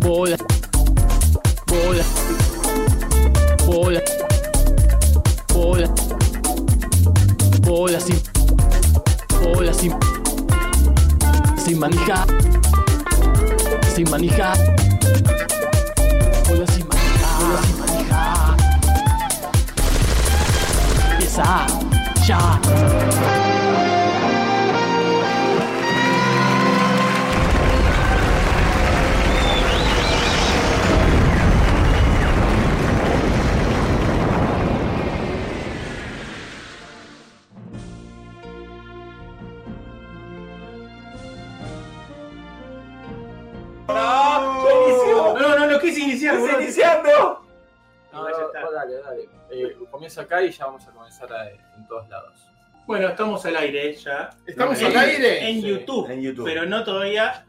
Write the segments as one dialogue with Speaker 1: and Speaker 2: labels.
Speaker 1: Bola. Bola. Bola. Bola. Bola sin. Bola sin. Sin manija. Sin manija. Bola sin manija. Bola sin manija. Empieza ya.
Speaker 2: No, no, no quise iniciar. boludo.
Speaker 3: iniciando!
Speaker 2: No, ya está.
Speaker 4: dale, dale. Eh, comienza acá y ya vamos a comenzar a- en todos lados.
Speaker 2: Bueno, estamos al aire eh, ya.
Speaker 5: Estamos
Speaker 4: Sí.
Speaker 5: al aire.
Speaker 2: En
Speaker 4: Sí,
Speaker 2: YouTube.
Speaker 3: En YouTube.
Speaker 2: Pero no todavía.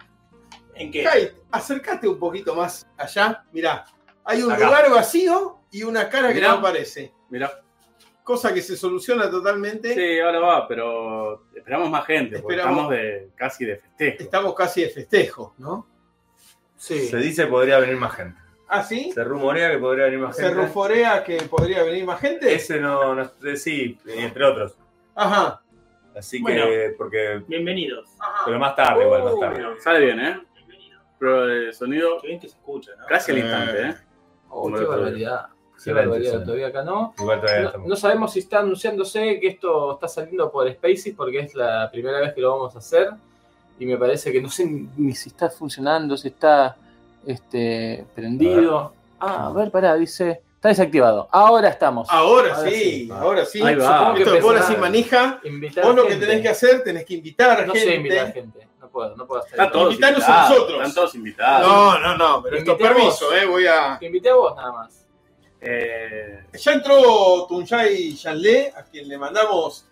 Speaker 2: ¿En qué?
Speaker 5: Kai, acércate un poquito más allá. Mirá, hay un
Speaker 4: Acá.
Speaker 5: lugar vacío y una cara que
Speaker 4: Mirá.
Speaker 5: no aparece.
Speaker 4: Mirá.
Speaker 5: Cosa que se soluciona totalmente.
Speaker 6: Sí, ahora va, pero esperamos más gente, porque
Speaker 5: Esperamos.
Speaker 6: estamos de, casi de festejo.
Speaker 5: Estamos casi de festejo, ¿no?
Speaker 4: Sí.
Speaker 3: Se dice que podría venir más gente.
Speaker 5: ¿Ah, sí?
Speaker 3: Se rumorea que podría venir más
Speaker 5: ¿Se
Speaker 3: gente.
Speaker 5: ruforea que podría venir más gente?
Speaker 3: Ese no, no eh, sí, entre otros.
Speaker 5: Ajá.
Speaker 3: Así que,
Speaker 2: Bueno.
Speaker 3: porque.
Speaker 2: Bienvenidos.
Speaker 3: Pero más tarde, igual, más tarde.
Speaker 6: Sale bien, ¿eh? Pero el sonido
Speaker 2: Qué bien que se escucha, ¿no?
Speaker 6: casi al
Speaker 5: Eh.
Speaker 6: instante, ¿eh?
Speaker 4: Oh,
Speaker 6: Como
Speaker 4: qué
Speaker 6: lo otro
Speaker 4: barbaridad. Qué
Speaker 3: Excelente,
Speaker 4: barbaridad,
Speaker 3: excelente.
Speaker 4: todavía acá no.
Speaker 3: Igual todavía
Speaker 4: no.
Speaker 3: estamos.
Speaker 4: no sabemos si está anunciándose que esto está saliendo por Spaces porque es la primera vez que lo vamos a hacer. Y me parece que no sé ni si está funcionando, si está este, prendido. Ah, a ver, pará, dice. Está desactivado. Ahora estamos.
Speaker 5: Ahora,
Speaker 4: Ahora
Speaker 5: sí,
Speaker 4: sí.
Speaker 5: ahora sí.
Speaker 6: Ahí va.
Speaker 4: Supongo que
Speaker 5: Esto de bola
Speaker 4: empezará.
Speaker 5: sin manija.
Speaker 4: Invitar
Speaker 5: Vos lo que
Speaker 4: gente.
Speaker 5: tenés que hacer, tenés que invitar
Speaker 4: No
Speaker 5: gente.
Speaker 4: sé invitar gente. No puedo, no puedo hacer
Speaker 6: Están todos
Speaker 5: Invitanos a
Speaker 6: invitados,
Speaker 5: nosotros.
Speaker 6: Están todos invitados.
Speaker 5: no, no, no, pero esto
Speaker 4: Invitemos.
Speaker 5: permiso, eh, voy a.
Speaker 4: Te invité a vos nada más.
Speaker 6: Eh,
Speaker 5: Ya entró Tunjai Yanlé, a quien le mandamos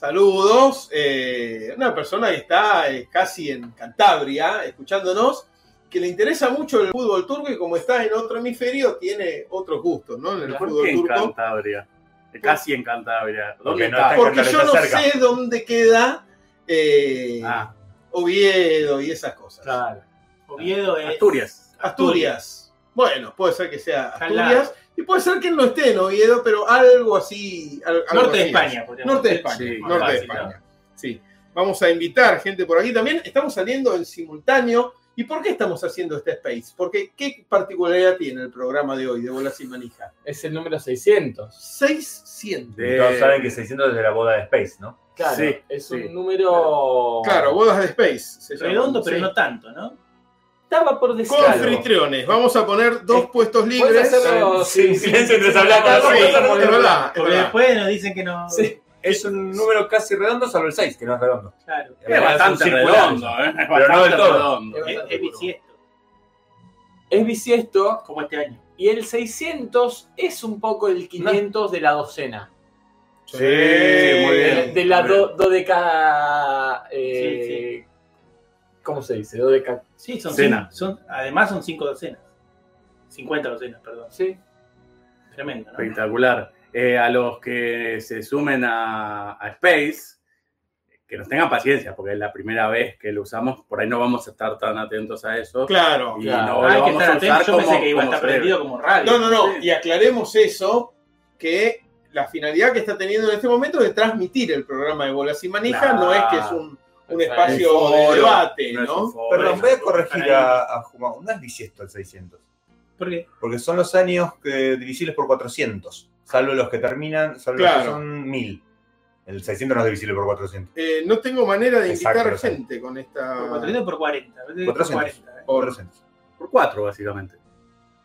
Speaker 5: saludos. eh, una persona que está eh, casi en Cantabria, escuchándonos, que le interesa mucho el fútbol turco y como está en otro hemisferio, tiene otros gustos, ¿no? En el
Speaker 6: ¿Por qué
Speaker 5: fútbol
Speaker 6: en
Speaker 5: turco.
Speaker 6: Cantabria? Eh, Casi en Cantabria.
Speaker 3: Porque
Speaker 6: ¿Dónde
Speaker 3: no
Speaker 6: está?
Speaker 3: está
Speaker 5: Porque yo no
Speaker 3: Está cerca.
Speaker 5: sé dónde queda eh,
Speaker 6: Ah,
Speaker 5: Oviedo y esas cosas.
Speaker 4: Claro.
Speaker 2: Oviedo es.
Speaker 6: Asturias.
Speaker 5: Asturias. Bueno, puede ser que sea
Speaker 2: Está al lado.
Speaker 5: Asturias. Y puede ser que él no esté en Oviedo, pero algo así. al- algo
Speaker 2: Norte de
Speaker 5: así
Speaker 2: España,
Speaker 5: es.
Speaker 2: podríamos
Speaker 5: Norte de
Speaker 2: decir.
Speaker 5: España.
Speaker 6: Sí,
Speaker 5: norte
Speaker 6: fácil,
Speaker 5: de España. Sí. Vamos a invitar gente por aquí también. Estamos saliendo en simultáneo. ¿Y por qué estamos haciendo este space? Porque ¿qué particularidad tiene el programa de hoy de Bolas y Manija?
Speaker 4: Es el número 600.
Speaker 5: 600.
Speaker 3: Y Todos saben que 600 es de la boda de Space, ¿no?
Speaker 4: Claro.
Speaker 6: Sí,
Speaker 4: es
Speaker 6: sí.
Speaker 4: un número.
Speaker 5: Claro, bodas de space. se llama.
Speaker 2: Redondo, pero
Speaker 5: Sí.
Speaker 2: no tanto, ¿no?
Speaker 4: Estaba por decir.
Speaker 5: Con
Speaker 4: algo.
Speaker 5: anfitriones. Vamos a poner dos
Speaker 4: Eh,
Speaker 5: puestos
Speaker 4: Puedes
Speaker 5: libres.
Speaker 4: hacerlo
Speaker 3: Sí,
Speaker 4: sin-
Speaker 3: silencio
Speaker 4: sin-
Speaker 3: mientras
Speaker 4: sin-
Speaker 3: hablamos,
Speaker 4: sin-
Speaker 3: sí,
Speaker 4: sin-
Speaker 3: es
Speaker 4: sin-
Speaker 5: verdad.
Speaker 2: Porque
Speaker 5: verdad.
Speaker 2: después nos dicen que no.
Speaker 4: Sí.
Speaker 3: Es un número casi redondo, salvo el 6, que no es redondo.
Speaker 2: Claro.
Speaker 6: Es bastante redondo, ¿eh? Es
Speaker 3: Pero no del
Speaker 6: bastante
Speaker 3: todo.
Speaker 6: redondo.
Speaker 2: Es, es bisiesto,
Speaker 4: ¿Eh? Es bisiesto
Speaker 2: como este año.
Speaker 4: y el 600 es un poco el 500 de la docena.
Speaker 5: Sí,
Speaker 6: muy
Speaker 4: De,
Speaker 6: bien.
Speaker 4: de la do, dodeca. eh, ¿Cómo se dice? Dodeca.
Speaker 2: Sí, son,
Speaker 6: Cena.
Speaker 2: cinco- son Además son cinco docenas. 50 docenas, perdón.
Speaker 4: Sí.
Speaker 2: Tremendo, ¿no?
Speaker 6: Espectacular. Eh, a los que se sumen a, a Space, que nos tengan paciencia, porque es la primera vez que lo usamos, por ahí no vamos a estar tan atentos a eso.
Speaker 5: Claro.
Speaker 6: y
Speaker 4: claro.
Speaker 6: no
Speaker 2: Ah,
Speaker 6: lo
Speaker 2: hay que
Speaker 6: vamos
Speaker 2: estar
Speaker 6: a usar
Speaker 2: atento. Yo pensé
Speaker 6: como-
Speaker 2: que iba a
Speaker 6: como
Speaker 2: estar
Speaker 6: se debe.
Speaker 2: prendido como radio.
Speaker 5: No, no, no. Y aclaremos eso, que la finalidad que está teniendo en este momento es de transmitir el programa de Bolas y Manija,
Speaker 6: Claro.
Speaker 5: no es que es un, un
Speaker 4: Exacto.
Speaker 5: espacio
Speaker 3: Un foro,
Speaker 5: de debate,
Speaker 6: No es un
Speaker 5: ¿no?
Speaker 6: foro.
Speaker 3: Perdón, voy a corregir
Speaker 2: Para
Speaker 3: a, a Jumau. No es bisiesto el 600.
Speaker 2: ¿Por qué?
Speaker 3: Porque son los años que divisibles por 400. Salvo los que terminan, salvo los
Speaker 5: Claro.
Speaker 3: que son 1000. El 600 no es divisible por 400.
Speaker 5: Eh, no tengo manera de
Speaker 3: Exacto,
Speaker 5: invitar
Speaker 3: exacto.
Speaker 5: gente con
Speaker 2: Por
Speaker 5: esta.
Speaker 2: 400 por 40. Por
Speaker 3: 400.
Speaker 2: 40, ¿eh?
Speaker 5: Por-
Speaker 3: 400.
Speaker 6: Por cuatro, básicamente.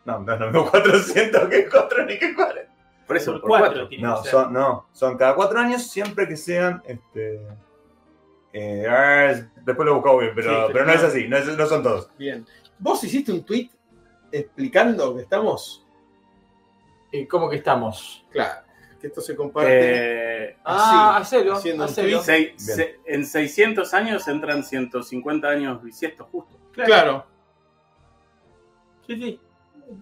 Speaker 3: No, no, no veo 400 que 4 ni que 4.
Speaker 6: Por eso, por,
Speaker 2: Por cuatro
Speaker 6: cuatro.
Speaker 2: tiene
Speaker 3: No,
Speaker 2: que ser.
Speaker 3: son, no, son cada 4 años siempre que sean. Este, eh, ah, después lo buscamos bien, pero,
Speaker 2: Sí,
Speaker 3: pero,
Speaker 2: pero
Speaker 3: no
Speaker 2: no.
Speaker 3: es así, no, es- no son todos.
Speaker 5: Bien. ¿Vos hiciste un tweet explicando que estamos?
Speaker 4: Eh, ¿Cómo que estamos?
Speaker 5: Claro, que esto se comparte.
Speaker 6: Eh,
Speaker 4: Ah, hacelo.
Speaker 5: haciendo un
Speaker 4: hacelo.
Speaker 5: tweet.
Speaker 6: seis- se- en 600 años entran 150 años bisiestos justo.
Speaker 5: claro.
Speaker 2: Sí, sí.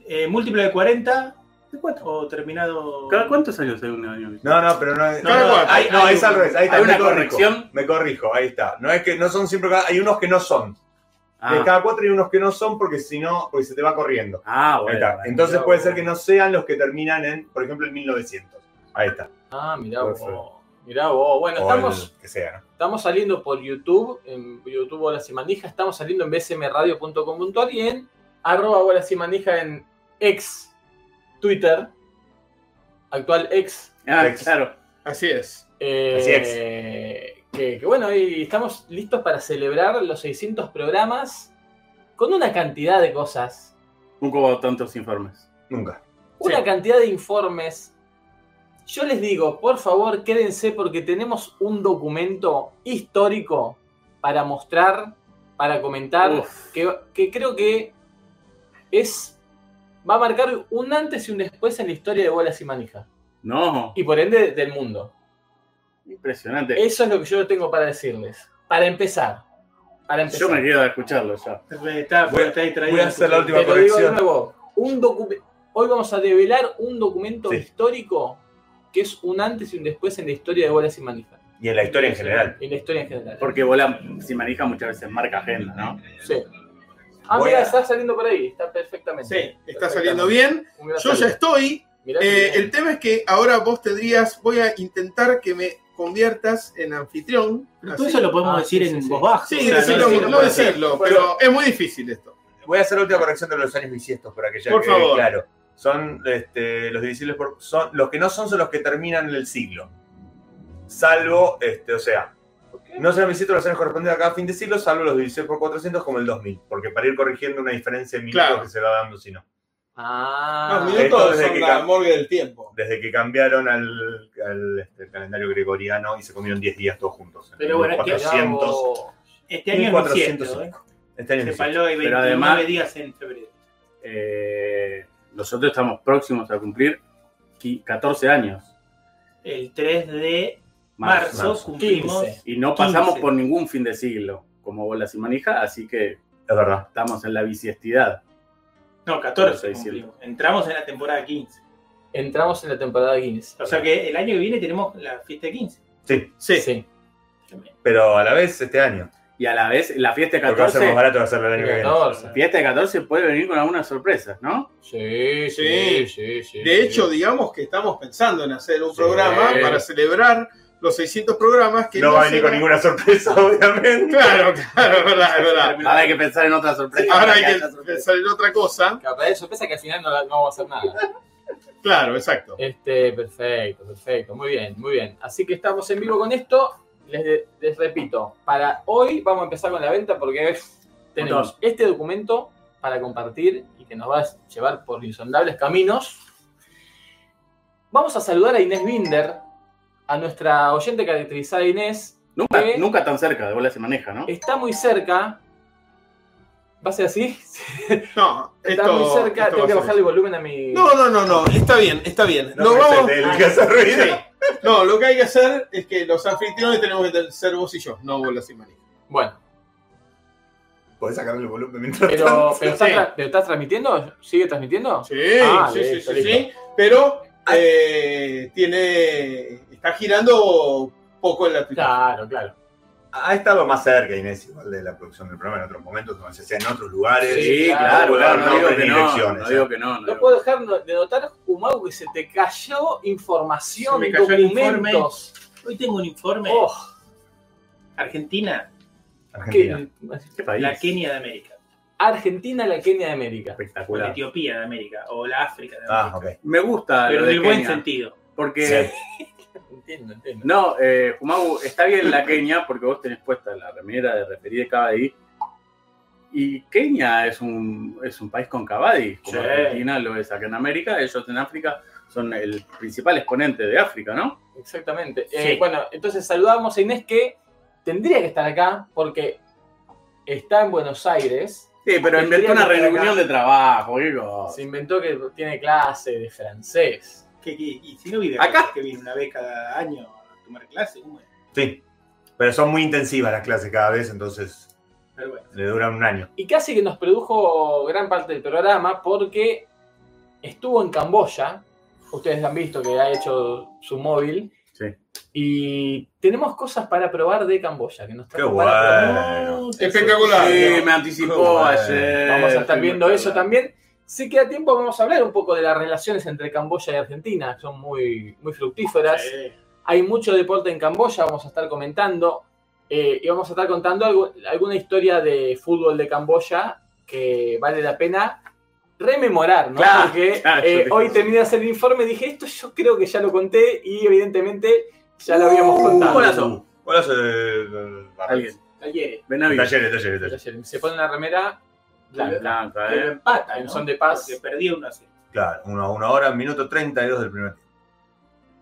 Speaker 2: Eh, múltiplo de 40. ¿De cuánto? O terminado.
Speaker 6: ¿Cada cuántos años hay un año bisiesto?
Speaker 3: No, no, pero no es.
Speaker 2: No,
Speaker 3: No,
Speaker 5: Cada
Speaker 2: no,
Speaker 5: cuatro.
Speaker 2: hay- hay
Speaker 3: es
Speaker 2: un-
Speaker 3: al revés. Ahí está,
Speaker 6: hay
Speaker 3: me
Speaker 6: una
Speaker 3: corrijo,
Speaker 6: corrección.
Speaker 3: Me corrijo, ahí está. No es que no son siempre. cada- Hay unos que no son.
Speaker 6: Ah.
Speaker 3: De cada cuatro hay unos que no son porque si no, porque se te va corriendo.
Speaker 6: Ah,
Speaker 3: Ahí
Speaker 6: bueno.
Speaker 3: está.
Speaker 6: bueno.
Speaker 3: Entonces
Speaker 4: mirá,
Speaker 3: puede
Speaker 4: bueno.
Speaker 3: ser que no sean los que terminan en, por ejemplo, el 1900. Ahí está.
Speaker 4: Ah, mirá vos.
Speaker 3: Perfecto.
Speaker 4: Mirá vos. Bueno,
Speaker 3: O
Speaker 4: estamos,
Speaker 3: el que sea. ¿no?
Speaker 4: estamos saliendo por YouTube, en YouTube Bolas y Manija, estamos saliendo en bsmradio.com.ar y en arroba Bolas y Manija en ex Twitter, actual ex.
Speaker 6: Ah, claro.
Speaker 5: Así es.
Speaker 4: eh,
Speaker 3: Así
Speaker 4: Que, que bueno, y estamos listos para celebrar los 600 programas con una cantidad de cosas,
Speaker 6: Nunca hubo tantos informes.
Speaker 3: Nunca.
Speaker 4: una
Speaker 5: Sí.
Speaker 4: cantidad de informes. Yo les digo, por favor, quédense porque tenemos un documento histórico para mostrar, para comentar,
Speaker 6: Uf.
Speaker 4: que, que creo que es va a marcar un antes y un después en la historia de bolas y manija.
Speaker 6: No,
Speaker 4: Y por ende del mundo.
Speaker 3: Eh,
Speaker 6: impresionante.
Speaker 4: Eso es lo que yo tengo para decirles. Para empezar. Para empezar.
Speaker 6: Yo me quedo a escucharlo ya.
Speaker 2: Está,
Speaker 3: Voy a-
Speaker 2: está distraído.
Speaker 3: voy a hacer la última
Speaker 4: Te lo digo de
Speaker 3: colección.
Speaker 4: nuevo. Un docu- Hoy vamos a develar un documento
Speaker 3: Sí.
Speaker 4: histórico que es un antes y un después en la historia de Bolas y Manija.
Speaker 3: Y en la historia en general.
Speaker 4: En la historia en general.
Speaker 6: Porque bola si maneja muchas veces marca agenda, ¿no?
Speaker 4: Sí. Ah,
Speaker 3: Voy
Speaker 4: mira,
Speaker 3: a-
Speaker 4: está saliendo por ahí. Está perfectamente.
Speaker 5: Sí, está saliendo bien.
Speaker 4: Un gran
Speaker 5: Yo ya
Speaker 4: saludo.
Speaker 5: estoy.
Speaker 4: Mirá que
Speaker 5: Eh,
Speaker 4: bien.
Speaker 5: el tema es que ahora vos tendrías, voy a intentar que me conviertas en anfitrión.
Speaker 2: Pero
Speaker 5: Así.
Speaker 2: Todo eso lo podemos
Speaker 4: Ah,
Speaker 2: decir
Speaker 4: sí, sí,
Speaker 2: en
Speaker 4: sí.
Speaker 2: voz baja.
Speaker 5: Sí,
Speaker 2: O sea,
Speaker 5: decirlo,
Speaker 2: no-
Speaker 5: no,
Speaker 2: no-
Speaker 3: puede ser.
Speaker 5: decirlo,
Speaker 3: Bueno.
Speaker 5: pero es muy difícil esto.
Speaker 3: Voy a hacer la última corrección de los años bisiestos por aquella
Speaker 5: Por
Speaker 3: que
Speaker 5: favor.
Speaker 3: claro. Son este, los divisibles por. Son, los que no son son los que terminan en el siglo. Salvo, este, o sea, no serán bisiestos los años correspondientes a cada fin de siglo, salvo los divisibles por 400 como el 2000. Porque para ir corrigiendo una diferencia en minutos
Speaker 5: Claro.
Speaker 3: que se va dando, si no.
Speaker 4: Ah,
Speaker 5: Los
Speaker 3: mira.
Speaker 5: minutos
Speaker 3: desde
Speaker 5: son
Speaker 3: que
Speaker 5: la
Speaker 3: cam-
Speaker 5: morgue del tiempo.
Speaker 3: Desde que cambiaron al, al, este, calendario gregoriano y se comieron 10 días todos juntos.
Speaker 2: Pero bueno, es que-
Speaker 3: 400.
Speaker 4: bravo.
Speaker 2: Este año es
Speaker 3: 1405.
Speaker 2: 1700, ¿eh?
Speaker 3: Este año es
Speaker 2: Se
Speaker 3: 1700.
Speaker 2: paló y 29
Speaker 6: además-
Speaker 2: días en febrero.
Speaker 6: Eh, nosotros estamos próximos a cumplir qui- 14 años.
Speaker 2: El 3 de
Speaker 6: más.
Speaker 2: marzo,
Speaker 3: marzo.
Speaker 2: cumplimos.
Speaker 4: 15.
Speaker 6: Y no pasamos
Speaker 2: 15.
Speaker 6: por ningún fin de siglo como bolas y manija, así que
Speaker 3: Es verdad.
Speaker 6: estamos en la bisiestidad.
Speaker 2: No, 14
Speaker 6: 600.
Speaker 2: cumplimos. Entramos en la temporada 15.
Speaker 4: Entramos en la temporada 15.
Speaker 2: O sea que el año que viene tenemos la fiesta de 15.
Speaker 3: Sí,
Speaker 5: Sí.
Speaker 4: Sí.
Speaker 3: pero a la vez este año.
Speaker 6: Y a la vez, la fiesta de
Speaker 3: Porque va a ser más
Speaker 6: 14,
Speaker 3: barato va a ser el año que viene.
Speaker 4: 14.
Speaker 6: fiesta de 14 puede venir con algunas sorpresas, ¿no?
Speaker 4: Sí, sí,
Speaker 5: Sí.
Speaker 4: sí, sí.
Speaker 5: De hecho, digamos que estamos pensando en hacer un
Speaker 6: Sí.
Speaker 5: programa para celebrar los 600 programas que
Speaker 3: No va a venir con
Speaker 5: será-
Speaker 3: ninguna sorpresa, obviamente.
Speaker 5: Claro, claro, es verdad, es verdad.
Speaker 6: Ahora hay que pensar en otra sorpresa.
Speaker 5: Ahora hay
Speaker 6: otra
Speaker 5: que
Speaker 6: sorpresa.
Speaker 5: pensar en otra cosa.
Speaker 4: Capaz de sorpresa que al final no, la- no vamos a hacer nada.
Speaker 5: Claro, exacto.
Speaker 4: Este, perfecto, perfecto. Muy bien, muy bien. Así que estamos en vivo con esto. Les, les repito, para hoy vamos a empezar con la venta porque tenemos
Speaker 6: Montón.
Speaker 4: este documento para compartir y que nos va a llevar por insondables caminos. Vamos a saludar a Inés Binder, a nuestra oyente caracterizada Inés,
Speaker 6: Nunca,
Speaker 4: ¿Qué?
Speaker 6: nunca tan cerca de bola se maneja, ¿no?
Speaker 4: Está muy cerca. ¿Va a ser así?
Speaker 5: No,
Speaker 4: Está
Speaker 5: esto-
Speaker 4: muy cerca.
Speaker 5: esto
Speaker 4: Tengo
Speaker 5: va
Speaker 4: que
Speaker 5: a ser-
Speaker 4: bajar el volumen a mi.
Speaker 5: No, no, no, no. Está bien, está bien.
Speaker 3: No,
Speaker 5: No,
Speaker 3: puede
Speaker 5: vamos.
Speaker 3: ser él el que hace ruido.
Speaker 5: Sí. No, lo que hay que hacer es que los anfitriones tenemos que ser vos y yo, no bolas y manija.
Speaker 4: Bueno,
Speaker 3: Podés sacarle el volumen mientras
Speaker 4: pero, pero,
Speaker 5: Sí.
Speaker 4: estás, tra- pero estás transmitiendo? ¿Sigue transmitiendo?
Speaker 5: Sí,
Speaker 4: Ah,
Speaker 5: sí,
Speaker 4: listo,
Speaker 5: sí, sí,
Speaker 4: listo.
Speaker 5: sí. Pero eh, tiene. Está girando poco en la Twitter.
Speaker 4: Claro, claro.
Speaker 3: Ha estado más cerca Inés igual de la producción del programa en otros momentos, como ya sea en otros lugares.
Speaker 6: Sí,
Speaker 4: Sí,
Speaker 3: claro,
Speaker 6: claro, claro,
Speaker 3: no
Speaker 6: no, digo que
Speaker 3: tiene
Speaker 6: no,
Speaker 3: direcciones,
Speaker 6: no digo
Speaker 3: ¿eh?
Speaker 6: que no. no
Speaker 4: No
Speaker 6: digo-
Speaker 4: puedo dejar no- de notar, Humau, que se te cayó información,
Speaker 2: Se me cayó el informe.
Speaker 4: documentos.
Speaker 2: Hoy tengo un informe.
Speaker 4: Oh,
Speaker 2: Argentina,
Speaker 3: Argentina.
Speaker 4: qué-
Speaker 6: ¿Qué país?
Speaker 2: la Kenia de América.
Speaker 4: Argentina, la Kenia de América.
Speaker 2: O la
Speaker 6: Espectacular.
Speaker 2: Etiopía de América. O la África de América.
Speaker 3: Ah, ok.
Speaker 6: Me gusta
Speaker 2: Pero
Speaker 6: lo
Speaker 2: en
Speaker 6: de
Speaker 2: el buen
Speaker 6: Kenia,
Speaker 2: sentido.
Speaker 6: Porque
Speaker 3: Sí.
Speaker 4: Entiendo, entiendo.
Speaker 6: No, eh, Jumagu, está bien la Kenia porque vos tenés puesta la remera de referir de Cavadi. Y Kenia es un, es un país con Cavadi, como
Speaker 2: Sí.
Speaker 6: Argentina lo es acá en América, ellos en África son el principal exponente de África, ¿no?
Speaker 4: Exactamente. Eh,
Speaker 2: Sí.
Speaker 4: bueno, entonces saludamos a Inés que tendría que estar acá porque está en Buenos Aires.
Speaker 6: Sí, pero
Speaker 4: Tendría
Speaker 6: inventó una
Speaker 4: que estar
Speaker 6: reunión
Speaker 4: acá.
Speaker 6: de trabajo, digo.
Speaker 4: Se inventó que tiene clase de francés.
Speaker 2: ¿Qué- qué- y si no vive
Speaker 6: Acá.
Speaker 2: que viene una vez cada año a tomar clase, ¿cómo es?
Speaker 3: Sí. Pero son muy intensivas las clases cada vez, entonces
Speaker 2: Pero bueno.
Speaker 3: le duran un año.
Speaker 4: Y casi que nos produjo gran parte del programa porque estuvo en Camboya. Ustedes han visto que ha hecho su móvil.
Speaker 6: Sí.
Speaker 4: Y tenemos cosas para probar de Camboya. Que nos
Speaker 3: Qué
Speaker 4: trajo para probar.
Speaker 3: bueno.
Speaker 5: Espectacular.
Speaker 6: Sí, me anticipó
Speaker 3: Bueno,
Speaker 6: ayer.
Speaker 4: Vamos a estar viendo eso también. Si queda tiempo, vamos a hablar un poco de las relaciones entre Camboya y Argentina. que Son muy, muy fructíferas.
Speaker 5: Sí.
Speaker 4: Hay mucho deporte en Camboya, vamos a estar comentando. eh, y vamos a estar contando algo- alguna historia de fútbol de Camboya que vale la pena rememorar, ¿no?
Speaker 6: Claro,
Speaker 4: Porque
Speaker 6: claro,
Speaker 4: eh,
Speaker 6: yo te-
Speaker 4: hoy terminé de hacer el informe, dije, esto yo creo que ya lo conté y evidentemente ya lo
Speaker 6: Uh,
Speaker 4: habíamos contado.
Speaker 6: Corazón.
Speaker 3: Hola, soy, eh, Barrales.
Speaker 6: Alguien.
Speaker 4: Ayer,
Speaker 6: Benavides.
Speaker 3: Talleres, talleres, talleres.
Speaker 4: ayer, se pone la remera blanca.
Speaker 6: Blanca,
Speaker 2: Pero
Speaker 6: eh.
Speaker 2: empata,
Speaker 4: En
Speaker 2: ¿no?
Speaker 4: son de paz.
Speaker 2: Porque perdía una serie.
Speaker 3: Claro, una, una hora, minuto 32 del primer tiempo.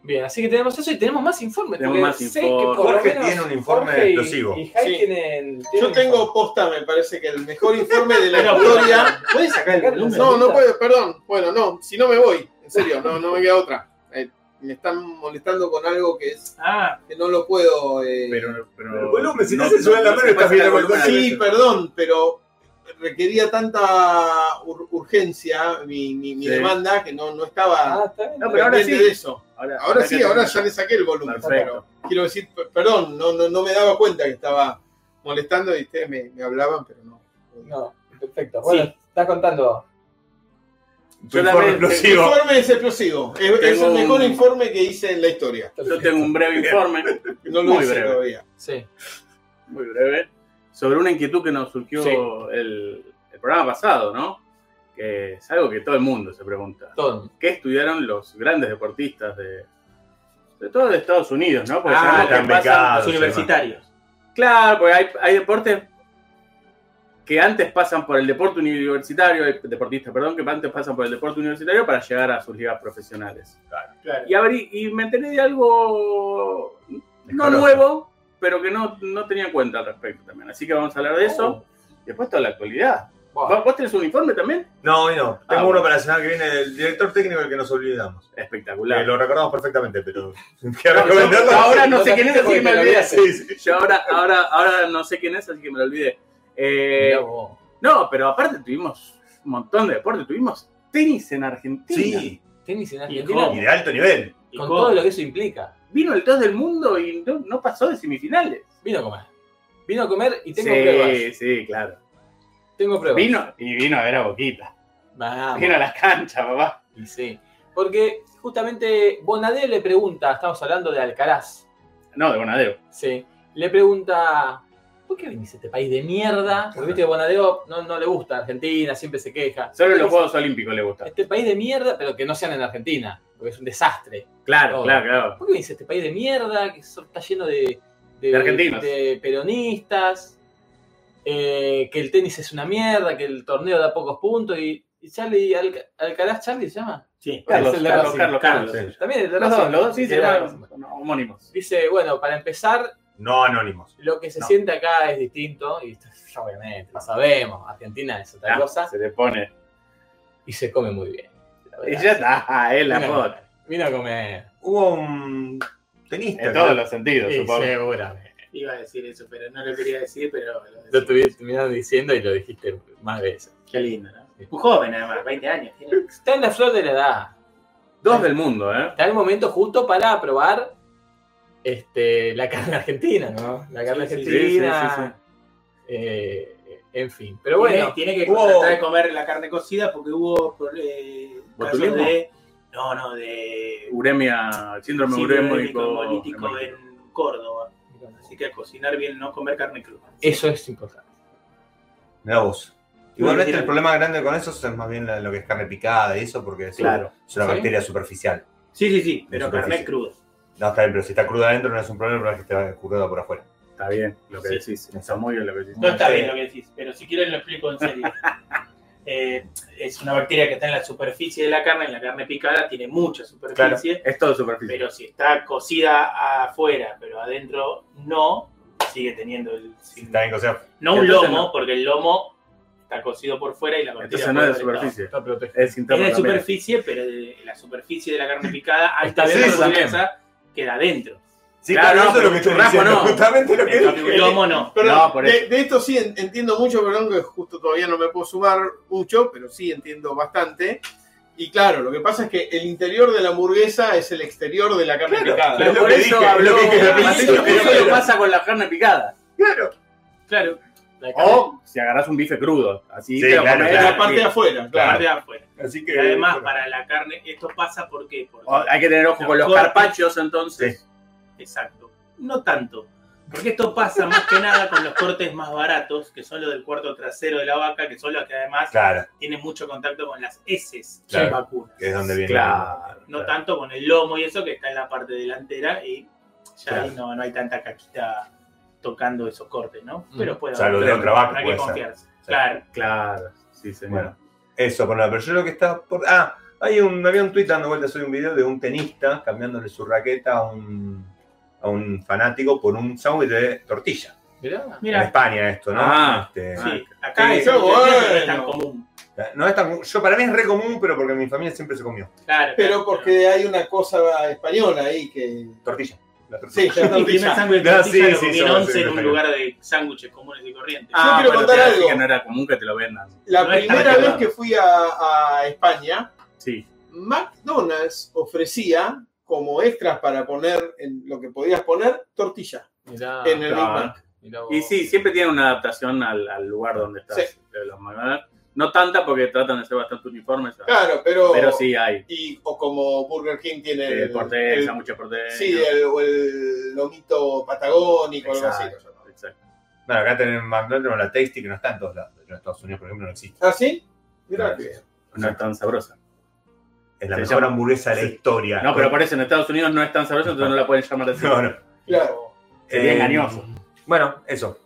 Speaker 4: Bien, así que tenemos eso y tenemos más informes.
Speaker 6: Tenemos
Speaker 4: porque
Speaker 6: más
Speaker 4: sé
Speaker 6: informes.
Speaker 4: que por lo
Speaker 3: Jorge
Speaker 4: menos
Speaker 3: tiene un informe
Speaker 4: Jorge y-
Speaker 3: explosivo.
Speaker 4: y Jai
Speaker 5: Sí.
Speaker 4: tienen-
Speaker 5: Yo
Speaker 4: tienen
Speaker 5: tengo posta, me parece que el mejor informe de la
Speaker 2: Pero,
Speaker 5: historia.
Speaker 2: ¿Puedes sacar el volumen?
Speaker 5: No, no puedo, perdón. Bueno, no, si no me voy, en serio, no, no me queda otra. Eh, me están molestando con algo que es
Speaker 2: Ah,
Speaker 5: que no lo puedo. eh, Pues
Speaker 6: Pero,
Speaker 3: Pero
Speaker 6: pero.
Speaker 3: el volumen, si no se sube la mano,
Speaker 6: se
Speaker 3: estás
Speaker 6: pasa
Speaker 3: viendo
Speaker 6: el volumen.
Speaker 3: cualquier-
Speaker 5: sí, perdón, pero requería tanta ur- urgencia mi, mi- mi
Speaker 6: Sí.
Speaker 5: demanda que no, no estaba
Speaker 4: Ah, está bien.
Speaker 6: No, pero ahora
Speaker 5: pendiente
Speaker 6: sí.
Speaker 5: de eso. Ahora sí,
Speaker 6: que
Speaker 5: ahora
Speaker 6: termina.
Speaker 5: ya le saqué el volumen.
Speaker 6: Perfecto.
Speaker 5: pero quiero decir, p- perdón, no, no, no me daba cuenta que estaba molestando y ustedes me, me hablaban, pero no.
Speaker 4: No, perfecto. Bueno, estás contando.
Speaker 3: Tu informe
Speaker 6: Solamente-
Speaker 5: El
Speaker 3: explosivo.
Speaker 5: informe es explosivo. Es, es
Speaker 6: Tengo
Speaker 5: el
Speaker 6: un-
Speaker 5: mejor informe que hice en la historia.
Speaker 6: Yo tengo un breve informe,
Speaker 5: No lo
Speaker 6: Muy
Speaker 5: hice
Speaker 6: breve.
Speaker 5: todavía.
Speaker 4: Sí.
Speaker 6: muy breve, sobre una inquietud que nos surgió
Speaker 4: Sí.
Speaker 6: el, el programa pasado, ¿no? Que es algo que todo el mundo se pregunta.
Speaker 4: Todo.
Speaker 6: ¿Qué estudiaron los grandes deportistas de. Sobre todo de Estados Unidos, ¿no? Porque
Speaker 2: Ah,
Speaker 6: sabemos que
Speaker 3: están
Speaker 6: pasan-
Speaker 3: becados.
Speaker 2: los universitarios.
Speaker 6: Claro, porque hay, hay deportes que antes pasan por el deporte universitario, hay deportistas, perdón, que antes pasan por el deporte universitario para llegar a sus ligas profesionales.
Speaker 2: Claro.
Speaker 6: Y, abrí- y me enteré de algo no
Speaker 3: Escaloso.
Speaker 6: nuevo, pero que no, no tenía en cuenta al respecto también. Así que vamos a hablar de
Speaker 4: Oh.
Speaker 6: eso. Después toda la actualidad.
Speaker 4: Bueno,
Speaker 6: ¿Vos vos tenés un informe también?
Speaker 3: No, hoy no. Tengo
Speaker 6: Ah,
Speaker 3: uno
Speaker 6: bueno.
Speaker 3: para la semana que viene del director técnico del que nos olvidamos. Que
Speaker 6: Espectacular.
Speaker 3: lo recordamos perfectamente, pero. que
Speaker 6: No,
Speaker 3: recomendarlo-
Speaker 6: yo ahora no sé
Speaker 4: No,
Speaker 6: quién es,
Speaker 4: tampoco
Speaker 6: así que
Speaker 4: porque
Speaker 6: me
Speaker 4: lo
Speaker 6: olvidé.
Speaker 4: olvidaste.
Speaker 6: Sí, sí. Yo ahora, ahora, ahora no sé quién es, así que me lo olvidé. Eh,
Speaker 4: mirá vos.
Speaker 6: No, pero aparte tuvimos un montón de deportes. Tuvimos tenis en Argentina.
Speaker 3: Sí,
Speaker 4: Tenis en
Speaker 2: cómo?
Speaker 3: y
Speaker 4: Argentina.
Speaker 3: de alto nivel.
Speaker 2: ¿Y
Speaker 4: Con
Speaker 2: cómo?
Speaker 4: todo lo que eso implica.
Speaker 6: Vino el 2 del mundo y no, no pasó de semifinales.
Speaker 4: Vino a comer. Vino a comer y tengo
Speaker 6: sí,
Speaker 4: pruebas.
Speaker 6: sí, claro.
Speaker 4: Tengo pruebas.
Speaker 6: Vino y vino a ver a Boquita.
Speaker 4: Vamos.
Speaker 6: Vino a la cancha, papá.
Speaker 4: Y sí. Porque justamente Bonadeo le pregunta, estamos hablando de Alcaraz.
Speaker 6: No, de Bonadeo.
Speaker 4: Sí. Le pregunta, ¿por qué venís a este país de mierda? Porque viste que Bonadeo no, no le gusta Argentina, siempre se queja.
Speaker 6: Solo en los
Speaker 4: Dice,
Speaker 6: Juegos Olímpicos le gusta.
Speaker 4: Este país de mierda, pero que no sean en Argentina, porque es un desastre.
Speaker 6: Claro,
Speaker 4: Oh.
Speaker 6: claro, claro.
Speaker 4: ¿Por qué venís a este país de mierda que so- está lleno de,
Speaker 6: De argentinos.
Speaker 4: de peronistas? eh, que el tenis es una mierda, que el torneo da pocos puntos y, y Charlie, Alca- Alcaraz, Charlie se llama.
Speaker 2: Sí.
Speaker 6: Carlos,
Speaker 4: Es el de
Speaker 6: Carlos,
Speaker 4: Racing.
Speaker 6: Carlos, Carlos.
Speaker 3: Carlos,
Speaker 6: sí.
Speaker 4: También el de
Speaker 6: Los
Speaker 4: Racing.
Speaker 6: dos, los dos sí se
Speaker 4: Era
Speaker 6: llaman
Speaker 4: Racing.
Speaker 6: homónimos.
Speaker 4: Dice, bueno, para empezar,
Speaker 3: No anónimos.
Speaker 4: lo que se
Speaker 6: No.
Speaker 4: siente acá es distinto, y esto ya obviamente lo sabemos, Argentina es otra
Speaker 6: Ah,
Speaker 4: cosa,
Speaker 6: se le pone.
Speaker 4: y se come muy bien. la
Speaker 6: Y
Speaker 4: verdad.
Speaker 6: ya está, ah, es la
Speaker 4: Vino a
Speaker 6: foto.
Speaker 4: comer, Vino a comer.
Speaker 3: Hubo un tenista.
Speaker 6: En
Speaker 3: creo.
Speaker 6: todos los sentidos,
Speaker 4: Sí,
Speaker 6: supongo.
Speaker 4: seguramente.
Speaker 2: Iba a decir eso, pero no lo quería decir, pero lo
Speaker 4: Lo
Speaker 2: decí.
Speaker 4: estuviste mirando diciendo y lo dijiste más veces.
Speaker 2: Qué lindo, ¿no? Un joven además, 20 años. tiene.
Speaker 4: Está en la flor de la edad.
Speaker 6: Dos del mundo, ¿eh?
Speaker 4: Está el momento justo para probar este, la carne argentina, ¿no? La carne
Speaker 2: Sí, sí,
Speaker 4: argentina.
Speaker 6: sí, sí,
Speaker 4: eh, en fin. Pero bueno,
Speaker 2: tiene, tiene que
Speaker 3: hubo-
Speaker 2: tratar de comer la carne cocida porque hubo eh, casos
Speaker 6: ¿Botulismo?
Speaker 2: de. No, no, de.
Speaker 6: Uremia, síndrome
Speaker 2: sí,
Speaker 6: urémico.
Speaker 2: hemolítico en Córdoba. Así que a cocinar bien, no comer carne cruda.
Speaker 4: eso es importante.
Speaker 3: Mirá vos. Igualmente
Speaker 2: Mira.
Speaker 3: el problema grande con eso es más bien la- lo que es carne picada y eso, porque es,
Speaker 6: Claro.
Speaker 3: es una
Speaker 4: Sí.
Speaker 3: bacteria superficial.
Speaker 2: Sí, sí, sí,
Speaker 3: Eso
Speaker 2: pero
Speaker 3: que
Speaker 2: carne
Speaker 3: sí.
Speaker 2: cruda.
Speaker 3: No, está bien, pero si está cruda adentro no es un problema, pero es que está cruda por afuera.
Speaker 6: Está bien lo que
Speaker 2: Sí.
Speaker 6: decís. Está muy bien lo que decís.
Speaker 2: No está
Speaker 3: Sí.
Speaker 2: bien lo que decís, pero si quieren lo explico en serio. Eh, es una bacteria que está en la superficie de la carne, en la carne picada tiene mucha
Speaker 6: Claro,
Speaker 2: superficie,
Speaker 6: es todo superficie.
Speaker 2: pero si está cocida afuera, pero adentro no, sigue teniendo el...
Speaker 3: Si está bien cocida,
Speaker 2: No un
Speaker 6: Entonces
Speaker 2: lomo,
Speaker 6: no.
Speaker 2: porque el lomo está cocido por fuera y la bacteria...
Speaker 6: Entonces no es de
Speaker 2: puede haber estado.
Speaker 6: superficie.
Speaker 4: Está protegido.
Speaker 6: Es
Speaker 2: Es
Speaker 6: interno
Speaker 2: de
Speaker 6: también.
Speaker 2: superficie, pero de la superficie de la carne picada,
Speaker 4: Está
Speaker 2: alta de
Speaker 6: bien,
Speaker 2: la
Speaker 6: también.
Speaker 2: grasa, queda adentro.
Speaker 3: Sí,
Speaker 6: Claro,
Speaker 3: claro,
Speaker 6: no,
Speaker 3: eso es lo
Speaker 6: pero
Speaker 3: que estoy
Speaker 6: churrasco
Speaker 3: diciendo,
Speaker 6: no.
Speaker 3: justamente lo
Speaker 6: Eh,
Speaker 3: que
Speaker 2: En cambio, El
Speaker 3: dije.
Speaker 2: lomo no.
Speaker 5: Perdón,
Speaker 6: No, por
Speaker 5: de, de esto sí en- entiendo mucho, perdón que justo todavía no me puedo sumar mucho, pero sí entiendo bastante. Y claro, lo que pasa es que el interior de la hamburguesa es el exterior de la carne
Speaker 3: Claro,
Speaker 5: picada.
Speaker 3: pero-
Speaker 6: Pero
Speaker 3: Es lo
Speaker 6: por
Speaker 3: que
Speaker 6: eso
Speaker 3: dije, es
Speaker 6: habló
Speaker 3: lo que dije,
Speaker 6: Mateo,
Speaker 3: es lo que
Speaker 6: eso
Speaker 3: dije.
Speaker 6: lo pasa con la carne picada.
Speaker 3: Claro.
Speaker 2: Claro. La carne-
Speaker 3: Oh,
Speaker 6: O si agarras un bife crudo.
Speaker 3: Sí,
Speaker 6: Así te lo
Speaker 3: claro,
Speaker 6: comes.
Speaker 5: Es
Speaker 3: claro.
Speaker 5: la parte de afuera,
Speaker 2: la
Speaker 5: claro.
Speaker 2: parte de afuera.
Speaker 3: Así
Speaker 2: Y
Speaker 6: Eh,
Speaker 3: que.
Speaker 2: además,
Speaker 3: bueno.
Speaker 2: para la carne, esto pasa ¿por qué? porque.
Speaker 6: O Hay que tener ojo con los
Speaker 2: Corte.
Speaker 6: carpachos entonces.
Speaker 2: Exacto. No tanto. Porque esto pasa más que nada con los cortes más baratos, que son los del cuarto trasero de la vaca, que son los que además
Speaker 3: Claro,
Speaker 2: tienen mucho contacto con las heces de
Speaker 3: Claro.
Speaker 2: vacunas.
Speaker 3: que es donde viene.
Speaker 6: Claro.
Speaker 2: No tanto con el lomo y eso, que está en la parte delantera y ya
Speaker 6: Claro.
Speaker 2: ahí no, no hay tanta caquita tocando esos cortes, ¿no?
Speaker 7: Mm.
Speaker 2: Pero puede
Speaker 3: O sea, lo de
Speaker 2: pero
Speaker 3: otra vaca
Speaker 2: Hay que
Speaker 3: puede ser.
Speaker 2: confiarse.
Speaker 3: Sí.
Speaker 2: Claro.
Speaker 6: Claro. Sí, señor.
Speaker 3: Bueno, eso, por nada. Pero yo lo que está por. Ah, hay un, había un tweet dando vueltas hoy un video de un tenista cambiándole su raqueta a un, a un fanático por un sándwich de tortilla.
Speaker 7: Mirá.
Speaker 3: En
Speaker 2: Mira,
Speaker 3: España esto, ¿no?
Speaker 6: Ah,
Speaker 3: Este,
Speaker 2: sí,
Speaker 5: Ah,
Speaker 2: acá es,
Speaker 5: qué
Speaker 2: no es tan
Speaker 5: bueno.
Speaker 2: común.
Speaker 3: No es tan, yo para mí es re común, pero porque en mi familia siempre se comió.
Speaker 2: Claro.
Speaker 5: Pero porque hay una cosa española ahí que.
Speaker 3: Tortilla. La tortilla.
Speaker 5: Sí, ya está
Speaker 2: Mi primer
Speaker 5: ortizada.
Speaker 2: sándwich de
Speaker 3: No,
Speaker 2: tortilla
Speaker 3: sí,
Speaker 2: lo
Speaker 3: sí,
Speaker 2: comí en
Speaker 3: somos-
Speaker 2: once
Speaker 3: sí,
Speaker 2: en un
Speaker 3: perfecto.
Speaker 2: lugar de sándwiches comunes y corrientes.
Speaker 5: Ah, quiero
Speaker 6: bueno,
Speaker 5: contar
Speaker 6: te iba a decir
Speaker 5: algo.
Speaker 6: que no era común que te lo vendan.
Speaker 5: La
Speaker 2: No es tan
Speaker 5: primera vez
Speaker 6: regulado.
Speaker 5: que fui a, a España,
Speaker 6: Sí.
Speaker 5: McDonald's ofrecía como extras para poner en lo que podías poner tortilla
Speaker 7: Mirá.
Speaker 5: en el Big
Speaker 6: claro.
Speaker 5: Mac.
Speaker 7: mirá vos.
Speaker 6: Y sí, siempre tienen una adaptación al, al lugar donde estás.
Speaker 5: Sí.
Speaker 6: de los McDonald's. No tanta porque tratan de ser bastante uniformes.
Speaker 5: Claro, pero.
Speaker 6: Pero sí hay.
Speaker 5: Y, o como Burger King tiene
Speaker 6: Eh,
Speaker 5: el,
Speaker 6: porteño,
Speaker 5: el-
Speaker 6: mucho porteño.
Speaker 5: sí, el, o el lomito patagónico, algo así.
Speaker 6: Exacto, exacto.
Speaker 3: Bueno, acá tenemos McDonald's tenemos la Tasty que no está en todos lados. En Estados Unidos, por ejemplo, no existe.
Speaker 5: ¿Ah, sí? Mirá
Speaker 3: No,
Speaker 5: que-
Speaker 6: No es tan sabrosa.
Speaker 3: Es la
Speaker 6: Se
Speaker 3: mejor
Speaker 6: llama-
Speaker 3: hamburguesa de la
Speaker 6: sí.
Speaker 3: historia.
Speaker 6: No, pero por eso en Estados Unidos no es tan sabrosa, entonces no la pueden llamar así.
Speaker 3: No, no.
Speaker 5: Claro.
Speaker 6: Sería
Speaker 3: Eh,
Speaker 6: engañoso.
Speaker 3: Bueno, eso.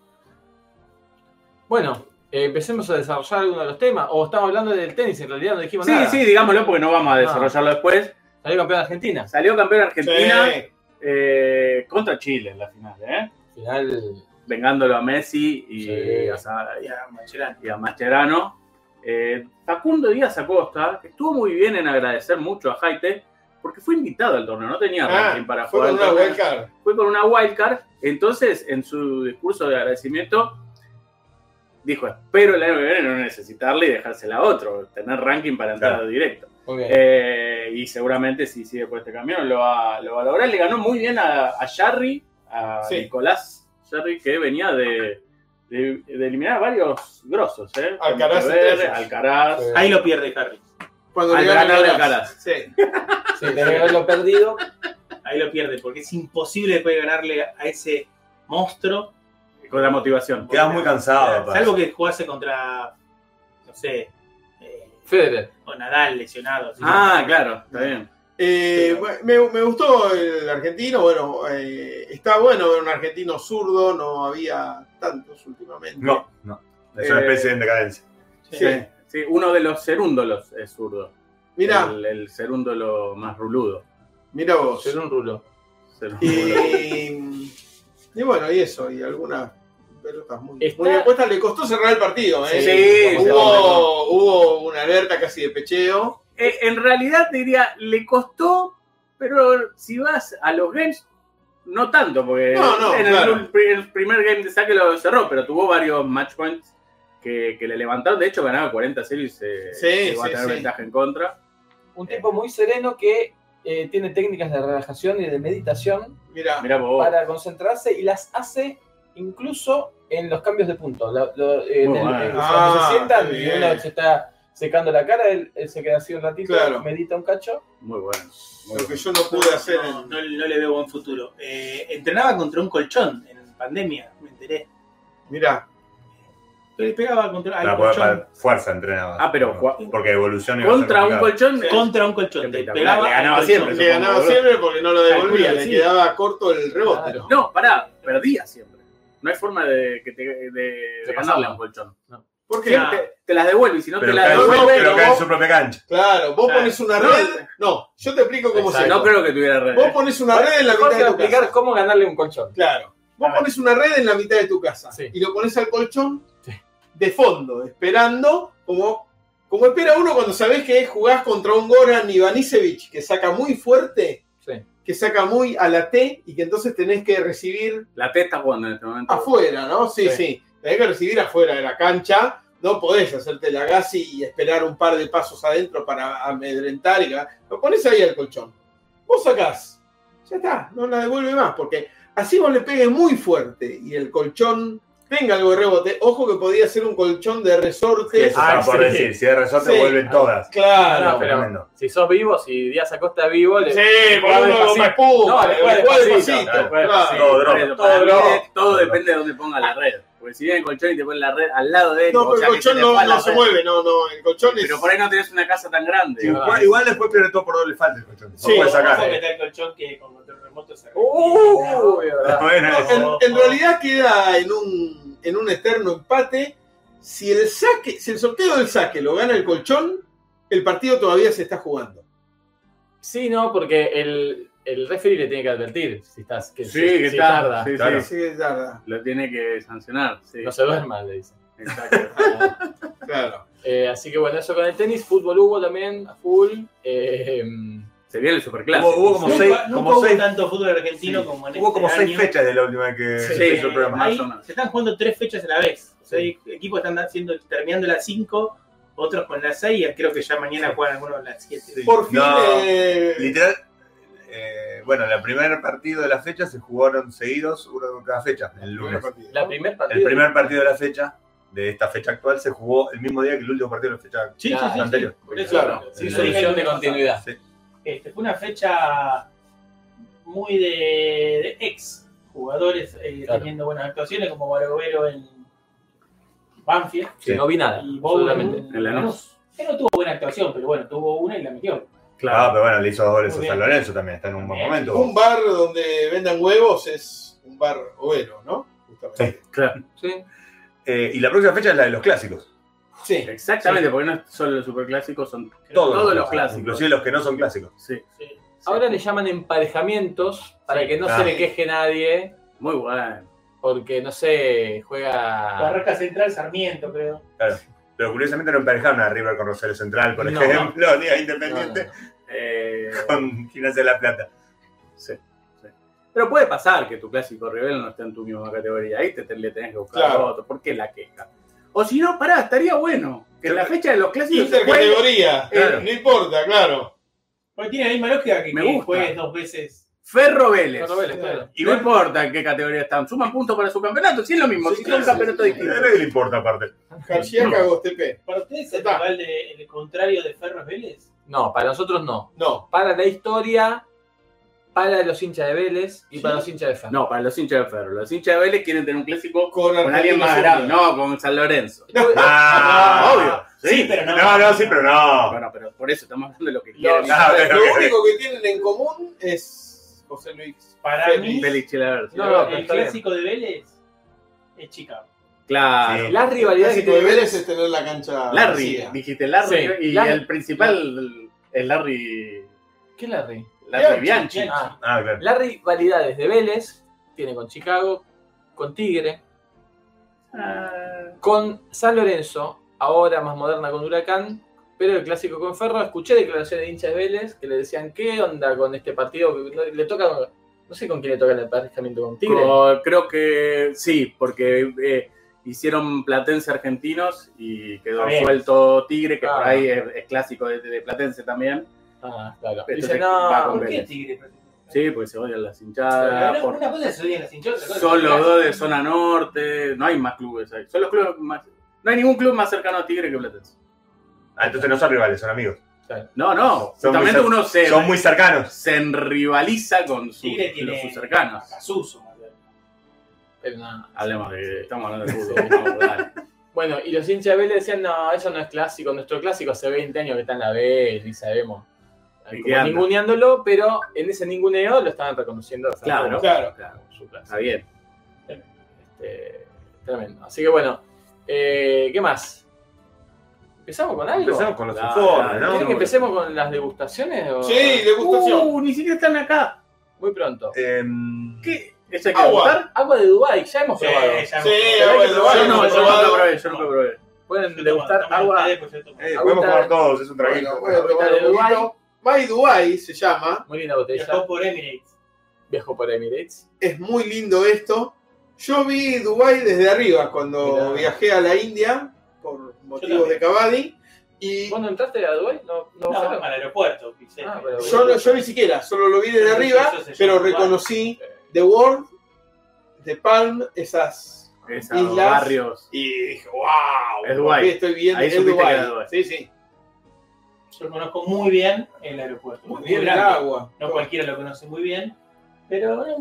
Speaker 7: Bueno, eh, empecemos a desarrollar alguno de los temas. O estamos hablando del tenis, en realidad no dijimos
Speaker 6: Sí,
Speaker 7: nada.
Speaker 6: sí, digámoslo porque no vamos a
Speaker 7: Ah.
Speaker 6: desarrollarlo después.
Speaker 7: Salió campeón de Argentina.
Speaker 6: Salió campeón Argentina
Speaker 5: Sí.
Speaker 6: eh, contra Chile en la final, ¿eh?
Speaker 7: Final.
Speaker 6: Vengándolo a Messi y,
Speaker 7: Sí.
Speaker 6: a, Sa- y a-
Speaker 2: Ya, Macherano.
Speaker 6: y a Mascherano. Eh, Facundo Díaz Acosta que estuvo muy bien en agradecer mucho a Jaite porque fue invitado al torneo, no tenía ranking para
Speaker 5: Ah, fue
Speaker 6: jugar.
Speaker 5: con
Speaker 6: al
Speaker 5: una
Speaker 6: torneo.
Speaker 5: wildcard.
Speaker 6: fue con una wildcard. Entonces, en su discurso de agradecimiento, dijo: Espero el año que viene no necesitarle y dejársela a otro, tener ranking para entrar
Speaker 3: Claro.
Speaker 6: directo.
Speaker 7: Muy bien.
Speaker 6: Eh, y seguramente, si sigue por este camino, lo va, lo va a lograr. Le ganó muy bien a, a Jarry, a
Speaker 5: Sí.
Speaker 6: Nicolás Jarry, que venía de, de- de eliminar varios grosos: ¿eh?
Speaker 5: Alcaraz
Speaker 6: Montever,
Speaker 5: entre ellos.
Speaker 6: Alcaraz.
Speaker 7: Sí.
Speaker 2: Eh, Ahí
Speaker 4: Eh,
Speaker 2: lo pierde Harry.
Speaker 5: Cuando
Speaker 6: Al
Speaker 5: le ganan
Speaker 6: ganarle
Speaker 5: a
Speaker 6: a Alcaraz.
Speaker 5: Sí.
Speaker 7: Sí, tenés que haberlo perdido.
Speaker 2: Ahí lo pierde, porque es imposible después de ganarle a ese monstruo. Eh,
Speaker 6: Con la motivación.
Speaker 3: Quedas muy
Speaker 6: Eh,
Speaker 3: cansado. papá.
Speaker 2: salvo que jugase contra, no sé, eh,
Speaker 7: Federer.
Speaker 2: o Nadal lesionado. ¿sí?
Speaker 6: Ah, claro, está bien.
Speaker 5: Eh, bueno, me, me gustó el argentino, bueno, eh, está bueno ver un argentino zurdo, no había tantos últimamente.
Speaker 3: No, no. Es una
Speaker 6: Eh,
Speaker 3: especie de decadencia.
Speaker 2: Sí.
Speaker 5: Sí.
Speaker 6: Sí, uno de los cerúndolos es zurdo.
Speaker 5: Mirá,
Speaker 6: El, el cerúndolo más ruludo.
Speaker 5: mirá vos.
Speaker 7: Ser un rulo.
Speaker 5: Y,
Speaker 6: Cerúndulo.
Speaker 5: y bueno, y eso, y algunas pelotas muy, muy
Speaker 7: Está-
Speaker 5: apuestas. Le costó cerrar el partido, ¿eh?
Speaker 6: Sí,
Speaker 7: sí,
Speaker 5: hubo, hubo una alerta casi de pecheo.
Speaker 6: Eh, en realidad te diría, le costó, pero si vas a los games, no tanto, porque
Speaker 5: No, no,
Speaker 6: en
Speaker 5: claro.
Speaker 6: el, pri- el primer game de saque lo cerró, pero tuvo varios match points que, que le levantaron. De hecho, ganaba 40 series y se
Speaker 5: Sí,
Speaker 6: llegó a
Speaker 5: sí,
Speaker 6: tener
Speaker 5: sí.
Speaker 6: ventaja en contra.
Speaker 7: Un tipo muy sereno que eh, tiene técnicas de relajación y de meditación
Speaker 5: Mirá,
Speaker 6: Mirá vos.
Speaker 7: para concentrarse y las hace incluso en los cambios de punto. La- lo- en
Speaker 6: Muy
Speaker 7: el-
Speaker 6: bueno.
Speaker 7: en- cuando
Speaker 5: Ah,
Speaker 7: se sientan
Speaker 5: qué
Speaker 7: y
Speaker 5: bien.
Speaker 7: uno se está secando la cara, él, él se queda así un ratito,
Speaker 5: Claro.
Speaker 7: medita un cacho.
Speaker 6: Muy bueno. muy
Speaker 5: lo que
Speaker 6: bueno.
Speaker 5: yo no pude hacer
Speaker 2: No,
Speaker 5: en-
Speaker 2: no- no le veo buen futuro. Eh, entrenaba contra un colchón en pandemia, me enteré.
Speaker 5: Mirá,
Speaker 2: Pero le pegaba contra, al
Speaker 3: La puedo-
Speaker 2: colchón,
Speaker 3: para- fuerza entrenaba.
Speaker 6: Ah, pero jua-
Speaker 3: Porque evolución iba a ser
Speaker 6: contra un
Speaker 3: complicado.
Speaker 6: colchón.
Speaker 2: contra un colchón. Le
Speaker 6: Espectacular,
Speaker 2: pegaba
Speaker 6: le ganaba
Speaker 2: al colchón.
Speaker 6: Ah, siempre.
Speaker 5: le ganaba siempre porque no lo devolvía,
Speaker 6: Calcula,
Speaker 5: le
Speaker 6: sí.
Speaker 5: quedaba corto el rebote.
Speaker 7: Claro.
Speaker 6: No, pará, perdía siempre. No hay forma de, que te, de, de
Speaker 7: De
Speaker 6: ganarle
Speaker 7: pasarla.
Speaker 6: a un colchón.
Speaker 5: ¿Por qué?
Speaker 2: Claro.
Speaker 6: Te, te las devuelve y si no
Speaker 3: Pero
Speaker 6: te las
Speaker 3: cae,
Speaker 5: no,
Speaker 6: devuelve,
Speaker 3: pero
Speaker 5: no,
Speaker 3: cae en
Speaker 5: vos-
Speaker 3: su propia cancha.
Speaker 5: Claro, vos
Speaker 6: Claro.
Speaker 5: pones una
Speaker 6: No,
Speaker 5: red. No, yo te explico cómo se
Speaker 7: Exacto.
Speaker 6: no
Speaker 5: hace.
Speaker 6: creo que tuviera red.
Speaker 5: Vos
Speaker 6: ¿eh?
Speaker 5: pones una red en la mitad
Speaker 7: Mejor
Speaker 5: de
Speaker 7: que
Speaker 5: tu
Speaker 7: explicar
Speaker 5: casa.
Speaker 7: cómo ganarle un colchón.
Speaker 5: Claro. Vos
Speaker 6: A ver.
Speaker 5: pones una red en la mitad de tu casa
Speaker 7: Sí.
Speaker 5: y lo pones al colchón
Speaker 7: Sí.
Speaker 5: de fondo, esperando como, como espera uno cuando sabés que jugás contra un Goran Ivanisevic que saca muy fuerte,
Speaker 7: Sí.
Speaker 5: que saca muy a la T y que entonces tenés que recibir
Speaker 6: La T está jugando en este momento.
Speaker 5: afuera, ¿no? Sí, sí.
Speaker 7: Sí.
Speaker 5: Tenés que recibir afuera de la cancha. No podés hacerte la gas y esperar un par de pasos adentro para amedrentar. Y, lo pones ahí al colchón. Vos sacás. Ya está, no la devuelve más, porque así vos le pegue muy fuerte y el colchón tenga algo de rebote. Ojo que podía ser un colchón de resorte.
Speaker 3: Eso estaba
Speaker 2: Ah,
Speaker 3: por
Speaker 2: sí.
Speaker 3: decir. Si de resorte
Speaker 5: Sí.
Speaker 3: vuelven todas.
Speaker 6: Ah,
Speaker 5: Claro.
Speaker 4: No, pero-
Speaker 3: Tremendo.
Speaker 4: Si sos vivo, si Díaz Acosta es vivo, le.
Speaker 5: Sí, por uno
Speaker 4: despacito.
Speaker 5: con espuma,
Speaker 4: No, le juega
Speaker 5: después
Speaker 4: despacito,
Speaker 5: despacito,
Speaker 4: le juega
Speaker 5: claro.
Speaker 3: despacito. Todo drop.
Speaker 6: Por eso,
Speaker 4: Todo
Speaker 6: para mí,
Speaker 4: drop.
Speaker 6: eh, todo
Speaker 3: Todo
Speaker 6: depende de dónde ponga la red. Porque si viene el colchón y te ponen la red al lado de él,
Speaker 5: No,
Speaker 6: o
Speaker 5: pero el
Speaker 6: sea que
Speaker 5: colchón
Speaker 6: te
Speaker 5: no,
Speaker 6: fue a la
Speaker 5: no se
Speaker 6: red.
Speaker 5: mueve, no, no. El colchón es.
Speaker 6: Pero por ahí no tenés una casa tan grande.
Speaker 4: Sí,
Speaker 6: ¿verdad?
Speaker 3: Igual, igual después pierde todo por doble falta el colchón. No
Speaker 5: Sí.
Speaker 3: puede
Speaker 2: Ojo
Speaker 3: sacar. eh.
Speaker 2: que está el colchón que con control remoto saca.
Speaker 4: Uh, uy, ¿verdad?
Speaker 3: Bueno,
Speaker 5: No,
Speaker 3: eso.
Speaker 5: en, en realidad queda en un, en un eterno empate. Si el saque, si el sorteo del saque lo gana el colchón, el partido todavía se está jugando.
Speaker 4: Sí, no, porque el, el referee le tiene que advertir si estás. Que,
Speaker 6: Sí,
Speaker 4: si-
Speaker 6: que
Speaker 4: si tarda.
Speaker 6: tarda. Sí, sí.
Speaker 3: Claro.
Speaker 5: Así que tarda,
Speaker 6: Lo tiene que sancionar. Sí.
Speaker 4: No se duerma, le dice.
Speaker 6: Exacto.
Speaker 5: claro.
Speaker 4: Eh, así que bueno, eso con el tenis. Fútbol hubo también, a full. Eh,
Speaker 6: Se viene el superclásico.
Speaker 3: Hubo, hubo como
Speaker 2: Nunca-
Speaker 3: seis,
Speaker 2: nunca
Speaker 3: como
Speaker 2: hubo
Speaker 3: seis,
Speaker 2: tanto fútbol argentino como en
Speaker 3: hubo como
Speaker 2: este
Speaker 3: seis
Speaker 2: año.
Speaker 3: fechas de la última que
Speaker 4: Sí.
Speaker 3: se hizo el programa.
Speaker 2: Ahí
Speaker 6: Más o menos.
Speaker 2: se están jugando tres fechas a la vez. O sea, hay equipos que están haciendo, terminando las cinco, otros con las seis, y creo que ya mañana juegan algunos las siete.
Speaker 3: Sí.
Speaker 5: Por fin,
Speaker 3: No,
Speaker 5: eh,
Speaker 3: Literal, eh, bueno, el primer partido de la fecha se jugaron seguidos, uno de cada fecha, el lunes.
Speaker 4: la primer partido.
Speaker 3: El primer partido de la fecha, de esta fecha actual, se jugó el mismo día que el último partido de la fecha
Speaker 2: Sí, sí,
Speaker 4: Claro.
Speaker 2: sí, sí.
Speaker 3: anterior.
Speaker 2: Por eso,
Speaker 5: Claro.
Speaker 2: sí,
Speaker 3: Sí,
Speaker 2: yo
Speaker 4: Solución
Speaker 2: dije el
Speaker 4: de
Speaker 2: año pasado.
Speaker 4: continuidad.
Speaker 3: Sí.
Speaker 2: Este, fue una fecha muy de, de ex jugadores eh,
Speaker 4: Claro.
Speaker 2: teniendo buenas actuaciones, como Barovero en Banfield
Speaker 3: Sí.
Speaker 4: No vi nada.
Speaker 2: y Bowen
Speaker 4: Absolutamente.
Speaker 6: En Lanús.
Speaker 2: Que no tuvo buena actuación, pero bueno, tuvo una y la metió.
Speaker 3: Ah, pero bueno, le hizo dos goles
Speaker 2: Muy
Speaker 3: a
Speaker 2: bien.
Speaker 3: San Lorenzo también, está en un buen
Speaker 2: Bien.
Speaker 3: momento.
Speaker 5: un bar donde vendan huevos es un bar overo, ¿no? Justamente.
Speaker 6: Claro.
Speaker 4: Sí.
Speaker 3: Eh, y la próxima fecha es la de los clásicos.
Speaker 5: Sí.
Speaker 6: Exactamente, porque no es solo el superclásico, son
Speaker 2: Creo
Speaker 3: Todos,
Speaker 6: Todos
Speaker 3: clásicos,
Speaker 6: los clásicos.
Speaker 3: Inclusive los que no son clásicos.
Speaker 6: sí,
Speaker 2: que- sí.
Speaker 4: Ahora le llaman emparejamientos para
Speaker 2: Sí.
Speaker 4: que no
Speaker 3: Ah.
Speaker 4: se le queje nadie,
Speaker 6: muy bueno.
Speaker 4: porque no sé, juega.
Speaker 2: Barraca Central, Sarmiento, creo.
Speaker 3: Pero curiosamente no emparejaron a River con Rosario Central, por
Speaker 4: No.
Speaker 3: ejemplo, ni a Independiente
Speaker 4: No, no, no.
Speaker 6: Eh,
Speaker 3: con Gimnasia de la Plata.
Speaker 6: sí, sí. Pero puede pasar que tu clásico rival no esté en tu misma categoría. Ahí te, te- le tenés que buscar
Speaker 5: Claro.
Speaker 6: otro. ¿Por qué la queja? O si no, pará, estaría bueno que en la fecha de los clásicos se juegue
Speaker 5: Intercategoría,
Speaker 3: Claro.
Speaker 5: no importa, claro.
Speaker 2: Porque tiene la misma lógica que,
Speaker 6: Me
Speaker 2: que
Speaker 6: gusta.
Speaker 2: juegues dos veces.
Speaker 6: Ferro Vélez.
Speaker 4: Ferro Vélez, claro.
Speaker 6: Y no importa en qué categoría están, suman puntos para su campeonato. Si es lo mismo,
Speaker 5: Sí,
Speaker 6: si
Speaker 5: claro,
Speaker 6: son campeonatos
Speaker 5: sí, sí.
Speaker 3: A
Speaker 6: distintos.
Speaker 3: nadie le importa aparte.
Speaker 5: García Cagostepe.
Speaker 2: ¿Para ustedes el
Speaker 5: Está.
Speaker 2: rival de- el contrario de Ferros Vélez?
Speaker 4: No, para nosotros no.
Speaker 5: No.
Speaker 4: Para la historia, para los hinchas de Vélez y
Speaker 2: Sí.
Speaker 4: para los hinchas de Ferro.
Speaker 6: No, para los hinchas de Ferro. Los hinchas de Vélez quieren tener un clásico con,
Speaker 5: Con,
Speaker 6: alguien más
Speaker 5: Argentina
Speaker 6: grande. No, con San Lorenzo.
Speaker 3: Ah,
Speaker 6: obvio.
Speaker 2: Sí, pero no.
Speaker 3: No, no, Ah, sí, pero no.
Speaker 6: Bueno, pero por eso estamos hablando de lo que
Speaker 5: Los-
Speaker 6: quieren.
Speaker 3: Ah, ok,
Speaker 5: lo
Speaker 3: ok, ok.
Speaker 5: único que tienen en común es José Luis.
Speaker 2: Para
Speaker 5: Félix.
Speaker 2: mí,
Speaker 6: Félix Chilavert.
Speaker 4: No, no, pero
Speaker 2: el
Speaker 4: está bien.
Speaker 2: clásico de Vélez es Chicago.
Speaker 6: Claro.
Speaker 3: Sí.
Speaker 4: Las rivalidades que
Speaker 5: Clásico de
Speaker 4: tiene
Speaker 5: Vélez es tener la cancha
Speaker 6: Larry,
Speaker 5: vacía.
Speaker 6: dijiste Larry.
Speaker 4: Sí,
Speaker 6: Y
Speaker 4: Larry.
Speaker 6: el principal es Larry.
Speaker 4: ¿Qué Larry?
Speaker 6: Larry Bianchi.
Speaker 2: Bianchi.
Speaker 4: Ah,
Speaker 3: Ah, claro.
Speaker 4: las rivalidades de Vélez tiene con Chicago, con Tigre, con San Lorenzo, ahora más moderna con Huracán, pero el clásico con Ferro. Escuché declaraciones de hinchas de Vélez que le decían, ¿qué onda con este partido? No- Le toca, no sé con quién le toca el emparejamiento con Tigre.
Speaker 6: Co- creo que sí, porque eh, hicieron Platense argentinos y quedó
Speaker 2: Está bien.
Speaker 6: suelto Tigre, que por
Speaker 4: Ah.
Speaker 6: ahí es, es clásico de, de Platense también.
Speaker 4: Ah, claro.
Speaker 6: Entonces,
Speaker 4: Dice, no,
Speaker 6: va con
Speaker 2: ¿Por qué
Speaker 6: Vélez.
Speaker 2: Tigre?
Speaker 6: Sí, porque se odian las
Speaker 2: Pero
Speaker 6: hinchadas.
Speaker 2: no,
Speaker 6: por-
Speaker 2: Una cosa es subir las hinchadas. otra cosa
Speaker 6: son
Speaker 2: es
Speaker 6: los
Speaker 2: el
Speaker 6: dos de
Speaker 2: clásico.
Speaker 6: zona norte, no hay más clubes ahí. Son los clubes más. No hay ningún club más cercano a Tigre que Platense.
Speaker 3: Ah, entonces no son rivales, son amigos.
Speaker 6: No, no.
Speaker 3: Son muy
Speaker 6: Justamente
Speaker 3: cer-
Speaker 6: uno se,
Speaker 3: Son muy cercanos.
Speaker 6: se enribaliza con sus,
Speaker 2: Tigre tiene-
Speaker 6: los- sus cercanos.
Speaker 2: Casuso,
Speaker 4: pero no.
Speaker 6: Hablemos de. Estamos hablando de fútbol. vamos, dale.
Speaker 4: Bueno, y los hinchas de Vélez decían, no, eso no es clásico, nuestro clásico hace 20 años que está en la B, y sabemos.
Speaker 6: ¿Y
Speaker 4: Como
Speaker 6: qué anda?
Speaker 4: ninguneándolo, pero en ese ninguneo lo estaban reconociendo. o sea,
Speaker 6: Claro,
Speaker 4: como-
Speaker 5: Claro.
Speaker 6: claro.
Speaker 4: su clásico.
Speaker 6: Está bien.
Speaker 4: Este, tremendo. Así que bueno, eh, ¿qué más? ¿Empezamos con algo?
Speaker 3: Empezamos con los
Speaker 6: Dale,
Speaker 3: informes,
Speaker 6: dale.
Speaker 4: ¿Quieres
Speaker 3: ¿no?
Speaker 4: que empecemos con las degustaciones? o-
Speaker 5: Sí, degustación.
Speaker 6: Uh, ni siquiera están acá.
Speaker 4: Muy pronto.
Speaker 3: Em,
Speaker 6: ¿Qué? ¿Esa hay que
Speaker 5: Agua.
Speaker 6: votar?
Speaker 4: Agua de Dubái, ya hemos probado.
Speaker 5: Sí,
Speaker 4: hay que
Speaker 5: bueno,
Speaker 4: probar,
Speaker 5: yo
Speaker 6: Yo
Speaker 5: no
Speaker 6: no,
Speaker 5: he
Speaker 6: yo no lo
Speaker 5: probado.
Speaker 6: probé, yo no lo probé.
Speaker 4: Pueden degustar agua
Speaker 3: eh, podemos
Speaker 4: Agüita-
Speaker 3: jugar todos, es un
Speaker 5: Bueno,
Speaker 3: traguito.
Speaker 5: voy a tomar
Speaker 4: Agüita de
Speaker 5: un poquito. By Dubai se llama.
Speaker 4: Muy linda botella.
Speaker 2: Viajó por Emirates.
Speaker 4: Viajo por Emirates.
Speaker 5: Es muy lindo esto. Yo vi Dubai desde arriba cuando
Speaker 4: Mirá.
Speaker 5: viajé a la India por motivos de Cavani. Y
Speaker 7: ¿Cuándo entraste a Dubai? No, no,
Speaker 2: No,
Speaker 7: bajaron?
Speaker 2: al aeropuerto, Vicente.
Speaker 7: Ah, pero-
Speaker 5: yo, no- yo ni siquiera, solo lo vi desde
Speaker 2: Eso
Speaker 5: arriba,
Speaker 2: se llama
Speaker 5: pero
Speaker 2: Dubái.
Speaker 5: reconocí The World, The Palm, esas.
Speaker 6: Esas
Speaker 5: Islas.
Speaker 6: barrios.
Speaker 5: Y dije, wow,
Speaker 6: Es Dubái.
Speaker 5: ¿qué estoy viendo
Speaker 6: Ahí
Speaker 5: Es
Speaker 6: supiste que
Speaker 5: Dubái.
Speaker 6: era Dubái.
Speaker 5: Sí, sí.
Speaker 2: Yo conozco muy bien el aeropuerto. Muy,
Speaker 5: Bien el
Speaker 2: grande.
Speaker 5: agua.
Speaker 2: No cualquiera lo conoce muy bien, pero eh,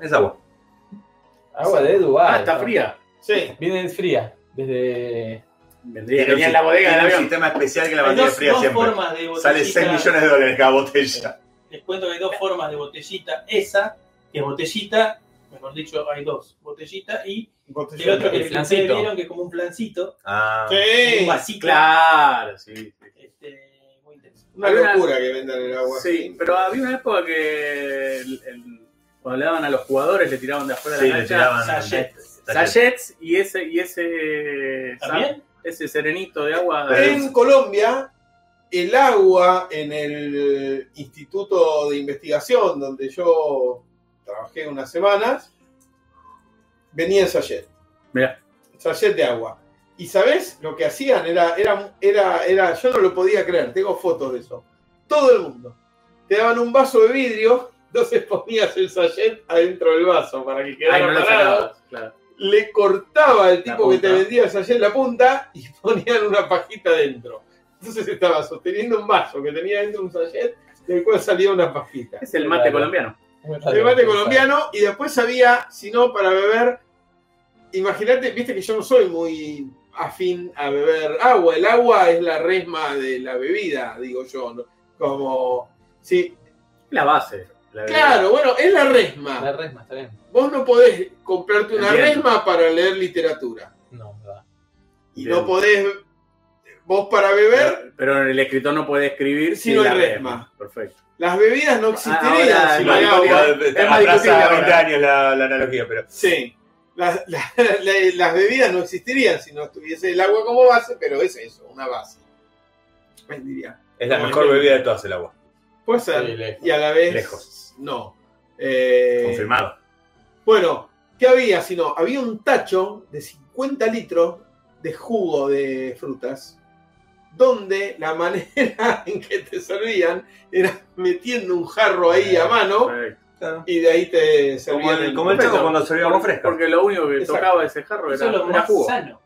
Speaker 3: Es agua.
Speaker 7: Agua de Dubai.
Speaker 6: Ah, está fría.
Speaker 5: Sí.
Speaker 7: Viene fría. Desde.
Speaker 6: Vendría,
Speaker 3: Tiene
Speaker 6: venía
Speaker 3: un-
Speaker 6: en la bodega del
Speaker 3: tiene un
Speaker 6: avión.
Speaker 3: sistema especial que la
Speaker 2: hay
Speaker 3: bandera
Speaker 2: dos,
Speaker 3: fría
Speaker 2: dos
Speaker 3: siempre.
Speaker 2: formas de botellita.
Speaker 3: Sale 6 millones de dólares cada botella.
Speaker 2: Les cuento que hay dos formas de botellita. Esa, que es botellita, mejor dicho, hay dos. Botellita y el otro que
Speaker 7: El
Speaker 2: ustedes
Speaker 7: flancito.
Speaker 2: vieron que es como un plancito,
Speaker 3: Ah.
Speaker 5: Sí.
Speaker 2: un vasito.
Speaker 6: Claro, sí.
Speaker 2: Este, muy intenso.
Speaker 5: Una
Speaker 6: Había una-
Speaker 5: locura que vendan el agua.
Speaker 6: Sí, pero había una época que el- el- cuando le daban a los jugadores le tiraban de afuera
Speaker 3: Sí,
Speaker 6: de la
Speaker 3: le
Speaker 6: cancha
Speaker 3: tiraban.
Speaker 2: Sachet.
Speaker 6: sachets y ese, y ese,
Speaker 2: ¿También?
Speaker 6: ese serenito de agua.
Speaker 5: En Colombia, el agua en el Instituto de Investigación donde yo trabajé unas semanas, venía en sachet.
Speaker 6: Mirá.
Speaker 5: Sachet de agua. ¿Y sabés lo que hacían? Era, era, era, era, yo no lo podía creer, tengo fotos de eso. Todo el mundo. Te daban un vaso de vidrio, entonces ponías el sachet adentro del vaso para que
Speaker 6: Ay,
Speaker 5: quedara
Speaker 6: no lo
Speaker 5: parado
Speaker 6: sacabas, claro.
Speaker 5: le cortaba el tipo que
Speaker 6: punta.
Speaker 5: te vendía el sachet la punta y ponían una pajita dentro. Entonces estaba sosteniendo un vaso que tenía dentro un sachet del cual salía una pajita.
Speaker 6: Es el mate
Speaker 7: Claro.
Speaker 6: colombiano.
Speaker 5: El mate colombiano y después había, si no, para beber, imagínate, viste que yo no soy muy afín a beber agua. El agua es la resma de la bebida, digo yo. ¿no? Como, sí,
Speaker 6: La base. la bebida.
Speaker 5: claro, bueno, es la resma.
Speaker 7: La resma, está bien.
Speaker 5: Vos no podés comprarte una
Speaker 6: Entiendo.
Speaker 5: resma para leer literatura.
Speaker 7: No, verdad.
Speaker 5: y
Speaker 6: Bien.
Speaker 5: no podés vos para beber
Speaker 6: Pero, pero el escritor no puede escribir
Speaker 5: Si
Speaker 6: sin
Speaker 5: no hay
Speaker 6: la
Speaker 5: resma.
Speaker 6: Perfecto.
Speaker 5: las bebidas no existirían
Speaker 6: Ahora,
Speaker 5: si no
Speaker 6: no,
Speaker 5: hay
Speaker 6: no,
Speaker 5: agua.
Speaker 6: no,
Speaker 3: Es
Speaker 6: más discutible
Speaker 3: Atrasa
Speaker 6: ahora.
Speaker 3: 20 años la, la analogía, pero.
Speaker 5: Sí. Las, la- la- las bebidas no existirían si no estuviese el agua como base, pero es eso, una base. Pues diría.
Speaker 3: Es la
Speaker 5: Como
Speaker 3: mejor
Speaker 5: el-
Speaker 3: bebida de todas el agua.
Speaker 5: Puede ser.
Speaker 7: Sí, lejos.
Speaker 5: y a la vez.
Speaker 3: Lejos.
Speaker 5: No. Eh,
Speaker 3: Confirmado.
Speaker 5: Bueno, ¿qué había si no? Había un tacho de 50 litros de jugo de frutas, donde la manera en que te servían era metiendo un jarro ahí a mano
Speaker 6: Perfecto.
Speaker 5: y de ahí te
Speaker 3: Como
Speaker 5: servían
Speaker 3: el, como el chaco cuando servía agua fresca.
Speaker 6: Porque lo único que
Speaker 5: Exacto.
Speaker 6: tocaba ese jarro
Speaker 2: Eso es
Speaker 6: era,
Speaker 2: lo
Speaker 6: era
Speaker 2: más
Speaker 6: jugo.
Speaker 2: sano.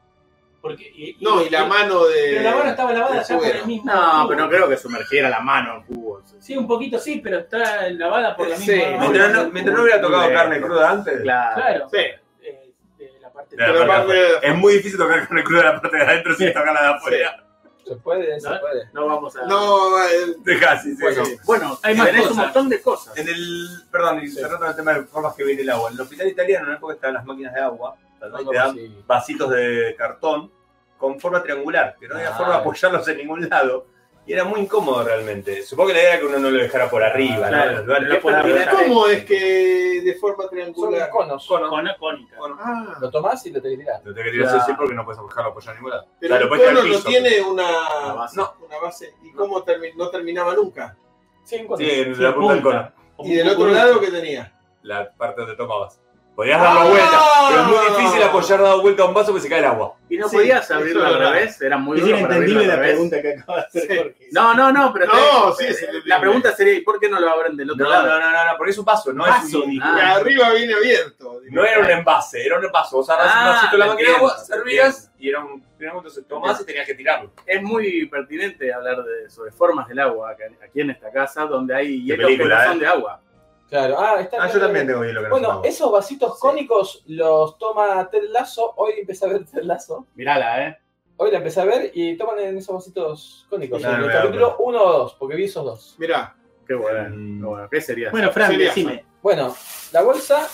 Speaker 2: Porque, y-
Speaker 5: No, y la mano de...
Speaker 2: Pero la mano estaba
Speaker 5: de
Speaker 2: lavada ya por el
Speaker 5: suero.
Speaker 2: mismo.
Speaker 6: No,
Speaker 2: jugo.
Speaker 6: pero no creo que sumergiera la mano en jugo.
Speaker 2: Sí, un poquito sí, pero está lavada por la
Speaker 5: Sí,
Speaker 2: misma.
Speaker 3: Mientras no, mientras no hubiera tocado
Speaker 6: Bien.
Speaker 3: carne cruda antes.
Speaker 6: Claro.
Speaker 2: Claro.
Speaker 5: Sí.
Speaker 2: Eh, de la parte
Speaker 3: De la
Speaker 5: Pero
Speaker 3: parte
Speaker 5: aparte-
Speaker 3: de afuera. Es muy difícil tocar carne cruda de la parte de adentro sin tocar la de afuera.
Speaker 7: Se puede, se
Speaker 2: ¿No?
Speaker 7: puede.
Speaker 6: No vamos a.
Speaker 5: No, eh,
Speaker 3: Deja así, sí,
Speaker 5: Bueno.
Speaker 3: sí.
Speaker 6: Bueno, hay
Speaker 2: Hay
Speaker 6: más
Speaker 2: más
Speaker 6: tenés un
Speaker 2: cosas.
Speaker 6: montón de cosas.
Speaker 3: En el, perdón, y cerrando el tema de formas que viene el agua. En el hospital italiano, en la época estaban las máquinas de agua, ¿no? Y te dan
Speaker 7: Sí.
Speaker 3: vasitos de cartón con forma triangular, que no había
Speaker 7: Ah.
Speaker 3: forma de apoyarlos en ningún lado. Y era muy incómodo realmente. Supongo que la idea era que uno no lo dejara por arriba, ¿no?
Speaker 6: Claro.
Speaker 3: Lo- lo- lo-
Speaker 6: Pero
Speaker 3: por
Speaker 6: es
Speaker 3: arriba.
Speaker 6: pertinente.
Speaker 5: ¿Cómo es que de forma
Speaker 7: Son
Speaker 5: triangular?
Speaker 7: conos.
Speaker 2: con cónica.
Speaker 5: Ah,
Speaker 7: Lo tomás y lo te tirás.
Speaker 3: Lo tengo que tirar
Speaker 6: Claro.
Speaker 3: así porque no puedes apoyarlo apoyar en ningún lado.
Speaker 5: pero
Speaker 3: O sea, lo
Speaker 5: el
Speaker 3: puedes tirar
Speaker 5: cono
Speaker 3: al
Speaker 5: no
Speaker 3: piso.
Speaker 5: tiene una,
Speaker 6: Una base.
Speaker 5: Ah, No, una base. ¿Y cómo termi- no terminaba nunca?
Speaker 7: Sí, un cono.
Speaker 3: Sí, en
Speaker 2: Sí,
Speaker 3: la punta del
Speaker 2: punta.
Speaker 3: cono.
Speaker 2: Como
Speaker 5: ¿Y del
Speaker 2: un
Speaker 5: otro
Speaker 2: cucurucho.
Speaker 5: lado qué tenía?
Speaker 3: La parte donde tocabas. Podías dar la vuelta,
Speaker 5: Ah.
Speaker 3: pero es muy difícil apoyar dado vuelta a un vaso que se cae el agua.
Speaker 6: Y no
Speaker 5: Sí,
Speaker 6: podías
Speaker 5: eso
Speaker 6: abrirlo
Speaker 5: es
Speaker 6: al
Speaker 5: verdad.
Speaker 6: revés, era muy duro para abrirlo al revés.
Speaker 1: que acaba de
Speaker 5: Sí.
Speaker 1: Jorge.
Speaker 6: No, no, no, pero
Speaker 5: No,
Speaker 6: está-
Speaker 5: sí, es entendible.
Speaker 6: la pregunta sería, ¿y por qué no lo abren del
Speaker 3: No,
Speaker 6: otro
Speaker 3: no,
Speaker 6: lado?
Speaker 3: no, no, no, porque es un vaso, no es
Speaker 2: Vaso,
Speaker 3: un...
Speaker 6: Ah.
Speaker 5: Y arriba viene abierto.
Speaker 3: No era un envase, era un envase. Vos agarrás
Speaker 6: Ah,
Speaker 3: un vasito de la máquina de agua,
Speaker 6: entiendo,
Speaker 3: servías y era un... era un- Entonces tomás y tenías que tirarlo.
Speaker 6: Es muy pertinente hablar de, sobre formas del agua acá- aquí en esta casa, donde hay hielos
Speaker 3: película,
Speaker 6: que no son
Speaker 3: eh.
Speaker 6: de agua.
Speaker 7: Claro. Ah, está.
Speaker 3: Ah, yo también tengo hielo que no
Speaker 7: Bueno,
Speaker 3: tomaba.
Speaker 7: esos vasitos cónicos los toma Ted Lazo. Hoy empecé a ver Ted Lazo.
Speaker 6: Mirala, ¿eh?
Speaker 7: Hoy la empecé a ver y toman en esos vasitos cónicos.
Speaker 3: Claro,
Speaker 7: en el
Speaker 3: claro,
Speaker 7: capítulo 1 o 2, porque vi esos dos.
Speaker 5: Mirá,
Speaker 6: Qué bueno.
Speaker 3: Mm.
Speaker 6: qué bueno. ¿Qué sería?
Speaker 2: Bueno, Fran,
Speaker 5: Sería.
Speaker 2: decime.
Speaker 7: Bueno, la bolsa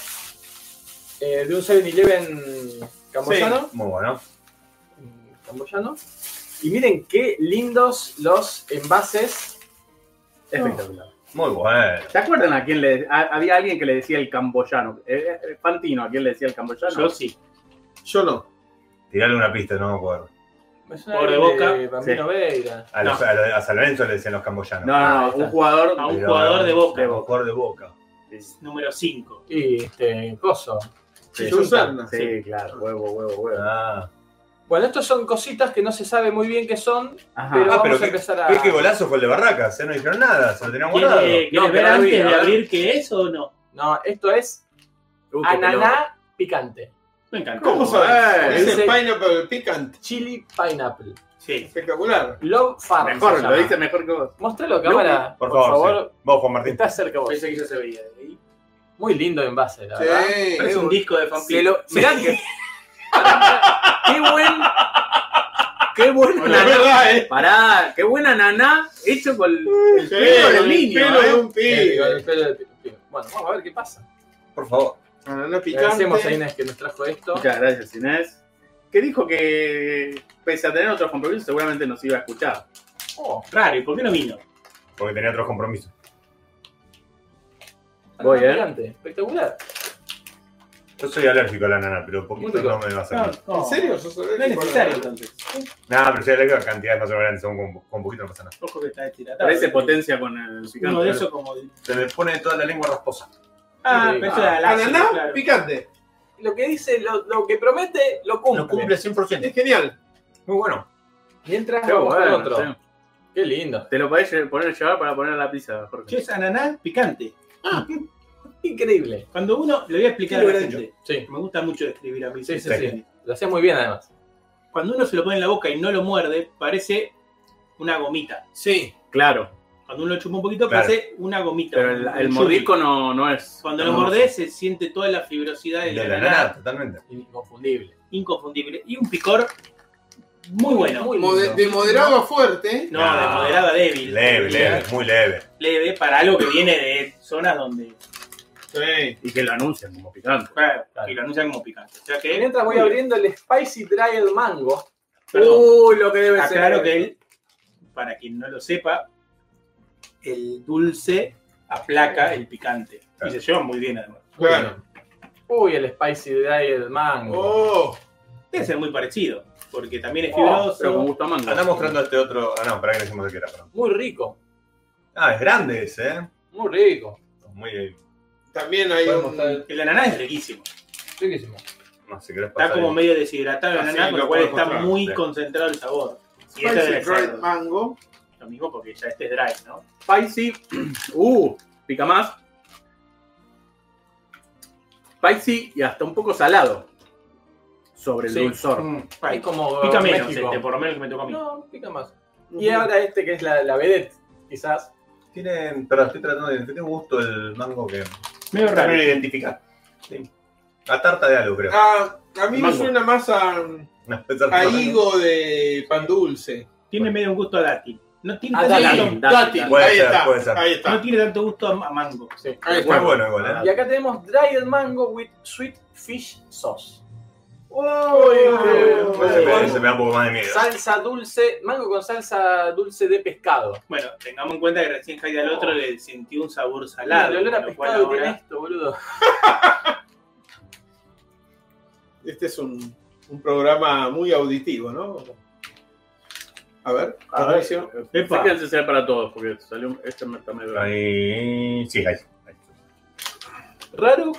Speaker 7: eh, de un 7-Eleven camboyano.
Speaker 3: Muy bueno.
Speaker 7: camboyano. Y miren qué lindos los envases.
Speaker 6: Espectacular.
Speaker 3: Muy bueno.
Speaker 6: ¿Se acuerdan a quién le a- había alguien que le decía el camboyano? Eh, eh, Fantino, ¿a quién le decía el camboyano?
Speaker 2: Yo sí.
Speaker 5: yo no.
Speaker 3: Tirarle una pista, no me acuerdo.
Speaker 7: Me suena
Speaker 2: Pobre
Speaker 7: el
Speaker 2: Boca.
Speaker 7: de Bambino Veira.
Speaker 3: A, los- a, los- a San Lorenzo le decían los camboyanos.
Speaker 6: No,
Speaker 2: Ah,
Speaker 6: no, no, un jugador.
Speaker 2: A un
Speaker 3: Pero-
Speaker 2: jugador de Boca.
Speaker 3: Un jugador de Boca.
Speaker 2: Número 5.
Speaker 7: Y este, coso.
Speaker 5: Susana.
Speaker 6: Sí, claro, huevo, huevo, huevo.
Speaker 3: Ah,
Speaker 4: Bueno, estos son cositas que no se sabe muy bien qué son,
Speaker 6: Ajá.
Speaker 4: pero
Speaker 3: Ah,
Speaker 4: vamos
Speaker 3: pero
Speaker 4: a empezar a.
Speaker 3: ¿Qué, qué golazo fue el de Barracas? ¿eh? No dijeron nada, se lo tenían guardado.
Speaker 2: ¿Quiere,
Speaker 6: No,
Speaker 2: ¿Quieres
Speaker 6: que
Speaker 2: ver
Speaker 6: la vi,
Speaker 2: antes de
Speaker 6: a ver.
Speaker 2: abrir qué es o no?
Speaker 4: No, esto es
Speaker 6: Uh, qué pelota.
Speaker 4: ananá picante.
Speaker 2: Me encantó.
Speaker 5: ¿Cómo
Speaker 6: eh,
Speaker 5: sabes? Es
Speaker 4: ese-
Speaker 5: el pineapple picante.
Speaker 4: Chili pineapple.
Speaker 2: Sí.
Speaker 5: Espectacular.
Speaker 4: Love Farm.
Speaker 6: Mejor,
Speaker 4: se
Speaker 6: lo
Speaker 4: llama.
Speaker 6: viste mejor que vos.
Speaker 4: Mostralo a cámara,
Speaker 3: Por favor, sí. vos, Juan Martín.
Speaker 4: Está cerca vos.
Speaker 2: Pensé que ya se veía. ¿eh?
Speaker 4: Muy lindo envase, la
Speaker 5: Sí.
Speaker 4: verdad.
Speaker 2: Pero Es un disco de
Speaker 4: Se
Speaker 2: fanfic.
Speaker 4: lo- mirá que- qué buen. Qué buen
Speaker 5: La
Speaker 6: Bueno,
Speaker 4: ananá.
Speaker 5: verdad, ¿eh?
Speaker 6: Pará, qué buena naná hecho con el
Speaker 5: Sí,
Speaker 6: pelo del niño.
Speaker 5: pelo de
Speaker 6: ¿eh?
Speaker 5: un pibe.
Speaker 4: Bueno, vamos a ver qué pasa.
Speaker 3: Por favor.
Speaker 5: Ananá
Speaker 4: Agradecemos a
Speaker 5: picante.
Speaker 4: Inés que nos trajo esto.
Speaker 6: Muchas gracias, Inés. Que dijo que pese a tener otros compromisos, seguramente nos iba a escuchar.
Speaker 4: Oh,
Speaker 2: Raro, ¿y por qué no vino?
Speaker 3: Porque tenía otros compromisos.
Speaker 6: Voy,
Speaker 4: ananá
Speaker 6: eh.
Speaker 4: picante, Espectacular.
Speaker 3: Yo soy alérgico a la nana, pero poquito
Speaker 4: Muy rico.
Speaker 3: no me va a hacer
Speaker 2: No,
Speaker 3: mal.
Speaker 2: no.
Speaker 5: ¿En serio? ¿Sos
Speaker 2: No es
Speaker 5: alérgico a la
Speaker 2: necesario
Speaker 5: banana?
Speaker 2: entonces.
Speaker 3: Nada, pero soy alérgico a cantidades más o menos grandes, aún con, con poquito no pasa nada.
Speaker 2: Ojo que está deshidratado.
Speaker 6: Parece potencia con el picante.
Speaker 2: Uno de esos como.
Speaker 3: Se me pone toda la lengua rasposa.
Speaker 2: Ah, pero eso era láser,
Speaker 5: Ananá
Speaker 2: claro.
Speaker 5: picante.
Speaker 4: Lo que dice, lo, lo que promete, lo cumple.
Speaker 3: Lo cumple
Speaker 5: Es
Speaker 3: 100%.
Speaker 5: genial.
Speaker 3: Muy bueno.
Speaker 4: Mientras
Speaker 2: Ah,
Speaker 6: Qué
Speaker 4: vamos con
Speaker 6: bueno,
Speaker 4: otro.
Speaker 6: sí.
Speaker 4: Qué lindo.
Speaker 6: Te lo podés lle- poner llevar para poner la pizza, Jorge.
Speaker 2: Yo es ananá picante.
Speaker 4: Increíble.
Speaker 2: Cuando uno, le voy a explicar a la gente,
Speaker 4: Sí,
Speaker 2: me gusta mucho describir a mí.
Speaker 4: sí, sí.
Speaker 3: Sí.
Speaker 4: sí. Lo haces muy bien además.
Speaker 2: Cuando uno se lo pone en la boca y no lo muerde, parece una gomita.
Speaker 4: Sí.
Speaker 6: Claro,
Speaker 2: Cuando uno lo chupa un poquito,
Speaker 3: Claro.
Speaker 2: parece una gomita.
Speaker 6: pero el,
Speaker 2: un
Speaker 6: el
Speaker 2: churri.
Speaker 6: mordisco no, no es.
Speaker 2: Cuando
Speaker 6: no,
Speaker 2: lo mordés, se siente toda la fibrosidad de
Speaker 3: De
Speaker 2: la,
Speaker 3: la
Speaker 2: ananá,
Speaker 3: nana, totalmente.
Speaker 4: Inconfundible.
Speaker 2: inconfundible. Y un picor muy bueno.
Speaker 4: Muy lindo.
Speaker 5: Mode- de moderado a fuerte.
Speaker 2: no,
Speaker 3: No.
Speaker 2: de
Speaker 6: Ah.
Speaker 2: moderado a débil.
Speaker 3: Leve, leve, muy leve.
Speaker 2: Leve para algo que viene de zonas donde.
Speaker 5: Sí.
Speaker 6: Y que lo anuncian como picante.
Speaker 2: Claro,
Speaker 4: Claro.
Speaker 2: Y lo anuncian como picante. O sea que.
Speaker 4: Mientras voy abriendo el Spicy Dried Mango.
Speaker 2: Perdón.
Speaker 4: Uy, lo que debe ser.
Speaker 2: Aclaro que él, para quien no lo sepa, el dulce aplaca el picante. Y
Speaker 3: Claro.
Speaker 2: se lleva muy bien, además.
Speaker 5: Claro.
Speaker 4: Uy, el Spicy Dried Mango.
Speaker 5: Oh.
Speaker 2: Debe ser muy parecido, porque también es
Speaker 6: Oh, pero con
Speaker 2: fibroso.
Speaker 6: gusto a mango.
Speaker 3: Andá mostrando este otro. Ah, no, para que decimos de qué era, perdón.
Speaker 4: Muy rico,
Speaker 3: Ah, es grande ese, ¿eh?
Speaker 4: muy rico.
Speaker 3: Muy.
Speaker 5: También hay
Speaker 4: Podemos
Speaker 5: un.
Speaker 4: estar-
Speaker 2: El ananá es riquísimo.
Speaker 4: Riquísimo.
Speaker 3: No sé, querés pasar.
Speaker 2: Está como
Speaker 3: el-
Speaker 2: medio deshidratado el
Speaker 5: Ah, sí,
Speaker 2: ananá, con
Speaker 5: lo
Speaker 2: lo cual
Speaker 5: puedo
Speaker 2: está
Speaker 5: encontrar,
Speaker 2: muy
Speaker 3: sí.
Speaker 2: concentrado el sabor. Y este
Speaker 5: Spicy
Speaker 2: debe ser
Speaker 5: Dried Mango.
Speaker 2: lo mismo porque ya este es dry, ¿no?
Speaker 6: Spicy. Uh, pica más. Spicy y hasta un poco salado. Sobre el
Speaker 2: Sí.
Speaker 6: dulzor.
Speaker 2: Mm,
Speaker 4: Es como
Speaker 2: Pica
Speaker 4: eh,
Speaker 2: menos
Speaker 4: México.
Speaker 2: este, por lo menos que me toca a mí.
Speaker 4: No, pica más. Y ahora este que es la, la vedette, quizás.
Speaker 3: Tiene. Perdón, estoy tratando de. Tiene un gusto el mango que.
Speaker 2: Medio
Speaker 3: No
Speaker 2: raro.
Speaker 3: lo identifica. Sí. A tarta de algo, creo.
Speaker 5: Ah, a mí me
Speaker 6: Mango.
Speaker 5: suena más a,
Speaker 3: Una especie de
Speaker 5: a
Speaker 3: tarta.
Speaker 5: higo de pan dulce.
Speaker 2: Tiene medio un gusto a dátil. No tiene,
Speaker 4: A
Speaker 2: tanto,
Speaker 4: dátil.
Speaker 2: gusto-
Speaker 6: dátil.
Speaker 3: Puede
Speaker 5: ahí,
Speaker 3: ser,
Speaker 5: está,
Speaker 3: puede ser.
Speaker 5: ahí
Speaker 2: no
Speaker 5: está.
Speaker 2: tiene tanto gusto a a mango.
Speaker 4: Sí.
Speaker 5: Ahí
Speaker 3: Muy
Speaker 5: está.
Speaker 3: bueno igual,
Speaker 4: Y
Speaker 3: ¿eh?
Speaker 4: acá tenemos Dried Mango with Sweet Fish Sauce.
Speaker 5: Uy,
Speaker 3: Pues se, me, se me da un poco más de miedo.
Speaker 4: Salsa dulce, mango con salsa dulce de pescado.
Speaker 2: Bueno, tengamos en cuenta que recién Jaime al otro le sintió un sabor
Speaker 4: Claro,
Speaker 2: salado.
Speaker 4: el olor a
Speaker 2: con lo cual
Speaker 4: pescado que
Speaker 2: ahora-
Speaker 4: tiene esto, boludo.
Speaker 5: Este es un, un programa muy auditivo, ¿no? A ver,
Speaker 6: A ver,
Speaker 5: Mauricio.
Speaker 6: Pensé
Speaker 2: Epa.
Speaker 6: que ese sea para todos, porque salió un- este me está medio.
Speaker 3: Ahí. Sí, ahí. ahí.
Speaker 4: Raro,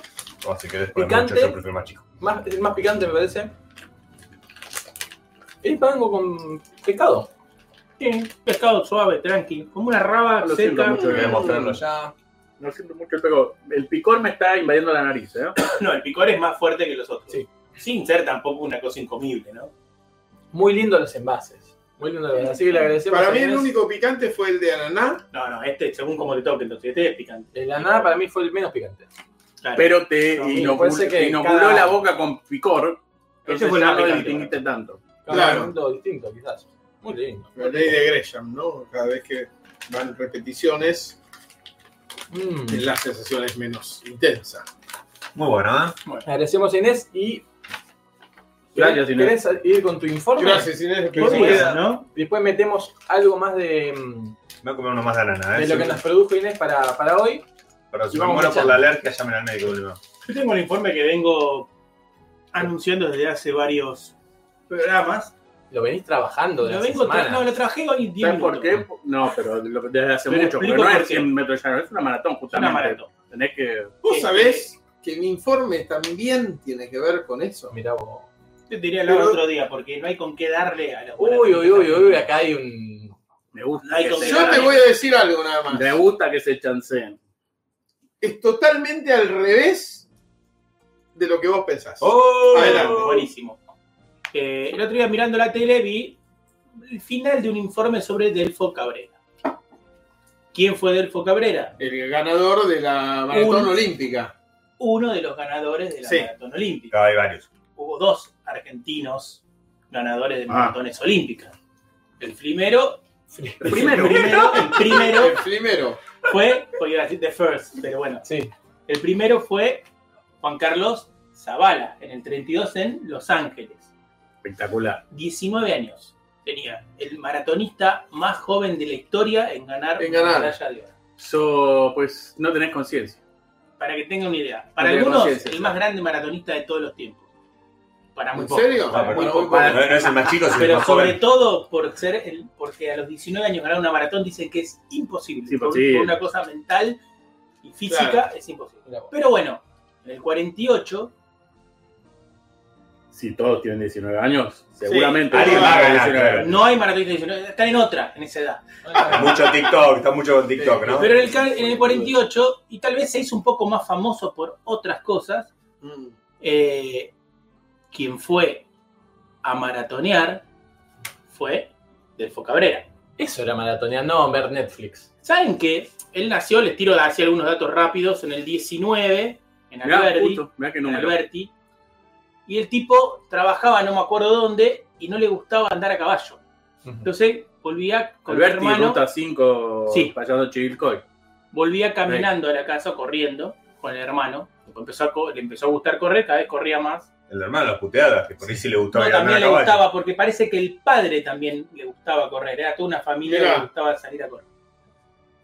Speaker 3: O Oh, si querés poner
Speaker 4: Picante.
Speaker 3: mucho, yo prefiero más chico.
Speaker 4: más, el más picante me parece. Es mango con pescado.
Speaker 2: Sí, pescado suave, tranqui, como una raba
Speaker 6: Lo siento
Speaker 2: seca.
Speaker 6: mucho,
Speaker 3: Voy a
Speaker 6: queremos
Speaker 3: mostrarlo ya.
Speaker 6: No siento mucho el pego. El picor me está invadiendo la nariz, ¿eh?
Speaker 2: No, el picor es más fuerte que los otros.
Speaker 4: Sí.
Speaker 2: Sin ser tampoco una cosa incomible, ¿no?
Speaker 4: Muy lindo los envases. Muy lindo los envases. Así que le agradecemos.
Speaker 5: Para
Speaker 4: a
Speaker 5: mí el
Speaker 4: Inés.
Speaker 5: único picante fue el de ananá.
Speaker 2: No, no, este, según como le toque, entonces este es picante.
Speaker 4: El ananá Eh, para mí fue el menos picante.
Speaker 2: Claro.
Speaker 6: Pero te
Speaker 2: No,
Speaker 6: inocul-
Speaker 4: parece que
Speaker 6: inoculó
Speaker 4: cada-
Speaker 6: la boca con picor.
Speaker 2: Ese
Speaker 6: Entonces
Speaker 2: fue el
Speaker 6: ya
Speaker 2: más
Speaker 6: no lo
Speaker 2: picante.
Speaker 6: distinguiste tanto.
Speaker 5: Claro.
Speaker 4: Claro. Un distinto, quizás. Muy lindo.
Speaker 5: La ley de Gresham, ¿no? Cada vez que van repeticiones,
Speaker 4: Mm.
Speaker 5: la sensación es menos intensa.
Speaker 3: Muy bueno, ¿eh?
Speaker 4: Agradecemos a Inés y.
Speaker 6: Gracias, Inés.
Speaker 4: ¿Querés ir con tu informe?
Speaker 5: Gracias, Inés.
Speaker 2: ¿Qué se
Speaker 4: Podría.
Speaker 2: queda, no?
Speaker 4: Después metemos algo más de, mm,
Speaker 3: Me voy a comer uno más de nana,
Speaker 4: de
Speaker 3: ¿eh?
Speaker 4: lo que nos produjo Inés para, para hoy.
Speaker 3: Pero si
Speaker 4: y
Speaker 3: me
Speaker 4: vamos
Speaker 3: muero por
Speaker 4: echando.
Speaker 3: la alergia, llamen al médico, boludo.
Speaker 2: Yo tengo el informe que vengo anunciando desde hace varios programas.
Speaker 4: Lo venís trabajando de
Speaker 2: Lo
Speaker 4: hace
Speaker 2: vengo tra-
Speaker 4: semanas.
Speaker 2: no, lo trabajé hoy 10
Speaker 6: ¿Sabes por
Speaker 2: minutos.
Speaker 6: qué? No, pero lo- desde hace
Speaker 2: Pero
Speaker 6: mucho.
Speaker 2: explico
Speaker 6: Pero no
Speaker 2: por
Speaker 6: es
Speaker 2: qué.
Speaker 6: 100 metros llanos, es una maratón,
Speaker 2: Es una
Speaker 6: justamente.
Speaker 2: maratón.
Speaker 6: Tenés que.
Speaker 5: Eh, Vos sabés que mi informe también tiene que ver con eso.
Speaker 4: Mirá vos.
Speaker 2: Te diría lo
Speaker 5: Pero-
Speaker 2: otro día, porque no hay con qué darle a la
Speaker 7: Uy, uy, uy, uy, acá hay un.
Speaker 6: Me gusta,
Speaker 2: Ay,
Speaker 6: que
Speaker 2: con-
Speaker 6: se,
Speaker 5: Yo te voy a decir algo nada más.
Speaker 6: me gusta que se chanceen.
Speaker 5: Es totalmente al revés de lo que vos pensás.
Speaker 3: ¡Oh!
Speaker 5: Adelante,
Speaker 2: Buenísimo. Eh, el otro día mirando la tele vi el final de un informe sobre Delfo Cabrera. ¿Quién fue Delfo Cabrera?
Speaker 5: El ganador de
Speaker 6: Eh,
Speaker 5: la maratón
Speaker 2: Un-
Speaker 5: olímpica.
Speaker 2: Uno de los ganadores de la
Speaker 5: Sí.
Speaker 2: maratón olímpica.
Speaker 3: Ah, Hay varios.
Speaker 2: Hubo dos argentinos ganadores de
Speaker 6: Ah.
Speaker 2: maratones olímpicas. El primero, el
Speaker 6: primero.
Speaker 2: primero, el primero
Speaker 5: El primero.
Speaker 2: fue, porque iba a decir The First, pero bueno.
Speaker 7: Sí.
Speaker 2: El primero fue Juan Carlos Zavala, en el 32 en Los Ángeles.
Speaker 6: Espectacular.
Speaker 2: 19 años tenía el maratonista más joven de la historia en ganar,
Speaker 5: En ganar.
Speaker 2: una medalla de oro.
Speaker 6: So, pues no tenés conciencia.
Speaker 2: Para que tengan una idea. Para
Speaker 6: Tenía
Speaker 2: algunos,
Speaker 6: conciencia,
Speaker 2: el
Speaker 6: claro.
Speaker 2: más grande maratonista de todos los tiempos. Para muy
Speaker 5: ¿En
Speaker 2: pocos.
Speaker 5: serio?
Speaker 2: Para
Speaker 3: Ah, pero
Speaker 2: muy
Speaker 3: no,
Speaker 2: pocos.
Speaker 3: No, no es el más chico, sino el
Speaker 2: Pero
Speaker 3: más
Speaker 2: sobre
Speaker 3: joven.
Speaker 2: todo por ser el- porque a los 19 años ganar una maratón dicen que es imposible.
Speaker 6: Es
Speaker 2: Por-
Speaker 6: imposible.
Speaker 2: Por una cosa mental y física
Speaker 5: Claro.
Speaker 2: es imposible. Pero bueno, en el 48
Speaker 6: Si todos tienen 19 años, seguramente.
Speaker 5: Alguien va a
Speaker 6: todos
Speaker 3: ganar,
Speaker 6: tienen
Speaker 3: claro.
Speaker 2: no hay maratonistas de 19, están en otra en esa edad.
Speaker 7: ah,
Speaker 3: Mucho TikTok, está mucho con TikTok, ¿no?
Speaker 2: Pero en el, ca- en el 48, y tal vez se hizo un poco más famoso por otras cosas,
Speaker 5: Mm.
Speaker 2: eh, quien fue a maratonear fue Delfo Cabrera.
Speaker 7: Eso era maratonear, no ver Netflix.
Speaker 2: ¿Saben que él nació, les tiro hacia algunos datos rápidos, en el 19, en
Speaker 6: Mirá,
Speaker 2: Alberti,
Speaker 6: justo, mirá qué
Speaker 2: en
Speaker 6: número.
Speaker 2: Alberti, y el tipo trabajaba no me acuerdo dónde y no le gustaba andar a caballo. Entonces volvía con el
Speaker 6: Alberti,
Speaker 2: hermano,
Speaker 6: ruta 5,
Speaker 2: Sí.
Speaker 6: fallando Chivilcoy.
Speaker 2: volvía caminando a la casa corriendo con el hermano. Empezó a co- le empezó a gustar correr, cada vez corría más.
Speaker 3: El hermano de las puteadas, que por ahí sí le gustaba
Speaker 2: No,
Speaker 3: ir a andar
Speaker 2: también
Speaker 3: a
Speaker 2: le
Speaker 3: caballo.
Speaker 2: gustaba, porque parece que el padre también le gustaba correr. Era toda una familia que
Speaker 5: Mirá.
Speaker 2: le gustaba salir a correr.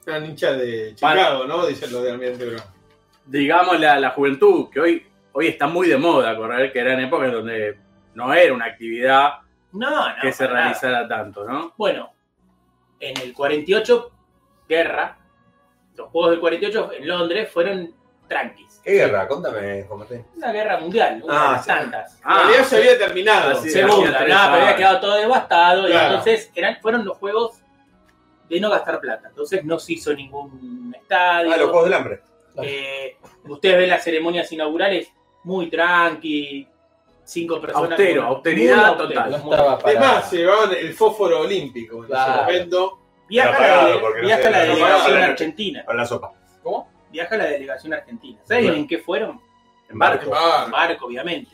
Speaker 5: Una hincha de
Speaker 6: Para-
Speaker 5: Chicago, ¿no? Dicen lo de Almirante Brown.
Speaker 6: Digamos la, la juventud, que hoy, hoy está muy de moda correr, que eran épocas donde no era una actividad
Speaker 2: No, no.
Speaker 6: que se
Speaker 2: para nada.
Speaker 6: realizara tanto, ¿no?
Speaker 2: Bueno, en el 48, guerra. Los Juegos del 48 en Londres fueron tranquis.
Speaker 3: ¿Qué guerra? Contame, Jomate.
Speaker 2: Una guerra mundial, una
Speaker 3: Ah,
Speaker 2: de las
Speaker 3: sí.
Speaker 2: tantas.
Speaker 5: En realidad se había terminado.
Speaker 6: así
Speaker 5: Se-
Speaker 6: es.
Speaker 2: Segunda,
Speaker 6: hacía tres
Speaker 2: nada, pero había
Speaker 6: años.
Speaker 2: quedado todo devastado. Y
Speaker 5: Claro.
Speaker 2: entonces eran, fueron los Juegos de no gastar plata. Entonces no se hizo ningún estadio.
Speaker 3: Ah, los Juegos del Hambre.
Speaker 2: Eh, ustedes ven las ceremonias inaugurales muy tranqui, cinco personas.
Speaker 6: Austero,
Speaker 2: con-
Speaker 6: austeridad
Speaker 2: muy
Speaker 6: total.
Speaker 7: No
Speaker 2: muy-
Speaker 7: estaba para.
Speaker 5: Además, se llevaban el fósforo olímpico en ese
Speaker 7: Claro.
Speaker 5: momento.
Speaker 2: Viaja,
Speaker 3: Pero apagado,
Speaker 2: la, de-
Speaker 3: porque no
Speaker 2: viaja
Speaker 3: sé,
Speaker 2: la
Speaker 5: no
Speaker 2: delegación
Speaker 3: apagado.
Speaker 2: argentina.
Speaker 3: Con la sopa.
Speaker 7: ¿Cómo?
Speaker 2: Viaja la delegación argentina. ¿Saben
Speaker 3: Claro.
Speaker 2: en qué fueron?
Speaker 6: En barco.
Speaker 5: Ah,
Speaker 2: Un barco, obviamente.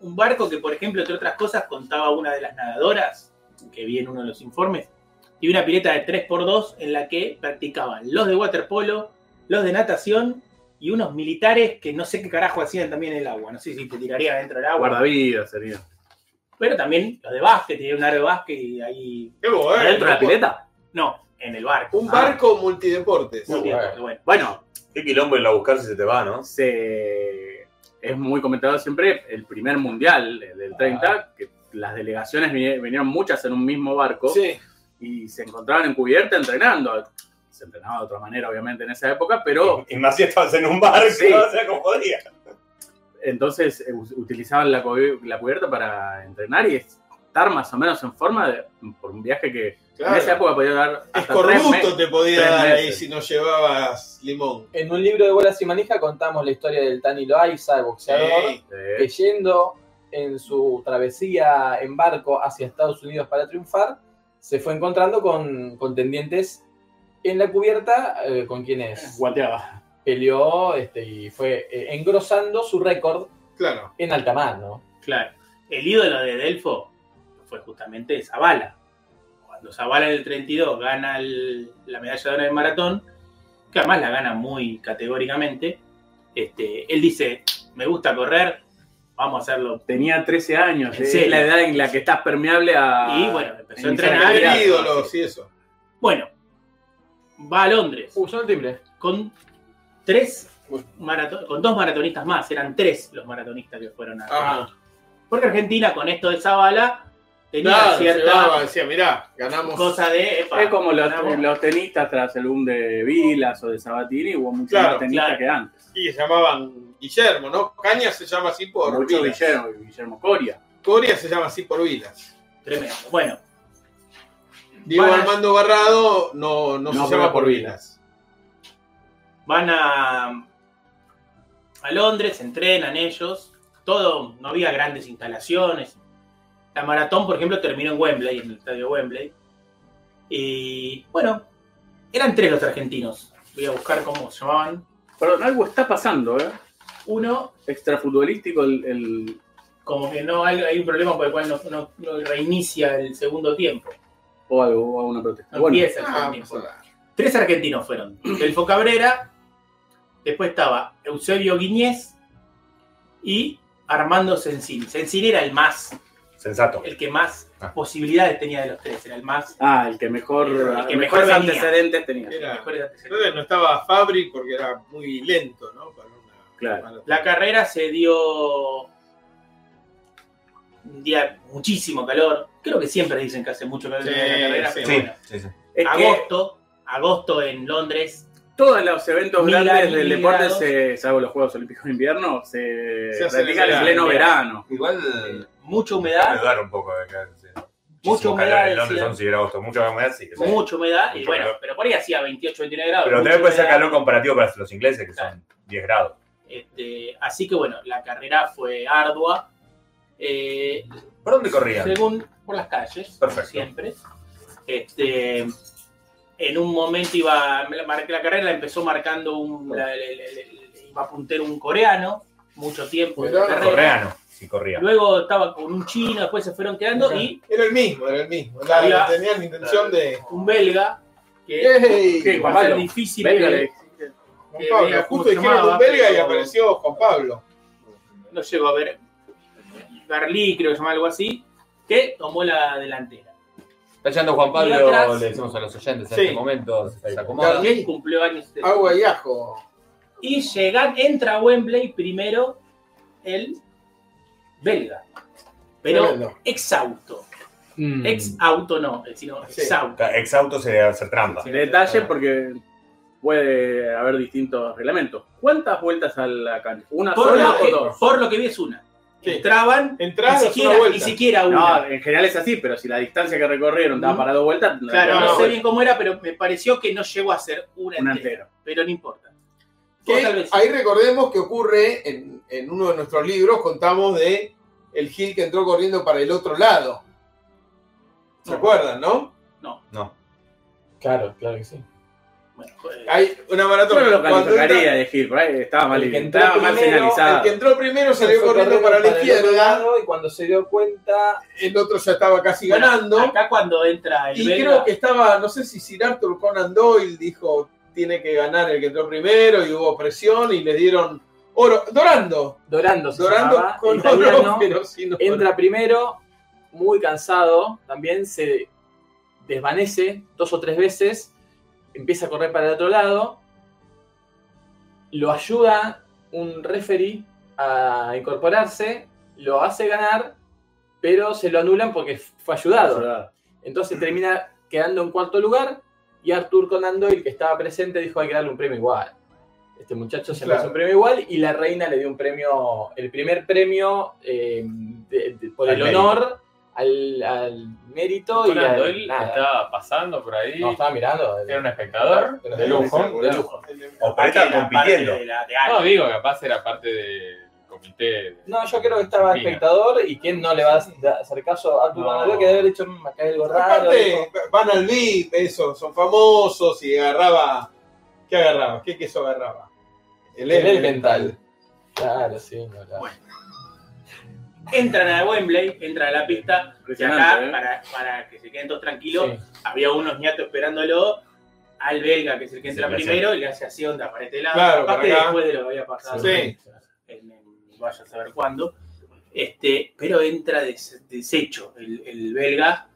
Speaker 2: Un barco que, por ejemplo, entre otras cosas, contaba una de las nadadoras, que vi en uno de los informes, y una pileta de 3x2 en la que practicaban los de waterpolo, los de natación y unos militares que no sé qué carajo hacían también en el agua. No sé si te tiraría dentro del agua.
Speaker 6: Guardavidas sería.
Speaker 2: Pero también los de básquet, tenía un aro de básquet y ahí.
Speaker 5: qué bueno.
Speaker 6: ¿Dentro de la pileta?
Speaker 2: No, en el barco.
Speaker 5: Un barco multideportes.
Speaker 2: Sí,
Speaker 7: bueno.
Speaker 2: pero bueno.
Speaker 6: Bueno,
Speaker 3: Qué quilombo ir a buscar si se te va, ¿no?
Speaker 6: se, es muy comentado siempre el primer mundial eh, del
Speaker 2: Ah.
Speaker 6: 30, que las delegaciones vi- vinieron muchas en un mismo barco
Speaker 5: Sí.
Speaker 6: y se encontraban en cubierta entrenando. Se entrenaba de otra manera, obviamente, en esa época, pero
Speaker 3: Y más si estabas en un barco,
Speaker 6: Sí.
Speaker 3: o sea, como podría.
Speaker 6: entonces eh, us- utilizaban la, cubi- la cubierta para entrenar y estar más o menos en forma de- por un viaje que en esa
Speaker 5: Claro.
Speaker 6: época podía dar hasta tres meses.
Speaker 5: Escorbuto te podía
Speaker 6: tres
Speaker 5: dar ahí
Speaker 6: meses.
Speaker 5: si no llevabas limón.
Speaker 7: En un libro de bolas y manija contamos la historia del Tani Loaiza, el boxeador,
Speaker 5: Sí.
Speaker 6: Eh,
Speaker 7: que yendo en su travesía en barco hacia Estados Unidos para triunfar, se fue encontrando con contendientes en la cubierta eh, con quienes
Speaker 6: guateaba.
Speaker 7: peleó este, y fue eh, engrosando su récord
Speaker 5: Claro.
Speaker 7: en alta mar, ¿no?
Speaker 2: Claro. El ídolo de Delfo fue justamente Zavala. Cuando Zavala en el 32 gana el- la medalla de oro del maratón, que además la gana muy categóricamente, este, él dice, me gusta correr, vamos a hacerlo.
Speaker 6: Tenía 13 años,
Speaker 2: En
Speaker 6: es
Speaker 2: serio.
Speaker 6: la edad en la que estás permeable a.
Speaker 2: Y bueno, empezó
Speaker 6: iniciar
Speaker 2: a entrenar.
Speaker 6: actividades.
Speaker 5: Tener ídolos y eso.
Speaker 2: Bueno, va a Londres
Speaker 7: Uh, son el timbre.
Speaker 2: con tres marato- con dos maratonistas más, eran tres los maratonistas que fueron a...
Speaker 5: Ah.
Speaker 2: Porque Argentina con esto de Zavala tenía
Speaker 5: Claro,
Speaker 2: cierta
Speaker 5: llevaba, decía, mirá, ganamos.
Speaker 2: cosa de... "Epa,
Speaker 6: Es como los, eh,
Speaker 2: ganamos".
Speaker 6: los tenistas tras el boom de Vilas o de Sabatini, hubo muchos
Speaker 5: Claro,
Speaker 6: más tenistas
Speaker 2: claro.
Speaker 6: que antes.
Speaker 5: Y se llamaban Guillermo, ¿no? Caña se llama así por
Speaker 6: Mucho
Speaker 5: Vilas.
Speaker 6: Guillermo, Guillermo Coria.
Speaker 5: Coria se llama así por Vilas.
Speaker 2: Tremendo. Bueno,
Speaker 5: Diego
Speaker 2: Van a-
Speaker 5: Armando Barrado no, no,
Speaker 6: No,
Speaker 5: se llama
Speaker 6: pero
Speaker 5: por
Speaker 6: por
Speaker 5: Vilas.
Speaker 2: van a, a Londres, entrenan ellos, todo, no había grandes instalaciones. La maratón, por ejemplo, terminó en Wembley, en el estadio Wembley. Y bueno, eran tres los argentinos. Voy a buscar cómo se llamaban.
Speaker 6: Perdón, algo está pasando, ¿eh?
Speaker 2: Uno,
Speaker 6: Extrafutbolístico el, el-
Speaker 2: como que no hay, hay un problema por el cual no, no- no reinicia el segundo tiempo.
Speaker 6: o algo, o una protesta.
Speaker 2: No
Speaker 6: Bueno,
Speaker 2: empieza el
Speaker 5: Ah,
Speaker 2: segundo tiempo.
Speaker 5: pues, ah,
Speaker 2: Tres argentinos fueron. Delfo Cabrera, después estaba Eusebio Guiñez y Armando Sensini. Sensini era el más,
Speaker 3: Sensato.
Speaker 2: el que más
Speaker 3: Ah.
Speaker 2: posibilidades tenía de los tres. Era el más
Speaker 6: Ah, el que mejor,
Speaker 2: El que mejor
Speaker 6: mejores
Speaker 2: venía.
Speaker 6: antecedentes tenía.
Speaker 5: era-
Speaker 2: mejor era tercero.
Speaker 5: creo que no estaba Fabri porque era muy lento, ¿no? Para una-
Speaker 6: Claro.
Speaker 5: para-
Speaker 2: La carrera se dio un día muchísimo calor. Creo que siempre dicen que hace mucho calor en
Speaker 5: Sí,
Speaker 2: la carrera,
Speaker 5: sí.
Speaker 2: pero
Speaker 3: Sí,
Speaker 2: bueno.
Speaker 3: sí, sí.
Speaker 6: Es que
Speaker 2: Agosto, agosto en Londres.
Speaker 6: todos los eventos
Speaker 2: Mil
Speaker 6: grandes
Speaker 2: grados,
Speaker 6: del
Speaker 2: mil
Speaker 6: deporte,
Speaker 2: grados.
Speaker 6: se, salvo los Juegos Olímpicos de Invierno, se,
Speaker 5: Se hace en
Speaker 6: practican en
Speaker 5: verano.
Speaker 6: pleno verano.
Speaker 3: Igual
Speaker 2: Mucha
Speaker 3: me
Speaker 2: humedad,
Speaker 3: ayudar un poco de acá. sí.
Speaker 2: mucha
Speaker 3: Muchísimo calor
Speaker 2: humedad,
Speaker 3: en Londres,
Speaker 2: decían.
Speaker 3: 11 de agosto. Mucha humedad, sí. que sí.
Speaker 2: mucha humedad. Y
Speaker 3: Mucho
Speaker 2: bueno,
Speaker 3: calor.
Speaker 2: pero por ahí hacía 28, 29 grados.
Speaker 3: Pero
Speaker 2: mucha
Speaker 3: también puede ser
Speaker 2: humedad.
Speaker 3: calor comparativo para los ingleses, que son 10 grados.
Speaker 2: Este, así que bueno, la carrera fue ardua. eh,
Speaker 3: ¿Por dónde corrían?
Speaker 2: según por las calles, como
Speaker 3: Perfecto.
Speaker 2: siempre. Este, en un momento iba, me la, marqué la carrera la empezó marcando un, la- la- la- la- iba a puntero un coreano, mucho tiempo. en la
Speaker 5: Mirá,
Speaker 2: carrera.
Speaker 3: Correano, sí corría.
Speaker 2: Luego estaba con un chino, después se fueron quedando y
Speaker 5: Era el mismo, era el mismo. La-
Speaker 2: Había-
Speaker 5: tenían intención de.
Speaker 2: un belga que
Speaker 5: ¡Ey!
Speaker 6: Sí,
Speaker 2: va
Speaker 6: Juan
Speaker 2: a ser
Speaker 6: Pablo.
Speaker 2: difícil.
Speaker 6: Venga,
Speaker 2: que-
Speaker 6: le-
Speaker 5: Juan Pablo, justo dijeron un belga y apareció Juan Pablo.
Speaker 2: no llego a ver, Garlí, creo que se llama algo así, que tomó la delantera.
Speaker 4: Está yendo Juan
Speaker 2: Y atrás-
Speaker 4: Pablo, le decimos a los oyentes en
Speaker 2: Sí.
Speaker 4: este momento, se se acomoda.
Speaker 5: Garlí.
Speaker 2: También cumplió años. este-
Speaker 5: Agua y ajo.
Speaker 2: Y llegan, entra a Wembley primero el belga, pero
Speaker 5: Tremendo.
Speaker 2: exhausto.
Speaker 7: Mm.
Speaker 2: Exauto no, eh, sino
Speaker 5: Sí.
Speaker 2: exauto.
Speaker 3: Exauto se debe hacer trampa.
Speaker 2: Sí.
Speaker 6: Detalle porque puede haber distintos reglamentos. ¿Cuántas vueltas a la cancha? ¿Una
Speaker 2: Por
Speaker 6: sola
Speaker 2: lo,
Speaker 6: o
Speaker 2: que,
Speaker 6: dos?
Speaker 2: por lo que vi es una.
Speaker 5: Sí.
Speaker 2: Entraban,
Speaker 5: Entrás,
Speaker 2: ni,
Speaker 5: das una
Speaker 2: siquiera, ni
Speaker 5: vuelta.
Speaker 2: siquiera una.
Speaker 6: No, en general es así, pero si la distancia que recorrieron daba
Speaker 2: Mm.
Speaker 6: para dos vueltas, no
Speaker 2: claro,
Speaker 6: era
Speaker 2: no,
Speaker 6: una
Speaker 2: sé
Speaker 6: vuelta,
Speaker 2: bien cómo era, pero me pareció que no llegó a ser una,
Speaker 6: una
Speaker 2: entera,
Speaker 6: entera.
Speaker 2: Pero no importa.
Speaker 5: Que
Speaker 2: O tal vez-
Speaker 5: ahí recordemos que ocurre en, en uno de nuestros libros, contamos de el Gil que entró corriendo para el otro lado. ¿Se
Speaker 2: No.
Speaker 5: acuerdan, no?
Speaker 7: Claro, claro que sí.
Speaker 2: Bueno, eh,
Speaker 5: Hay una
Speaker 6: Yo
Speaker 5: maratón.
Speaker 6: no lo
Speaker 5: Cuando
Speaker 6: calificaría
Speaker 5: entra-
Speaker 6: de Gil, por ahí estaba mal,
Speaker 4: El que entró
Speaker 6: estaba mal
Speaker 4: primero,
Speaker 6: señalizado.
Speaker 5: el que entró primero salió
Speaker 4: Salió
Speaker 5: corriendo para la
Speaker 4: el otro
Speaker 5: izquierda,
Speaker 4: lado y cuando se dio cuenta,
Speaker 5: el otro ya estaba casi
Speaker 2: Bueno,
Speaker 5: ganando.
Speaker 2: Acá cuando entra el
Speaker 5: Y
Speaker 2: belga,
Speaker 5: creo que estaba, no sé si Sir Arthur Conan Doyle dijo, tiene que ganar el que entró primero y hubo presión y le dieron oro. Dorando,
Speaker 4: Dorando se
Speaker 5: Dorando
Speaker 4: llamaba,
Speaker 5: con
Speaker 4: italiano,
Speaker 5: oro, pero sin oro.
Speaker 4: entra primero, muy cansado, también se desvanece dos o tres veces, empieza a correr para el otro lado, lo ayuda un referee a incorporarse, lo hace ganar, pero se lo anulan porque fue ayudado. Entonces termina quedando en cuarto lugar y Arthur Conan Doyle, que estaba presente, dijo hay que darle un premio igual. Este muchacho se
Speaker 5: Claro.
Speaker 4: merece un premio igual y la reina le dio un premio, el primer premio eh, de- de- por
Speaker 3: Al
Speaker 4: el
Speaker 3: mérito.
Speaker 4: honor, al, al mérito y
Speaker 8: Conan
Speaker 4: al-
Speaker 8: Doyle
Speaker 4: nada.
Speaker 8: estaba pasando por ahí.
Speaker 4: No, estaba mirando.
Speaker 8: Era un espectador
Speaker 4: Pero
Speaker 8: de
Speaker 4: no
Speaker 8: lujo.
Speaker 4: de lujo.
Speaker 3: O por ahí
Speaker 2: aparte
Speaker 3: están
Speaker 2: de la parte
Speaker 3: compitiendo.
Speaker 2: de la- de
Speaker 8: No,
Speaker 2: algo.
Speaker 8: digo, capaz era parte del comité.
Speaker 4: No, yo creo que estaba
Speaker 8: Argentina.
Speaker 4: espectador y quién no le va a da- hacer caso a Arthur
Speaker 8: No.
Speaker 4: Conan Doyle que debe haber hecho mm, acá hay algo raro. dijo.
Speaker 5: Aparte, van al VIP, eso, son famosos y agarraba. ¿Qué agarraba? ¿Qué queso agarraba? El
Speaker 4: El
Speaker 5: Elemental.
Speaker 4: Elemental. Claro, sí, no, claro.
Speaker 2: Bueno. Entran a Wembley, entran a la pista. Y acá,
Speaker 6: Impresionante, ¿eh?
Speaker 2: para, para que se queden todos tranquilos, había unos ñatos esperándolo. Al belga, que es el que
Speaker 3: Sí,
Speaker 2: entra
Speaker 3: le hace-
Speaker 2: primero, y le hace así onda para este lado.
Speaker 5: Claro, para
Speaker 2: Aparte,
Speaker 5: acá.
Speaker 2: después de lo que había pasado.
Speaker 5: Sí.
Speaker 2: en- en- vaya a saber cuándo. Este, pero entra des- deshecho el, el belga,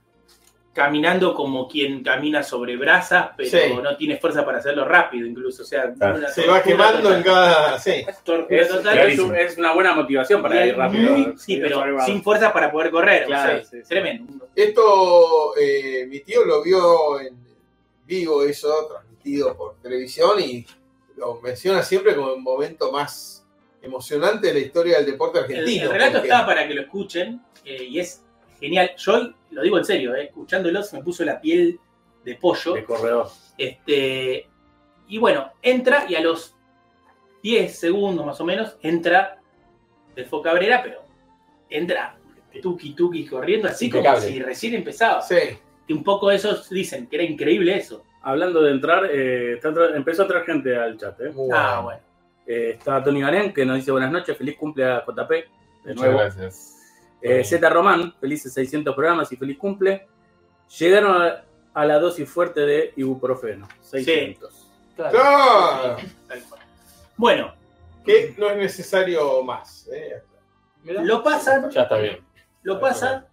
Speaker 2: caminando como quien camina sobre brasas, pero
Speaker 5: Sí.
Speaker 2: no tiene fuerza para hacerlo rápido, incluso. O sea,
Speaker 3: Claro.
Speaker 2: una
Speaker 5: Se va
Speaker 2: tortura
Speaker 5: quemando en
Speaker 2: total.
Speaker 5: cada. Sí.
Speaker 2: Tortura
Speaker 6: Es,
Speaker 2: total.
Speaker 6: es un- es una buena motivación para ir rápido.
Speaker 2: Muy- sí, pero sin fuerza para poder correr. o
Speaker 6: Claro,
Speaker 2: sea,
Speaker 6: sí, sí.
Speaker 2: Tremendo.
Speaker 5: Esto eh, mi tío lo vio en vivo, eso, transmitido por televisión, y lo menciona siempre como el momento más emocionante de la historia del deporte
Speaker 2: El,
Speaker 5: argentino.
Speaker 2: el relato
Speaker 5: porque-
Speaker 2: está para que lo escuchen eh, y es genial. Yo hoy, lo digo en serio, eh, escuchándolo se me puso la piel de pollo.
Speaker 6: de corredor.
Speaker 2: Este, y bueno, entra y a los 10 segundos más o menos entra del Cabrera, pero entra tuki tuki corriendo, así como
Speaker 4: Impecable.
Speaker 2: si recién empezaba.
Speaker 5: Sí.
Speaker 2: Y un poco esos dicen que era increíble eso.
Speaker 6: Hablando de entrar, eh, está entra- empezó a entrar gente al chat. eh.
Speaker 4: Muy
Speaker 2: Ah,
Speaker 4: bueno.
Speaker 2: bueno.
Speaker 6: Eh, está Tony Garén, que nos dice buenas noches, feliz cumple a JP. De
Speaker 8: Muchas
Speaker 6: nuevo.
Speaker 8: gracias.
Speaker 6: Eh, Z Román, felices 600 programas y feliz cumple. Llegaron a, a la dosis fuerte de ibuprofeno. 600.
Speaker 4: Claro.
Speaker 5: Claro,
Speaker 2: Tal cual. Bueno,
Speaker 5: que no es necesario más. ¿eh?
Speaker 4: Mirá.
Speaker 2: lo pasan,
Speaker 8: Ya está bien.
Speaker 2: lo pasan,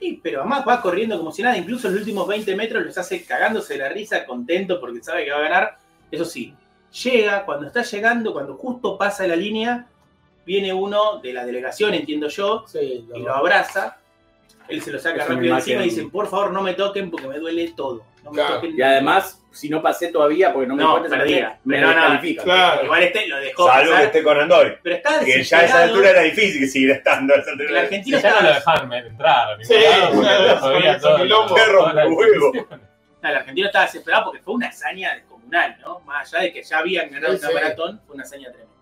Speaker 2: y, pero además va corriendo como si nada, incluso los últimos 20 metros los hace cagándose de la risa, contento porque sabe que va a ganar. Eso sí, llega, cuando está llegando, cuando justo pasa la línea, viene uno de la delegación, entiendo yo,
Speaker 5: Sí, lo-
Speaker 2: y lo abraza. Él se lo saca
Speaker 6: Es una
Speaker 2: rápido encima y
Speaker 6: imagen-
Speaker 2: dice, por favor, no me toquen porque me duele todo. No me
Speaker 5: Claro.
Speaker 2: toquen.
Speaker 6: Y además, si no pasé todavía, porque no me
Speaker 2: No,
Speaker 6: cuentas,
Speaker 2: perdía.
Speaker 6: me
Speaker 2: Pero nada.
Speaker 6: descalifican.
Speaker 5: Claro.
Speaker 2: Igual este lo dejó
Speaker 3: Salvo que
Speaker 2: pasar,
Speaker 3: esté con Andor.
Speaker 2: pero está
Speaker 3: Que ya a esa
Speaker 2: desesperado.
Speaker 3: altura era difícil que siguiera estando. a esa altura.
Speaker 2: El
Speaker 8: Si
Speaker 2: argentino
Speaker 8: ya no
Speaker 2: estaba
Speaker 8: lo dejaron entrar a ningún
Speaker 5: Sí,
Speaker 8: lado porque
Speaker 5: claro,
Speaker 8: lo sabía
Speaker 5: con
Speaker 8: todo.
Speaker 5: el quilombo.
Speaker 3: Perro,
Speaker 8: todas las
Speaker 3: me huevo.
Speaker 8: decisiones.
Speaker 2: Nada, el argentino estaba desesperado porque fue una hazaña descomunal, ¿no? Más allá de que ya habían ganado
Speaker 5: Sí,
Speaker 2: una
Speaker 5: sí.
Speaker 2: maratón, fue una hazaña tremenda.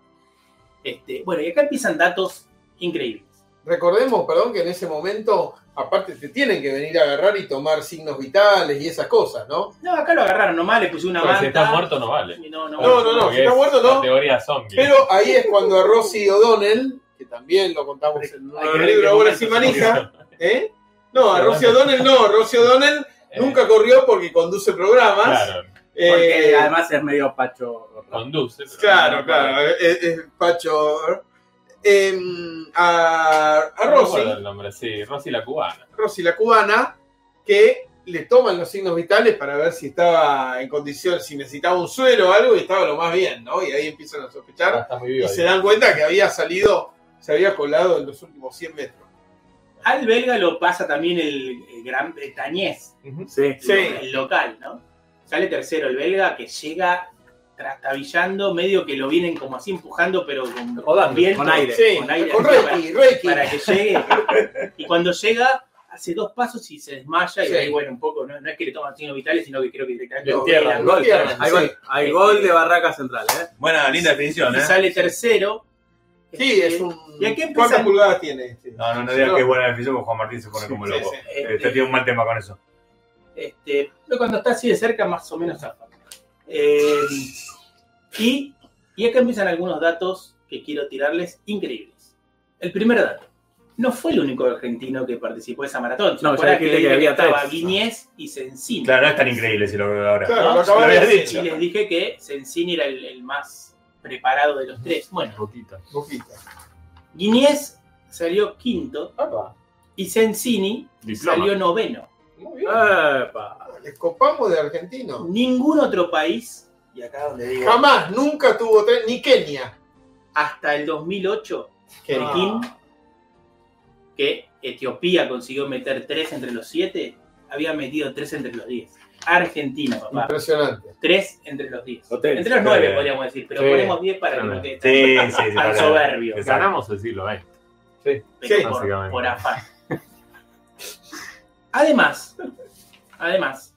Speaker 2: Este, bueno, y acá empiezan datos increíbles.
Speaker 5: Recordemos, perdón, que en ese momento, aparte, te tienen que venir a agarrar y tomar signos vitales y esas cosas, ¿no?
Speaker 2: No, acá lo agarraron nomás, le pusieron una
Speaker 8: Porque
Speaker 2: manta.
Speaker 8: si estás muerto no vale.
Speaker 2: No, no,
Speaker 5: No, no, no,
Speaker 8: Porque
Speaker 5: si está
Speaker 8: es
Speaker 5: muerto, no.
Speaker 8: Categoría zombie.
Speaker 5: Pero ahí es cuando a Rossi O'Donnell, que también lo contamos en
Speaker 8: Hay
Speaker 5: un
Speaker 8: que ver en qué
Speaker 5: libro Ahora
Speaker 8: momento
Speaker 5: sin
Speaker 8: se
Speaker 5: manija,
Speaker 8: murió.
Speaker 5: ¿eh? No, a Rossi O'Donnell no, Rossi O'Donnell
Speaker 8: Eh,
Speaker 5: nunca corrió porque conduce programas.
Speaker 8: Claro,
Speaker 5: eh,
Speaker 6: Porque además es medio pacho.
Speaker 8: conduce. pero
Speaker 5: Claro,
Speaker 8: no-
Speaker 5: claro. Es, es Pacho. Eh, a, a
Speaker 8: No
Speaker 5: Rosy,
Speaker 8: recuerdo el nombre, sí, Rosy la cubana.
Speaker 5: Rosy la cubana, que le toman los signos vitales para ver si estaba en condición, si necesitaba un suero o algo, y estaba lo más bien, ¿no? Y ahí empiezan a
Speaker 8: Ah,
Speaker 5: sospechar
Speaker 8: Está muy
Speaker 5: y
Speaker 8: viva.
Speaker 5: se dan cuenta que había salido, se había colado en los últimos 100 metros.
Speaker 2: Al belga lo pasa también el, el gran bretañés,
Speaker 6: Sí.
Speaker 5: Sí.
Speaker 2: el local, ¿no? Sale tercero el belga que llega trastabillando, medio que lo vienen como así empujando, pero con,
Speaker 4: Rodando,
Speaker 2: viento,
Speaker 6: con aire.
Speaker 5: Sí,
Speaker 2: con aire,
Speaker 5: con
Speaker 2: así, para-
Speaker 5: Reiki, Reiki.
Speaker 2: para que llegue. Y cuando llega, hace dos pasos y se desmaya.
Speaker 5: Sí.
Speaker 2: Y ahí, bueno, un poco, no, no es que le toman signos vitales, sino que creo que directamente
Speaker 8: Lo
Speaker 2: lo
Speaker 8: entierran,
Speaker 2: velan.
Speaker 5: ¿no?
Speaker 6: Gol,
Speaker 5: Pierden,
Speaker 6: hay,
Speaker 5: sí.
Speaker 6: gol, hay gol de Barraca Central, ¿eh?
Speaker 3: Buena, linda definición,
Speaker 2: Y
Speaker 3: ¿eh?
Speaker 2: sale tercero.
Speaker 5: Sí,
Speaker 2: Este,
Speaker 5: es un.
Speaker 2: ¿Y a qué empiezan?
Speaker 5: ¿Cuántas pulgadas tiene este?
Speaker 3: No, no, no digas
Speaker 5: No.
Speaker 3: que es buena definición porque Juan Martín se pone
Speaker 5: Sí,
Speaker 3: como
Speaker 5: sí,
Speaker 3: loco.
Speaker 5: sí.
Speaker 3: Eh,
Speaker 2: este,
Speaker 3: Te tiene un mal tema con eso.
Speaker 2: este, pero cuando está así de cerca, más o menos zafa. Eh, y, y acá empiezan algunos datos que quiero tirarles increíbles. El primer dato. No fue el único argentino que participó de esa maratón.
Speaker 6: No, ya
Speaker 2: Recuerda
Speaker 6: dijiste que había
Speaker 2: estaba
Speaker 6: tres.
Speaker 2: Guiñez y Sencini.
Speaker 3: Claro, no es tan increíble si lo veo ahora.
Speaker 5: Claro,
Speaker 2: ¿no?
Speaker 5: lo acabas
Speaker 3: Lo
Speaker 5: de
Speaker 3: habías
Speaker 5: decir.
Speaker 2: Y les dije que Sensini era el, el más preparado de los tres. Bueno,
Speaker 6: Poquito.
Speaker 5: Poquito.
Speaker 2: Guiñez salió quinto
Speaker 8: Apa,
Speaker 2: y Sensini salió noveno.
Speaker 8: Muy bien.
Speaker 2: Ah.
Speaker 6: Epa.
Speaker 5: Les copamos de argentino.
Speaker 2: Ningún otro país, y acá donde digo,
Speaker 5: Jamás, nunca tuvo tres, ni Kenia. Ah,
Speaker 2: hasta el 2008, Pekín, que Etiopía consiguió meter tres entre los siete, había metido tres entre los diez. Argentina, papá.
Speaker 5: Impresionante.
Speaker 2: Tres entre los diez.
Speaker 6: Hotel.
Speaker 2: Entre los nueve,
Speaker 3: Eh,
Speaker 2: podríamos decir, pero
Speaker 8: sí.
Speaker 2: ponemos diez para que no
Speaker 8: Tremendo.
Speaker 2: quede tan-
Speaker 3: Sí, sí, sí.
Speaker 2: tan
Speaker 3: no, no,
Speaker 2: soberbio.
Speaker 3: Exacto.
Speaker 8: Ganamos el siglo XX.
Speaker 2: pero
Speaker 5: Sí,
Speaker 2: por,
Speaker 8: básicamente.
Speaker 2: por afán. Además, además,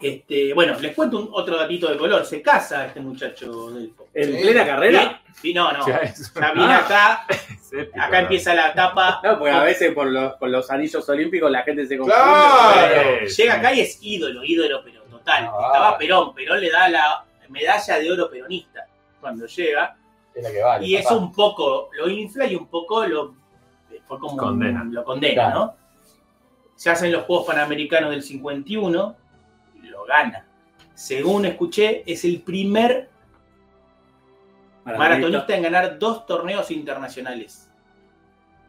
Speaker 2: este, bueno, les cuento un, otro datito de color. Se casa este muchacho del
Speaker 6: ¿En
Speaker 5: Sí.
Speaker 6: plena carrera?
Speaker 2: Sí, no, no.
Speaker 8: Ya
Speaker 2: Ya
Speaker 8: es un-
Speaker 2: viene acá,
Speaker 8: es épico,
Speaker 2: eh. acá
Speaker 8: ¿no?
Speaker 2: empieza la etapa.
Speaker 6: No, porque a veces por los, por los anillos olímpicos la gente se confunde.
Speaker 5: Claro.
Speaker 6: Eh,
Speaker 2: Llega acá y es ídolo, ídolo, pero total.
Speaker 8: Ah.
Speaker 2: Estaba Perón, Perón le da la medalla de oro peronista cuando llega.
Speaker 8: Es la que vale,
Speaker 2: Y eso
Speaker 8: papá.
Speaker 2: un poco lo infla y un poco lo, fue como un-
Speaker 8: Condena.
Speaker 2: lo condena,
Speaker 8: Claro.
Speaker 2: ¿no? Se hacen los Juegos Panamericanos del 51, lo gana. Según escuché, es el primer maratonista en ganar dos torneos internacionales.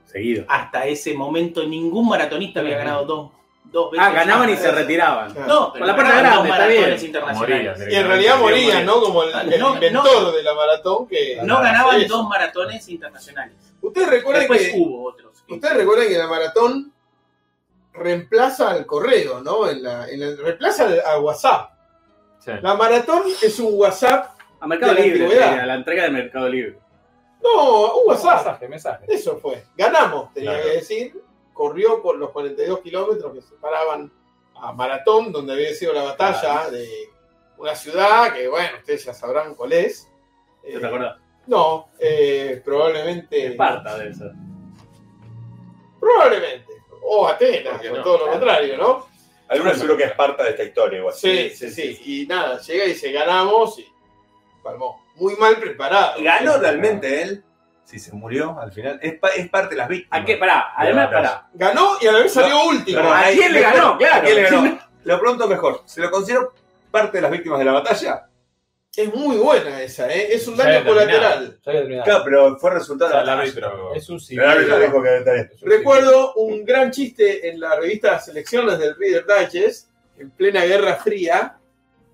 Speaker 6: Seguido.
Speaker 2: Hasta ese momento ningún maratonista había ganado dos, dos veces.
Speaker 6: Ah, ganaban y
Speaker 2: más.
Speaker 6: se retiraban.
Speaker 2: No, pero
Speaker 6: Con la puerta grande,
Speaker 2: ganaban dos
Speaker 6: está
Speaker 2: maratones
Speaker 6: bien.
Speaker 2: internacionales.
Speaker 8: Morían,
Speaker 5: Y en realidad moría, ¿no? Como el, el
Speaker 2: No,
Speaker 5: inventor de la maratón que.
Speaker 2: No ganaban
Speaker 5: Sí.
Speaker 2: dos maratones internacionales.
Speaker 5: Ustedes recuerdan
Speaker 2: Después
Speaker 5: que.
Speaker 2: hubo otros.
Speaker 5: Ustedes recuerdan que la maratón reemplaza al correo, ¿no? En la, en la- reemplaza al- a WhatsApp.
Speaker 8: Sí.
Speaker 5: La maratón es un WhatsApp
Speaker 6: A Mercado
Speaker 5: De la
Speaker 6: Libre,
Speaker 5: antigüedad.
Speaker 6: a la entrega de Mercado Libre.
Speaker 5: No, un WhatsApp.
Speaker 8: Mensaje, mensaje.
Speaker 5: Eso fue. Ganamos, tenía
Speaker 8: Claro.
Speaker 5: que decir. Corrió con los 42 kilómetros que separaban a Maratón, donde había sido la batalla
Speaker 8: Claro.
Speaker 5: de una ciudad que, bueno, ustedes ya sabrán cuál es. Eh,
Speaker 6: ¿Te acordás?
Speaker 5: no, eh, probablemente.
Speaker 6: Esparta de eso.
Speaker 5: Probablemente. O Atenas,
Speaker 3: ¿Por qué
Speaker 5: o
Speaker 3: no?
Speaker 5: todo lo contrario, ¿no?
Speaker 3: Algunos seguro que es parte de esta historia igual.
Speaker 5: Sí, sí, sí. Y nada, llega y dice, ganamos y palmó. Muy mal preparado.
Speaker 3: ¿Ganó realmente él? Si se murió al final. Es, pa- es parte de las víctimas.
Speaker 6: ¿A qué? Pará, además, pará.
Speaker 5: Ganó y a la vez salió último.
Speaker 3: Perdón,
Speaker 6: ¿A
Speaker 3: ahí-
Speaker 6: quién le ganó? Claro.
Speaker 3: ¿A quién le ganó? Lo pronto mejor. ¿Se lo considero parte de las víctimas de la batalla?
Speaker 5: Es muy buena esa, ¿eh? Es un
Speaker 8: Ya
Speaker 5: daño
Speaker 8: había terminado.
Speaker 5: colateral.
Speaker 8: Ya había terminado.
Speaker 3: Claro, pero fue resultado de
Speaker 8: Al
Speaker 3: la batalla.
Speaker 8: árbitro.
Speaker 4: Es un
Speaker 3: El árbitro
Speaker 4: civil.
Speaker 3: dijo que está bien.
Speaker 8: Es un
Speaker 5: Recuerdo un gran chiste en la revista Selecciones del Reader Digest, en plena Guerra Fría,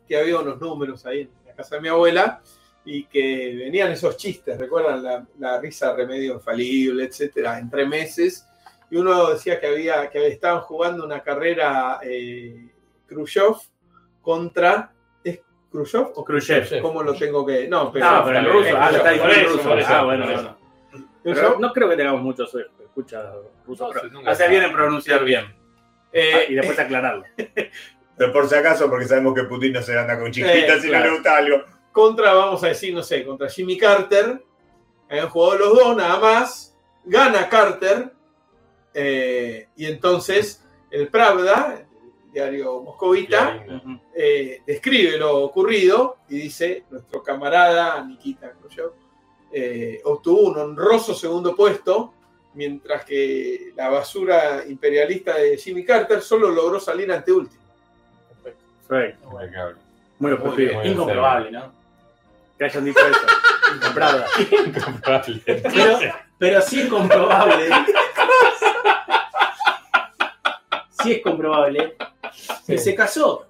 Speaker 5: que había unos números ahí en la casa de mi abuela, y que venían esos chistes, recuerdan la, la risa remedio infalible, etcétera, entre meses, y uno decía que había que estaban jugando una carrera eh, Khrushchev contra... ¿Es Khrushchev o
Speaker 6: Khrushchev.
Speaker 5: cómo lo tengo que...? No, pero...
Speaker 6: No, pero el ruso. Ah, lo está diciendo el
Speaker 8: Por eso,
Speaker 6: ruso.
Speaker 8: por eso,
Speaker 6: Ah, bueno,
Speaker 8: por eso.
Speaker 6: bueno.
Speaker 5: Khrushchev.
Speaker 6: Pero no creo que tengamos muchos que escucha ruso.
Speaker 8: No,
Speaker 6: pero
Speaker 8: sí, nunca
Speaker 6: hace
Speaker 8: sabe.
Speaker 6: bien en pronunciar bien.
Speaker 5: Eh,
Speaker 6: Ah, y después aclararlo.
Speaker 3: Pero por si acaso, porque sabemos que Putin no se anda con chiquitas
Speaker 5: Sí,
Speaker 3: si no
Speaker 5: claro.
Speaker 3: le gusta algo.
Speaker 5: contra, vamos a decir, no sé, contra Jimmy Carter. Habían jugado los dos nada más. Gana Carter. eh, y entonces el Pravda, el diario moscovita,
Speaker 8: Clarín,
Speaker 6: Ujú.
Speaker 5: eh, describe lo ocurrido y dice, nuestro camarada Nikita Khrushchev eh, obtuvo un honroso segundo puesto, mientras que la basura imperialista de Jimmy Carter solo logró salir ante último.
Speaker 6: Perfecto.
Speaker 8: impecable.
Speaker 6: Muy
Speaker 8: bien,
Speaker 6: objetivo.
Speaker 8: muy
Speaker 2: Incomprobable, ¿no?
Speaker 6: Que hayan dicho eso. Incomprable.
Speaker 8: Incomprobable.
Speaker 2: Pero, pero sí es comprobable. Sí es comprobable. Que se casó.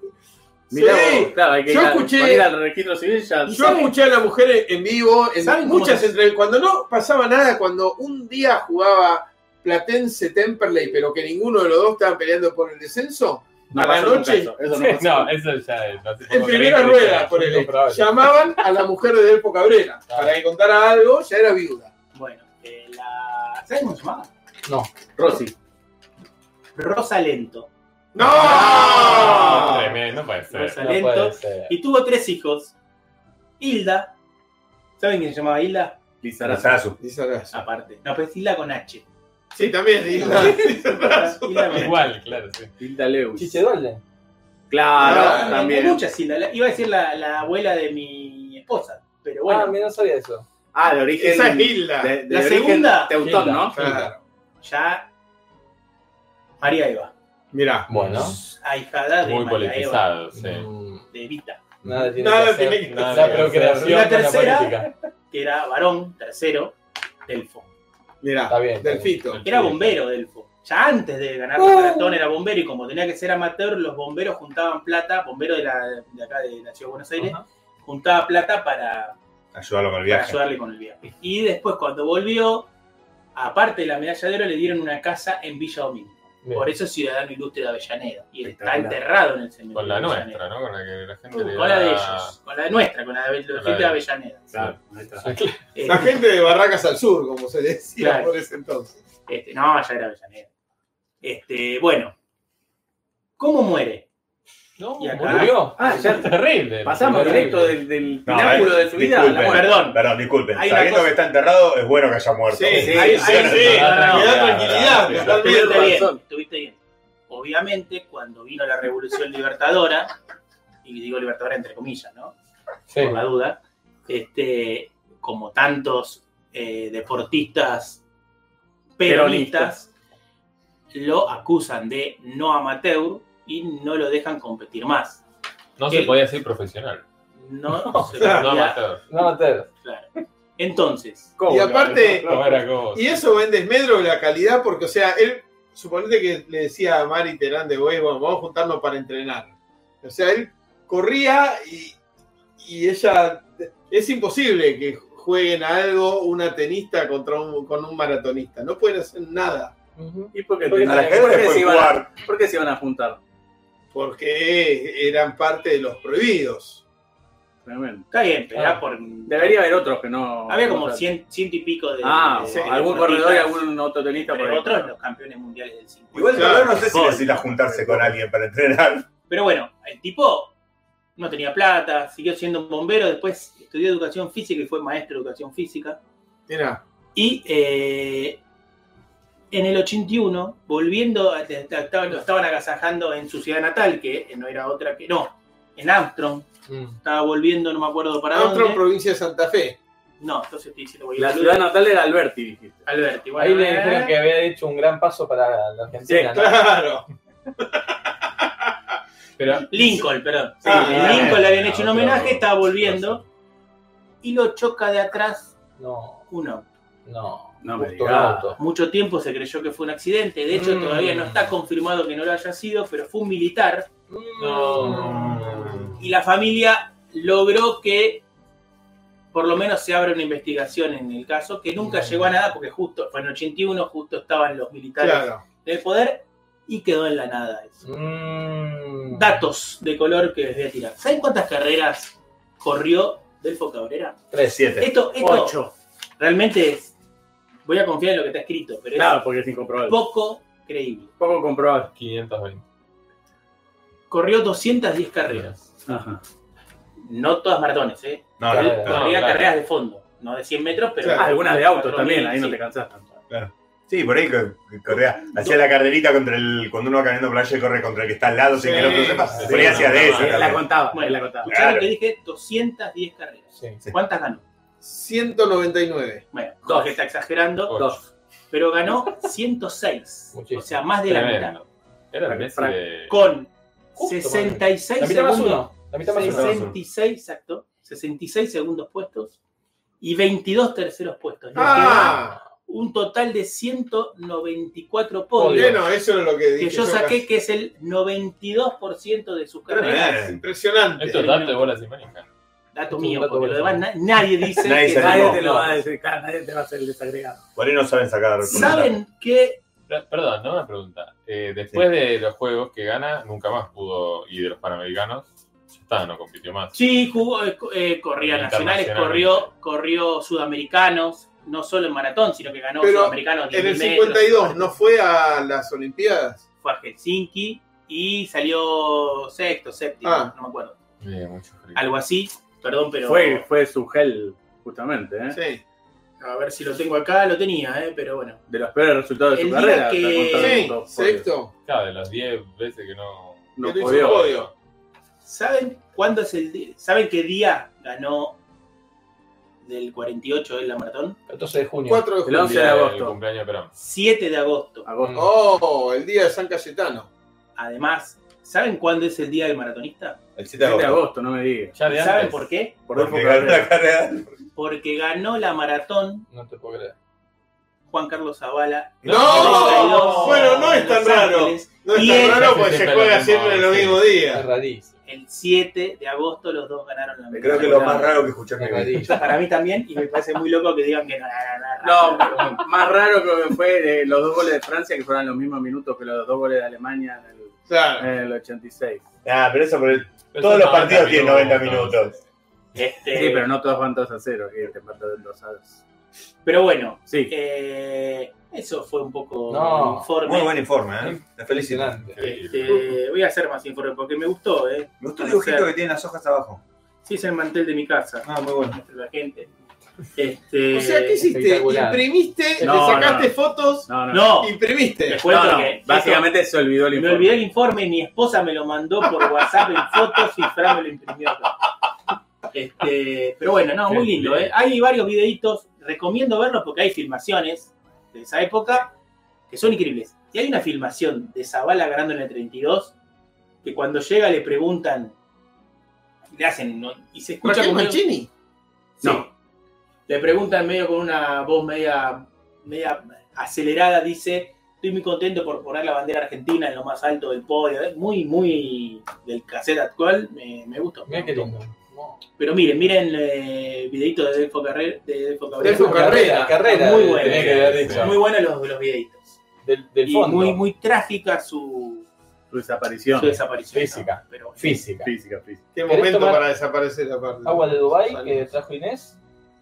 Speaker 6: Mirá
Speaker 5: Sí.
Speaker 6: vos, claro, hay que
Speaker 5: Yo
Speaker 6: ir al-
Speaker 5: escuché-
Speaker 6: para ir al registro civil ya.
Speaker 5: Yo escuché a la mujer en vivo, en
Speaker 2: ¿Saben cómo
Speaker 5: muchas
Speaker 2: se-
Speaker 5: entrevistas, cuando no pasaba nada, cuando un día jugaba Platense Temperley, pero que ninguno de los dos estaban peleando por el descenso,
Speaker 6: No
Speaker 5: a la
Speaker 6: pasó nunca
Speaker 5: noche,
Speaker 6: eso, eso no pasó.
Speaker 8: No, eso ya es. no sé
Speaker 5: en
Speaker 8: cómo
Speaker 5: primera
Speaker 8: creer que sea,
Speaker 5: rueda, por
Speaker 8: es
Speaker 5: el
Speaker 8: incomprobable.
Speaker 5: llamaban a la mujer de Delpo Cabrera para que contara algo, ya era viuda.
Speaker 2: Bueno, eh, la. ¿Sabes cómo se llamaba?
Speaker 6: Rosy.
Speaker 2: Rosa Lento.
Speaker 5: ¡No!
Speaker 8: Ah, Tremendo, no puede ser.
Speaker 2: Rosa
Speaker 4: No puede
Speaker 2: Lento.
Speaker 4: ser.
Speaker 2: Y tuvo tres hijos. Hilda. ¿Saben quién se llamaba Hilda?
Speaker 6: Lizarazo.
Speaker 5: Dice Horacio.
Speaker 2: Aparte. No, pero es Hilda con H.
Speaker 5: Sí, también dice dice Horacio.
Speaker 2: Hilda con H.
Speaker 8: Igual, claro, sí.
Speaker 6: Hilda Leus.
Speaker 4: Chichedolde.
Speaker 6: Claro,
Speaker 5: Ah,
Speaker 2: Hay
Speaker 6: también.
Speaker 2: muchas Hilda. La- Iba a decir la, la abuela de mi esposa. Pero bueno.
Speaker 4: Ah, mira, no sabía eso.
Speaker 6: Ah, de origen.
Speaker 5: Esa es Hilda.
Speaker 6: de- de
Speaker 2: La
Speaker 6: origen
Speaker 2: segunda.
Speaker 6: Teutón, ¿no?
Speaker 5: Claro.
Speaker 2: ya María Eva,
Speaker 5: Mirá.
Speaker 4: Bueno.
Speaker 2: ahijada de
Speaker 8: Muy
Speaker 2: María Eva,
Speaker 8: politizado, sí.
Speaker 4: Mm,
Speaker 2: de Vita,
Speaker 4: Nada tiene
Speaker 5: Nada
Speaker 4: que hacer.
Speaker 5: tiene que
Speaker 8: Nada
Speaker 4: La
Speaker 8: que
Speaker 4: procreación
Speaker 8: hacer.
Speaker 4: con
Speaker 2: La
Speaker 4: la
Speaker 2: tercera.
Speaker 4: política.
Speaker 2: que era varón, tercero, Delfo.
Speaker 5: Mirá.
Speaker 4: Está bien. está bien.
Speaker 5: Delfito.
Speaker 2: Era bombero Delfo. Ya antes de ganar el maratón era bombero y como tenía que ser amateur, los bomberos juntaban plata, bombero de, la, de acá de la Ciudad de Buenos Aires, juntaba plata para,
Speaker 3: Ayúdalo con el
Speaker 2: para
Speaker 3: viaje.
Speaker 2: ayudarle con el viaje. Y después cuando volvió, aparte de la medalla de oro, le dieron una casa en Villa Domingo.
Speaker 4: Bien.
Speaker 2: Por eso es ciudadano ilustre de Avellaneda. Y está
Speaker 6: Espectacular.
Speaker 2: enterrado en el cementerio.
Speaker 8: Con la
Speaker 2: de Avellaneda.
Speaker 8: nuestra, ¿no? Con la que la gente le
Speaker 2: Uh, Con la de
Speaker 8: da-
Speaker 2: ellos, con la de nuestra, con la de la
Speaker 8: la
Speaker 2: gente de
Speaker 8: de-
Speaker 2: Avellaneda.
Speaker 6: Claro, ahí está.
Speaker 2: Eh,
Speaker 5: La gente de Barracas al Sur, como se decía
Speaker 2: Claro.
Speaker 5: por ese entonces.
Speaker 2: este, no, ya era Avellaneda. Este, bueno, ¿cómo muere?
Speaker 8: No,
Speaker 2: Y acá-
Speaker 8: murió.
Speaker 6: Ah, ya
Speaker 8: Terrible.
Speaker 6: pasamos
Speaker 8: terrible.
Speaker 6: directo del, del
Speaker 3: No,
Speaker 6: pináculo
Speaker 3: eh,
Speaker 6: de su vida a
Speaker 3: disculpen.
Speaker 6: la muerte.
Speaker 2: Perdón,
Speaker 3: Perdón, disculpen.
Speaker 2: Hay una
Speaker 3: Sabiendo
Speaker 2: cosa-
Speaker 3: que está enterrado, es bueno que haya muerto.
Speaker 5: Sí,
Speaker 6: Sí,
Speaker 5: ahí
Speaker 6: sí,
Speaker 5: ahí
Speaker 6: sí,
Speaker 5: sí,
Speaker 6: no, no,
Speaker 5: me da
Speaker 3: no,
Speaker 5: tranquilidad,
Speaker 3: no,
Speaker 5: me da
Speaker 3: no, no,
Speaker 5: tranquilidad.
Speaker 2: Estuviste bien,
Speaker 6: razón.
Speaker 2: estuviste bien. Obviamente, cuando vino la Revolución Libertadora, y digo libertadora entre comillas, ¿no?
Speaker 4: Sí.
Speaker 2: Por la duda, este, como tantos eh, deportistas peronistas, lo acusan de no amateur y no lo dejan competir más.
Speaker 8: No se
Speaker 2: El-
Speaker 8: podía ser profesional.
Speaker 2: No, se
Speaker 8: No,
Speaker 2: podía-
Speaker 8: amateur.
Speaker 4: No, Mateo.
Speaker 2: claro. Entonces,
Speaker 6: ¿Cómo?
Speaker 5: Y aparte-
Speaker 8: No era como.
Speaker 5: Y eso va en desmedro de la calidad, porque, o sea, él, suponete que le decía a Mari Terán de Güey, bueno, vamos a juntarnos para entrenar. O sea, él corría y, y ella. Es imposible que jueguen a algo una tenista contra un, con un maratonista. No pueden hacer nada.
Speaker 4: Ujú.
Speaker 6: ¿Y por qué,
Speaker 4: Porque
Speaker 3: A la
Speaker 6: ¿por
Speaker 3: gente
Speaker 6: qué se
Speaker 3: fue
Speaker 6: iban a-
Speaker 3: jugar.
Speaker 6: ¿Por qué se iban a juntar?
Speaker 5: Porque eran parte de los prohibidos.
Speaker 6: Tremendo.
Speaker 2: Está bien, pero era
Speaker 4: Ah.
Speaker 2: por.
Speaker 6: Debería haber otros que no.
Speaker 2: Había como eh,
Speaker 6: no-
Speaker 2: cien- ciento y pico de.
Speaker 6: Ah,
Speaker 2: de-
Speaker 6: sí,
Speaker 2: de
Speaker 6: algún
Speaker 2: deportistas,
Speaker 6: corredor y algún otro tenista por
Speaker 2: Entre
Speaker 6: ahí.
Speaker 2: otros, los campeones mundiales del 50.
Speaker 3: Igual
Speaker 5: Claro.
Speaker 3: yo no sé si necesita juntarse con alguien para entrenar.
Speaker 2: Pero bueno, el tipo no tenía plata, siguió siendo un bombero, después estudió educación física y fue maestro de educación física.
Speaker 5: Mira,
Speaker 2: Y eh, en el 81, volviendo, a- te- te- estaban- lo estaban agasajando en su ciudad natal, que no era otra que. No, en Armstrong.
Speaker 8: Mm.
Speaker 2: Estaba volviendo, no me acuerdo para
Speaker 5: otra
Speaker 2: dónde.
Speaker 5: provincia de Santa Fe.
Speaker 2: No, entonces estoy diciendo.
Speaker 6: La ciudad natal era Alberti, dijiste.
Speaker 2: Alberti, bueno,
Speaker 4: Ahí le
Speaker 2: eh,
Speaker 4: dijeron que había hecho un gran paso para la Argentina. ¿no?
Speaker 5: Claro.
Speaker 8: Pero
Speaker 2: Lincoln, perdón.
Speaker 5: Sí,
Speaker 2: Ah,
Speaker 5: bien.
Speaker 2: Lincoln le habían hecho un
Speaker 8: Ah,
Speaker 2: homenaje,
Speaker 8: pero-
Speaker 2: estaba volviendo y lo choca de atrás
Speaker 4: No,
Speaker 2: uno.
Speaker 4: no.
Speaker 6: No me
Speaker 4: Justo un
Speaker 6: digas.
Speaker 4: auto.
Speaker 2: Mucho tiempo se creyó que fue un accidente, de hecho
Speaker 4: Mm.
Speaker 2: todavía no está confirmado que no lo haya sido, pero fue un militar
Speaker 4: No.
Speaker 2: y la familia logró que por lo menos se abra una investigación en el caso, que nunca
Speaker 4: Mm.
Speaker 2: llegó a nada porque justo fue en 81, justo estaban los militares
Speaker 5: Claro.
Speaker 2: del poder y quedó en la nada eso.
Speaker 4: Mm.
Speaker 2: datos de color que les voy a tirar. ¿Saben cuántas carreras corrió Delfo Cabrera?
Speaker 4: Tres.
Speaker 3: Siete.
Speaker 2: Esto, esto
Speaker 6: Ocho.
Speaker 2: realmente es. Voy a confiar en lo que está escrito, pero es
Speaker 6: Claro, porque es incomprobable.
Speaker 2: poco creíble.
Speaker 6: Poco comprobable.
Speaker 8: 520.
Speaker 2: Corrió 210 carreras.
Speaker 6: Ajá.
Speaker 2: No todas maratones, ¿eh?
Speaker 3: No,
Speaker 4: Claro.
Speaker 3: no.
Speaker 8: No,
Speaker 2: Corría
Speaker 8: claro.
Speaker 2: carreras de fondo, no de 100 metros, pero.
Speaker 5: Claro.
Speaker 6: Ah, algunas de autos también,
Speaker 2: 4.000,
Speaker 6: ahí no
Speaker 2: sí.
Speaker 6: te cansás tanto.
Speaker 3: Sí, por ahí que- que corría. Hacía la carrerita contra el. Cuando uno va caminando por la calle, corre contra el que está al lado sin que el otro
Speaker 5: Sí.
Speaker 3: sepa.
Speaker 8: Sí,
Speaker 3: Por ahí
Speaker 8: no,
Speaker 3: hacia
Speaker 8: no,
Speaker 3: de
Speaker 8: no,
Speaker 3: eso.
Speaker 6: Ahí
Speaker 8: no,
Speaker 6: la
Speaker 3: también.
Speaker 6: contaba,
Speaker 2: Bueno.
Speaker 6: ahí la contaba.
Speaker 2: ¿Escucharon
Speaker 3: Claro.
Speaker 2: que dije? 210 carreras.
Speaker 4: Sí.
Speaker 2: ¿Cuántas ganó?
Speaker 5: 199.
Speaker 2: Bueno, Jorge está exagerando,
Speaker 6: Dos.
Speaker 2: pero ganó 106.
Speaker 4: Muchísimo.
Speaker 2: O sea, más de la mitad.
Speaker 8: Tremendo. Era el
Speaker 6: Frank-
Speaker 8: Messi
Speaker 6: Frank-
Speaker 8: de.
Speaker 2: Con
Speaker 4: Justo,
Speaker 2: 66
Speaker 4: La mitad más
Speaker 2: segundos.
Speaker 4: uno. La mitad más uno.
Speaker 2: 66, exacto, 66 segundos puestos y 22 terceros puestos. Nos
Speaker 5: Ah,
Speaker 2: queda un total de 194
Speaker 4: Podio.
Speaker 2: podios
Speaker 5: bueno, eso era lo que dije.
Speaker 2: que yo saqué que es el 92% de sus carreras.
Speaker 5: Es Impresionante.
Speaker 8: Esto es dato de bolas y manija.
Speaker 2: Dato
Speaker 4: un
Speaker 2: mío,
Speaker 4: dato
Speaker 2: porque lo
Speaker 4: bueno.
Speaker 2: demás na- nadie dice
Speaker 3: Nadie
Speaker 2: que
Speaker 3: se
Speaker 6: Nadie
Speaker 3: animó.
Speaker 6: te lo va a decir, claro, nadie te va a hacer el desagregado.
Speaker 3: Por ahí no saben sacar.
Speaker 2: saben que
Speaker 8: Pero, Perdón, no una pregunta. Eh, después de los juegos que gana, nunca más pudo y de los Panamericanos. Ya está, no compitió más.
Speaker 2: sí jugó, eh, co- eh, corría nacionales, corrió, corrió sudamericanos, no solo en maratón, sino que ganó
Speaker 5: Pero
Speaker 2: sudamericanos
Speaker 5: En el
Speaker 2: 10.000 metros,
Speaker 5: 52 no fue a las Olimpiadas.
Speaker 2: fue a Helsinki y salió sexto, séptimo,
Speaker 5: Ah.
Speaker 2: no me acuerdo.
Speaker 8: Eh, mucho frío.
Speaker 2: algo así. Perdón, pero
Speaker 6: Fue, fue su gel, justamente, ¿eh?
Speaker 5: Sí.
Speaker 2: a ver si lo tengo acá, lo tenía, eh, pero bueno.
Speaker 6: De los peores resultados de
Speaker 2: El
Speaker 6: su
Speaker 2: día
Speaker 6: carrera.
Speaker 2: que-
Speaker 6: está contado en
Speaker 5: Sí,
Speaker 6: dos podios.
Speaker 5: sexto.
Speaker 8: Claro, de las 10 veces que no.
Speaker 6: No
Speaker 5: Pero hizo
Speaker 6: podió.
Speaker 5: un podio.
Speaker 2: ¿Saben cuándo es el día? ¿Saben qué día ganó del 48 en la maratón?
Speaker 4: 14 de junio.
Speaker 5: 4 de
Speaker 6: El
Speaker 5: julio.
Speaker 8: El
Speaker 6: 11
Speaker 8: día
Speaker 6: de
Speaker 8: del
Speaker 6: agosto.
Speaker 8: cumpleaños de Perón. Mm.
Speaker 2: 7 de agosto.
Speaker 6: Agosto.
Speaker 5: Oh, el día de San Cayetano.
Speaker 2: Además, ¿saben cuándo es el día del maratonista?
Speaker 3: El 7 de
Speaker 6: 7 de
Speaker 3: agosto.
Speaker 6: agosto, no me digas.
Speaker 8: Ya de
Speaker 2: ¿Saben
Speaker 8: antes.
Speaker 2: por qué?
Speaker 6: Por
Speaker 3: Porque
Speaker 6: Dolfo
Speaker 3: ganó la
Speaker 6: Cabrera.
Speaker 3: carrera.
Speaker 2: Porque ganó la maratón
Speaker 4: No te puedo creer.
Speaker 2: Juan Carlos Zavala.
Speaker 5: ¡No!
Speaker 2: ¡No!
Speaker 5: ¡Oh! Bueno, no es tan raro. No
Speaker 2: Y
Speaker 5: es
Speaker 2: él-
Speaker 5: tan raro porque se
Speaker 8: Siempre
Speaker 5: juega
Speaker 8: lo
Speaker 5: siempre en
Speaker 8: mismo,
Speaker 5: el
Speaker 8: sí.
Speaker 5: mismo
Speaker 4: Es
Speaker 5: día.
Speaker 4: rarísimo.
Speaker 2: El 7 de agosto los dos ganaron la maratón.
Speaker 3: Creo que lo más raro que escuché en mi
Speaker 4: Es
Speaker 3: vida.
Speaker 4: rarísimo.
Speaker 2: Para mí también, y me parece muy loco que digan que no. no, no,
Speaker 6: No, más raro creo que fue eh, los dos goles de Francia, que fueron los mismos minutos que los dos goles de Alemania en el,
Speaker 5: Claro.
Speaker 6: en el 86. Sí,
Speaker 3: Ah, pero eso por el.
Speaker 8: Pero
Speaker 3: Todos
Speaker 8: son
Speaker 3: los partidos tienen 90 minutos.
Speaker 2: Este,
Speaker 6: pero
Speaker 2: pero,
Speaker 6: no todos van 2 a 0. que te empató el 2 a 2.
Speaker 2: bueno,
Speaker 6: Sí,
Speaker 2: eh, eso fue un poco
Speaker 4: No,
Speaker 2: el informe.
Speaker 3: Muy buen informe, ¿eh? Te felicito.
Speaker 4: Impresionante.
Speaker 2: Este, voy a hacer más informe porque me gustó, ¿eh?
Speaker 3: Me gustó el dibujito que tiene las hojas abajo.
Speaker 2: Sí, es el mantel de mi casa.
Speaker 3: Ah, muy bueno.
Speaker 2: entre La gente. Este,
Speaker 5: O sea, ¿qué hiciste?
Speaker 4: espectacular.
Speaker 5: Imprimiste,
Speaker 6: No,
Speaker 5: le
Speaker 6: no,
Speaker 5: sacaste
Speaker 6: no.
Speaker 5: fotos,
Speaker 6: no, no.
Speaker 2: No,
Speaker 5: imprimiste.
Speaker 2: les cuento
Speaker 6: No, no,
Speaker 2: que
Speaker 6: Básicamente se olvidó el
Speaker 2: eso- me
Speaker 6: informe.
Speaker 2: olvidé el informe y mi esposa me lo mandó por WhatsApp en fotos y Fran me lo imprimió. acá. Este, pero bueno, no, muy lindo, ¿eh? Hay varios videitos, recomiendo verlos porque hay filmaciones de esa época que son increíbles. Y hay una filmación de Zavala ganando en el 32 que cuando llega le preguntan, le hacen, ¿no? y se escucha
Speaker 5: Raquel
Speaker 2: como...
Speaker 5: Mancini.
Speaker 2: Sí. Le preguntan medio con una voz media, media acelerada, dice, estoy muy contento por poner la bandera argentina en lo más alto del podio. Es Muy, muy del cassette actual, me, me gustó.
Speaker 4: Mira qué lindo.
Speaker 2: Pero miren, miren eh, videitos de Delfo Carrera. De Delfo Cabrera.
Speaker 5: Delfo Carrera.
Speaker 4: Carrera.
Speaker 2: Muy bueno.
Speaker 4: tenés que haber dicho.
Speaker 2: Muy buenos los, los videitos.
Speaker 4: Del, del
Speaker 2: Y
Speaker 4: fondo.
Speaker 2: muy, muy trágica su,
Speaker 6: su desaparición.
Speaker 2: su desaparición.
Speaker 8: Física.
Speaker 2: ¿no? Pero,
Speaker 4: Física.
Speaker 6: Física, física.
Speaker 5: Qué
Speaker 4: ¿Querés
Speaker 5: momento
Speaker 4: tomar
Speaker 5: para desaparecer aparte.
Speaker 4: Agua de Dubai
Speaker 5: Sale.
Speaker 4: que trajo Inés.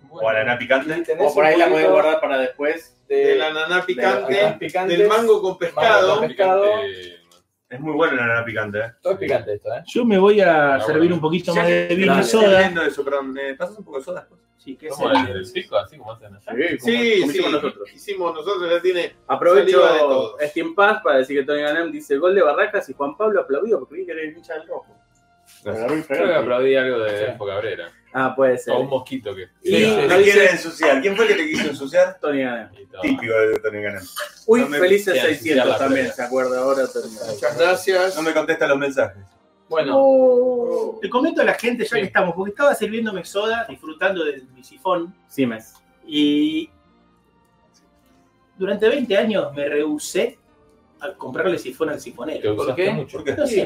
Speaker 3: O a la nana
Speaker 4: Y
Speaker 3: picante.
Speaker 4: tenés
Speaker 6: O por ahí
Speaker 4: un
Speaker 6: la podés
Speaker 4: poquito
Speaker 6: guardar para después.
Speaker 4: de,
Speaker 5: De la naná
Speaker 4: nanas
Speaker 5: picante,
Speaker 4: picantes.
Speaker 5: del mango con pescado.
Speaker 4: con Pescado.
Speaker 8: Picante,
Speaker 3: Es muy buena la nana picante, ¿eh?
Speaker 4: Todo es picante esto, ¿eh?
Speaker 2: Yo me voy a
Speaker 8: Ah,
Speaker 2: servir
Speaker 8: bueno.
Speaker 2: un poquito
Speaker 3: Ya
Speaker 2: más
Speaker 3: que
Speaker 2: de
Speaker 3: estoy
Speaker 2: vino y soda.
Speaker 3: leyendo eso, perdón, ¿me pasas un poco de soda después?
Speaker 2: Sí, que es
Speaker 8: ¿Cómo
Speaker 2: el-
Speaker 8: el del pico? Así como hacen allá.
Speaker 6: Sí,
Speaker 5: Sí,
Speaker 6: como- como
Speaker 5: sí.
Speaker 6: hicimos nosotros.
Speaker 5: Hicimos nosotros, ya tiene. Saliva de
Speaker 6: Aprovecho
Speaker 5: todos.
Speaker 6: Steam Pass para decir que Tony Ganem dice gol de Barracas y Juan Pablo aplaudido porque vi que era el hincha del rojo. Lo agarró
Speaker 8: Creo que
Speaker 6: infragante.
Speaker 8: aplaudí algo de
Speaker 4: Sí.
Speaker 8: Elfo Cabrera.
Speaker 6: Ah, puede ser.
Speaker 8: O
Speaker 2: Oh.
Speaker 8: un mosquito que.
Speaker 6: Y-
Speaker 8: Sí,
Speaker 3: No
Speaker 6: dice-
Speaker 3: quiere ensuciar. ¿Quién fue el que te quiso ensuciar?
Speaker 6: Tony Ganem.
Speaker 8: y todo.
Speaker 3: Típico de Tony Ganem.
Speaker 6: Uy,
Speaker 3: No me-
Speaker 6: felices
Speaker 8: Bien,
Speaker 6: 600
Speaker 8: ya la
Speaker 6: también,
Speaker 8: previa.
Speaker 6: se acuerda ahora. Tony Ganem.
Speaker 5: Muchas gracias.
Speaker 3: No me contesta los mensajes.
Speaker 4: Bueno,
Speaker 2: Te comento a la gente ya
Speaker 4: Sí.
Speaker 2: que estamos, porque estaba sirviéndome soda, disfrutando de mi sifón,
Speaker 6: Simes.
Speaker 2: y durante 20 años me rehusé a comprarle sifón al
Speaker 8: Te
Speaker 2: sifonero.
Speaker 8: usaste
Speaker 4: ¿Por qué?
Speaker 8: mucho.
Speaker 3: ¿Por qué?
Speaker 2: No sé,
Speaker 6: Sí,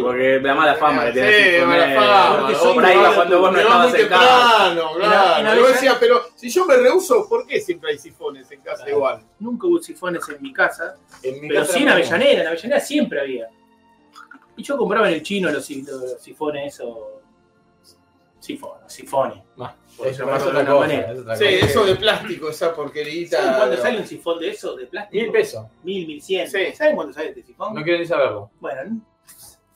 Speaker 6: porque la mala fama que tiene.
Speaker 5: Sí,
Speaker 6: Sinfonera.
Speaker 5: mala fama.
Speaker 6: Porque
Speaker 5: Vos
Speaker 6: soy por ahí
Speaker 5: no-
Speaker 6: cuando vos no
Speaker 5: llegás
Speaker 6: estabas
Speaker 5: muy
Speaker 6: en casa.
Speaker 5: temprano,
Speaker 2: En-
Speaker 5: claro.
Speaker 2: en la
Speaker 5: Yo
Speaker 2: vez-
Speaker 5: decía, pero si yo me rehuso, ¿por qué siempre hay sifones en casa
Speaker 4: Claro.
Speaker 5: igual?
Speaker 2: Nunca hubo sifones en mi casa,
Speaker 4: en mi
Speaker 2: pero
Speaker 4: casa
Speaker 2: sí en
Speaker 4: era-
Speaker 2: Avellaneda, en Avellaneda siempre había. Y yo compraba en el chino los, si- los sifones o sifones, sifones.
Speaker 4: Más.
Speaker 2: por
Speaker 4: Es
Speaker 2: llamarlo
Speaker 4: más
Speaker 2: de
Speaker 4: otra
Speaker 2: una
Speaker 4: cosa,
Speaker 2: manera.
Speaker 4: es otra
Speaker 5: Sí,
Speaker 4: cosa.
Speaker 5: eso de plástico, esa porquerita.
Speaker 2: ¿Saben cuánto sale un sifón de eso, de plástico?
Speaker 4: Mil pesos.
Speaker 2: Mil, mil cien.
Speaker 5: Sí.
Speaker 2: ¿Saben cuánto sale este sifón?
Speaker 4: No quiero ni saberlo.
Speaker 2: Bueno,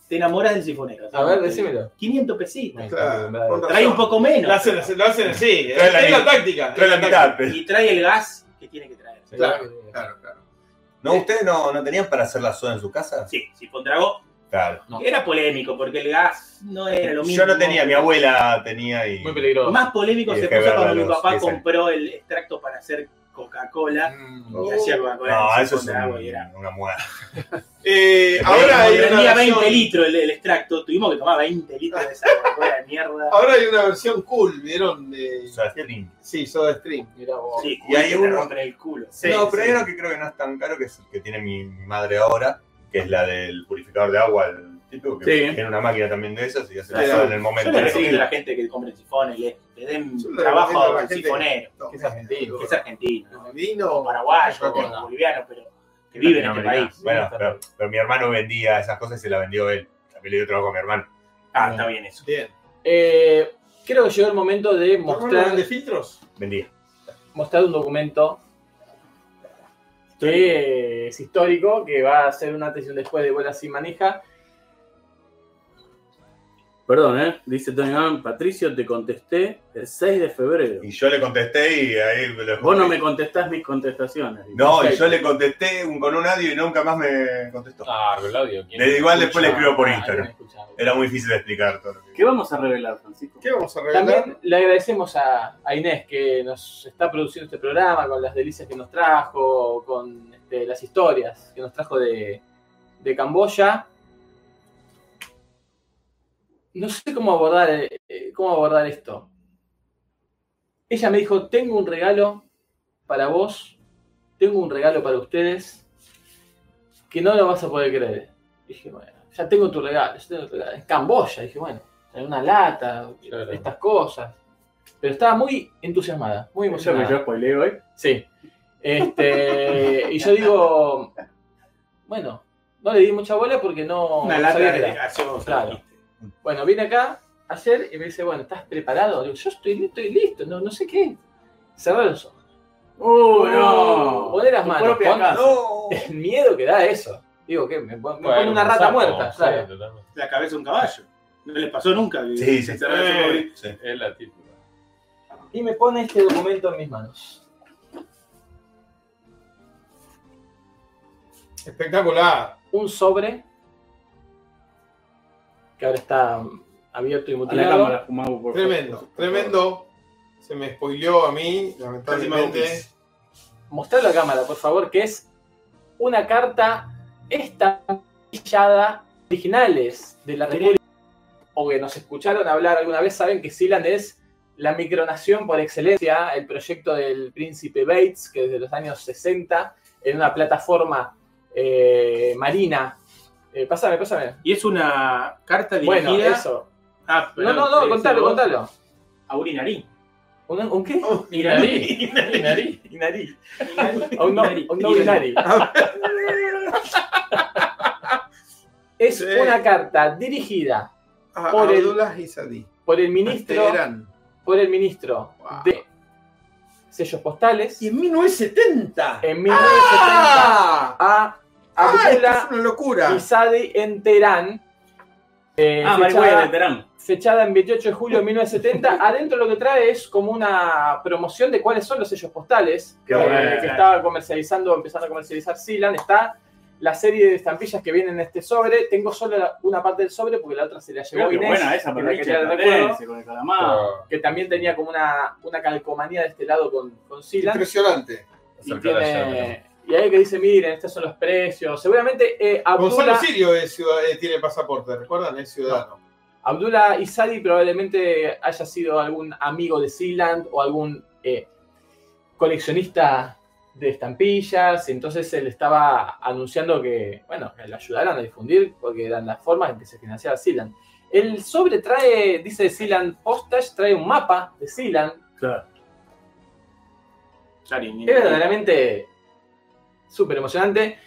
Speaker 2: te enamoras del sifonero.
Speaker 4: A ver, decímelo.
Speaker 2: 500 pesitos.
Speaker 5: Claro, con razón.
Speaker 2: Trae un poco menos.
Speaker 5: Lo hacen, lo hacen así.
Speaker 3: Trae la
Speaker 5: es
Speaker 3: mi-
Speaker 5: la táctica.
Speaker 3: Trae la
Speaker 5: es táctica.
Speaker 3: mitad. pe.
Speaker 2: Y trae el gas que tiene que traer.
Speaker 5: Claro, claro, claro.
Speaker 3: ¿No? ¿Ustedes no, no tenían para hacer la soda en su casa?
Speaker 2: Sí, sifón Drago.
Speaker 3: Claro.
Speaker 4: No.
Speaker 2: Era polémico porque el gas no era lo mismo.
Speaker 3: Yo no tenía, mi abuela tenía y.
Speaker 4: Muy peligroso.
Speaker 2: Más polémico
Speaker 3: Y
Speaker 2: se
Speaker 3: dejé
Speaker 2: puso
Speaker 3: verla a
Speaker 2: cuando mi
Speaker 3: los
Speaker 2: papá
Speaker 3: 10 años.
Speaker 2: compró el extracto para hacer Coca-Cola.
Speaker 5: Uh,
Speaker 4: Mm.
Speaker 2: Y hacía Coca-Cola.
Speaker 3: No,
Speaker 2: en
Speaker 3: eso es
Speaker 2: sifón Drago y era-
Speaker 3: un- una muerte.
Speaker 5: Eh,
Speaker 3: Pero
Speaker 5: ahora, hay una
Speaker 2: Tenía 20
Speaker 5: versión-
Speaker 2: litros el, el extracto. Tuvimos que tomar 20 litros de esa Coca-Cola de mierda.
Speaker 5: ahora hay una versión cool, ¿vieron? De,
Speaker 3: Soda stream.
Speaker 5: sí, Soda Stream.
Speaker 4: Mirá vos.
Speaker 2: Sí,
Speaker 3: Y hay
Speaker 2: que te
Speaker 3: uno-
Speaker 2: rompen el culo.
Speaker 5: Sí,
Speaker 3: no, pero
Speaker 5: sí.
Speaker 3: hay uno que creo que no es tan caro, que es el que tiene mi, mi madre ahora, que es la del purificador de agua, el típico, que
Speaker 6: Sí.
Speaker 3: tiene una máquina también de esas y hace la
Speaker 5: Claro.
Speaker 3: soda en el
Speaker 2: Yo
Speaker 3: momento.
Speaker 2: le
Speaker 3: Pero
Speaker 2: recomiendo a la gente que compre sifones, le, le
Speaker 5: Yo
Speaker 2: den
Speaker 5: le recomiendo a
Speaker 2: trabajo
Speaker 5: la
Speaker 2: al
Speaker 5: gente-
Speaker 2: sifonero,
Speaker 5: No,
Speaker 4: Que es argentino.
Speaker 2: que es argentino, ¿no?
Speaker 5: Argentino,
Speaker 2: o paraguayo,
Speaker 5: Coca-Cola.
Speaker 2: o boliviano, pero que vive en este
Speaker 6: Latinoamericano.
Speaker 2: país.
Speaker 3: Bueno, pero, pero mi hermano vendía esas cosas y se las vendió él. También le dio trabajo a mi hermano.
Speaker 2: Ah, está bien eso.
Speaker 5: Bien.
Speaker 4: Eh, creo que llegó el momento de mostrar,
Speaker 5: ¿Mostraron de filtros?
Speaker 3: Vendía.
Speaker 4: mostrar un documento que es histórico, que va a ser una tesis después de Bola sin manija.
Speaker 6: Perdón, ¿eh? Dice Tony Ganem, Patricio, te contesté el 6 de febrero.
Speaker 3: Y yo le contesté y ahí me lo
Speaker 6: Vos no me contestás mis contestaciones.
Speaker 3: No, y
Speaker 6: Perfecto.
Speaker 3: yo le contesté un- con un audio y nunca más me contestó.
Speaker 8: Ah, Claudio. ¿quién?
Speaker 3: Le- igual después le escribo por
Speaker 4: Ah,
Speaker 3: Instagram.
Speaker 4: alguien escuchaba.
Speaker 3: Era muy difícil de explicar todo. lo que-
Speaker 6: ¿Qué vamos a revelar, Francisco?
Speaker 5: ¿Qué vamos a regalar?
Speaker 4: También le agradecemos a, a Inés que nos está produciendo este programa con las delicias que nos trajo, con este, las historias que nos trajo de, de Camboya. No sé cómo abordar, eh, cómo abordar esto. Ella me dijo, tengo un regalo para vos, tengo un regalo para ustedes, que no lo vas a poder creer. Dije, bueno, ya tengo tu regalo, ya tengo tu regalo. Es Camboya, dije, bueno, una lata,
Speaker 8: Claro.
Speaker 4: estas cosas. Pero estaba muy entusiasmada, muy
Speaker 6: Eso que yo
Speaker 4: emocionada.
Speaker 6: spoileé Ah, hoy.
Speaker 4: Sí. Este, y yo digo, bueno, no le di mucha bola porque no...
Speaker 2: Una
Speaker 4: no
Speaker 2: lata
Speaker 4: sabía qué
Speaker 2: de
Speaker 4: era.
Speaker 2: gaseosa.
Speaker 4: Claro. Bueno, vine acá ayer y me dice, bueno, ¿estás preparado? Digo, yo estoy, li- estoy listo, no, no sé qué. Cerrar los ojos.
Speaker 6: ¡Uh,
Speaker 4: Oh, no! Poné las
Speaker 6: Tu
Speaker 4: manos,
Speaker 6: propia
Speaker 4: pon-
Speaker 6: casa.
Speaker 3: No.
Speaker 4: El miedo que da eso. Digo, ¿qué? Me, pon- me
Speaker 8: Bueno,
Speaker 4: pone una
Speaker 8: un
Speaker 4: rata
Speaker 8: sapo,
Speaker 4: muerta,
Speaker 8: sí,
Speaker 4: claro.
Speaker 8: totalmente.
Speaker 2: La cabeza de un caballo. No les pasó nunca. que-
Speaker 3: Sí, sí.
Speaker 2: se cerraron los ojos.
Speaker 3: Sí.
Speaker 8: Es la típica.
Speaker 4: Y me pone este documento en mis manos.
Speaker 5: Espectacular.
Speaker 4: Un sobre que ahora está abierto y
Speaker 6: A la
Speaker 4: mutilado.
Speaker 6: cámara, fumado por
Speaker 5: Tremendo, tremendo. Se me spoileó a mí, lamentablemente.
Speaker 4: Mostrar la cámara, por favor, que es una carta estampillada originales de la República. O que nos escucharon hablar alguna vez, saben que Sealand es la micronación por excelencia, el proyecto del príncipe Bates, que desde los años 60, en una plataforma eh, marina. Eh, pásame, pásame.
Speaker 2: Y es una carta dirigida.
Speaker 4: Bueno, eso.
Speaker 2: Ah,
Speaker 4: No, no, no, contalo, contalo.
Speaker 2: A Urinarín.
Speaker 4: ¿Un, un qué?
Speaker 8: Inari. Inari.
Speaker 4: Inari. A un no, a un no binari. Es
Speaker 5: Sí.
Speaker 4: una carta dirigida
Speaker 5: A,
Speaker 4: Por el-
Speaker 5: Ah, Abdullah Este Izzadi.
Speaker 4: por el
Speaker 5: A
Speaker 4: ministro,
Speaker 5: Teherán.
Speaker 4: por el ministro
Speaker 5: Wow.
Speaker 4: de sellos postales
Speaker 5: Y en 1970.
Speaker 4: en 1970
Speaker 5: ¡Ah!
Speaker 4: a
Speaker 5: Ah, esto
Speaker 4: Abdullah
Speaker 5: es una locura.
Speaker 4: Izadi en Teherán. eh,
Speaker 6: Ah,
Speaker 4: fechada-
Speaker 6: Marigüey de Terán.
Speaker 4: fechada en 28 de julio de 1970. Adentro lo que trae es como una promoción de cuáles son los sellos postales
Speaker 6: Qué
Speaker 4: eh,
Speaker 6: bueno.
Speaker 4: que estaba comercializando, empezando a comercializar Silan. Está la serie de estampillas que vienen en este sobre. Tengo solo la- una parte del sobre porque la otra se la llevó
Speaker 6: Creo que
Speaker 4: Inés.
Speaker 6: buena eh. esa
Speaker 4: que no
Speaker 6: para la
Speaker 4: quería
Speaker 6: chica
Speaker 4: el recuerdo,
Speaker 6: platense, con el calamar.
Speaker 8: Pero
Speaker 4: que también tenía como una, una calcomanía de este lado con, con Silan.
Speaker 5: Impresionante.
Speaker 4: Y,
Speaker 8: acercar allá,
Speaker 4: tiene- y ahí que dice, miren, estos son los precios. Seguramente eh,
Speaker 5: Gonzalo
Speaker 4: Abdullah,
Speaker 5: Sirio es ciudad- eh, tiene pasaporte, ¿recuerdan? Es ciudadano.
Speaker 4: Abdullah Izadi probablemente haya sido algún amigo de Sealand o algún eh, coleccionista de estampillas. Entonces él estaba anunciando que, bueno, que lo ayudaran a difundir porque eran las formas en que se financiaba Sealand. El sobre trae, dice Sealand Postage, trae un mapa de Sealand.
Speaker 2: Clarín,
Speaker 4: Es verdaderamente súper emocionante.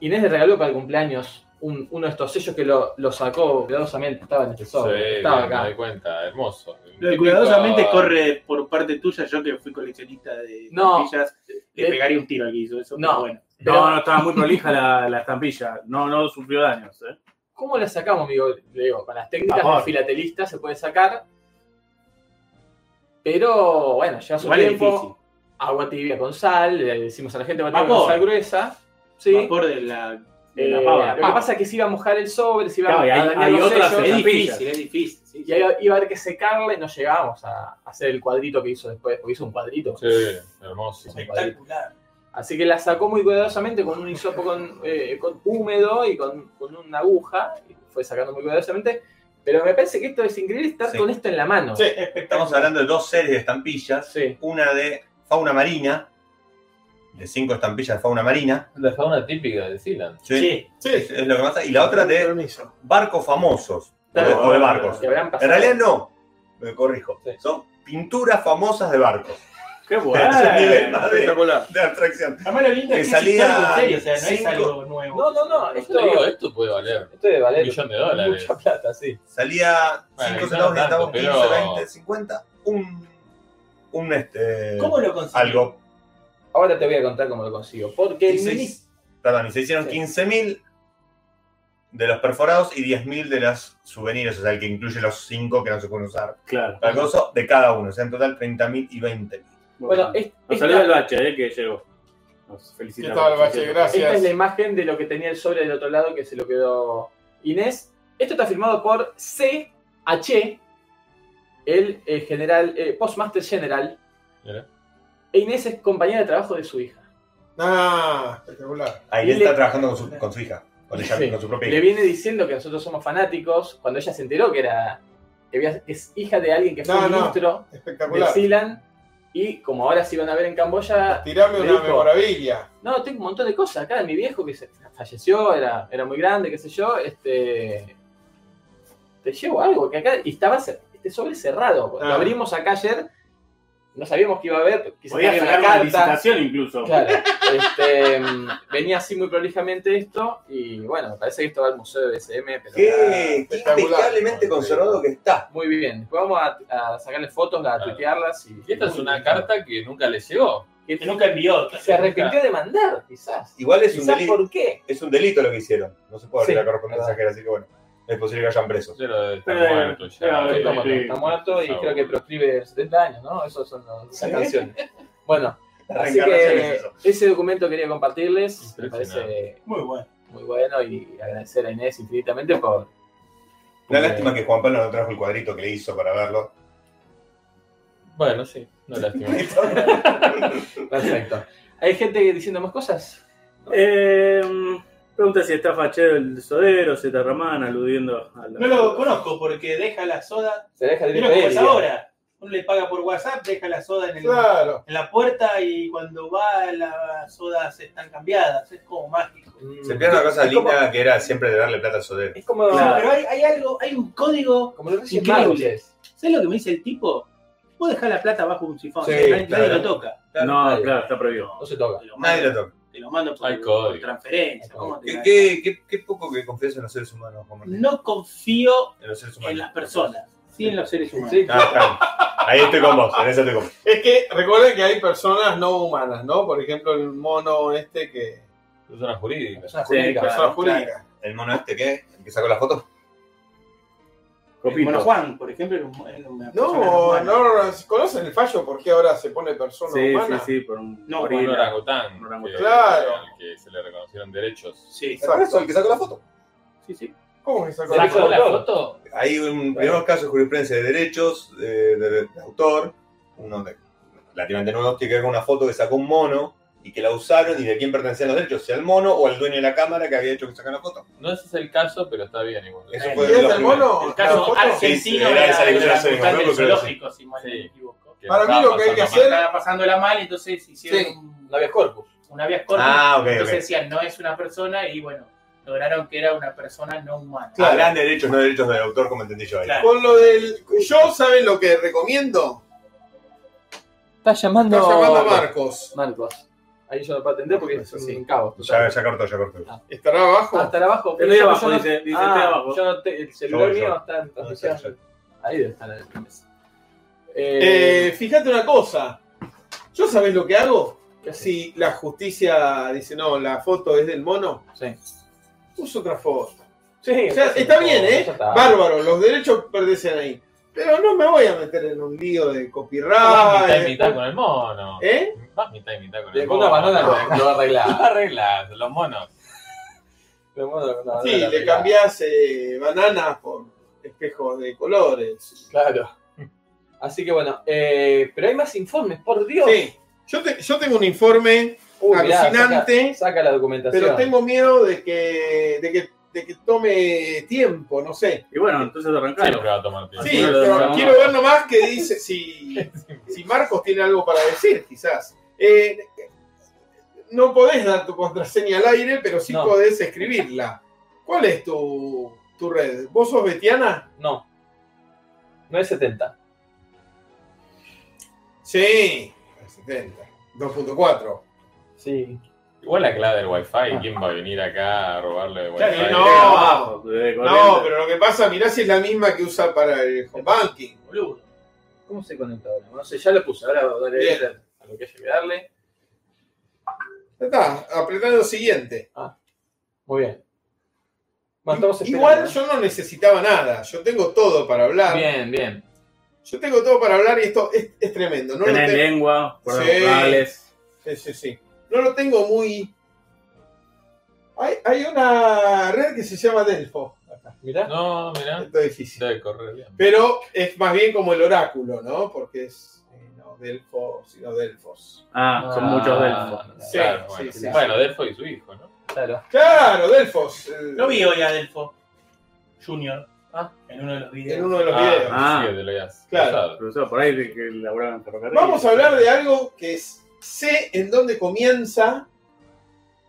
Speaker 4: Inés le regaló para el cumpleaños un- uno de estos sellos que lo, lo sacó cuidadosamente. Estaba en este sobre.
Speaker 8: Sí,
Speaker 4: estaba
Speaker 8: me doy
Speaker 4: acá.
Speaker 8: cuenta, hermoso.
Speaker 2: Lo de cuidadosamente corre por parte tuya, yo que fui coleccionista de
Speaker 4: No.
Speaker 2: estampillas, le
Speaker 4: Eh,
Speaker 2: pegaría un tiro al que hizo eso,
Speaker 4: No.
Speaker 2: pero bueno.
Speaker 4: Pero,
Speaker 6: No, no, estaba muy prolija la, la estampilla. No, no sufrió daños. ¿eh?
Speaker 4: ¿Cómo la sacamos, amigo? Le digo, con las técnicas
Speaker 6: Vamos.
Speaker 4: de filatelista se puede sacar. Pero bueno, ya su
Speaker 2: Igual es
Speaker 4: tiempo.
Speaker 2: difícil.
Speaker 4: Agua tibia con sal. Le decimos a la gente agua tibia con
Speaker 2: Vapor.
Speaker 4: sal gruesa. Sí.
Speaker 2: Vapor de la, de
Speaker 4: Eh,
Speaker 2: la pava.
Speaker 4: lo que pasa es que si iba a mojar el sobre, si iba
Speaker 6: Claro,
Speaker 4: a
Speaker 6: y hay-
Speaker 4: dañar
Speaker 6: hay
Speaker 4: los
Speaker 6: otras
Speaker 4: sellos.
Speaker 2: es
Speaker 6: estampillas.
Speaker 2: difícil, es difícil. sí,
Speaker 4: Y ahí iba a haber que secarla y no llegábamos a hacer el cuadrito que hizo después, porque hizo un cuadrito.
Speaker 8: Sí, hermoso.
Speaker 4: Un cuadrito. Así que la sacó muy cuidadosamente con un hisopo con, eh, con húmedo y con, con una aguja. y fue sacando muy cuidadosamente. Pero me parece que esto es increíble estar
Speaker 3: Sí.
Speaker 4: con esto en la mano.
Speaker 5: Sí.
Speaker 3: Estamos hablando de dos series de estampillas.
Speaker 4: Sí.
Speaker 3: Una de fauna marina, de cinco estampillas de fauna marina.
Speaker 8: La fauna típica de Sealand.
Speaker 3: ¿sí?
Speaker 5: Sí.
Speaker 3: Es, es lo que pasa. Y la otra de
Speaker 5: Permiso.
Speaker 3: barcos famosos. O de, o de barcos.
Speaker 4: Que habrán
Speaker 3: En
Speaker 4: pasado.
Speaker 3: realidad no, me corrijo.
Speaker 8: Sí.
Speaker 3: Son pinturas famosas de barcos.
Speaker 6: Qué
Speaker 3: Es un nivel
Speaker 6: bueno.
Speaker 3: más de,
Speaker 5: Espectacular.
Speaker 3: de abstracción.
Speaker 2: Además, lo lindo
Speaker 3: Que
Speaker 2: es que
Speaker 3: salía
Speaker 2: es algo en serio, o sea, no es
Speaker 3: cinco-
Speaker 2: algo nuevo.
Speaker 4: No, no, no,
Speaker 8: Yo te digo,
Speaker 4: esto,
Speaker 8: esto puede valer
Speaker 4: esto debe
Speaker 8: un
Speaker 4: valer
Speaker 8: millón de dólares.
Speaker 4: mucha plata, sí.
Speaker 3: Salía
Speaker 8: Bueno,
Speaker 3: 5
Speaker 8: no
Speaker 3: centavos, 10 centavos,
Speaker 8: tanto,
Speaker 3: 15,
Speaker 8: pero-
Speaker 3: 20, 50. Un, un este,
Speaker 2: ¿Cómo lo consiguió?
Speaker 3: algo.
Speaker 4: Ahora te voy a contar cómo lo consigo. Porque
Speaker 3: Y
Speaker 4: el
Speaker 3: se-
Speaker 4: ministro.
Speaker 3: perdón, y se hicieron
Speaker 4: Sí.
Speaker 3: 15.000 de los perforados y 10.000 de las souvenirs, o sea, el que incluye los 5 que no se pueden usar.
Speaker 6: Claro.
Speaker 3: Para el coso de cada uno, o sea, en total 30.000 y 20.000.
Speaker 4: Bueno, es-
Speaker 6: Nos
Speaker 4: esta-
Speaker 6: saluda el bache, eh, que llegó. Nos felicita.
Speaker 5: ¿Qué tal, Bache? Gracias.
Speaker 4: Esta es la imagen de lo que tenía el sobre del otro lado que se lo quedó Inés. Esto está firmado por C.H., el, eh, general, eh, postmaster general.
Speaker 8: Mira.
Speaker 4: E Inés es compañera de trabajo de su hija.
Speaker 5: Ah, espectacular.
Speaker 3: Ahí
Speaker 4: Y
Speaker 3: él está
Speaker 4: le-
Speaker 3: trabajando con su, con su hija, con, ella,
Speaker 4: Sí.
Speaker 3: con su propia
Speaker 4: Le
Speaker 3: hija.
Speaker 4: viene diciendo que nosotros somos fanáticos cuando ella se enteró que era que había- que es hija de alguien que fue
Speaker 5: No, no.
Speaker 4: ministro de
Speaker 5: Espectacular.
Speaker 4: Silan. Y como ahora se iban a ver en Camboya,
Speaker 5: Tirame
Speaker 4: Le
Speaker 5: una
Speaker 4: dijo-
Speaker 5: memorabilia.
Speaker 4: No, tengo un montón de cosas acá de mi viejo que se falleció, era, era muy grande, qué sé yo. Este, te llevo algo que acá. Y estaba cer- este sobre cerrado. Lo
Speaker 5: Ah.
Speaker 4: abrimos acá ayer. No sabíamos que iba a haber. Quizás
Speaker 6: Podía
Speaker 4: había
Speaker 6: sacar
Speaker 4: una
Speaker 6: una
Speaker 4: carta.
Speaker 6: licitación incluso.
Speaker 4: Claro. Este, mm, venía así muy prolijamente esto. Y bueno, me parece que esto va al museo de SM. Pero
Speaker 3: Qué, qué
Speaker 5: Espectacular.
Speaker 3: impecablemente conservado que está.
Speaker 4: está Muy bien. Después vamos a, a sacarle fotos, a tuitearlas. Y,
Speaker 8: Y esta es una carta que nunca le llegó.
Speaker 4: que
Speaker 2: Que nunca envió.
Speaker 4: se arrepintió de mandar, quizás.
Speaker 3: Igual es un
Speaker 4: Quizás
Speaker 3: delito.
Speaker 4: por qué.
Speaker 3: Es un delito lo que hicieron. No se puede abrir
Speaker 4: Sí,
Speaker 3: la correspondencia
Speaker 4: verdad.
Speaker 3: ajena, así que bueno, es posible que hayan presos.
Speaker 8: Yo lo de estar
Speaker 6: Pero,
Speaker 8: muerto ya.
Speaker 6: pero,
Speaker 8: Eh,
Speaker 4: Está muerto,
Speaker 6: sí.
Speaker 4: está muerto y
Speaker 8: Está
Speaker 4: creo que proscribe 70 años, ¿no? Esas son las
Speaker 3: Sí.
Speaker 4: canciones. Bueno,
Speaker 3: La
Speaker 4: así
Speaker 3: reencarnación
Speaker 4: que eh,
Speaker 3: es eso.
Speaker 4: ese documento quería compartirles. Me
Speaker 8: Impresionante.
Speaker 4: parece
Speaker 2: Muy bueno.
Speaker 4: muy bueno y agradecer a Inés infinitamente por.
Speaker 3: Una lástima que Juan Pablo no trajo el cuadrito que le hizo para verlo.
Speaker 8: Bueno, sí, no lástima.
Speaker 4: Perfecto. ¿Hay gente diciendo más cosas?
Speaker 6: Eh, pregunta si está fachero el sodero, se Ramán, aludiendo a la.
Speaker 2: No lo conozco porque deja la soda.
Speaker 4: Se deja
Speaker 2: Mira
Speaker 4: directo
Speaker 2: cómo es
Speaker 4: Elia.
Speaker 2: ahora. Uno le paga por WhatsApp, deja la soda en, el-
Speaker 5: Claro.
Speaker 2: en la puerta y cuando va las sodas están cambiadas. Es como mágico.
Speaker 4: Mm.
Speaker 3: Se pierde una cosa
Speaker 4: Es como-
Speaker 3: linda que era siempre de darle plata al sodero.
Speaker 4: Es como,
Speaker 2: No, pero hay, hay algo, hay un código.
Speaker 4: como los Reyes
Speaker 2: Increíble.
Speaker 4: Magos. es.
Speaker 2: ¿Sabes lo que me dice el tipo? Vos dejás la plata bajo un sifón.
Speaker 5: Sí,
Speaker 2: nadie nadie
Speaker 3: claro.
Speaker 2: lo toca.
Speaker 6: No, claro, está prohibido.
Speaker 4: No se toca.
Speaker 2: Te lo
Speaker 3: Nadie
Speaker 2: mando.
Speaker 3: lo toca.
Speaker 2: te lo mando por,
Speaker 8: Hay código.
Speaker 2: por transferencia.
Speaker 8: Hay
Speaker 2: ¿cómo te
Speaker 3: ¿Qué,
Speaker 2: la-
Speaker 3: qué, qué, qué poco que confías en los seres humanos, Juan Martín.
Speaker 2: No confío
Speaker 3: En los seres humanos.
Speaker 2: en las personas, sí en los seres humanos.
Speaker 3: Ah, está bien. Ahí estoy con vos, en eso estoy con vos.
Speaker 5: Es que recuerden que hay personas no humanas, ¿no? Por ejemplo, el mono este que.
Speaker 8: Personas jurídicas.
Speaker 5: Personas
Speaker 7: Sí,
Speaker 5: jurídicas.
Speaker 7: claro,
Speaker 5: personas jurídicas.
Speaker 3: El mono este que, el que sacó la foto.
Speaker 2: El
Speaker 6: Copito.
Speaker 2: Mono Juan, por ejemplo, era un- era una persona
Speaker 5: No,
Speaker 2: humana.
Speaker 5: no, ¿conocen el fallo? ¿Por qué ahora se pone persona
Speaker 6: Sí, sí,
Speaker 5: humana?
Speaker 6: sí, por un
Speaker 2: No,
Speaker 8: Un
Speaker 6: gorila.
Speaker 8: orangután.
Speaker 6: Un orangután.
Speaker 8: que-
Speaker 5: Claro.
Speaker 8: Al que se le reconocieron derechos.
Speaker 2: Sí,
Speaker 3: ¿Es por eso el que sacó la foto?
Speaker 2: sí, sí.
Speaker 5: ¿Cómo que sacó
Speaker 4: ¿Se
Speaker 5: la
Speaker 4: sacó
Speaker 5: foto?
Speaker 4: la foto?
Speaker 3: Hay un, primeros casos de jurisprudencia de derechos eh, de, de autor, uno de, relativamente nuevo, tiene que ver con una foto que sacó un mono y que la usaron y de quién pertenecían los derechos, si al mono o al dueño de la cámara que había hecho que sacara la foto.
Speaker 8: No ese es el caso, pero está bien igual.
Speaker 3: Eso
Speaker 2: Eh,
Speaker 5: ¿Y
Speaker 3: fue de
Speaker 5: es
Speaker 3: los
Speaker 5: el
Speaker 3: primeros.
Speaker 5: mono?
Speaker 2: El
Speaker 5: ¿La
Speaker 2: caso
Speaker 5: foto?
Speaker 3: Sí, sí,
Speaker 2: argentino
Speaker 3: era
Speaker 2: era
Speaker 3: esa
Speaker 2: de
Speaker 3: discusión,
Speaker 2: la
Speaker 3: sí, me
Speaker 2: brutal
Speaker 3: acuerdo,
Speaker 2: del
Speaker 3: pero sí.
Speaker 2: zoológico, si mal no me equivoco.
Speaker 8: Que
Speaker 5: Para
Speaker 8: la
Speaker 5: mí lo
Speaker 8: estaba
Speaker 5: que hay que
Speaker 8: pasando
Speaker 5: hacer-
Speaker 8: mal.
Speaker 2: Estaba pasándola mal, entonces hicieron
Speaker 5: Sí.
Speaker 2: un-
Speaker 4: La vía corpus.
Speaker 2: una vía corta.
Speaker 3: Ah, ok,
Speaker 2: entonces
Speaker 3: ok.
Speaker 2: decían, no es una persona, y bueno, lograron que era una persona no humana.
Speaker 5: Claro.
Speaker 3: Hablan de Ah, derechos, no de derechos del autor, como entendí yo ahí.
Speaker 2: Claro.
Speaker 5: Con lo del. Yo, ¿saben lo que recomiendo?
Speaker 7: Está llamando.
Speaker 5: Está llamando a Marcos.
Speaker 7: Marcos.
Speaker 4: Ahí yo no puedo atender porque es
Speaker 5: Eso sí.
Speaker 4: un caos.
Speaker 3: Ya,
Speaker 4: total.
Speaker 3: ya cortó, ya cortó.
Speaker 4: Ah,
Speaker 5: ¿Estará abajo?
Speaker 4: Ah, estará abajo.
Speaker 6: Estoy
Speaker 4: Yo no-
Speaker 6: abajo,
Speaker 4: yo no-
Speaker 6: dice- dice,
Speaker 4: ah,
Speaker 6: estoy abajo.
Speaker 4: yo Ah, no te- el celular
Speaker 3: Yo voy, yo.
Speaker 4: mío está en transmisión.
Speaker 3: No, ya,
Speaker 4: Ahí debe estar en la mesa. Eh,
Speaker 5: Eh, fíjate una cosa. ¿Yo sabés lo que hago?
Speaker 4: ¿qué haces?
Speaker 5: Si la justicia dice, no, la foto es del mono,
Speaker 4: Sí.
Speaker 5: uso otra foto.
Speaker 4: Sí,
Speaker 5: O sea, está bien, ¿eh? Bárbaro, los derechos pertenecen ahí. Pero no me voy a meter en un lío de
Speaker 8: Vas mitad y
Speaker 5: copyright.
Speaker 8: mitad con el mono.
Speaker 5: ¿Eh?
Speaker 8: Vas mitad y mitad con
Speaker 4: De
Speaker 8: el
Speaker 4: una
Speaker 8: mono.
Speaker 4: banana lo- lo arreglaba.
Speaker 8: Arreglas, los monos.
Speaker 4: De una banana
Speaker 5: Sí,
Speaker 4: lo
Speaker 5: le
Speaker 4: arreglaba.
Speaker 5: cambiás eh, bananas por espejos de colores.
Speaker 4: Claro. Así que bueno, eh, pero hay más informes, por Dios.
Speaker 5: Sí, yo, te- yo tengo un informe
Speaker 4: Uy, mirá,
Speaker 5: alucinante,
Speaker 4: saca, saca la documentación.
Speaker 5: pero tengo miedo de que, de, que, de que tome tiempo, no sé.
Speaker 6: Y bueno, entonces
Speaker 8: Siempre
Speaker 6: arrancalo.
Speaker 8: va a tomar tiempo.
Speaker 5: Ah, Sí,
Speaker 6: Bueno,
Speaker 5: pero
Speaker 6: vamos.
Speaker 5: quiero ver nomás que dice si, si Marcos tiene algo para decir, quizás. Eh, no podés dar tu contraseña al aire, pero sí
Speaker 4: No.
Speaker 5: podés escribirla. ¿Cuál es tu, tu red? ¿Vos sos Betiana?
Speaker 4: No. No es 70.
Speaker 5: Sí. 70. 2.4.
Speaker 4: Sí.
Speaker 8: Igual la clave del wifi, ¿quién va a venir acá a robarle el wifi?
Speaker 5: Claro,
Speaker 6: Ahí,
Speaker 5: no.
Speaker 6: abajo, de corriente.
Speaker 5: No, pero lo que pasa, mirá si es la misma que usa para el home banking.
Speaker 2: Boludo.
Speaker 4: ¿Cómo se conecta ahora? No sé, ya lo puse. Ahora dale
Speaker 5: Bien.
Speaker 4: enter a lo que hay que darle.
Speaker 5: Ya está, apretando siguiente.
Speaker 4: Muy bien. Bueno, estamos
Speaker 5: Igual
Speaker 4: esperando,
Speaker 5: yo no necesitaba nada, yo tengo todo para
Speaker 4: ¿eh?
Speaker 5: hablar.
Speaker 4: Bien, bien.
Speaker 5: Yo tengo todo para hablar y esto es, es tremendo. No lo
Speaker 6: Tenés
Speaker 5: tengo-
Speaker 6: lengua, por
Speaker 5: Sí.
Speaker 6: los vocales.
Speaker 5: Sí, sí, sí. No lo tengo muy. Hay, hay una red que se llama Delfo.
Speaker 4: Mirá.
Speaker 8: No, mirá,
Speaker 5: Esto es difícil.
Speaker 8: debe correr bien.
Speaker 5: Pero es más bien como el oráculo, ¿no? Porque es. eh, no, Delfo, sino Delfos.
Speaker 6: Ah, son muchos delfos.
Speaker 5: Sí,
Speaker 8: Claro,
Speaker 5: sí,
Speaker 8: bueno.
Speaker 5: sí, sí.
Speaker 8: Bueno, Delfo y su hijo, ¿no?
Speaker 4: Claro.
Speaker 5: Claro, Delfos. eh,
Speaker 2: Lo vi hoy a Delfo Junior
Speaker 4: Ah.
Speaker 2: en uno de los videos.
Speaker 5: en uno de los
Speaker 8: ah,
Speaker 5: videos.
Speaker 6: Ah.
Speaker 8: Sí, te lo habías
Speaker 5: Claro.
Speaker 8: pasado.
Speaker 6: Profesor, por ahí de que laburaba en ferrocarril.
Speaker 5: Vamos a hablar de algo que es- sé en dónde comienza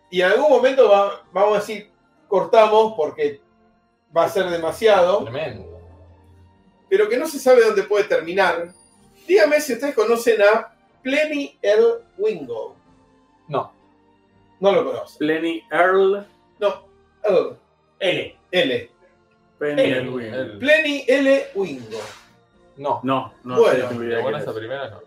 Speaker 5: y en algún momento va- vamos a decir cortamos porque va a ser demasiado.
Speaker 4: Tremendo.
Speaker 5: pero que no se sabe dónde puede terminar. Dígame si ustedes conocen a Pliny el Wingo.
Speaker 4: No.
Speaker 5: No lo conocen.
Speaker 6: Lenny Earl
Speaker 5: No. El.
Speaker 2: L.
Speaker 5: L.
Speaker 6: Penny.
Speaker 8: El-
Speaker 5: Pliny L. Wingo.
Speaker 4: No.
Speaker 6: No, no
Speaker 5: Bueno,
Speaker 6: sé si me
Speaker 8: De
Speaker 6: olvidé
Speaker 8: buenas a
Speaker 6: quién es.
Speaker 8: primeras, no.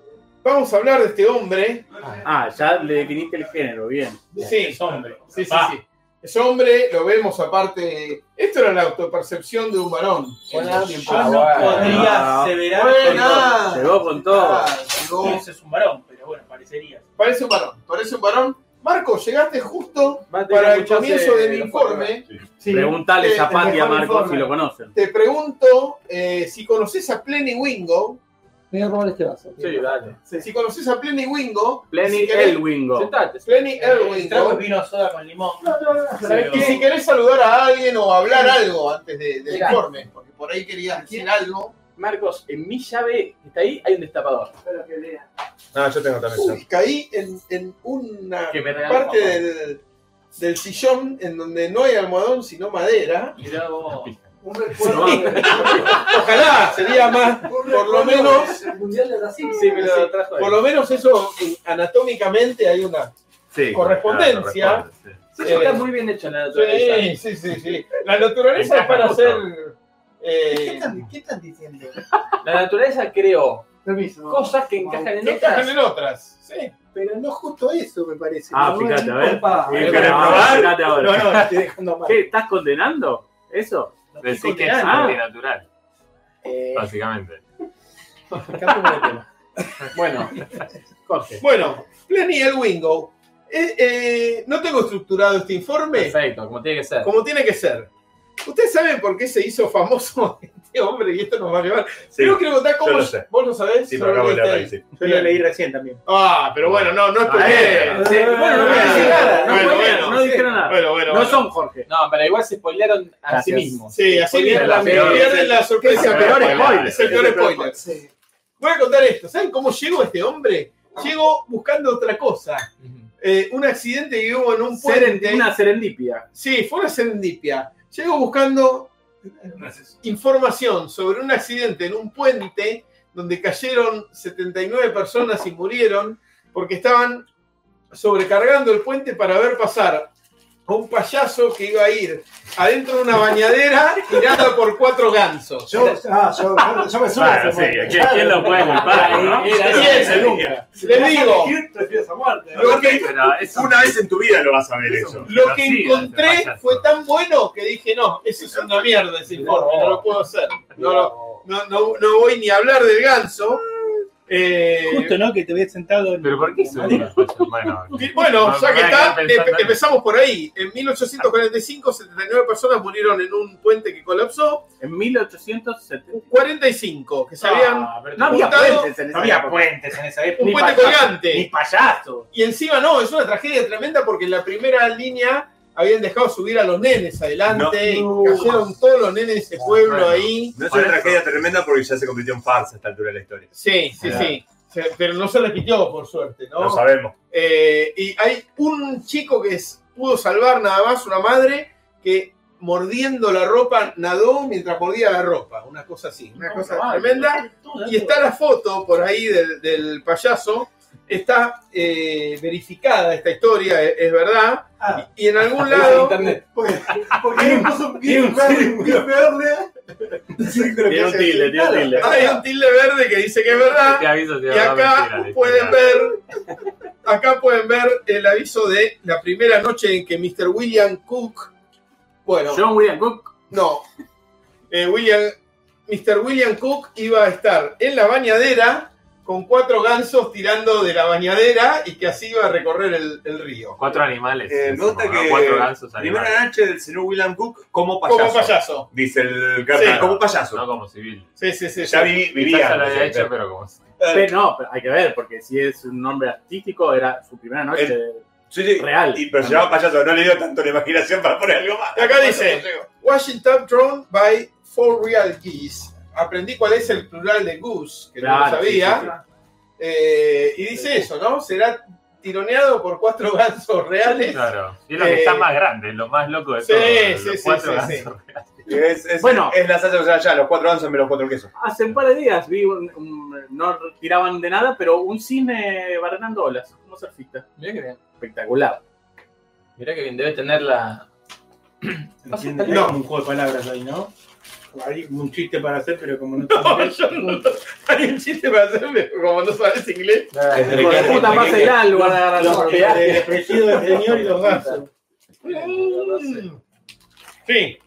Speaker 5: Vamos a hablar de este hombre.
Speaker 6: Ah, ya le definiste el género, bien.
Speaker 5: Sí,
Speaker 2: Es este hombre. Ah.
Speaker 5: sí, sí,
Speaker 2: Va.
Speaker 5: sí. Ese hombre lo vemos aparte. Esto era la autopercepción de un varón.
Speaker 4: Buenas.
Speaker 5: Tiempo.
Speaker 2: Yo
Speaker 4: Ah,
Speaker 2: no
Speaker 4: bueno.
Speaker 2: podría
Speaker 6: Ah.
Speaker 2: aseverar
Speaker 5: Buena. Ah.
Speaker 6: Llegó con todo.
Speaker 5: Ah, llegó.
Speaker 2: que es un varón, pero bueno, parecería.
Speaker 5: Parece un varón. Parece un varón. Marco, llegaste justo
Speaker 4: Va a tener que
Speaker 5: para el
Speaker 4: escucharse
Speaker 5: comienzo del
Speaker 4: los
Speaker 5: informe.
Speaker 6: Preguntale
Speaker 5: Eh,
Speaker 6: Zapati a
Speaker 5: mejor
Speaker 6: Marcos
Speaker 5: informe.
Speaker 6: si lo conocen.
Speaker 5: Te pregunto eh, si conoces a Pleny Wingo.
Speaker 9: Me voy a robar este
Speaker 5: eh,
Speaker 9: vaso.
Speaker 4: Sí, dale.
Speaker 5: Si conoces a Pleny Wingo.
Speaker 6: Lenny
Speaker 5: si querés-
Speaker 6: el Wingo.
Speaker 4: Sentate.
Speaker 5: Pliny el
Speaker 2: El trago es
Speaker 5: Wingo.
Speaker 2: vino soda con limón.
Speaker 5: ¿sabés qué? Y si querés saludar a alguien o hablar algo antes de- del
Speaker 4: Mirá.
Speaker 5: informe, porque por ahí querías decir algo.
Speaker 4: Marcos, en mi llave que está ahí, hay un destapador.
Speaker 3: No, yo tengo también.
Speaker 5: Uy, caí en, en una
Speaker 4: Que me regaló
Speaker 5: parte
Speaker 4: papá.
Speaker 5: del, del sillón en donde no hay almohadón sino madera.
Speaker 2: Mirá vos.
Speaker 9: Un recuerdo.
Speaker 5: Ojalá sería más, por lo menos,
Speaker 9: El mundial de Brasil.
Speaker 4: Sí, me lo trajo ahí.
Speaker 5: por lo menos eso eh, anatómicamente hay una
Speaker 3: Sí,
Speaker 5: Correspondencia.
Speaker 3: claro, corresponde, sí.
Speaker 4: Sí, está muy bien hecha la naturaleza.
Speaker 5: Sí, sí, sí, sí. La naturaleza
Speaker 3: Me
Speaker 5: es para
Speaker 3: encanta
Speaker 5: ser.
Speaker 9: ¿Qué
Speaker 5: Eh,
Speaker 9: están, qué están diciendo?
Speaker 4: La naturaleza creó
Speaker 9: Permiso.
Speaker 4: cosas que encajan en
Speaker 5: que encajan en
Speaker 4: otras.
Speaker 5: otras. Sí.
Speaker 9: Pero no justo eso, me parece.
Speaker 6: Ah,
Speaker 9: Pero bueno,
Speaker 6: fíjate, a ver.
Speaker 9: compa.
Speaker 6: Sí,
Speaker 3: ¿Querés
Speaker 6: pero no,
Speaker 3: probar?
Speaker 6: fíjate ahora.
Speaker 9: No, no, la estoy dejando mal.
Speaker 6: ¿Qué? ¿Estás condenando eso?
Speaker 8: Decís que es
Speaker 6: Ah.
Speaker 8: antinatural,
Speaker 9: Eh,
Speaker 8: básicamente.
Speaker 5: Cambiemos de tema.
Speaker 4: Bueno, Jorge.
Speaker 5: Bueno, Pliny el Wingo. Eh, eh, no tengo estructurado este informe
Speaker 4: Perfecto, como tiene que ser.
Speaker 5: como tiene que ser. Ustedes saben por qué se hizo famoso este hombre y esto nos va a llevar.
Speaker 3: Sí,
Speaker 5: Yo quiero contar cómo.
Speaker 3: yo lo sé.
Speaker 5: ¿Vos lo sabés?
Speaker 3: sí,
Speaker 5: Solo
Speaker 3: pero acabo de
Speaker 5: leíste
Speaker 3: leer ahí,
Speaker 5: ahí.
Speaker 3: sí.
Speaker 2: Yo lo leí recién también.
Speaker 5: este- Ah, pero bueno, no, no es por
Speaker 3: Ah,
Speaker 5: qué.
Speaker 3: eh. Ah,
Speaker 4: Sí, bueno, no voy a decir nada. No,
Speaker 5: Bueno,
Speaker 4: voy a-
Speaker 5: bueno,
Speaker 4: no dijeron nada.
Speaker 5: Bueno, bueno.
Speaker 6: No
Speaker 5: bueno.
Speaker 6: son Jorge.
Speaker 4: No, pero igual se spoilearon a sí
Speaker 6: Gracias.
Speaker 4: mismos.
Speaker 5: Sí, así pierden la,
Speaker 6: Sí, sí, sí.
Speaker 5: pierden la sorpresa.
Speaker 3: Es el peor
Speaker 5: Bueno,
Speaker 3: spoiler.
Speaker 5: Es el peor spoiler.
Speaker 9: sí.
Speaker 5: Voy a contar esto. ¿Saben cómo llegó este hombre? Llegó buscando otra cosa. Eh, un accidente que hubo en un puente.
Speaker 6: Seren- una serendipia.
Speaker 5: Sí, fue una serendipia. Llego buscando información sobre un accidente en un puente donde cayeron 79 personas y murieron porque estaban sobrecargando el puente para ver pasar a un payaso que iba a ir adentro de una bañadera tirada por cuatro gansos.
Speaker 9: Yo, ah, yo, yo, yo me subo. a
Speaker 3: Claro,
Speaker 9: esa
Speaker 3: sí,
Speaker 9: muerte.
Speaker 3: ¿quién- quién lo puede culpar, no?
Speaker 5: Así es,
Speaker 3: nunca.
Speaker 5: les digo,
Speaker 9: Prefiero esa muerte. ¿eh?
Speaker 5: lo que,
Speaker 6: Pero es
Speaker 3: Una vez en tu vida lo vas a ver eso.
Speaker 5: lo que
Speaker 6: Sí,
Speaker 5: encontré
Speaker 6: payaso.
Speaker 5: fue tan bueno que dije, no, eso es una mierda ese informe, no lo puedo hacer. No, lo- no, no, no voy ni a hablar del ganso. Eh,
Speaker 2: Justo, ¿no? Que te ves sentado en.
Speaker 8: Pero ¿por qué eso? Bueno,
Speaker 5: que- bueno,
Speaker 8: no,
Speaker 5: ya
Speaker 8: no
Speaker 5: que
Speaker 8: voy a
Speaker 5: está,
Speaker 8: quedar pensando
Speaker 5: empe- empezamos por ahí. En 1845, 79 personas murieron en un puente que colapsó.
Speaker 6: En 1870.
Speaker 5: 45, que se habían...
Speaker 8: Ah.
Speaker 2: Ah,
Speaker 6: No había
Speaker 5: Juntado-
Speaker 6: puentes en esa
Speaker 2: No había
Speaker 6: época.
Speaker 2: puentes en esa época.
Speaker 5: Un
Speaker 2: Ni
Speaker 5: puente
Speaker 2: payaso-
Speaker 5: colgante.
Speaker 2: Ni payaso.
Speaker 5: Y encima no, es una tragedia tremenda porque en la primera línea habían dejado subir a los nenes adelante.
Speaker 9: No.
Speaker 5: y cayeron todos los nenes de ese pueblo ahí.
Speaker 3: No es una tragedia tremenda porque ya se convirtió en farsa a esta altura de la historia.
Speaker 5: Sí, sí, sí. Se- Pero no se repitió, por suerte, ¿no?
Speaker 3: Lo sabemos.
Speaker 5: Eh, y hay un chico que s- pudo salvar nada más, una madre, que mordiendo la ropa nadó mientras mordía la ropa. Una cosa así, una cosa tremenda. Y está la foto por ahí del, del payaso. Está eh, verificada esta historia, e-, es, es verdad.
Speaker 9: Ah.
Speaker 5: Y, y en algún
Speaker 4: Dice
Speaker 5: lado.
Speaker 4: internet.
Speaker 9: Porque, porque hay un coso bien verde, bien verde. Sí, creo que
Speaker 6: Tiene un
Speaker 9: hace-
Speaker 6: tilde, tiene un
Speaker 9: Claro.
Speaker 6: tilde.
Speaker 5: Hay un tilde verde que dice que es verdad.
Speaker 8: te aviso, te
Speaker 5: Y acá pueden ver, acá pueden ver el aviso de la primera noche en que Mr. William Cook, bueno,
Speaker 6: John William Cook.
Speaker 5: no, eh, William, Mr. William Cook iba a estar en la bañadera con cuatro gansos tirando de la bañadera y que así iba a recorrer el, el río.
Speaker 8: Cuatro animales.
Speaker 3: Eh, me gusta
Speaker 8: Como, ¿no?
Speaker 3: que
Speaker 8: Cuatro gansos animales.
Speaker 3: primera noche del señor William Cook como payaso.
Speaker 5: Como payaso.
Speaker 3: Dice el cartel,
Speaker 5: Sí.
Speaker 3: como payaso.
Speaker 8: No como civil.
Speaker 5: Sí, sí, sí.
Speaker 3: Ya
Speaker 5: sí.
Speaker 3: vi-
Speaker 8: Quizás
Speaker 3: vivía.
Speaker 8: ya lo había
Speaker 3: antes,
Speaker 8: hecho, pero como
Speaker 3: Eh,
Speaker 6: Pero no, pero hay que ver, porque si es un nombre artístico, era su primera noche.
Speaker 3: sí, sí.
Speaker 6: Real.
Speaker 3: Y, pero llevaba payaso, no le dio tanto la imaginación para poner algo más.
Speaker 5: Y acá dice, Washington drawn by four real geese. Aprendí cuál es el plural de goose, que no lo
Speaker 6: Claro,
Speaker 5: sabía.
Speaker 6: sí, sí, sí.
Speaker 5: Eh, y dice eso, ¿no? Será tironeado por cuatro gansos reales.
Speaker 8: Claro. Y es lo
Speaker 5: Eh,
Speaker 8: que está más grande, lo más loco de
Speaker 5: Sí,
Speaker 8: todo.
Speaker 5: sí,
Speaker 8: los
Speaker 5: sí,
Speaker 8: cuatro
Speaker 5: sí,
Speaker 8: gansos.
Speaker 3: Es, es,
Speaker 6: Bueno.
Speaker 3: es la salsa que se da allá, los cuatro gansos menos los cuatro quesos.
Speaker 6: Hace un par de días vi un, un- no tiraban de nada, pero un cine barrenando olas, como surfista.
Speaker 4: Mirá que bien.
Speaker 6: Espectacular.
Speaker 4: Mirá que bien. Debe tener la.
Speaker 2: Entiendo,
Speaker 5: No.
Speaker 2: hay como un juego de palabras ahí, ¿no? Hay un chiste para hacer, pero como no. No,
Speaker 5: yo no- Hay un chiste para hacerme, como no sabes inglés.
Speaker 4: la,
Speaker 2: Entre
Speaker 4: hijo de
Speaker 2: que-
Speaker 4: puta
Speaker 2: entre
Speaker 4: más
Speaker 2: que-
Speaker 4: ideal, lugar de agarrar los
Speaker 2: Los
Speaker 4: peajes.
Speaker 2: el apellido del señor y los gansos.
Speaker 5: Mm. Sí.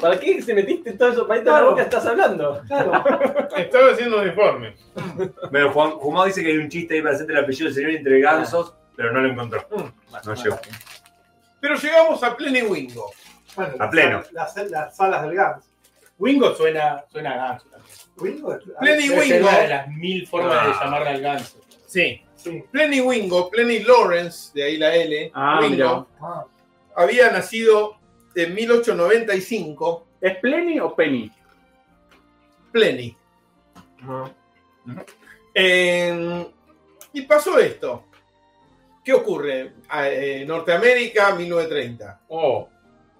Speaker 4: ¿Para qué se metiste todo eso palito en
Speaker 9: Claro.
Speaker 4: la boca estás hablando?
Speaker 5: Estaba haciendo un informe.
Speaker 3: Bueno, Juan, Jumado dice que hay un chiste ahí para hacerte el apellido del señor entre gansos,
Speaker 8: Ah.
Speaker 3: pero no lo encontró.
Speaker 8: Mm,
Speaker 3: No llegó.
Speaker 5: Pero llegamos a Plene Wingo.
Speaker 9: Bueno,
Speaker 3: A pleno.
Speaker 9: Las, las, las salas del GAMS.
Speaker 2: Wingo suena, suena a ganso.
Speaker 9: Wingo.
Speaker 5: Pleny
Speaker 2: Debe ser
Speaker 5: Wingo.
Speaker 2: una de las mil formas de llamarle al ganso.
Speaker 5: Sí.
Speaker 9: Sí.
Speaker 5: Pleny Wingo, Pleny Lawrence, de ahí la L.
Speaker 6: Ah,
Speaker 5: Wingo,
Speaker 9: Ah,
Speaker 5: había nacido en 1895.
Speaker 6: ¿Es Pleny o Penny?
Speaker 5: Pleny. Eh, y pasó esto. ¿Qué ocurre? Ah, eh, Norteamérica, 1930.
Speaker 4: Oh,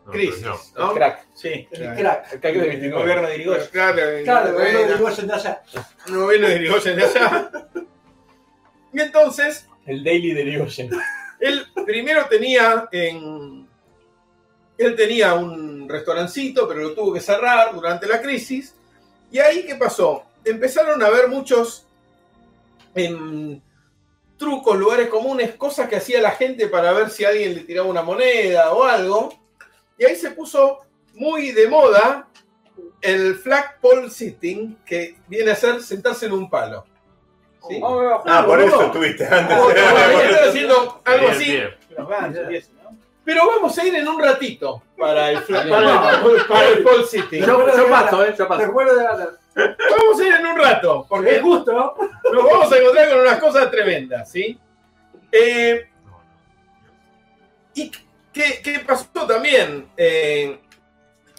Speaker 8: No,
Speaker 5: Crisis,
Speaker 8: pero
Speaker 5: ¿no?
Speaker 4: crack.
Speaker 2: Sí.
Speaker 9: el crack.
Speaker 4: El crack de
Speaker 2: El
Speaker 4: 29.
Speaker 2: gobierno de Irigoyen.
Speaker 5: Este Claro, eh,
Speaker 9: Claro,
Speaker 5: novela-
Speaker 9: bueno, de allá.
Speaker 5: novela de Irigoyen de allá. Y entonces,
Speaker 4: El Daily de Irigoyen.
Speaker 5: Él primero tenía en. Él tenía un restaurancito, pero lo tuvo que cerrar durante la crisis. Y ahí, ¿qué pasó? Empezaron a ver muchos em, trucos, lugares comunes, cosas que hacía la gente para ver si alguien le tiraba una moneda o algo. Y ahí se puso muy de moda el flagpole sitting, que viene a ser sentarse en un palo. ¿Sí?
Speaker 9: Oh,
Speaker 3: Ah, por eso estuviste antes.
Speaker 8: Oh,
Speaker 5: Como que podría estar haciendo algo
Speaker 8: Bien,
Speaker 5: así.
Speaker 8: bien.
Speaker 2: Pero van, Ah, ya empieza, ¿no?
Speaker 5: Pero vamos a ir en un ratito para el, fla- para el- para el pole sitting.
Speaker 6: Yo, yo paso, ¿eh? Yo paso.
Speaker 9: Recuerdo de la
Speaker 5: Vamos a ir en un rato, porque
Speaker 9: Es justo, ¿no?
Speaker 5: nos vamos a encontrar con unas cosas tremendas, ¿sí? Eh, ¿Y qué, qué pasó también? Eh,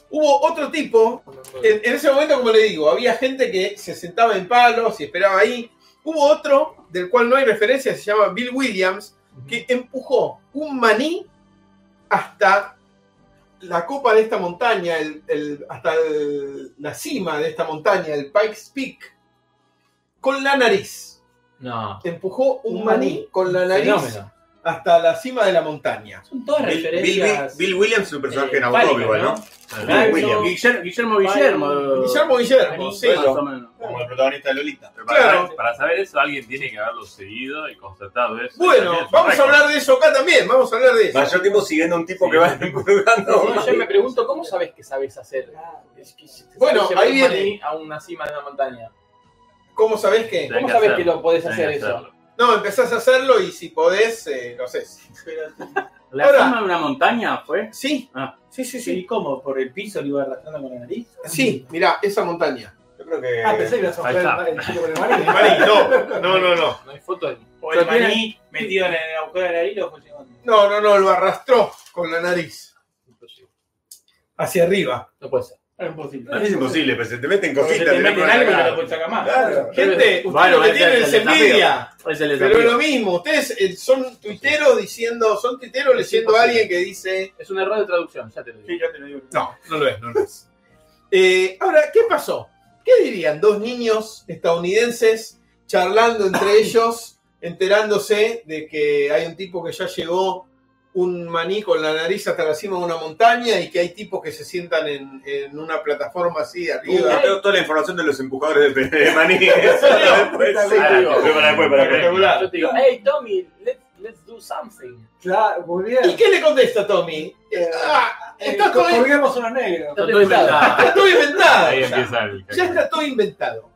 Speaker 5: hubo otro tipo, en, en ese momento, como le digo, había gente que se sentaba en palos y esperaba ahí. Hubo otro, del cual no hay referencia, se llama Bill Williams, que empujó un maní hasta la copa de esta montaña, el- el- hasta el- la cima de esta montaña, el Pikes Peak, con la nariz
Speaker 4: No.
Speaker 5: empujó un,
Speaker 4: Un
Speaker 5: maní,
Speaker 4: maní.
Speaker 5: con la nariz
Speaker 4: Fenómeno.
Speaker 5: hasta la cima de la montaña.
Speaker 2: Son todas
Speaker 3: Bill,
Speaker 2: referencias.
Speaker 3: Bill- Bill Williams es un personaje
Speaker 2: eh,
Speaker 3: en Nabucco
Speaker 2: pálidas,
Speaker 3: igual, ¿no?
Speaker 2: ¿no?
Speaker 3: Bill Williams.
Speaker 6: Ah, Guillermo, Guillermo, Guillermo.
Speaker 5: Guillermo Guillermo,
Speaker 6: Maní,
Speaker 5: sí.
Speaker 6: Más o menos.
Speaker 3: Como el protagonista de Lolita.
Speaker 8: Pero para,
Speaker 5: Claro.
Speaker 8: para saber eso, alguien tiene que haberlo seguido y constatado eso. También
Speaker 5: Bueno,
Speaker 8: es un
Speaker 5: vamos a
Speaker 8: récord.
Speaker 5: hablar de eso acá también, vamos a hablar de eso.
Speaker 3: Mayor tiempo siguiendo a un tipo
Speaker 8: Sí.
Speaker 3: que va empujando.
Speaker 4: No, yo me pregunto, ¿cómo sabes que sabes hacer? Es que se- se
Speaker 5: Bueno,
Speaker 4: lleva
Speaker 5: ahí
Speaker 4: un
Speaker 5: viene.
Speaker 4: maní A una cima de una montaña.
Speaker 5: ¿Cómo sabés que?
Speaker 8: Tenés
Speaker 4: ¿Cómo sabés
Speaker 8: hacerlo,
Speaker 4: que lo podés
Speaker 8: tenés
Speaker 4: hacer
Speaker 8: que
Speaker 4: eso?
Speaker 8: hacerlo.
Speaker 5: No, empezás a hacerlo y si podés, eh, lo haces.
Speaker 6: La
Speaker 5: Ahora-
Speaker 6: cima de una montaña fue.
Speaker 5: Sí,
Speaker 6: Ah.
Speaker 5: sí, sí, sí.
Speaker 2: ¿Y cómo? ¿Por el piso le iba arrastrando con la nariz?
Speaker 5: Sí, mirá, esa montaña.
Speaker 3: Yo creo que.
Speaker 9: Ah, pensé que ibas a
Speaker 8: Ahí
Speaker 9: mostrar el chico con el maní.
Speaker 5: Maní, no, no, no, no.
Speaker 4: No hay foto de...
Speaker 2: ¿O
Speaker 6: Pero
Speaker 2: el maní metido en el agujero de la nariz lo fue llevando?
Speaker 5: No, no, no, lo arrastró con la nariz. Hacia arriba.
Speaker 4: No puede ser.
Speaker 2: Es imposible.
Speaker 3: Es imposible, pero se te meten
Speaker 2: Porque se
Speaker 3: cositas.
Speaker 2: te
Speaker 3: tenés
Speaker 2: meten algo y no lo puedes sacar más.
Speaker 3: Claro.
Speaker 5: Gente, ustedes
Speaker 6: Bueno,
Speaker 5: lo que
Speaker 6: ese es
Speaker 5: tienen
Speaker 6: el
Speaker 5: es
Speaker 6: desafío.
Speaker 5: envidia.
Speaker 6: Ese es el
Speaker 5: Pero es
Speaker 6: desafío.
Speaker 5: lo mismo, ustedes eh, son tuiteros diciendo, son tuiteros leyendo a alguien que dice
Speaker 4: Es un error de traducción, ya te lo digo.
Speaker 2: Sí, ya te lo digo.
Speaker 5: No, no lo es, no lo es. Eh, ahora, ¿qué pasó? ¿Qué dirían dos niños estadounidenses charlando entre ellos, enterándose de que hay un tipo que ya llegó un maní con la nariz hasta la cima de una montaña y que hay tipos que se sientan en, en una plataforma así
Speaker 3: Uh,
Speaker 5: arriba?
Speaker 3: tengo toda la información de los empujadores de, de maní. Después, sí.
Speaker 8: Ahora,
Speaker 4: digo.
Speaker 3: Pero para después, para después.
Speaker 4: Yo te digo, hey Tommy, let- let's do something.
Speaker 9: Claro, muy
Speaker 5: ¿Y
Speaker 9: bien. Eh,
Speaker 5: qué le contesta Tommy? Ah, está, todo,
Speaker 9: Colguemos unos negros.
Speaker 4: Está todo inventado.
Speaker 5: está todo inventado.
Speaker 8: Ahí
Speaker 5: ya.
Speaker 8: empieza el.
Speaker 5: Ya está todo inventado.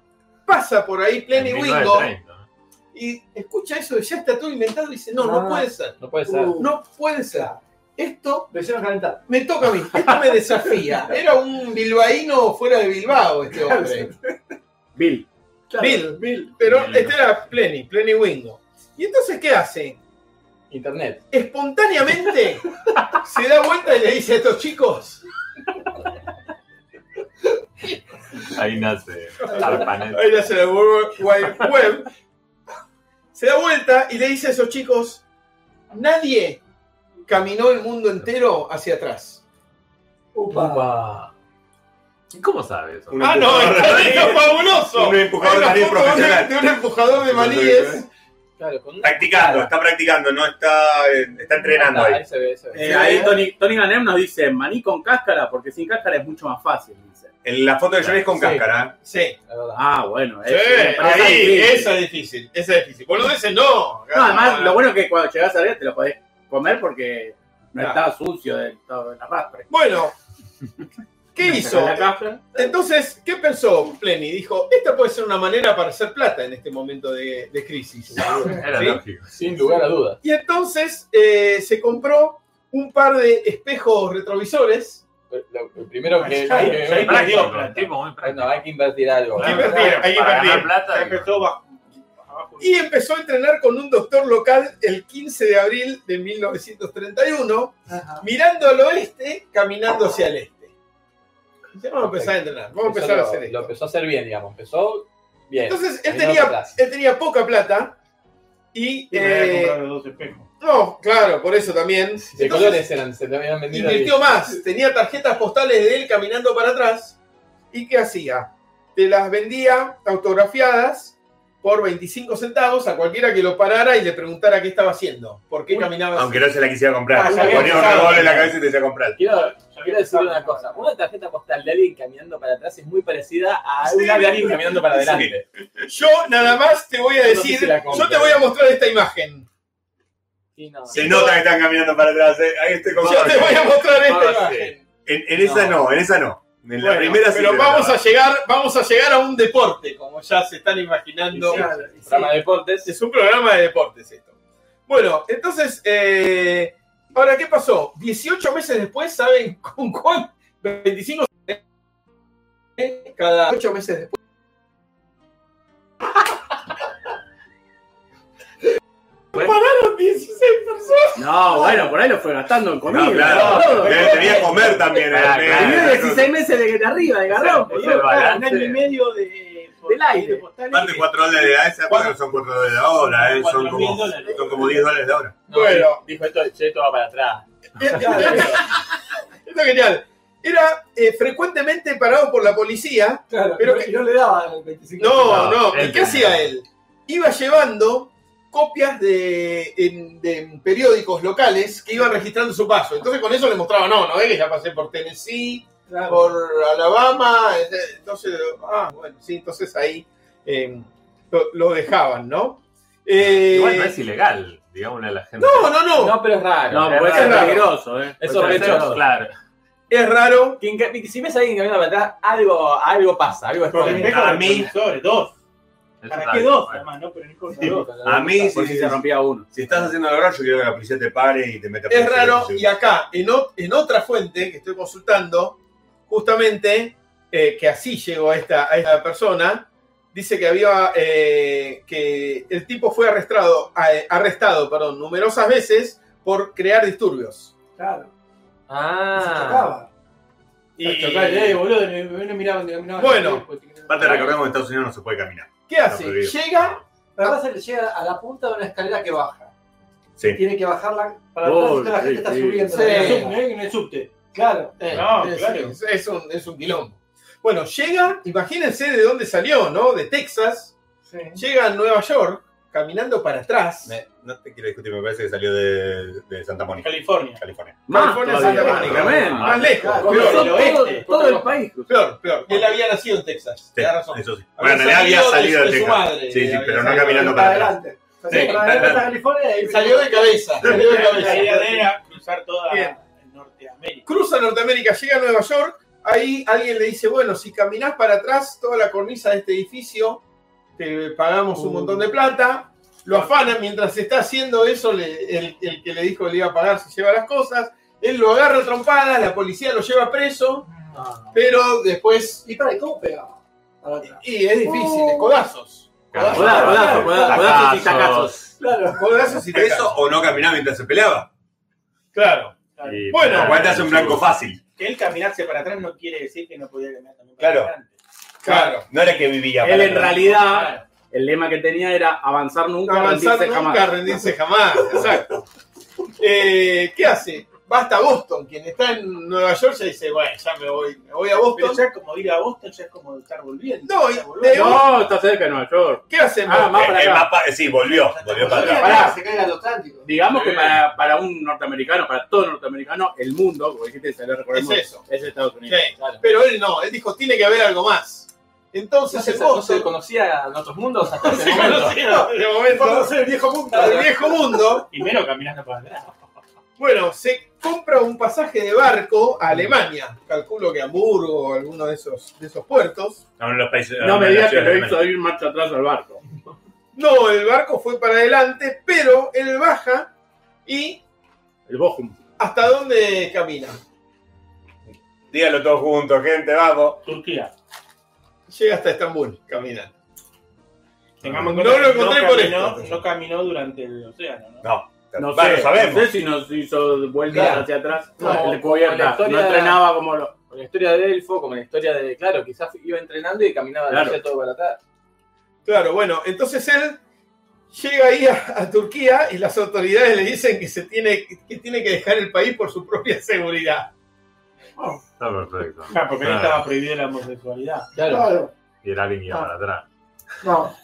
Speaker 5: Pasa por ahí Plenty
Speaker 8: el
Speaker 5: Wingo
Speaker 8: 1930, ¿no?
Speaker 5: y escucha eso de ya está todo inventado y dice, no, no
Speaker 9: Ah.
Speaker 5: puede ser.
Speaker 4: No puede ser.
Speaker 9: Uh,
Speaker 5: No puede ser. Esto
Speaker 9: Lo hicieron calentar.
Speaker 5: me toca a mí, esto me desafía. Era un bilbaíno fuera de Bilbao este hombre.
Speaker 6: Bill.
Speaker 5: Bill, pero
Speaker 8: Bill.
Speaker 5: este era Pleni, Pleni Wingo. ¿Y entonces qué hace?
Speaker 4: Internet.
Speaker 5: Espontáneamente se da vuelta y le dice a estos chicos,
Speaker 8: Ahí nace Arpanet.
Speaker 5: ahí le hace la World Wide Web, se da vuelta y le dice a esos chicos, nadie caminó el mundo entero hacia atrás.
Speaker 9: Upa.
Speaker 4: Upa.
Speaker 8: Ah. ¿Y cómo sabe eso?
Speaker 3: Un
Speaker 5: Ah, no, está,
Speaker 3: empujador de
Speaker 5: está
Speaker 3: maní.
Speaker 5: fabuloso.
Speaker 3: Un empujador de
Speaker 5: Hay
Speaker 3: maní
Speaker 5: una foto de un-
Speaker 3: profesional.
Speaker 5: De un empujador de
Speaker 3: ¿eh?
Speaker 5: maníes.
Speaker 4: Claro, con una...
Speaker 3: Practicando, está practicando, no está, eh, está entrenando
Speaker 4: Ah,
Speaker 3: ahí.
Speaker 4: se ve, se ve.
Speaker 5: Eh,
Speaker 6: Sí, ahí Tony, Tony Ganem nos dice maní con cáscara, porque sin cáscara es mucho más fácil. Dice.
Speaker 3: En la foto de Johnny es con
Speaker 4: Sí.
Speaker 3: cáscara.
Speaker 5: Sí.
Speaker 4: La verdad.
Speaker 6: Ah, bueno.
Speaker 5: Sí,
Speaker 6: es- me parece
Speaker 5: ahí,
Speaker 6: difícil.
Speaker 5: esa es difícil, esa es difícil. Vos lo dices, no.
Speaker 6: No, además, lo bueno es que cuando llegás a ver te lo podés comer porque no
Speaker 5: Claro.
Speaker 6: estaba sucio del todo el arrastre.
Speaker 5: Bueno, ¿qué hizo?
Speaker 6: Sacás La cáscara,
Speaker 5: Entonces, ¿qué pensó Pleni? Dijo, esta puede ser una manera para hacer plata en este momento de, de crisis.
Speaker 8: Era
Speaker 5: ¿Sí?
Speaker 8: lógico.
Speaker 4: Sin lugar a dudas.
Speaker 5: Y entonces eh, se compró un par de espejos retrovisores.
Speaker 4: Lo, lo primero que...
Speaker 2: Ya,
Speaker 4: que-
Speaker 2: ya, ya.
Speaker 8: Práctico,
Speaker 2: plata.
Speaker 8: un tipo muy práctico.
Speaker 4: Bueno, hay que invertir algo.
Speaker 5: Hay que
Speaker 8: Claro,
Speaker 5: invertir, hay que
Speaker 8: para ganar
Speaker 5: invertir.
Speaker 8: plata,
Speaker 2: Empezó bajo. abajo.
Speaker 5: Y empezó a entrenar con un doctor local el 15 de abril de 1931.
Speaker 9: Ajá.
Speaker 5: mirando al oeste, caminando hacia el este. Dice, vamos a empezar a entrenar, vamos a
Speaker 4: Empezó
Speaker 5: empezar a
Speaker 4: lo-
Speaker 5: hacer
Speaker 4: Lo
Speaker 5: esto.
Speaker 4: empezó a hacer bien, digamos. Empezó bien.
Speaker 5: Entonces, él
Speaker 4: Caminando
Speaker 5: tenía,
Speaker 4: atrás.
Speaker 5: él tenía poca plata y...
Speaker 2: Y me había
Speaker 5: eh,
Speaker 2: comprado los dos espejos.
Speaker 5: no, claro, por eso también.
Speaker 4: De colores eran, se te habían vendido. ahí.
Speaker 5: Invirtió más, tenía tarjetas postales de él caminando para atrás. ¿Y qué hacía? Te las vendía autografiadas por 25 centavos a cualquiera que lo parara y le preguntara qué estaba haciendo, por qué caminaba
Speaker 3: Aunque no se la quisiera
Speaker 5: Ah,
Speaker 3: comprar.
Speaker 5: ya
Speaker 3: Se
Speaker 5: había
Speaker 3: ponía un
Speaker 5: pensado.
Speaker 3: revólver en la cabeza y te decía comprar.
Speaker 4: Quiero, quiero decir una cosa. Una tarjeta postal de alguien caminando para atrás es muy parecida a una de alguien caminando para adelante.
Speaker 5: así. Yo nada más te voy a
Speaker 4: No sé
Speaker 5: decir,
Speaker 4: si la compro.
Speaker 5: yo te voy a mostrar esta imagen.
Speaker 4: Sí, no.
Speaker 3: Se nota que están caminando para atrás. eh. Ahí estoy con
Speaker 5: Yo te voy a mostrar esta
Speaker 3: Ah,
Speaker 5: imagen.
Speaker 3: En, en esa no. en esa no. En la
Speaker 5: Bueno,
Speaker 3: primera sí.
Speaker 5: pero
Speaker 3: que
Speaker 5: vamos
Speaker 3: no.
Speaker 5: a llegar, vamos a llegar a un deporte, como ya se están imaginando.
Speaker 4: Programa de deportes.
Speaker 5: Es un programa de deportes esto. Bueno, entonces, eh, ahora, ¿qué pasó? 18 meses después, ¿saben con cuál? 25 eh, cada 8 meses después. Pararon 16 personas.
Speaker 6: No, bueno, por ahí lo fue gastando en comida.
Speaker 3: No, claro.
Speaker 6: todo.
Speaker 3: Tenía- Tenía que comer también. eh.
Speaker 6: Ah, claro.
Speaker 3: Tenía-
Speaker 6: Tenía
Speaker 4: meses de que te arriba, de
Speaker 6: garrón,
Speaker 2: Boludo, claro,
Speaker 6: balance.
Speaker 2: un año y medio de,
Speaker 4: Del aire.
Speaker 2: de postales.
Speaker 3: Aparte, 4 dólares de esa, bueno, son 4 dólares de la hora, eh. son,
Speaker 2: 4.000
Speaker 3: como,
Speaker 2: dólares.
Speaker 3: son como 10 dólares de la hora.
Speaker 5: Bueno.
Speaker 4: Dijo esto, che, esto va para atrás.
Speaker 5: Esto es genial. Era eh, frecuentemente parado por la policía
Speaker 9: Claro,
Speaker 5: Pero
Speaker 9: pero
Speaker 5: que-
Speaker 9: no le daban el 25.
Speaker 5: No, no.
Speaker 6: No,
Speaker 5: ¿Y qué
Speaker 6: él
Speaker 5: hacía él? Iba llevando copias de, en- de periódicos locales que iban registrando su paso. Entonces con eso le mostraba, no, no, es que ya pasé por Tennessee, por Alabama. eh, Entonces, ah, bueno, sí, entonces ahí eh, lo, lo dejaban, ¿no? Eh,
Speaker 8: Igual no es ilegal, digámosle a la gente.
Speaker 5: no, no, no.
Speaker 4: No, pero es raro.
Speaker 6: No, porque
Speaker 8: Es
Speaker 6: es
Speaker 5: raro.
Speaker 6: peligroso, ¿eh?
Speaker 4: Es
Speaker 6: Puede ser
Speaker 4: sospechoso.
Speaker 6: Claro.
Speaker 5: Es raro.
Speaker 4: Que enca- que si ves a alguien caminando para atrás, algo, algo pasa, algo
Speaker 2: Con el
Speaker 4: esconde.
Speaker 2: espejo
Speaker 3: A
Speaker 2: del
Speaker 3: mí-
Speaker 2: televisor, dos.
Speaker 8: Eso
Speaker 2: ¿Para
Speaker 8: está
Speaker 2: qué
Speaker 8: bien,
Speaker 2: dos,
Speaker 8: bueno.
Speaker 2: además, no? Pero no importa.
Speaker 4: Algo-
Speaker 3: A mí,
Speaker 6: Por si
Speaker 3: si,
Speaker 6: se rompía uno.
Speaker 3: si estás haciendo la hora, yo quiero que la policía te pare y te meta
Speaker 5: Es
Speaker 3: preso.
Speaker 5: raro,
Speaker 3: Sí.
Speaker 5: y acá, en, o- en otra fuente que estoy consultando, justamente eh, que así llegó a esta, a esta persona, dice que había eh, que el tipo fue arrestado, a- arrestado perdón, numerosas veces por crear disturbios.
Speaker 9: Claro. Se
Speaker 4: Ah,
Speaker 9: chocaba.
Speaker 2: Y chocar, eh, boludo, no, no miraba, no miraba.
Speaker 5: Bueno.
Speaker 3: Aparte, recordemos que en Estados Unidos no se puede caminar.
Speaker 5: ¿Qué hace?
Speaker 3: prohibido.
Speaker 5: Ah, Llega,
Speaker 9: Lo que pasa es que llega a la punta de una escalera que baja.
Speaker 3: Sí.
Speaker 9: Tiene que bajarla para
Speaker 6: Oh,
Speaker 9: atrás y toda la
Speaker 6: sí,
Speaker 9: gente está
Speaker 6: sí.
Speaker 9: subiendo.
Speaker 5: Sí.
Speaker 9: la
Speaker 2: En el
Speaker 9: escalera.
Speaker 2: subte, eh, en el subte.
Speaker 9: Claro.
Speaker 5: eh,
Speaker 2: No,
Speaker 5: es,
Speaker 2: claro.
Speaker 5: es- es un, es un quilombo. Bueno, llega, imagínense de dónde salió, ¿no? De Texas, llega a Nueva York caminando para atrás.
Speaker 3: Me- no te quiero discutir, me parece que salió de, de Santa Mónica,
Speaker 2: California.
Speaker 3: California.
Speaker 6: Más
Speaker 5: California,
Speaker 6: todavía,
Speaker 5: Santa
Speaker 6: más
Speaker 5: Mónica.
Speaker 6: tremendo.
Speaker 5: Ah, Más lejos,
Speaker 9: claro.
Speaker 6: Ah,
Speaker 5: peor.
Speaker 2: Comenzó
Speaker 6: Todo-
Speaker 2: el
Speaker 6: todo,
Speaker 2: oeste.
Speaker 6: todo el país.
Speaker 5: Peor, peor. Él había nacido en Texas.
Speaker 3: Sí,
Speaker 5: Tenés razón.
Speaker 3: eso sí.
Speaker 5: Había
Speaker 3: Bueno, en realidad había
Speaker 5: salido
Speaker 3: salido
Speaker 5: de-
Speaker 3: de
Speaker 5: de su
Speaker 3: Texas.
Speaker 5: madre.
Speaker 3: Sí, sí,
Speaker 5: Había
Speaker 3: pero no
Speaker 5: salido
Speaker 3: caminando
Speaker 9: para
Speaker 3: para atrás.
Speaker 9: adelante. O sea,
Speaker 3: Sí,
Speaker 9: para adelante hasta California y
Speaker 5: Salió de cabeza. Salió de
Speaker 2: La idea de él
Speaker 5: cabeza.
Speaker 2: era cruzar toda
Speaker 5: Bien.
Speaker 2: Norteamérica.
Speaker 5: Cruza Norteamérica, llega a Nueva York. Ahí alguien le dice, bueno, si caminás para atrás toda la cornisa de este edificio, te pagamos un montón de plata. Lo afanan mientras está haciendo eso, le- el, el que le dijo que le iba a pagar se lleva las cosas. Él lo agarra a trompadas, la policía lo lleva preso,
Speaker 9: Ah.
Speaker 5: pero después...
Speaker 9: ¿Y para ahí, cómo pegaba? Para atrás.
Speaker 5: Y es difícil, de codazos.
Speaker 8: Claro.
Speaker 6: Cuidado, cuidado, cuidado, cuidado,
Speaker 8: Tacazos.
Speaker 6: sí, tacazos.
Speaker 9: Claro.
Speaker 5: Codazos y
Speaker 3: ¿Eso o no caminaba mientras se peleaba?
Speaker 5: Claro.
Speaker 6: Y-
Speaker 5: Bueno,
Speaker 3: No, te hace un blanco fácil.
Speaker 2: Que él caminarse para atrás no quiere decir que no podía caminar también para
Speaker 3: Claro.
Speaker 2: adelante.
Speaker 5: Claro.
Speaker 3: No era que vivía para
Speaker 6: Él en
Speaker 3: atrás.
Speaker 6: realidad, el lema que tenía era avanzar nunca,
Speaker 5: Avanzar
Speaker 6: rendirse
Speaker 5: nunca,
Speaker 6: jamás.
Speaker 5: rendirse jamás. Exacto. Eh, ¿Qué hace? Va hasta Boston. Quien está en Nueva York ya dice, bueno, ya me voy, me voy a
Speaker 2: Pero
Speaker 5: Boston.
Speaker 2: ya como ir a Boston ya es como estar volviendo.
Speaker 5: No,
Speaker 2: Ya
Speaker 5: y-
Speaker 2: volvés.
Speaker 5: de-
Speaker 6: No, está cerca de Nueva York.
Speaker 5: ¿Qué hace? en
Speaker 6: Ah,
Speaker 5: Boston?
Speaker 6: más para
Speaker 3: Eh, eh,
Speaker 6: acá.
Speaker 3: más pa- sí, volvió, volvió para atrás.
Speaker 6: Pará.
Speaker 9: Se cae al Atlántico.
Speaker 6: Digamos que para, para un norteamericano, para todo norteamericano, el mundo, como dijiste, se lo recordemos,
Speaker 5: Es eso.
Speaker 6: es Estados Unidos.
Speaker 5: Sí. Pero él no, él dijo, tiene que haber algo más.
Speaker 4: no
Speaker 5: Entonces
Speaker 4: se,
Speaker 5: en
Speaker 4: no se
Speaker 5: Boston,
Speaker 4: conocía en otros mundos hasta
Speaker 5: se
Speaker 4: ese momento.
Speaker 5: conocieron de momento,
Speaker 9: Conocer el viejo mundo.
Speaker 5: al viejo mundo,
Speaker 2: Primero caminando para atrás.
Speaker 5: bueno, se compra un pasaje de barco a Alemania. Calculo que a Hamburgo o alguno de esos, de esos puertos.
Speaker 3: No, en los países-
Speaker 6: No me
Speaker 3: en las
Speaker 6: digas que
Speaker 3: ciudades
Speaker 6: lo
Speaker 3: de América.
Speaker 6: hizo ir marcha atrás al barco.
Speaker 5: No, el barco fue para adelante, pero él baja y
Speaker 6: El Bochum.
Speaker 5: ¿hasta dónde camina?
Speaker 3: Dígalo todos juntos, gente, vamos.
Speaker 2: Turquía.
Speaker 5: Llega hasta Estambul, camina.
Speaker 2: Tengamos en
Speaker 5: No
Speaker 2: cuenta
Speaker 5: lo
Speaker 2: que
Speaker 5: encontré
Speaker 2: no
Speaker 5: por
Speaker 2: caminó,
Speaker 5: esto.
Speaker 2: No caminó durante el océano, ¿no?
Speaker 3: No,
Speaker 6: No
Speaker 3: Va, lo
Speaker 6: sé,
Speaker 3: sabemos.
Speaker 6: no sé si nos hizo vueltas
Speaker 9: Mirá.
Speaker 6: hacia atrás.
Speaker 4: No,
Speaker 6: No,
Speaker 4: como la
Speaker 6: cubierta.
Speaker 4: historia-
Speaker 6: No entrenaba como lo.
Speaker 4: Como la historia de Delfo, como la historia de. Claro, quizás iba entrenando y caminaba
Speaker 6: Claro.
Speaker 4: de todo para atrás.
Speaker 5: Claro, bueno, entonces él llega ahí a, a Turquía y las autoridades le dicen que, se tiene, que tiene que dejar el país por su propia seguridad.
Speaker 8: Está perfecto.
Speaker 2: Ah, porque no
Speaker 8: Claro.
Speaker 2: estaba prohibida la homosexualidad.
Speaker 4: Claro.
Speaker 9: Claro.
Speaker 8: Y era alguien que iba para atrás.
Speaker 9: No.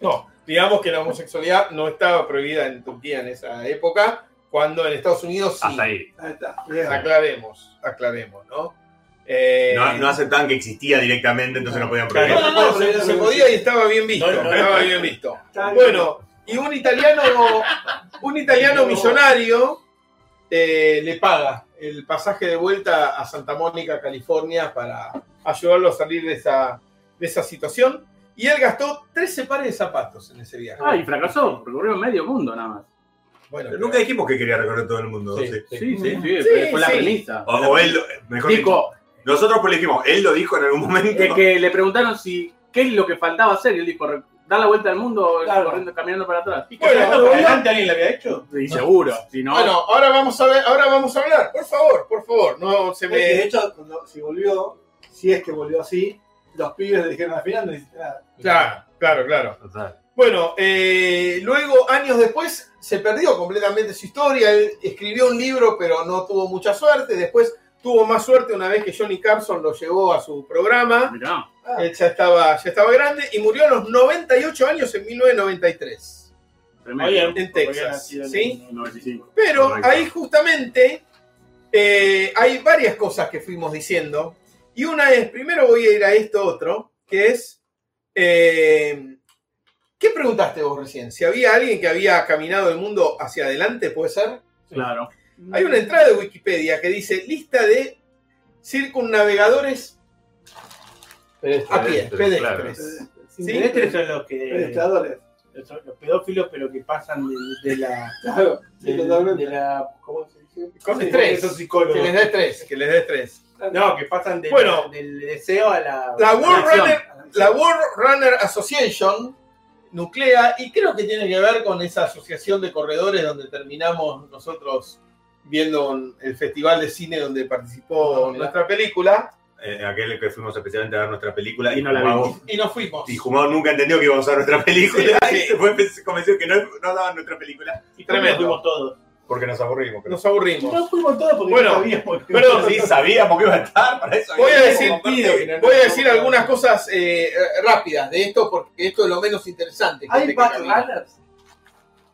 Speaker 5: No, digamos que la homosexualidad no estaba prohibida en Turquía en esa época, cuando en Estados Unidos sí.
Speaker 6: Hasta ahí.
Speaker 5: Ahí está. Aclaremos, aclaremos, ¿no? Eh,
Speaker 3: No, no aceptaban que existía directamente, entonces no podían prohibir.
Speaker 5: Claro, no, no, se, se podía y estaba bien visto.
Speaker 9: No, no,
Speaker 5: estaba bien visto. Bueno, y un italiano, un italiano millonario eh, le paga el pasaje de vuelta a Santa Mónica, California, para ayudarlo a salir de esa, de esa situación. Y él gastó 13 pares de zapatos en ese viaje.
Speaker 6: Ah, y fracasó. Recorrió medio mundo nada más.
Speaker 5: Bueno,
Speaker 3: Pero nunca dijimos que quería recorrer todo el mundo. sí.
Speaker 6: Sí, sí, sí. pero fue la
Speaker 5: sí.
Speaker 6: premisa.
Speaker 3: O, o él, lo- mejor dicho,
Speaker 6: Dijo,
Speaker 3: nosotros pues le dijimos, él lo dijo en algún momento.
Speaker 6: es que le preguntaron si qué es lo que faltaba hacer. Y él dijo, re- dar la vuelta al mundo corriendo, caminando para atrás.
Speaker 5: Y que saltó para adelante,
Speaker 2: alguien lo había hecho?
Speaker 6: Y seguro. Si no,
Speaker 5: Bueno, ahora vamos a ver, ahora vamos a hablar, por favor, por favor, no se
Speaker 9: Es que, de
Speaker 5: me.
Speaker 9: hecho, cuando, si volvió, si es que volvió así, los pibes le dijeron al final no hiciste nada.
Speaker 5: Claro, claro, claro. Bueno, eh, luego, años después, se perdió completamente su historia. Él escribió un libro, pero no tuvo mucha suerte. Después tuvo más suerte una vez que Johnny Carson lo llevó a su programa.
Speaker 6: mirá,
Speaker 5: Él ya estaba, ya estaba grande y murió a los 98 años en 1993,
Speaker 6: tremendo.
Speaker 5: en Texas. ¿sí?
Speaker 6: 95.
Speaker 5: Pero
Speaker 6: Correcto.
Speaker 5: ahí justamente eh, hay varias cosas que fuimos diciendo. Y una es, primero voy a ir a esto otro, que es, eh, ¿qué preguntaste vos recién? Si había alguien que había caminado el mundo hacia adelante, ¿puede ser?
Speaker 6: Claro.
Speaker 5: Hay una entrada de Wikipedia que dice lista de circunnavegadores a pie, pedestres.
Speaker 2: Sin
Speaker 5: Sí.
Speaker 2: pedestres son los que.
Speaker 9: Predestadores.
Speaker 2: Los, los pedófilos, pero que pasan de, de la.
Speaker 9: Claro, sí,
Speaker 2: De,
Speaker 9: totalmente.
Speaker 2: de la. ¿Cómo se dice?
Speaker 5: Con
Speaker 2: Sí,
Speaker 5: estrés.
Speaker 2: porque son
Speaker 5: Que
Speaker 2: psicólogos.
Speaker 5: les dé estrés, que les dé estrés.
Speaker 2: No, que pasan de-
Speaker 5: Bueno.
Speaker 2: del deseo a la.
Speaker 5: La World
Speaker 6: Acción.
Speaker 5: Runner La World Runner Association nuclea y creo que tiene que ver con esa asociación de corredores donde terminamos nosotros viendo un- el festival de cine donde participó
Speaker 9: Ah, mirá.
Speaker 5: nuestra película
Speaker 3: Eh, aquel que fuimos especialmente a ver nuestra película.
Speaker 6: Y no la
Speaker 3: Jumao-
Speaker 6: vimos.
Speaker 5: y nos fuimos.
Speaker 3: Y Jumao nunca entendió que íbamos a ver nuestra película.
Speaker 5: Sí, sí.
Speaker 3: Y después convenció que no, no daban nuestra película.
Speaker 2: Y
Speaker 5: Tremendo.
Speaker 2: tremendo. Fuimos todos.
Speaker 3: Porque nos aburrimos. creo.
Speaker 5: Nos aburrimos.
Speaker 9: No fuimos todos porque
Speaker 5: Bueno,
Speaker 9: no sabíamos.
Speaker 5: Perdón,
Speaker 3: Sí, sabíamos que iba a estar. Para eso
Speaker 5: voy a
Speaker 3: habíamos
Speaker 5: decir,
Speaker 3: compartido.
Speaker 5: voy a decir algunas cosas eh, rápidas de esto porque esto es lo menos interesante. que
Speaker 9: Hay
Speaker 5: tiene que
Speaker 9: Battle
Speaker 5: caminar.
Speaker 9: Runners.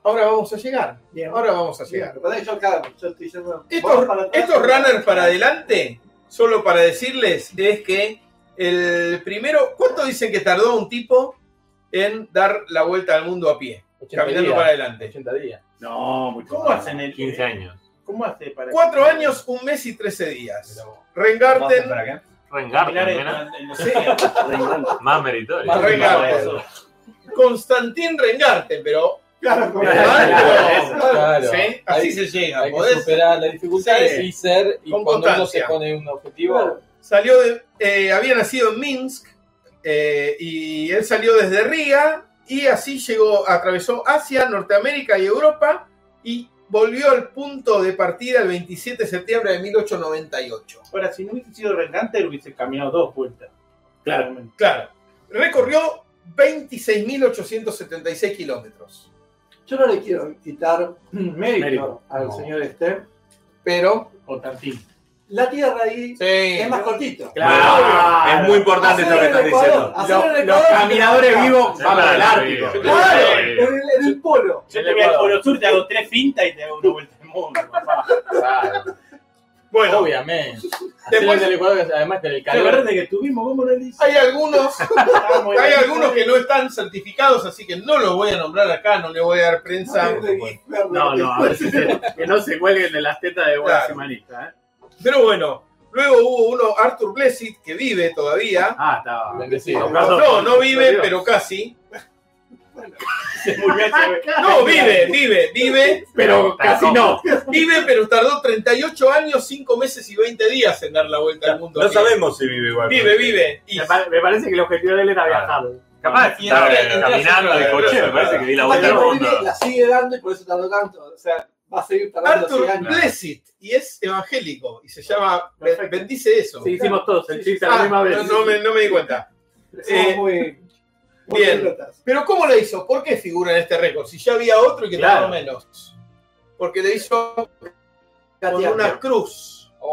Speaker 5: Ahora vamos a llegar.
Speaker 9: Bien.
Speaker 5: Ahora vamos a llegar.
Speaker 9: Bien, perdón, yo, claro, yo estoy yendo.
Speaker 5: Estos,
Speaker 9: vos para atrás,
Speaker 5: estos
Speaker 9: vos
Speaker 5: runners para adelante, solo para decirles, es que el primero, ¿cuánto dicen que tardó un tipo en dar la vuelta al mundo a pie?
Speaker 4: 80
Speaker 5: Caminando
Speaker 4: días.
Speaker 5: para adelante.
Speaker 4: 80 días.
Speaker 6: No, mucho
Speaker 2: ¿Cómo
Speaker 6: más.
Speaker 2: hacen el.
Speaker 8: 15 años.
Speaker 2: ¿Cómo hace para.
Speaker 5: Cuatro años, un mes y trece días. Rengarten,
Speaker 3: ¿Para qué?
Speaker 2: Caminar
Speaker 8: Rengarten,
Speaker 2: en,
Speaker 8: mira,
Speaker 2: en los océanos?
Speaker 8: ¿eh? más meritorio.
Speaker 4: Más
Speaker 5: Rengarten. Constantín Rengarten, pero.
Speaker 9: Claro, como-
Speaker 4: Claro.
Speaker 5: ¿sí? Así
Speaker 4: Ahí
Speaker 5: se llega.
Speaker 4: Hay que
Speaker 5: podés-
Speaker 4: superar las dificultades
Speaker 5: Sí.
Speaker 4: y ser. Y
Speaker 5: Con
Speaker 4: cuando uno se
Speaker 5: constancia.
Speaker 4: pone un objetivo,
Speaker 9: Claro.
Speaker 5: Salió de, eh, había nacido en Minsk eh, y él salió desde Riga y así llegó, atravesó Asia, Norteamérica y Europa y volvió al punto de partida el 27 de septiembre de 1898.
Speaker 2: Ahora, si no hubiese sido Rengarten, hubiese caminado dos vueltas. Claramente.
Speaker 5: Claro, recorrió 26.876 kilómetros,
Speaker 9: Yo no le quiero quitar mérito,
Speaker 6: Mérito.
Speaker 9: al
Speaker 6: No.
Speaker 9: señor este.
Speaker 5: pero
Speaker 2: O Tartín.
Speaker 9: La tierra ahí es más cortito.
Speaker 3: Claro. Es muy importante
Speaker 9: Hacer
Speaker 3: esto que
Speaker 9: el
Speaker 3: estás
Speaker 9: Ecuador,
Speaker 3: diciendo.
Speaker 9: hacer el
Speaker 6: Los, los
Speaker 9: Ecuador y
Speaker 6: caminadores
Speaker 9: te-
Speaker 6: vivos van para el Ártico.
Speaker 9: Claro,
Speaker 8: Sí.
Speaker 9: en el, en el polo.
Speaker 2: Yo te voy al Polo Sur, te hago tres fintas y te hago una vuelta al mundo, papá.
Speaker 4: claro,
Speaker 5: Bueno,
Speaker 4: obviamente.
Speaker 5: después
Speaker 4: Hacer el Ecuador, además que el
Speaker 2: Qué
Speaker 4: calor.
Speaker 2: verde que tuvimos, ¿cómo no le hice?
Speaker 5: hay algunos Hay algunos que no están certificados, así que no los voy a nombrar acá, no le voy a dar prensa.
Speaker 6: No, no, a ver si se- que no se cuelguen de las tetas de una
Speaker 5: Claro.
Speaker 6: semanista. ¿eh?
Speaker 5: Pero bueno, luego hubo uno, Arthur Blessit, que vive todavía.
Speaker 6: Ah, estaba.
Speaker 4: Bendecido.
Speaker 5: No, no vive,
Speaker 6: Dios.
Speaker 5: pero casi.
Speaker 2: se murió hace-
Speaker 5: No, vive, vive, vive,
Speaker 6: Pero casi no.
Speaker 5: vive, pero tardó 38 años, 5 meses y 20 días en dar la vuelta al mundo.
Speaker 3: No
Speaker 5: Vive,
Speaker 3: sabemos si vive igual.
Speaker 5: Vive, vive. Y
Speaker 6: Me, pa- me parece que el objetivo de él era viajar. Capaz.
Speaker 5: y
Speaker 8: Claro,
Speaker 5: entra-
Speaker 8: eh,
Speaker 5: entra-
Speaker 8: caminando de coche, me parece que di la
Speaker 9: Capaz
Speaker 8: vuelta
Speaker 9: que
Speaker 8: al
Speaker 9: la
Speaker 8: mundo.
Speaker 9: vive, La sigue dando y por eso tardó tanto. O sea, va a seguir tardando así
Speaker 5: Arthur
Speaker 9: años.
Speaker 5: Blessit, y es evangélico, y se llama,
Speaker 6: Perfecto.
Speaker 5: bendice eso.
Speaker 6: Sí, hicimos todos el chiste a la
Speaker 5: Ah,
Speaker 6: misma
Speaker 5: no,
Speaker 6: vez.
Speaker 5: no me, no me di cuenta.
Speaker 9: Somos
Speaker 5: Eh,
Speaker 9: muy, muy
Speaker 5: bien.
Speaker 9: idiotas.
Speaker 5: Pero ¿cómo lo hizo? ¿Por qué figura en este récord? Si ya había otro y que
Speaker 6: Claro.
Speaker 5: tardó menos. Porque le hizo con
Speaker 9: Gateando.
Speaker 5: una cruz,
Speaker 9: Uh.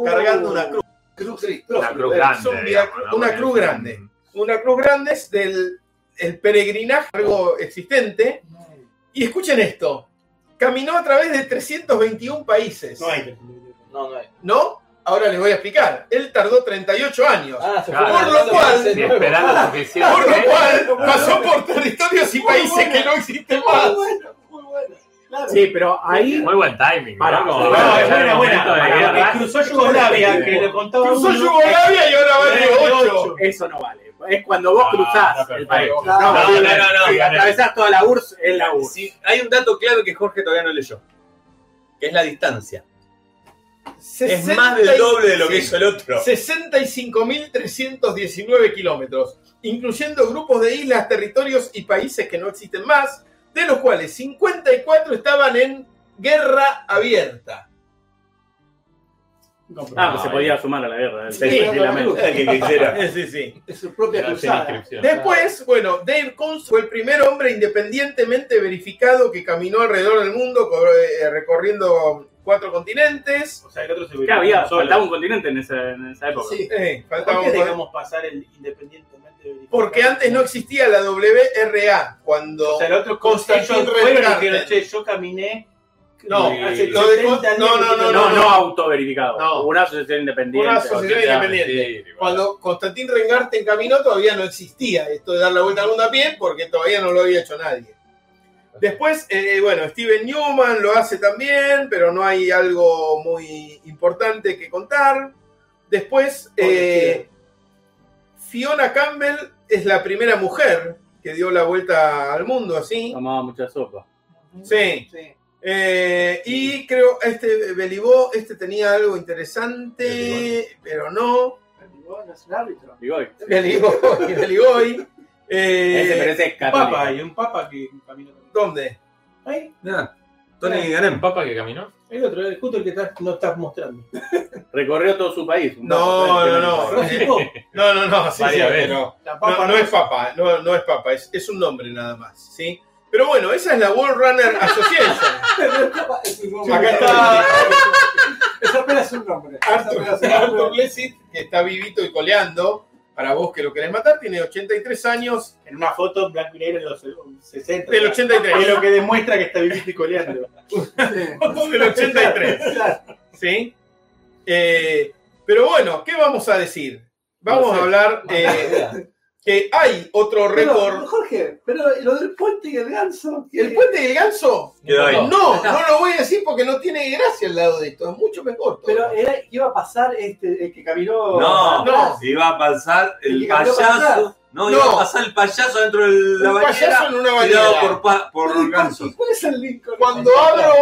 Speaker 4: Oh,
Speaker 5: cargando una cruz.
Speaker 9: Cruz, sí,
Speaker 5: Una
Speaker 8: Una cruz
Speaker 5: Eh,
Speaker 8: grande.
Speaker 5: son via-
Speaker 8: digamos, ¿no?
Speaker 5: una cruz grande. Una cruz grande es del el peregrinaje algo existente. Y escuchen esto. Caminó a través de 321 países.
Speaker 2: No hay.
Speaker 4: No, no hay.
Speaker 5: ¿No? Ahora les voy a explicar. Él tardó 38 años.
Speaker 4: Ah, se
Speaker 5: Por
Speaker 4: fue.
Speaker 5: lo cual-
Speaker 4: Se
Speaker 5: Sí,
Speaker 6: Y
Speaker 4: fue.
Speaker 6: esperando
Speaker 2: Ah,
Speaker 6: suficiente.
Speaker 5: Por lo cual pasó por territorios y países que no existen más.
Speaker 9: Muy bueno. Claro.
Speaker 2: Sí, pero ahí.
Speaker 6: Muy buen timing.
Speaker 2: Para,
Speaker 6: ¿no? Como
Speaker 8: Ah,
Speaker 2: no,
Speaker 6: para
Speaker 2: es
Speaker 6: aprovechar el
Speaker 2: buena, buena.
Speaker 6: momento de
Speaker 2: Para,
Speaker 6: guerra.
Speaker 2: porque cruzó Yugoslavia, que le contaba.
Speaker 5: Cruzó
Speaker 2: uno.
Speaker 5: Yugoslavia y ahora vale 8.
Speaker 2: Eso no vale. Es cuando vos
Speaker 6: Ah,
Speaker 2: cruzás
Speaker 6: está
Speaker 2: el
Speaker 6: perfecto.
Speaker 2: país. No,
Speaker 9: No,
Speaker 3: no, no,
Speaker 2: no, Si atravesás toda la URSS, es la URSS.
Speaker 10: Sí, hay un dato clave que Jorge todavía no leyó, que es la distancia. Es más del doble de lo que hizo el otro.
Speaker 5: 65.319 kilómetros, incluyendo grupos de islas, territorios y países que no existen más, de los cuales 54 estaban en guerra abierta.
Speaker 6: Ah, pues se podía sumar a la guerra.
Speaker 9: Sí,
Speaker 6: eh,
Speaker 9: sí,
Speaker 6: tranquilamente.
Speaker 3: El que quisiera.
Speaker 5: Sí, sí.
Speaker 9: Es su propia
Speaker 8: Era sin
Speaker 9: cruzada.
Speaker 8: inscripción.
Speaker 5: Después, bueno, Dave Coons fue el primer hombre independientemente verificado que caminó alrededor del mundo co- eh, recorriendo cuatro continentes.
Speaker 2: O sea, el otro se
Speaker 6: ¿Qué había? Faltaba un continente en esa, en esa época.
Speaker 9: Sí.
Speaker 5: Eh, faltaba
Speaker 2: ¿Por qué
Speaker 5: un-
Speaker 2: dejamos pasar el independientemente? verificado?
Speaker 5: Porque antes no existía la WRA cuando...
Speaker 2: O sea, el otro
Speaker 5: Constantin
Speaker 2: Constantin fueron y dijeron,
Speaker 5: Redcarten.
Speaker 2: che, yo caminé.
Speaker 5: No,
Speaker 2: hace
Speaker 5: lo de
Speaker 2: 70
Speaker 5: Con- no,
Speaker 2: años que
Speaker 5: no,
Speaker 2: quiero-
Speaker 5: no,
Speaker 6: No, no autoverificado.
Speaker 5: No.
Speaker 6: Una asociación independiente.
Speaker 5: Una asociación-
Speaker 8: ¿Por qué te vas a
Speaker 5: independiente.
Speaker 8: meter igual?
Speaker 5: Cuando Constantín Rengarte encaminó todavía no existía esto de dar la vuelta al mundo a pie porque todavía no lo había hecho nadie. Después, eh, bueno, Steven Newman lo hace también, pero no hay algo muy importante que contar. Después, eh, Fiona Campbell es la primera mujer que dio la vuelta al mundo así.
Speaker 6: Tomaba mucha sopa.
Speaker 5: Sí.
Speaker 2: Sí.
Speaker 5: Eh, y creo, este Belibó, este tenía algo interesante,
Speaker 8: Beliboy.
Speaker 5: pero no.
Speaker 9: No es un árbitro.
Speaker 6: Digo, ese,
Speaker 5: Beligoy, Beligoy.
Speaker 6: pero
Speaker 5: Eh,
Speaker 6: ese es
Speaker 2: Un
Speaker 6: católico.
Speaker 2: papa, y un papa que caminó.
Speaker 5: ¿Dónde?
Speaker 2: Ahí,
Speaker 3: Nada. Tony Ganem.
Speaker 8: ¿Papa que caminó?
Speaker 2: el otro, el- justo el que estás, no estás mostrando.
Speaker 6: Recorrió todo su país. un
Speaker 5: No, no,
Speaker 6: poco, ¿eh?
Speaker 5: no.
Speaker 2: Francisco,
Speaker 5: No, no, no, sí, sí,
Speaker 8: Varias veces.
Speaker 5: pero-
Speaker 2: la papa
Speaker 5: no, no es papa, no, no es papa, es, es un nombre nada más, ¿sí? Pero bueno, esa es la World Runner Association.
Speaker 9: Es un nombre.
Speaker 5: Acá está
Speaker 9: Es apenas un nombre. Es
Speaker 5: Arthur,
Speaker 9: apenas un nombre.
Speaker 5: Arthur Lessig, que está vivito y coleando. Para vos que lo querés matar, tiene 83 años.
Speaker 2: en una foto en blanco y negro en los 60.
Speaker 5: Del
Speaker 2: Es
Speaker 5: 83.
Speaker 2: lo que demuestra que está viviendo y coleando.
Speaker 5: del 83. ¿Sí? Eh, pero bueno, ¿qué vamos a decir? Vamos a hablar eh, que hay otro
Speaker 9: Pero,
Speaker 5: récord.
Speaker 9: Jorge, pero lo del puente y el ganso.
Speaker 5: ¿El puente del ganso?
Speaker 3: Quedó ahí.
Speaker 5: No, no lo voy a decir porque no tiene gracia al lado de esto. Es mucho mejor. todo.
Speaker 9: Pero era, iba a pasar este, el que caminó.
Speaker 3: No,
Speaker 5: no.
Speaker 3: Iba a pasar el
Speaker 9: que cambió para
Speaker 3: payaso.
Speaker 9: atrás.
Speaker 3: No, iba
Speaker 5: No.
Speaker 3: a pasar el payaso dentro de la
Speaker 5: un payaso
Speaker 3: bañera.
Speaker 5: en una
Speaker 3: Tirado
Speaker 5: bañera.
Speaker 3: por, pa-
Speaker 9: Pero,
Speaker 3: por
Speaker 9: ¿y
Speaker 3: gansos.
Speaker 9: ¿Cuál es el Lincoln?
Speaker 5: Cuando abro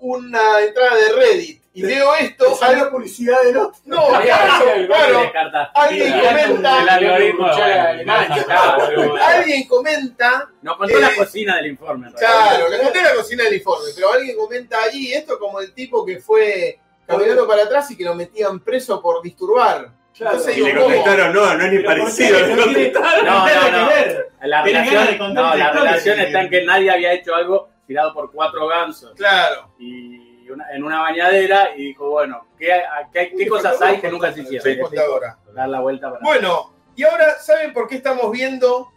Speaker 5: una entrada de Reddit y leo esto,
Speaker 9: Te salió
Speaker 5: algo-
Speaker 9: la publicidad del otro.
Speaker 5: no,
Speaker 4: Había
Speaker 5: claro,
Speaker 4: aparecido el gol
Speaker 5: claro.
Speaker 4: de Carta.
Speaker 5: Alguien
Speaker 4: Sí,
Speaker 6: El
Speaker 5: comenta,
Speaker 6: algoritmo.
Speaker 4: Escuchar a
Speaker 6: bueno,
Speaker 4: Alemania,
Speaker 6: no sacaba, boludo.
Speaker 5: alguien comenta,
Speaker 6: Nos contó la
Speaker 5: Eh,
Speaker 6: cocina del informe. en realidad.
Speaker 5: claro, le conté la cocina del informe, pero alguien comenta ahí esto como el tipo que fue caminando para atrás y que lo metían preso por disturbar.
Speaker 9: Claro.
Speaker 5: Entonces
Speaker 3: Y le
Speaker 5: digo, ¿cómo?
Speaker 3: contestaron, no, no es ni
Speaker 2: Pero ¿por
Speaker 3: parecido.
Speaker 2: qué?
Speaker 3: Le
Speaker 2: No tiene-
Speaker 3: contestaron.
Speaker 6: No,
Speaker 2: Nada
Speaker 6: no, no.
Speaker 2: que ver.
Speaker 6: La
Speaker 2: Tenés ganas de
Speaker 6: relación,
Speaker 2: contar
Speaker 6: no,
Speaker 2: esta
Speaker 6: la
Speaker 2: historia,
Speaker 6: relación
Speaker 2: sí.
Speaker 6: está en que nadie había hecho algo tirado por cuatro gansos
Speaker 5: Claro.
Speaker 6: y una- en una bañadera y dijo, bueno, ¿qué, a- qué- qué cosas hay que nunca se hicieron?
Speaker 5: Sí, contadora.
Speaker 6: Dar la vuelta para
Speaker 5: Bueno, y ahora, ¿saben por qué estamos viendo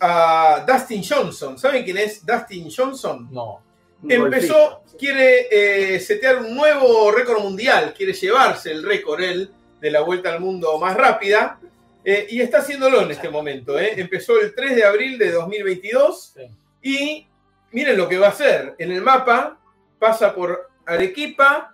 Speaker 5: a Dustin Johnson? ¿Saben quién es Dustin Johnson?
Speaker 4: No.
Speaker 6: Un
Speaker 5: Empezó, quiere eh, setear un nuevo récord mundial, quiere llevarse el récord él de la vuelta al mundo más rápida, eh, y está haciéndolo en este momento. eh. Empezó el 3 de abril de 2022
Speaker 4: Sí.
Speaker 5: y miren lo que va a hacer. En el mapa pasa por Arequipa,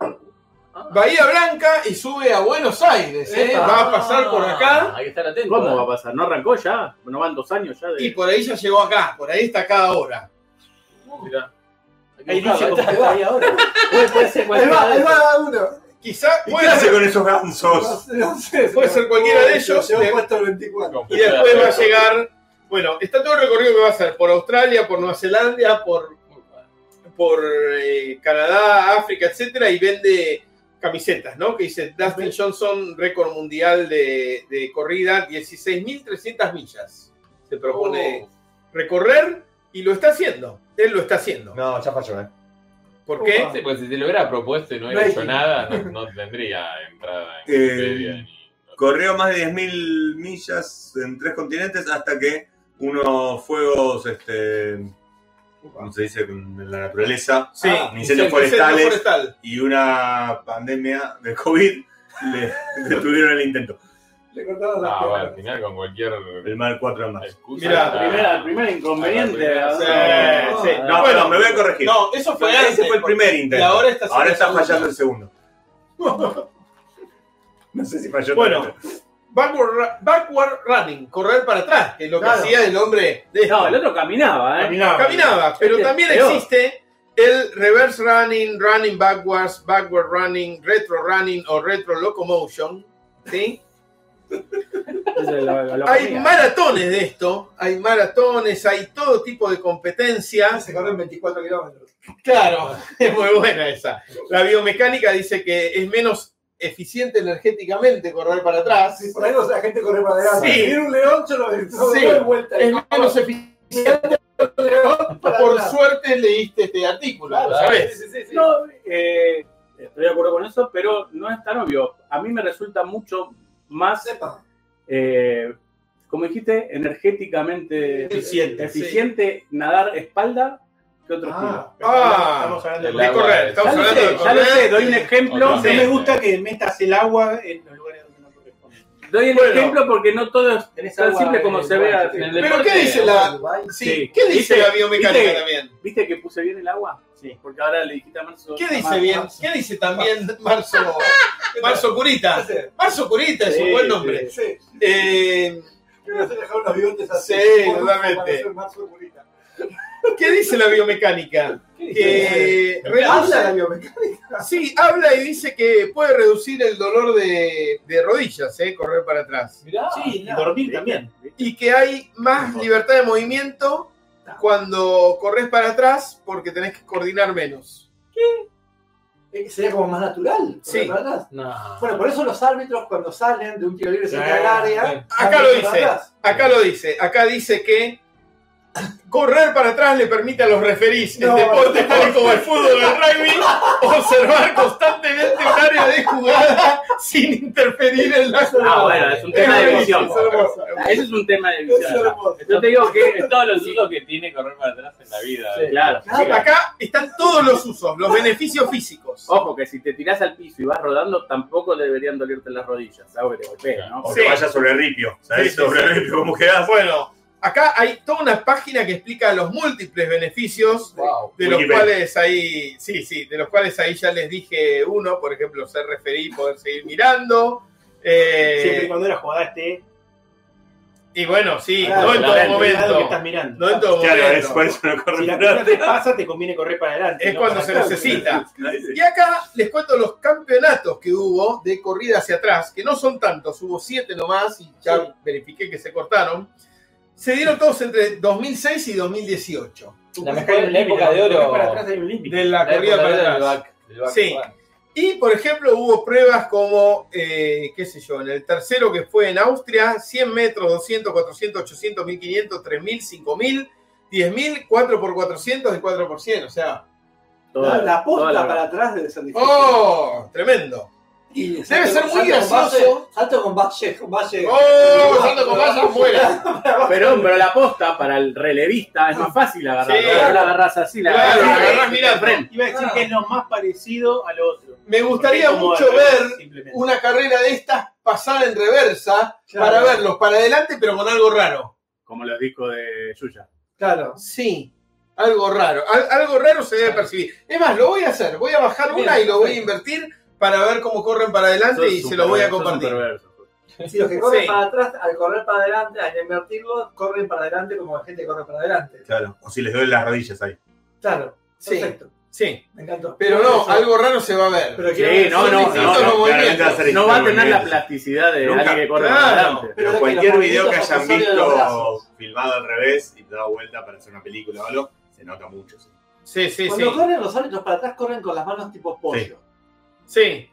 Speaker 5: Bahía Blanca y sube a Buenos Aires. eh.
Speaker 4: Epa.
Speaker 5: Va a pasar por acá.
Speaker 4: Ah. Hay que estar atento.
Speaker 6: ¿Cómo
Speaker 4: eh.
Speaker 6: va a pasar? ¿No arrancó ya? ¿No van dos años ya?
Speaker 5: Y
Speaker 6: De...
Speaker 5: por ahí ya llegó acá, por ahí está cada hora.
Speaker 8: Mirá.
Speaker 4: Hay que
Speaker 2: Ahí dice
Speaker 4: buscarlo,
Speaker 2: cómo
Speaker 4: ahí
Speaker 2: está ahí
Speaker 4: va.
Speaker 2: ahora.
Speaker 4: Puede, puede ser
Speaker 9: Ahí
Speaker 4: cualquiera
Speaker 9: va,
Speaker 4: de
Speaker 9: ahí
Speaker 4: esos.
Speaker 9: va uno.
Speaker 5: Quizá
Speaker 3: ¿Y qué
Speaker 5: puede
Speaker 3: hace
Speaker 5: ser-
Speaker 3: con esos
Speaker 9: No
Speaker 3: gansos?
Speaker 9: sé, no sé.
Speaker 5: Puede ser cualquiera de ellos.
Speaker 9: Se ha
Speaker 5: De-
Speaker 9: puesto el 24.
Speaker 5: y después va a llegar. Bueno, está todo el recorrido que va a hacer por Australia, por Nueva Zelanda, por, por eh, Canadá, África, etcétera, y vende camisetas, ¿no? Que dice Dustin Johnson, récord mundial de, de corrida, 16.300 millas. Se propone recorrer y lo está haciendo. Él lo está haciendo.
Speaker 3: No, ya falló, eh.
Speaker 5: ¿Por qué?
Speaker 8: Sí, pues si se lo hubiera propuesto y no hubiera
Speaker 9: No hay-
Speaker 8: hecho nada, no, no tendría entrada en
Speaker 3: Eh,
Speaker 8: Wikipedia ni- Ah,
Speaker 3: Corrió más de 10.000 millas en tres continentes hasta que unos fuegos, este, ¿cómo se dice? En la naturaleza,
Speaker 5: Sí,
Speaker 3: Ah,
Speaker 5: incendio
Speaker 3: incendios forestales
Speaker 5: forestal.
Speaker 3: y una pandemia de COVID le detuvieron el intento.
Speaker 5: Le cortaron
Speaker 8: Ah, bueno, al final con cualquier.
Speaker 3: El mal 4 de marzo.
Speaker 8: excusa.
Speaker 3: Mirá,
Speaker 8: Ah,
Speaker 6: Primera, primer
Speaker 8: a
Speaker 6: inconveniente.
Speaker 8: la
Speaker 6: ¿no?
Speaker 3: Eh, sí. No,
Speaker 5: Bueno,
Speaker 3: perdón, me voy a corregir.
Speaker 5: No, eso fue antes.
Speaker 3: Ese fue el
Speaker 5: porque-
Speaker 3: primer intento.
Speaker 5: y ahora está haciendo el
Speaker 3: fallando
Speaker 5: segundo.
Speaker 3: el segundo. No sé si falló.
Speaker 5: Bueno, backward, ra- backward running, correr para atrás, que es lo que
Speaker 6: Claro.
Speaker 5: hacía el hombre de
Speaker 6: No, el otro caminaba, ¿eh?
Speaker 2: Caminaba.
Speaker 5: Caminaba, pero
Speaker 6: Este,
Speaker 5: también
Speaker 6: peor.
Speaker 5: existe el reverse running, running backwards, backward running, retro running o retro locomotion. ¿sí?
Speaker 6: Ese lo- lo- lo
Speaker 5: Hay
Speaker 6: comía.
Speaker 5: maratones de esto, hay maratones, hay todo tipo de competencias.
Speaker 9: Se corren 24 kilómetros.
Speaker 5: Claro, es muy buena esa. La biomecánica dice que es menos eficiente energéticamente correr para atrás.
Speaker 9: Sí, por algo la gente corre para adelante.
Speaker 5: Sí.
Speaker 9: Si viene un león, yo lo lo
Speaker 5: Sí.
Speaker 9: doy de vuelta.
Speaker 5: Es menos eficiente.
Speaker 9: Un león para
Speaker 5: Por
Speaker 9: atrás.
Speaker 5: suerte leíste este artículo, ¿sabes?
Speaker 9: Sí, sí, sí, sí.
Speaker 6: No, eh, estoy de acuerdo con eso, pero no es tan obvio. A mí me resulta mucho más,
Speaker 9: Sepa.
Speaker 6: eh, como dijiste, energéticamente
Speaker 2: Eficiente,
Speaker 6: eficiente nadar espalda que otro estilo.
Speaker 5: Ah.
Speaker 2: estamos hablando
Speaker 8: El
Speaker 5: De
Speaker 8: agua
Speaker 5: correr,
Speaker 8: es-
Speaker 6: Ya
Speaker 5: estamos
Speaker 6: lo
Speaker 5: hablando de
Speaker 6: sé, ya lo sé,
Speaker 5: correr.
Speaker 6: doy un ejemplo.
Speaker 8: Otra
Speaker 2: No
Speaker 8: Sí.
Speaker 2: me gusta que metas el agua en los lugares donde no corresponde.
Speaker 6: Doy el
Speaker 5: Bueno.
Speaker 6: ejemplo porque no todo es
Speaker 1: Tenés
Speaker 6: tan
Speaker 1: agua
Speaker 6: simple como
Speaker 1: en
Speaker 6: se
Speaker 1: el
Speaker 6: ve
Speaker 1: guante.
Speaker 6: en el
Speaker 5: Pero
Speaker 6: deporte.
Speaker 5: ¿qué dice la,
Speaker 9: Uruguay.
Speaker 5: sí,
Speaker 6: Sí.
Speaker 5: ¿qué dice
Speaker 6: ¿Viste?
Speaker 5: la biomecánica
Speaker 6: ¿Viste?
Speaker 5: también?
Speaker 6: ¿Viste que puse bien el agua? Sí. Porque ahora le dijiste a Marzo.
Speaker 5: ¿Qué
Speaker 6: a
Speaker 5: dice
Speaker 6: Marzo.
Speaker 5: bien? ¿Qué dice también Marzo, Marzo Curita? Marzo Curita es
Speaker 6: Sí,
Speaker 5: un buen nombre.
Speaker 9: Sí.
Speaker 5: Eh,
Speaker 9: Yo me voy a dejar unos bigotes así.
Speaker 5: Sí,
Speaker 9: Por-
Speaker 5: totalmente.
Speaker 9: para ser más futbolista.
Speaker 5: ¿Qué dice la biomecánica? Que
Speaker 9: Habla la
Speaker 5: reduce-
Speaker 9: biomecánica.
Speaker 5: sí, habla y dice que puede reducir el dolor de, de rodillas, ¿eh? correr para atrás.
Speaker 2: Sí, y dormir también.
Speaker 5: Y que hay más libertad de movimiento cuando corres para atrás porque tenés que coordinar menos.
Speaker 9: Eh, Sería como más natural.
Speaker 5: Sí.
Speaker 9: correr para atrás.
Speaker 4: No.
Speaker 9: Bueno, por eso los árbitros cuando salen de un tiro libre cerca del área.
Speaker 5: Acá lo
Speaker 9: salen Ah, para
Speaker 5: dice.
Speaker 9: atrás.
Speaker 5: Acá lo dice, acá dice que correr para atrás le permite a los referís en
Speaker 9: No.
Speaker 5: deportes tales como el fútbol o el rugby observar constantemente un área de jugada sin interferir en la jugada.
Speaker 6: Ah, bueno, es un tema de
Speaker 5: buenísimo.
Speaker 6: visión. Ese es un tema de
Speaker 9: Es
Speaker 6: visión.
Speaker 9: hermoso.
Speaker 6: Yo te digo que es
Speaker 4: Todos los
Speaker 8: Es lo que tiene correr para atrás en la vida.
Speaker 6: Sí, claro.
Speaker 9: Claro.
Speaker 5: Acá están todos los usos, los beneficios físicos.
Speaker 6: Ojo, que si te tirás al piso y vas rodando, tampoco deberían dolerte las rodillas. Algo que te golpea, ¿no?
Speaker 3: O
Speaker 5: Sí.
Speaker 3: que vaya sobre ripio. ¿Sabes?
Speaker 5: Sí, sí,
Speaker 3: sobre ripio, ¿cómo quedás?
Speaker 5: Bueno, acá hay toda una página que explica los múltiples beneficios de los
Speaker 3: Wikipedia.
Speaker 5: cuales ahí, sí, sí, de los cuales ahí ya les dije uno, por ejemplo, ser referí, poder seguir mirando. eh,
Speaker 2: Siempre y cuando la jugada esté
Speaker 5: Y bueno, sí,
Speaker 2: Claro,
Speaker 5: no en todo
Speaker 2: claro, lado que
Speaker 5: momento.
Speaker 2: estás mirando.
Speaker 5: No en todo
Speaker 3: Claro, es
Speaker 5: momento.
Speaker 3: por eso no
Speaker 2: Si
Speaker 3: corre para
Speaker 2: la pelota
Speaker 3: atrás.
Speaker 2: te pasa, te conviene correr para adelante.
Speaker 5: Es
Speaker 2: no
Speaker 5: cuando
Speaker 2: para
Speaker 5: se
Speaker 2: atrás.
Speaker 5: necesita.
Speaker 3: Ahí sí.
Speaker 5: Y acá les cuento los campeonatos que hubo de corrida hacia atrás, que no son tantos, hubo siete nomás y ya verifiqué que se cortaron. Se dieron todos entre 2006 y 2018.
Speaker 4: La mejor la época de
Speaker 2: Correr para
Speaker 4: oro.
Speaker 2: atrás hay un límite.
Speaker 5: De la,
Speaker 4: La
Speaker 5: corrida
Speaker 4: época de oro
Speaker 5: para
Speaker 4: del
Speaker 5: atrás.
Speaker 4: back. del back
Speaker 5: Sí.
Speaker 4: to back.
Speaker 5: Y por ejemplo, hubo pruebas como, eh, qué sé yo, en el tercero que fue en Austria, 100 metros, 200, 400, 800, 1500, 3000, 5000, 10000, 4x400 y 4x100. O sea,
Speaker 9: La,
Speaker 6: Toda-
Speaker 9: la posta
Speaker 6: toda la-
Speaker 9: para atrás debe ser difícil.
Speaker 5: ¡oh! Tremendo.
Speaker 9: Y debe
Speaker 5: ser muy gracioso.
Speaker 9: salto con Valle. Con valle
Speaker 5: ¡Oh! Salto con vaso afuera.
Speaker 6: Pero, pero la posta para el relevista es más fácil agarrar.
Speaker 5: Sí.
Speaker 6: la agarras así, la
Speaker 5: Claro,
Speaker 6: agarrás-
Speaker 5: la agarrás mirando.
Speaker 6: frente.
Speaker 2: Iba a decir que es lo más parecido al otro.
Speaker 5: Me gustaría
Speaker 2: Porque es como
Speaker 5: mucho
Speaker 2: al revés,
Speaker 5: ver
Speaker 2: simplemente.
Speaker 5: una carrera de estas pasada en reversa
Speaker 9: Claro.
Speaker 5: para verlos para adelante, pero con algo raro.
Speaker 6: Como los discos de Yuya.
Speaker 9: Claro.
Speaker 5: Sí. Algo raro, Al- algo raro se debe percibir. Es más, lo voy a hacer, voy a bajar
Speaker 9: Bien,
Speaker 5: una y lo voy a
Speaker 9: perfecto.
Speaker 5: invertir para ver cómo corren para adelante y
Speaker 6: Sos
Speaker 5: se lo voy a
Speaker 6: un perverso, sos un
Speaker 5: compartir.
Speaker 6: perverso.
Speaker 9: Si los que corren
Speaker 5: Sí.
Speaker 9: para atrás, al correr para adelante, al invertirlo, corren para adelante como la gente que corre para adelante.
Speaker 3: Claro. O si les doy las rodillas ahí.
Speaker 9: Claro.
Speaker 5: Sí.
Speaker 9: Perfecto.
Speaker 5: Sí,
Speaker 9: Me encantó.
Speaker 5: pero no, algo raro se va a ver.
Speaker 9: Pero quiero
Speaker 6: Sí,
Speaker 9: decir-
Speaker 6: no, no,
Speaker 5: Son distintos
Speaker 6: no,
Speaker 5: los
Speaker 6: no,
Speaker 5: movimientos.
Speaker 3: claramente va a ser
Speaker 6: No
Speaker 3: distinto
Speaker 6: va a tener la
Speaker 3: movimiento.
Speaker 6: plasticidad de
Speaker 3: Nunca,
Speaker 6: alguien que corre
Speaker 5: claro.
Speaker 6: para adelante.
Speaker 9: Pero
Speaker 3: Pero
Speaker 9: que
Speaker 3: cualquier
Speaker 9: los
Speaker 3: video que
Speaker 9: movimientos
Speaker 3: hayan
Speaker 9: accesorios de los
Speaker 3: visto
Speaker 9: brazos.
Speaker 3: filmado al revés y dado vuelta para hacer una película o algo, se nota mucho. sí.
Speaker 5: Sí, sí, sí.
Speaker 9: Cuando corren los árbitros para atrás, corren con las manos tipo pollo.
Speaker 3: Sí.
Speaker 5: Sí.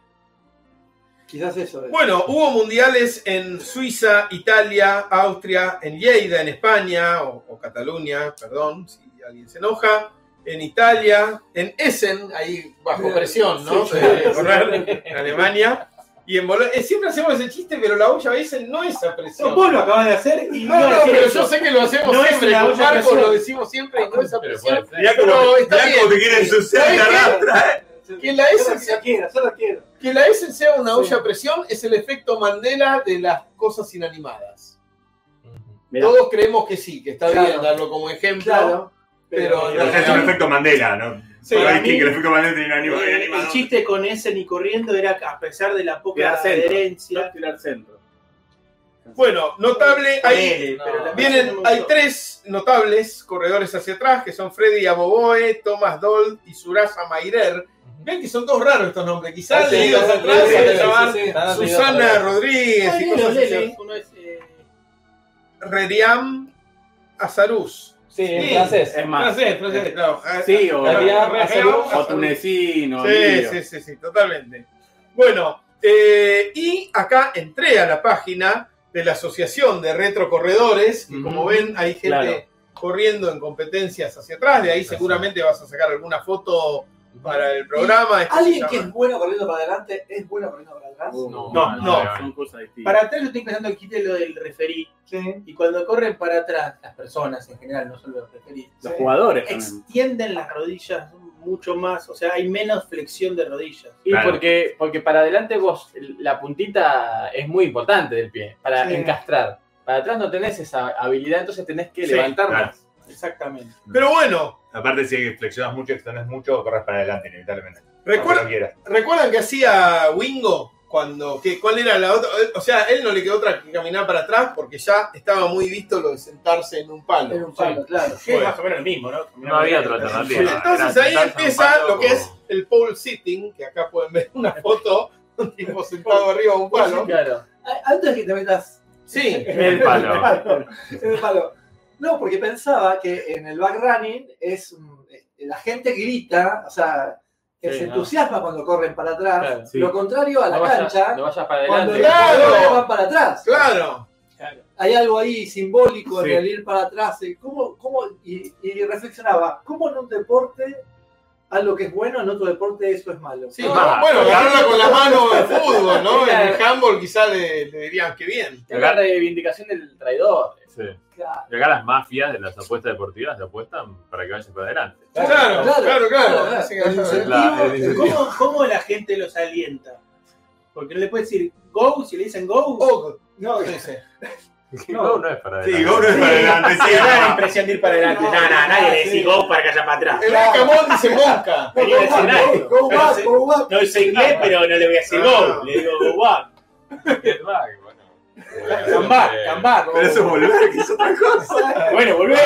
Speaker 9: Quizás eso es.
Speaker 5: Bueno, hubo mundiales en Suiza, Italia, Austria, en Lleida, en España, o, o Cataluña, perdón, si alguien se enoja, en Italia, en Essen, ahí bajo presión, ¿no?
Speaker 9: Sí,
Speaker 5: Se debe correr, en Alemania, y en Bolonia. eh, siempre hacemos ese chiste, pero la olla Beisel no es apreciada.
Speaker 9: No, vos lo acabas de hacer y no
Speaker 5: No,
Speaker 9: lo
Speaker 5: no,
Speaker 9: hacés
Speaker 5: pero
Speaker 9: eso.
Speaker 5: yo sé que lo hacemos
Speaker 9: No es
Speaker 5: siempre.
Speaker 9: la
Speaker 5: Con
Speaker 9: olla
Speaker 5: Marcos
Speaker 9: Beisel.
Speaker 5: lo decimos siempre y no es apreciado.
Speaker 3: Mirá cómo,
Speaker 5: Pero está
Speaker 3: mirá
Speaker 5: bien.
Speaker 3: cómo te quiere ensuciar, te
Speaker 5: ¿Sabés qué?
Speaker 3: arrastra, ¿eh?
Speaker 5: Que la
Speaker 9: Yo
Speaker 5: Essen
Speaker 9: la quiero, yo la quiero.
Speaker 5: Que la Essen sea una olla a presión es el efecto Mandela de las cosas inanimadas.
Speaker 7: Mirá.
Speaker 5: Todos creemos que sí, que está
Speaker 7: Claro.
Speaker 5: bien darlo como ejemplo.
Speaker 7: Claro.
Speaker 5: Pero-
Speaker 3: Pero es un efecto Mandela, ¿no?
Speaker 5: Sí,
Speaker 3: Por ahí
Speaker 5: a
Speaker 3: que
Speaker 5: mí-
Speaker 3: el efecto Mandela tiene un ánimo de
Speaker 9: Eh, el
Speaker 3: animador.
Speaker 9: chiste con ese ni corriendo era que a pesar de la poca
Speaker 6: Tirar centro.
Speaker 9: adherencia.
Speaker 6: tirar centro.
Speaker 5: Bueno,
Speaker 10: Eh,
Speaker 5: notable ahí.
Speaker 9: Ponele, pero la-
Speaker 5: Vienen, hay tres notables corredores hacia atrás, que son Freddy Aboboe, Thomas Dold y Surasa Mairer. Ven que son todos raros estos nombres. Quizás
Speaker 10: Sí,
Speaker 5: leídos
Speaker 10: sí,
Speaker 5: atrás
Speaker 10: sí,
Speaker 5: se van a
Speaker 10: sí,
Speaker 5: llamar
Speaker 10: sí, sí. Están leídos
Speaker 5: Susana
Speaker 10: atrás.
Speaker 5: Rodríguez
Speaker 9: Ah,
Speaker 5: y
Speaker 9: lelo,
Speaker 5: cosas así.
Speaker 9: lelo. Uno es, eh,
Speaker 5: Rediam Azaruz.
Speaker 4: Sí, en
Speaker 5: Sí.
Speaker 4: francés.
Speaker 6: Es más,
Speaker 5: Francés,
Speaker 10: Eh,
Speaker 5: francés, claro.
Speaker 6: Sí, o-
Speaker 5: Rediam
Speaker 4: o
Speaker 5: Azaruz.
Speaker 6: o tunecino.
Speaker 5: Sí,
Speaker 6: lirio.
Speaker 5: sí, sí, sí, totalmente. Bueno, eh, y acá entré a la página de la Asociación de Retrocorredores, que como
Speaker 6: Ujú.
Speaker 5: ven hay gente
Speaker 6: Claro.
Speaker 5: corriendo en competencias hacia atrás, de ahí seguramente vas a sacar alguna foto para el programa. esto se
Speaker 9: Alguien que
Speaker 5: llama-
Speaker 9: es bueno corriendo para adelante es bueno corriendo para atrás.
Speaker 6: Uh, No,
Speaker 5: No, no.
Speaker 6: Son cosas distintas.
Speaker 9: Para atrás yo estoy pensando el kit de lo del referí. Y cuando corren para atrás, las personas en general, no solo los referí,
Speaker 6: Los jugadores también.
Speaker 9: extienden las rodillas mucho más. O sea, hay menos flexión de rodillas.
Speaker 4: Y
Speaker 6: Claro.
Speaker 4: porque, porque para adelante vos, la puntita es muy importante del pie, para
Speaker 9: Sí.
Speaker 4: encastrar. Para atrás no tenés esa habilidad, entonces tenés que
Speaker 6: Sí,
Speaker 4: levantar
Speaker 3: claro.
Speaker 4: más.
Speaker 9: Exactamente.
Speaker 5: Pero bueno,
Speaker 3: Aparte, si flexionas mucho, extendes mucho, corres para adelante, inevitablemente.
Speaker 5: recuerda,
Speaker 3: Aunque
Speaker 2: Ah,
Speaker 3: no quieras.
Speaker 5: ¿Recuerdan que hacía Wingo cuando que cuál era la otra? O sea, él no le quedó otra que caminar para atrás porque ya estaba muy visto lo de sentarse en un palo.
Speaker 9: Era un palo, claro.
Speaker 2: Que es más o menos el mismo, ¿no?
Speaker 6: No había otra
Speaker 5: Sí,
Speaker 6: alternativa.
Speaker 5: Entonces
Speaker 6: Era
Speaker 5: ahí
Speaker 6: sentarse en
Speaker 5: empieza
Speaker 6: un
Speaker 5: lo que
Speaker 6: palo
Speaker 5: es el pole sitting, que acá pueden ver una foto de un tipo sentado arriba de un palo.
Speaker 4: Claro.
Speaker 9: A- Antes de que te metas
Speaker 5: Sí,
Speaker 6: En el palo.
Speaker 9: en el palo. No, porque pensaba que en el back running es un- eh, la gente grita, o sea, que
Speaker 4: Sí,
Speaker 9: se
Speaker 4: ¿no?
Speaker 9: entusiasma cuando corren para atrás.
Speaker 4: Claro,
Speaker 6: sí. Ah,
Speaker 9: Lo contrario a la
Speaker 4: No vayas,
Speaker 9: cancha,
Speaker 4: no vayas para
Speaker 9: cuando
Speaker 4: adelante.
Speaker 9: los
Speaker 5: Claro.
Speaker 9: jugadores van para atrás.
Speaker 5: Claro.
Speaker 9: hay algo ahí simbólico
Speaker 6: Sí.
Speaker 9: en el ir para atrás. eh, ¿Cómo, cómo, y, y reflexionaba, ¿cómo en un deporte algo que es bueno, en otro deporte eso es malo?
Speaker 5: Sí,
Speaker 9: No,
Speaker 5: no, bueno,
Speaker 9: no,
Speaker 5: ganarla
Speaker 9: no,
Speaker 5: con
Speaker 9: no,
Speaker 5: las
Speaker 9: no,
Speaker 5: manos de fútbol, ¿no? En
Speaker 4: Claro.
Speaker 5: el handball quizá le, le dirían que bien.
Speaker 4: Es la reivindicación del traidor.
Speaker 8: Sí.
Speaker 9: claro,
Speaker 8: Y acá las mafias de las apuestas deportivas te apuestan para que vayas para adelante.
Speaker 5: Claro,
Speaker 9: claro,
Speaker 5: claro,
Speaker 9: claro,
Speaker 5: claro.
Speaker 9: claro.
Speaker 5: Así que vaya a ver.
Speaker 8: La- el
Speaker 2: Incentivo, ¿Cómo, cómo la gente los alienta? Porque no le puedes decir go si le dicen go.
Speaker 5: Oh,
Speaker 9: no,
Speaker 5: sí, sí.
Speaker 8: No, no es para
Speaker 3: Sí,
Speaker 8: adelante.
Speaker 3: vos no es para adelante, sí,
Speaker 2: Me da la
Speaker 3: no.
Speaker 2: impresión de ir para adelante.
Speaker 9: No,
Speaker 2: No, no, Ah, nadie
Speaker 5: Ah,
Speaker 2: le decís
Speaker 9: sí.
Speaker 2: go para que haya para atrás.
Speaker 5: El Acamón dice mosca.
Speaker 2: Venía del
Speaker 9: go back,
Speaker 2: escenario.
Speaker 9: go back,
Speaker 2: Pero
Speaker 9: go back.
Speaker 2: No sé inglés, pero no le voy a decir go. Le digo go up.
Speaker 8: Get back, bueno.
Speaker 5: Eh,
Speaker 8: Eh,
Speaker 2: Come back, come back.
Speaker 3: Pero eso es volver, que es otra cosa.
Speaker 2: Bueno, volvé.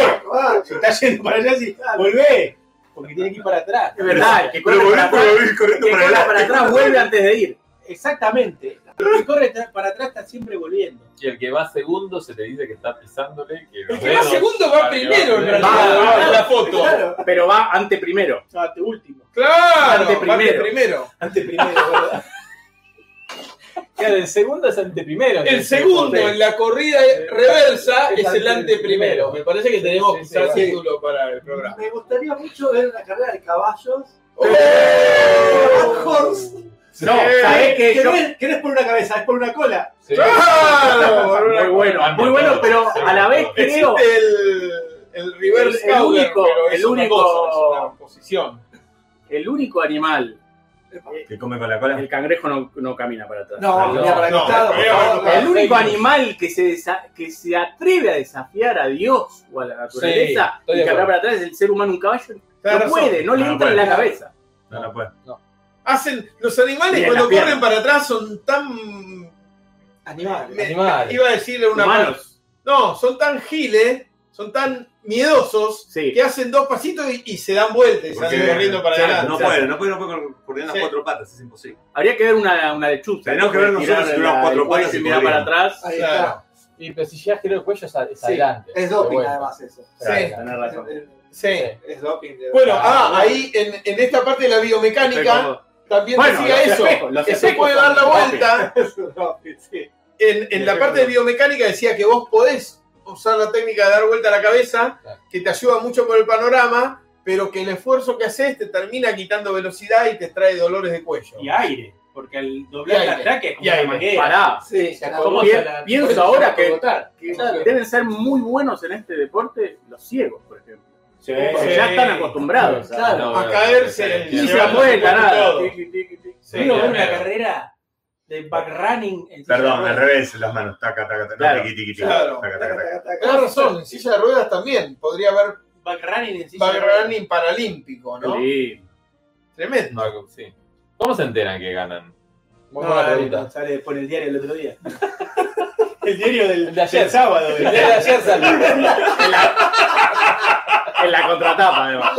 Speaker 2: Si estás yendo para allá, sí, volvé. Porque tiene que ir para atrás.
Speaker 6: Es verdad, que
Speaker 3: Pero volver por volver corriendo para adelante.
Speaker 2: atrás vuelve antes de ir. Exactamente. El que corre tra- para atrás está siempre volviendo.
Speaker 8: Y el que va segundo se le dice que está pisándole. Que
Speaker 5: El que va segundo va primero, en realidad.
Speaker 6: Va, va,
Speaker 5: Mirá
Speaker 6: va.
Speaker 5: la foto.
Speaker 9: Claro,
Speaker 6: pero va ante primero.
Speaker 2: No, te último.
Speaker 5: Claro,
Speaker 6: Ante
Speaker 5: parte
Speaker 6: primero.
Speaker 5: primero.
Speaker 9: ante primero, ¿verdad?
Speaker 4: Claro, el segundo es ante primero.
Speaker 5: El segundo en la corrida reversa es el anteprimero. Me parece que tenemos
Speaker 4: Sí, sí,
Speaker 5: quizás
Speaker 4: sí.
Speaker 5: título para el programa.
Speaker 9: Me gustaría mucho ver una carrera de caballos.
Speaker 5: ¡Oh!
Speaker 9: Horse,
Speaker 6: No, sabés que
Speaker 9: que
Speaker 6: yo.
Speaker 9: no es, que no es por una cabeza, es por una cola.
Speaker 5: ¡Claro! Por una-
Speaker 6: Muy bueno, muy bueno, pero a la vez creo.
Speaker 5: Existe el, el reverse
Speaker 6: El- el
Speaker 5: Cowler,
Speaker 6: único-
Speaker 5: pero es
Speaker 6: el
Speaker 5: una
Speaker 6: único-
Speaker 5: cosa, es una posición.
Speaker 6: El único animal,
Speaker 3: Que come con la cola.
Speaker 6: el cangrejo no, no camina para atrás.
Speaker 9: No,
Speaker 6: Perdón.
Speaker 9: mira para el
Speaker 5: no,
Speaker 9: costado.
Speaker 5: mira para el
Speaker 6: El único animal que se, desa- que se atreve a desafiar a Dios o a la naturaleza
Speaker 4: estoy
Speaker 6: y
Speaker 4: de
Speaker 6: que
Speaker 4: acuerdo.
Speaker 6: habrá para atrás es el ser humano, un caballo.
Speaker 5: Tenés
Speaker 6: No
Speaker 5: razón.
Speaker 6: puede, no le
Speaker 3: No, no
Speaker 6: entra en
Speaker 3: puede.
Speaker 6: la cabeza.
Speaker 3: No, no puede.
Speaker 5: Hacen, los animales
Speaker 6: Y en
Speaker 5: cuando
Speaker 6: las piernas.
Speaker 5: corren para atrás son tan.
Speaker 9: Animales.
Speaker 5: me-
Speaker 4: Animales.
Speaker 5: Iba a decirle una
Speaker 6: Humanos.
Speaker 5: No, son tan giles, son tan miedosos
Speaker 6: Sí.
Speaker 5: que hacen dos pasitos y, y se dan vuelta y salen
Speaker 3: Porque-
Speaker 5: corriendo para
Speaker 3: Claro,
Speaker 5: adelante.
Speaker 3: No puede, no puede, no puede correr en las
Speaker 5: Sí.
Speaker 3: cuatro patas, es imposible.
Speaker 6: Habría que ver una, una lechuza.
Speaker 3: Tenemos que ver nosotros
Speaker 6: Tirar
Speaker 3: si unos
Speaker 6: la-
Speaker 3: cuatro
Speaker 6: el cuello
Speaker 3: patas
Speaker 6: y
Speaker 3: y
Speaker 6: mirar para
Speaker 3: corriendo.
Speaker 6: atrás.
Speaker 9: Ahí
Speaker 5: Claro.
Speaker 4: Y pero si llegas creo el cuello es, a- es
Speaker 9: Sí,
Speaker 4: adelante.
Speaker 9: está. Es doping,
Speaker 4: Bueno,
Speaker 9: además, eso.
Speaker 5: Sí,
Speaker 6: Tenés razón.
Speaker 5: sí.
Speaker 4: Sí.
Speaker 9: Es doping. de
Speaker 5: Bueno,
Speaker 9: verdad.
Speaker 5: ah, ahí en, en esta parte de la biomecánica
Speaker 6: Pero-
Speaker 5: también
Speaker 6: Bueno,
Speaker 5: decía
Speaker 6: los
Speaker 5: eso,
Speaker 6: espejos, los
Speaker 5: que se
Speaker 6: espejos
Speaker 5: puede dar la
Speaker 6: son
Speaker 5: vuelta.
Speaker 9: Es doping, sí.
Speaker 5: En, en la parte de biomecánica decía que vos podés usar la técnica de dar vuelta a la cabeza,
Speaker 4: Claro.
Speaker 5: que te ayuda mucho por el panorama, pero que el esfuerzo que haces te termina quitando velocidad y te trae dolores de cuello.
Speaker 2: Y aire. Porque al doblar el
Speaker 4: aire.
Speaker 2: ataque es como
Speaker 6: Y
Speaker 2: una
Speaker 6: ahí me
Speaker 2: manguera.
Speaker 6: pará.
Speaker 9: Sí,
Speaker 2: sea,
Speaker 9: la-
Speaker 2: ¿cómo
Speaker 9: la-
Speaker 2: se
Speaker 9: la-
Speaker 6: Pienso ahora que, que
Speaker 9: Claro.
Speaker 6: deben ser muy buenos en este deporte los ciegos, por ejemplo.
Speaker 2: Sí,
Speaker 6: Porque
Speaker 2: sí.
Speaker 6: ya están acostumbrados.
Speaker 8: Ah,
Speaker 6: a-
Speaker 9: Claro.
Speaker 5: A caerse.
Speaker 6: Y
Speaker 5: Sí,
Speaker 6: se apuesta, nada.
Speaker 5: todo.
Speaker 6: Tiki, tiki, tiki.
Speaker 2: Sí, Digo, ver una carrera de backrunning en silla
Speaker 3: Perdón,
Speaker 2: de
Speaker 3: al
Speaker 2: ruedas.
Speaker 3: revés, las manos. Taca, taca, taca.
Speaker 6: Claro.
Speaker 3: Claro. Tiki, tiki, tiki,
Speaker 5: Claro.
Speaker 3: Taca, taca,
Speaker 9: taca,
Speaker 3: taca.
Speaker 9: taca, taca.
Speaker 5: Tenés razón, en silla de ruedas también. Podría haber
Speaker 2: Backrunning en silla de ruedas.
Speaker 5: backgrounding paralímpico, ¿no?
Speaker 6: Sí.
Speaker 5: Tremendo.
Speaker 8: No, sí. ¿Cómo se enteran que ganan?
Speaker 5: Muy
Speaker 2: No,
Speaker 5: buena
Speaker 2: eh,
Speaker 5: pregunta.
Speaker 2: Sale por el diario el otro día. el diario del,
Speaker 4: El de ayer.
Speaker 2: del sábado. del-
Speaker 4: De ayer salió.
Speaker 6: En la, en la contratapa, además.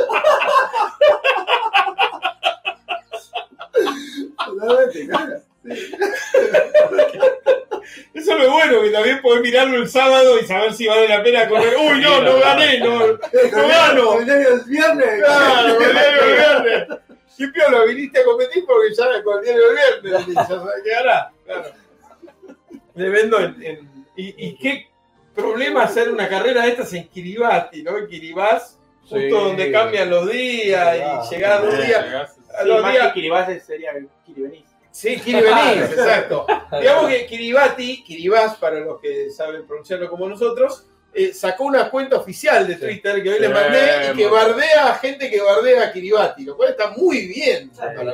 Speaker 5: Totalmente, claro. Sí. Eso es lo bueno, que también podés mirarlo el sábado y saber si vale la pena comer. ¡Uy, no, no gané! ¡No, no gano!
Speaker 9: El diario del viernes.
Speaker 5: Claro, con el diario del viernes. Sí, piola, viniste a competir porque ya con el diario del viernes. Ya sabés que hará. Claro. Le vendo en. en- ¿Y, y qué problema hacer una carrera de estas en Kiribati, ¿no? En Kiribati, justo
Speaker 4: Sí.
Speaker 5: donde cambian los días
Speaker 9: Claro.
Speaker 5: y llegar a dos días.
Speaker 8: Llegás-
Speaker 5: A
Speaker 2: Sí,
Speaker 5: los
Speaker 2: más
Speaker 5: días-
Speaker 2: que Kiribati sería Kiribati.
Speaker 5: Sí, Kiribati, exacto. Digamos que Kiribati, Kiribati, para los que saben pronunciarlo como nosotros, eh, sacó una cuenta oficial de Twitter que hoy les
Speaker 8: Sí,
Speaker 5: mandé y que
Speaker 8: muy
Speaker 5: bardea a gente que bardea a Kiribati, lo cual está muy bien.
Speaker 9: Para mí.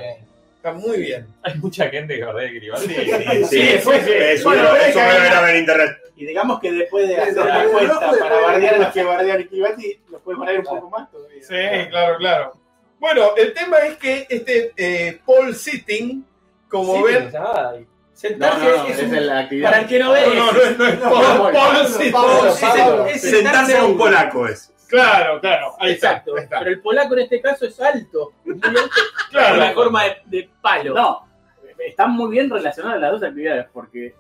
Speaker 5: Está muy bien.
Speaker 8: Hay mucha gente que bardea que Kiribati.
Speaker 3: Sí, sí,
Speaker 2: sí, sí.
Speaker 3: Eso
Speaker 2: Bueno,
Speaker 3: no-
Speaker 2: ve
Speaker 3: eso
Speaker 2: que
Speaker 3: no
Speaker 2: hay
Speaker 3: deberá
Speaker 2: una-
Speaker 3: ver internet.
Speaker 2: Y digamos que después de
Speaker 9: Sí,
Speaker 2: hacer
Speaker 9: no,
Speaker 2: la
Speaker 9: pero no
Speaker 2: cuenta
Speaker 9: puede
Speaker 2: para
Speaker 9: ver-
Speaker 2: bardear a los que bardean Kiribati, los puede bardear un poco más todavía.
Speaker 5: Sí, claro, claro. Bueno, el tema es que este eh, Paul Sitting, como
Speaker 4: Sí,
Speaker 5: ven,
Speaker 4: se llamaba.
Speaker 6: No,
Speaker 5: sentarse
Speaker 6: no, no,
Speaker 5: es
Speaker 6: esa
Speaker 5: un-
Speaker 6: es la
Speaker 2: Para
Speaker 6: actividad.
Speaker 2: el que no ve,
Speaker 5: No, no, no es, no es
Speaker 9: No,
Speaker 5: Paul,
Speaker 4: Paul,
Speaker 5: Paul
Speaker 9: Pablo,
Speaker 5: Sitting.
Speaker 9: Pablo,
Speaker 5: Paul Sitting.
Speaker 9: Pablo.
Speaker 2: es
Speaker 3: Sentarse a un
Speaker 2: uno.
Speaker 3: polaco es.
Speaker 5: Claro, claro. Ahí está,
Speaker 2: Exacto.
Speaker 5: ahí está.
Speaker 2: Pero el polaco en este caso es alto. Muy alto,
Speaker 5: Claro.
Speaker 2: Con la forma de, de palo.
Speaker 6: No, están muy bien relacionadas las dos actividades porque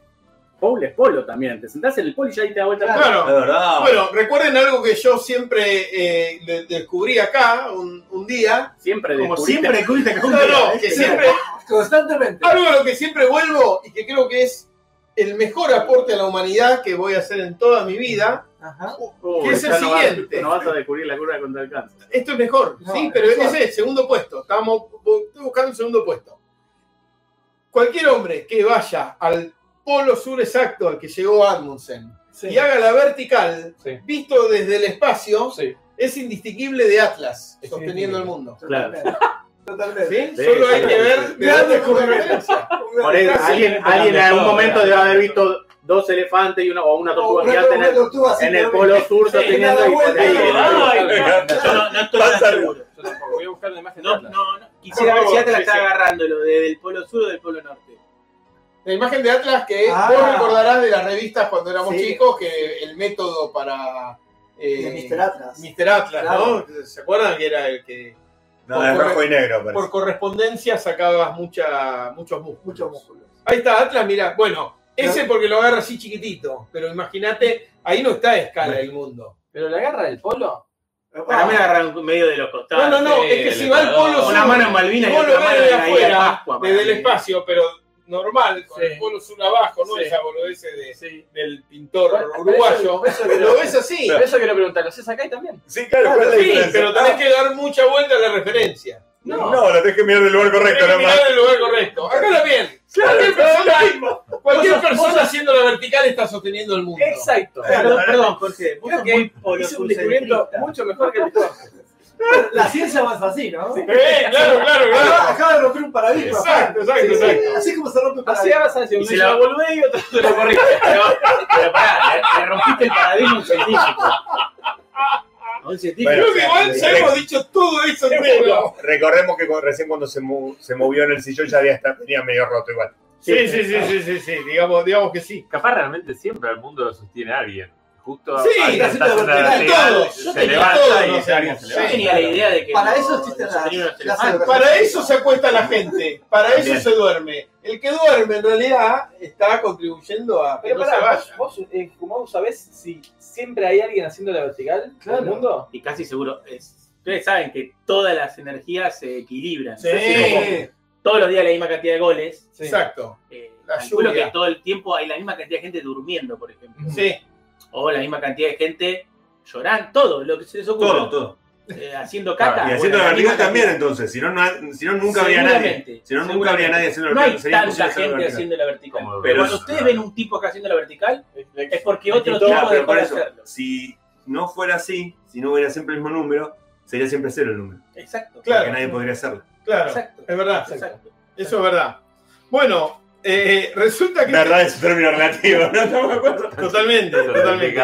Speaker 6: polo es polo también. Te sentás en el polo y ya ahí te da vuelta. al polo.
Speaker 5: Claro.
Speaker 3: verdad.
Speaker 5: Bueno, recuerden algo que yo siempre eh, de- descubrí acá un, un día.
Speaker 6: Siempre
Speaker 2: Como
Speaker 6: descubriste-
Speaker 2: siempre, culta que
Speaker 5: No,
Speaker 6: ¿eh?
Speaker 5: no, que siempre.
Speaker 9: Constantemente.
Speaker 5: Algo a lo que siempre vuelvo y que creo que es el mejor aporte a la humanidad que voy a hacer en toda mi vida.
Speaker 9: Ajá.
Speaker 6: Oh,
Speaker 5: que es el
Speaker 6: ya no vas-
Speaker 5: siguiente.
Speaker 6: No vas a descubrir la cura contra el cáncer.
Speaker 5: Esto es mejor,
Speaker 9: No,
Speaker 5: sí,
Speaker 9: es
Speaker 5: pero
Speaker 9: mejor.
Speaker 5: ese es el segundo puesto. Estamos bu- estoy buscando un segundo puesto. Cualquier hombre que vaya al polo sur exacto al que llegó Amundsen y haga la vertical,
Speaker 4: Sí.
Speaker 5: visto desde el espacio,
Speaker 4: Sí.
Speaker 5: es indistinguible de Atlas,
Speaker 4: Es
Speaker 5: sosteniendo el
Speaker 4: indistinguible.
Speaker 5: mundo.
Speaker 9: Totalmente. Totalmente.
Speaker 5: ¿Sí?
Speaker 6: Sí,
Speaker 5: Solo hay
Speaker 6: sí,
Speaker 5: que
Speaker 6: sí.
Speaker 5: ver de dónde fue
Speaker 9: Grandes
Speaker 5: la
Speaker 9: descubrimientos.
Speaker 5: referencia.
Speaker 6: Por eso,
Speaker 5: Casi
Speaker 6: alguien,
Speaker 5: inventando
Speaker 6: alguien en algún
Speaker 5: todo,
Speaker 6: momento
Speaker 5: ¿verdad?
Speaker 6: debe haber visto dos elefantes y una, o una tortuga gigante en el, en el polo sur sosteniendo
Speaker 9: nada
Speaker 6: y por
Speaker 9: vuelta,
Speaker 6: ahí.
Speaker 9: nada
Speaker 2: Ay,
Speaker 3: Venga.
Speaker 2: Yo no, no estoy tan
Speaker 3: Pásalo.
Speaker 2: seguro.
Speaker 4: Yo tampoco. Voy a buscar la imagen de
Speaker 2: No,
Speaker 4: Atlas.
Speaker 2: no, no. Quisiera ver si Atlas está agarrando lo de- del polo sur o del polo norte.
Speaker 5: La imagen de Atlas que
Speaker 9: Ah.
Speaker 5: vos recordarás de las revistas cuando éramos
Speaker 9: Sí.
Speaker 5: chicos, que el método para eh,
Speaker 9: De Mr. Atlas.
Speaker 5: Mr. Atlas,
Speaker 9: Claro.
Speaker 5: ¿no? ¿Se acuerdan que era el que
Speaker 3: No, es rojo y negro,
Speaker 5: por
Speaker 3: parece.
Speaker 5: correspondencia sacabas mucha, muchos músculos?
Speaker 9: Mucho músculo.
Speaker 5: Ahí está Atlas, mirá. Bueno, ese porque lo agarra así chiquitito, pero imagínate, ahí no está a escala el mundo.
Speaker 4: Pero la garra del polo.
Speaker 2: Para mí agarraron medio de los costados.
Speaker 5: No, no, no,
Speaker 8: sí,
Speaker 5: es que
Speaker 8: el
Speaker 5: si va al
Speaker 8: Ecuador.
Speaker 5: polo sur,
Speaker 2: Una mano en Malvinas y
Speaker 5: vos lo
Speaker 2: otra
Speaker 5: ves
Speaker 2: mano
Speaker 5: desde
Speaker 2: en la isla de
Speaker 5: afuera,
Speaker 2: Pascua. para
Speaker 5: desde el
Speaker 2: mí.
Speaker 5: espacio, pero normal, con
Speaker 4: Sí.
Speaker 5: el polo sur abajo, no
Speaker 4: Sí.
Speaker 5: esa boludez de,
Speaker 4: Sí.
Speaker 5: del pintor
Speaker 4: Bueno,
Speaker 5: uruguayo.
Speaker 4: pero eso- pero eso
Speaker 5: Lo
Speaker 4: quiero-
Speaker 5: ves así.
Speaker 4: pero eso quiero preguntar, ¿lo haces acá y también?
Speaker 3: Sí, claro, ¿cuál es la
Speaker 5: Sí,
Speaker 3: diferencia?
Speaker 5: pero tenés que dar mucha vuelta a la referencia.
Speaker 3: No, la tenés que mirar del lugar correcto,
Speaker 5: Tenés que
Speaker 3: nomás.
Speaker 5: mirar el lugar correcto. Acá la bien. Cualquier persona, cualquier persona haciendo la vertical está sosteniendo el mundo.
Speaker 4: Exacto.
Speaker 2: Perdón, perdón, Jorge. Vos
Speaker 4: Creo
Speaker 2: sos
Speaker 4: que
Speaker 2: muy polo
Speaker 4: Hice un descubrimiento
Speaker 2: surcentrista.
Speaker 4: mucho mejor que el Jorge.
Speaker 9: La ciencia avanza así, ¿no?
Speaker 5: Eh, claro, claro,
Speaker 9: Acaba,
Speaker 5: claro.
Speaker 9: acaba de romper un paradigma.
Speaker 5: Exacto, exacto,
Speaker 9: Sí,
Speaker 5: exacto.
Speaker 9: Así como se rompe un
Speaker 4: Así
Speaker 9: paradigma.
Speaker 4: vas hacia un
Speaker 2: Y se la volvé y otra se la corriste. Pero, pero pará, le, le rompiste el paradigma a un científico. A un científico.
Speaker 3: Bueno,
Speaker 5: Creo que igual ya hemos dicho todo eso. entero.
Speaker 3: Recordemos que cu- recién cuando se, mu- se movió en el sillón ya había estado, tenía medio roto igual.
Speaker 5: Sí, sí, sí, sí, sí, sí. Digamos, digamos que sí.
Speaker 8: Capaz realmente siempre al mundo lo sostiene alguien. Justo
Speaker 5: Sí,
Speaker 8: alguien
Speaker 5: está
Speaker 8: haciendo
Speaker 9: haciendo la
Speaker 8: la
Speaker 5: vertical.
Speaker 8: vertical,
Speaker 5: Todos, yo
Speaker 8: se
Speaker 5: tenía
Speaker 8: levanta
Speaker 5: todos
Speaker 8: y
Speaker 5: los
Speaker 8: alguien
Speaker 5: años.
Speaker 8: se
Speaker 2: Yo
Speaker 8: levanta.
Speaker 2: tenía la idea de que.
Speaker 9: Para
Speaker 2: los-
Speaker 9: eso existen
Speaker 2: los
Speaker 9: las-
Speaker 2: sonidos de los
Speaker 9: las
Speaker 2: elefantes.
Speaker 5: Para eso se acuesta la gente, para eso se duerme. El que duerme en realidad está contribuyendo a que
Speaker 4: Pero
Speaker 5: no
Speaker 4: pará,
Speaker 5: se vaya.
Speaker 4: vos, vos, eh, Kumau, ¿sabés si siempre hay alguien haciendo la vertical
Speaker 9: Claro.
Speaker 4: en el mundo?
Speaker 2: Y casi seguro. Es, ustedes saben que todas las energías se equilibran.
Speaker 5: Sí,
Speaker 2: Así como Todos los días la misma cantidad de goles.
Speaker 5: exacto.
Speaker 2: Eh,
Speaker 5: La
Speaker 2: calculo
Speaker 5: lluvia.
Speaker 2: que todo el tiempo hay la misma cantidad de gente durmiendo, por ejemplo.
Speaker 5: Sí,
Speaker 2: O la misma cantidad de gente llorando. Todo lo que se les ocurra.
Speaker 10: todo.
Speaker 2: eh, haciendo caca.
Speaker 3: Ah, Y haciendo
Speaker 2: bueno,
Speaker 3: la vertical
Speaker 2: misma
Speaker 3: también,
Speaker 2: cantidad.
Speaker 3: entonces. Si no, no- si no, nunca habría nadie.
Speaker 2: Seguramente,
Speaker 3: Si no, nunca habría
Speaker 2: seguramente.
Speaker 3: nadie haciendo la
Speaker 2: No hay
Speaker 3: vertical. Sería
Speaker 2: tanta
Speaker 3: imposible
Speaker 2: gente
Speaker 3: hacer
Speaker 2: haciendo la vertical.
Speaker 3: Como-
Speaker 2: Pero
Speaker 3: pero
Speaker 2: cuando
Speaker 3: es-
Speaker 2: ustedes ven un tipo acá haciendo la vertical, es porque otro
Speaker 3: la vertical.
Speaker 2: tipo
Speaker 3: Claro, pero
Speaker 2: dejó
Speaker 3: por
Speaker 2: de
Speaker 3: eso,
Speaker 2: hacerlo.
Speaker 3: si no fuera así, si no hubiera siempre el mismo número, sería siempre cero el número.
Speaker 2: Exacto.
Speaker 3: Porque
Speaker 5: Claro,
Speaker 3: nadie podría hacerlo.
Speaker 5: claro.
Speaker 2: Exacto.
Speaker 5: Es verdad.
Speaker 2: Exacto.
Speaker 5: Eso es verdad. Bueno, eh, resulta que.
Speaker 3: Verdad es un término relativo, ¿no? Estamos de acuerdo.
Speaker 5: Totalmente, totalmente.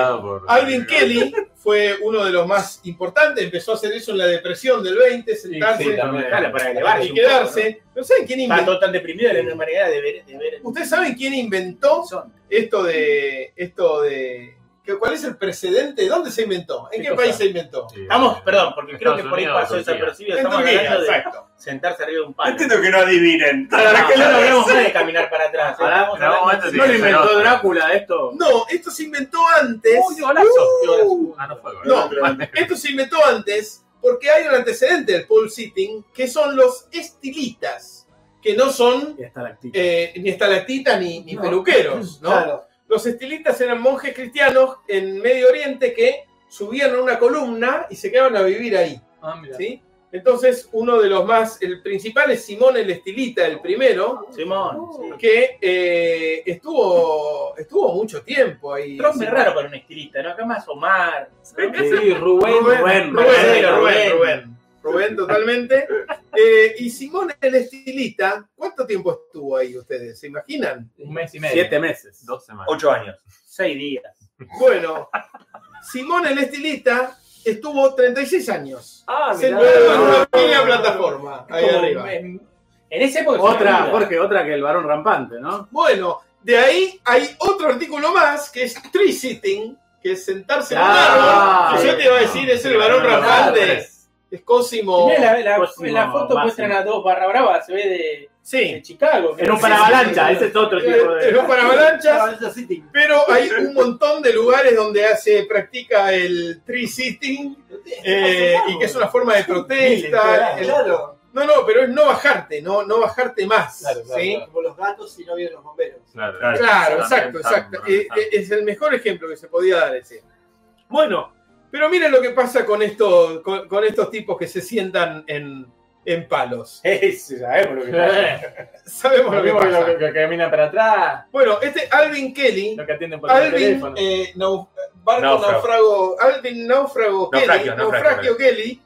Speaker 5: Alvin Kelly fue uno de los más importantes, empezó a hacer eso en la depresión del 20, sentarse
Speaker 6: Sí, sí, también.
Speaker 2: Claro, para elevarse.
Speaker 5: y
Speaker 2: un poco,
Speaker 5: quedarse. ¿No saben quién
Speaker 2: ¿no? Está
Speaker 5: inventó?
Speaker 2: todo tan deprimido la humanidad de ver, de ver el
Speaker 5: ¿Ustedes saben quién inventó
Speaker 2: son.
Speaker 5: esto de esto de que- cuál es el precedente? ¿Dónde se inventó? ¿En
Speaker 2: ¿Qué
Speaker 5: qué
Speaker 2: cosa?
Speaker 5: país se inventó?
Speaker 2: Estamos, perdón, porque creo que
Speaker 6: Estados
Speaker 2: por ahí
Speaker 6: Unidos,
Speaker 2: pasó
Speaker 6: Turquía.
Speaker 2: desapercibido.
Speaker 5: En
Speaker 2: Estamos
Speaker 5: Turquía,
Speaker 2: hablando de
Speaker 5: exacto.
Speaker 2: sentarse arriba de un
Speaker 5: Ah.
Speaker 2: palo.
Speaker 3: Entiendo que no adivinen. Toda la
Speaker 2: Para
Speaker 3: que
Speaker 2: que no
Speaker 3: lo
Speaker 2: hablamos
Speaker 3: hablamos.
Speaker 2: más de caminar para atrás. ¿eh?
Speaker 6: Pará,
Speaker 2: Estábamos
Speaker 6: en algún
Speaker 2: hablando-
Speaker 6: momento
Speaker 2: no lo
Speaker 6: tiene que ser
Speaker 2: inventó
Speaker 6: otro.
Speaker 2: Drácula esto.
Speaker 5: No, esto se inventó antes.
Speaker 6: ¡Uy, golazo!
Speaker 5: Uh,
Speaker 6: ¡Qué golazo! Ah, no fue golazo.
Speaker 5: No, esto se inventó antes porque hay un antecedente del pole sitting que son los estilitas, que no son
Speaker 6: Y está la actitud.
Speaker 5: eh, ni estalactitas ni, ni
Speaker 9: No.
Speaker 5: peluqueros, ¿no?
Speaker 9: Claro.
Speaker 5: Los estilitas eran monjes cristianos en Medio Oriente que subían a una columna y se quedaban a vivir ahí,
Speaker 4: Ah, mira.
Speaker 5: ¿sí? Entonces, uno de los más, el principal es Simón el Estilita, el primero,
Speaker 2: Simón. sí.
Speaker 5: que eh, estuvo, estuvo mucho tiempo ahí.
Speaker 2: Trump es
Speaker 5: Simón.
Speaker 2: raro para un estilista, ¿no? Acá más Omar.
Speaker 4: Sí, Rubén,
Speaker 5: Rubén,
Speaker 4: Rubén,
Speaker 5: Rubén,
Speaker 2: Rubén,
Speaker 5: Rubén, Rubén. Rubén, totalmente. Eh, y Simón el Estilita, ¿cuánto tiempo estuvo ahí ustedes? ¿Se imaginan?
Speaker 4: Un mes y medio.
Speaker 6: Siete meses.
Speaker 8: Dos semanas.
Speaker 3: Ocho años.
Speaker 2: Seis días.
Speaker 5: Bueno, Simón el Estilita estuvo 36 años.
Speaker 4: Ah, mirá.
Speaker 5: Sentado en una pequeña plataforma ahí
Speaker 2: Como
Speaker 5: arriba.
Speaker 2: En, en esa época.
Speaker 6: Otra,
Speaker 2: se
Speaker 6: Jorge, otra que el varón rampante, ¿no?
Speaker 5: Bueno, de ahí hay otro artículo más que es tree sitting, que es sentarse en un
Speaker 6: Ah,
Speaker 5: árbol. Y yo te iba a decir, es el varón
Speaker 6: Claro.
Speaker 5: rampante. Es Cosimo.
Speaker 2: Mirá, la, la,
Speaker 6: Cosimo
Speaker 2: la foto
Speaker 6: Máximo.
Speaker 2: muestran a dos barra brava, se ve de, de
Speaker 5: Sí.
Speaker 2: Chicago.
Speaker 6: En un
Speaker 2: Sí,
Speaker 6: paravalancha,
Speaker 2: sí,
Speaker 6: ese es otro tipo
Speaker 5: Eh,
Speaker 6: de.
Speaker 5: los parabalanchas. Pero hay un montón de lugares donde se practica el tree sitting eh, y que es una forma de protesta. El-
Speaker 9: Claro,
Speaker 5: no, no, pero es no bajarte, no, no bajarte más.
Speaker 4: Claro, claro,
Speaker 5: ¿sí?
Speaker 4: claro.
Speaker 9: como los gatos si no vienen los bomberos.
Speaker 8: Claro.
Speaker 5: Claro,
Speaker 8: También
Speaker 5: exacto,
Speaker 8: están
Speaker 5: exacto. Eh,
Speaker 8: bastante.
Speaker 5: eh, es el mejor ejemplo que se podía dar ese. Bueno, pero miren lo que pasa con, esto, con, con estos tipos que se sientan en, en palos.
Speaker 2: sí, sabemos lo que pasa.
Speaker 5: Sabemos lo
Speaker 4: Lo
Speaker 5: que
Speaker 4: mismo que lo
Speaker 5: pasa.
Speaker 4: que- que camina para atrás,
Speaker 5: Bueno, este Alvin Kelly,
Speaker 4: lo que atienden por el
Speaker 5: Alvin,
Speaker 4: teléfono.
Speaker 5: eh, nau- barco
Speaker 3: Náufrago.
Speaker 5: naufrago, Alvin náufrago Kelly,
Speaker 3: Naufragio, naufragio,
Speaker 5: naufragio Kelly,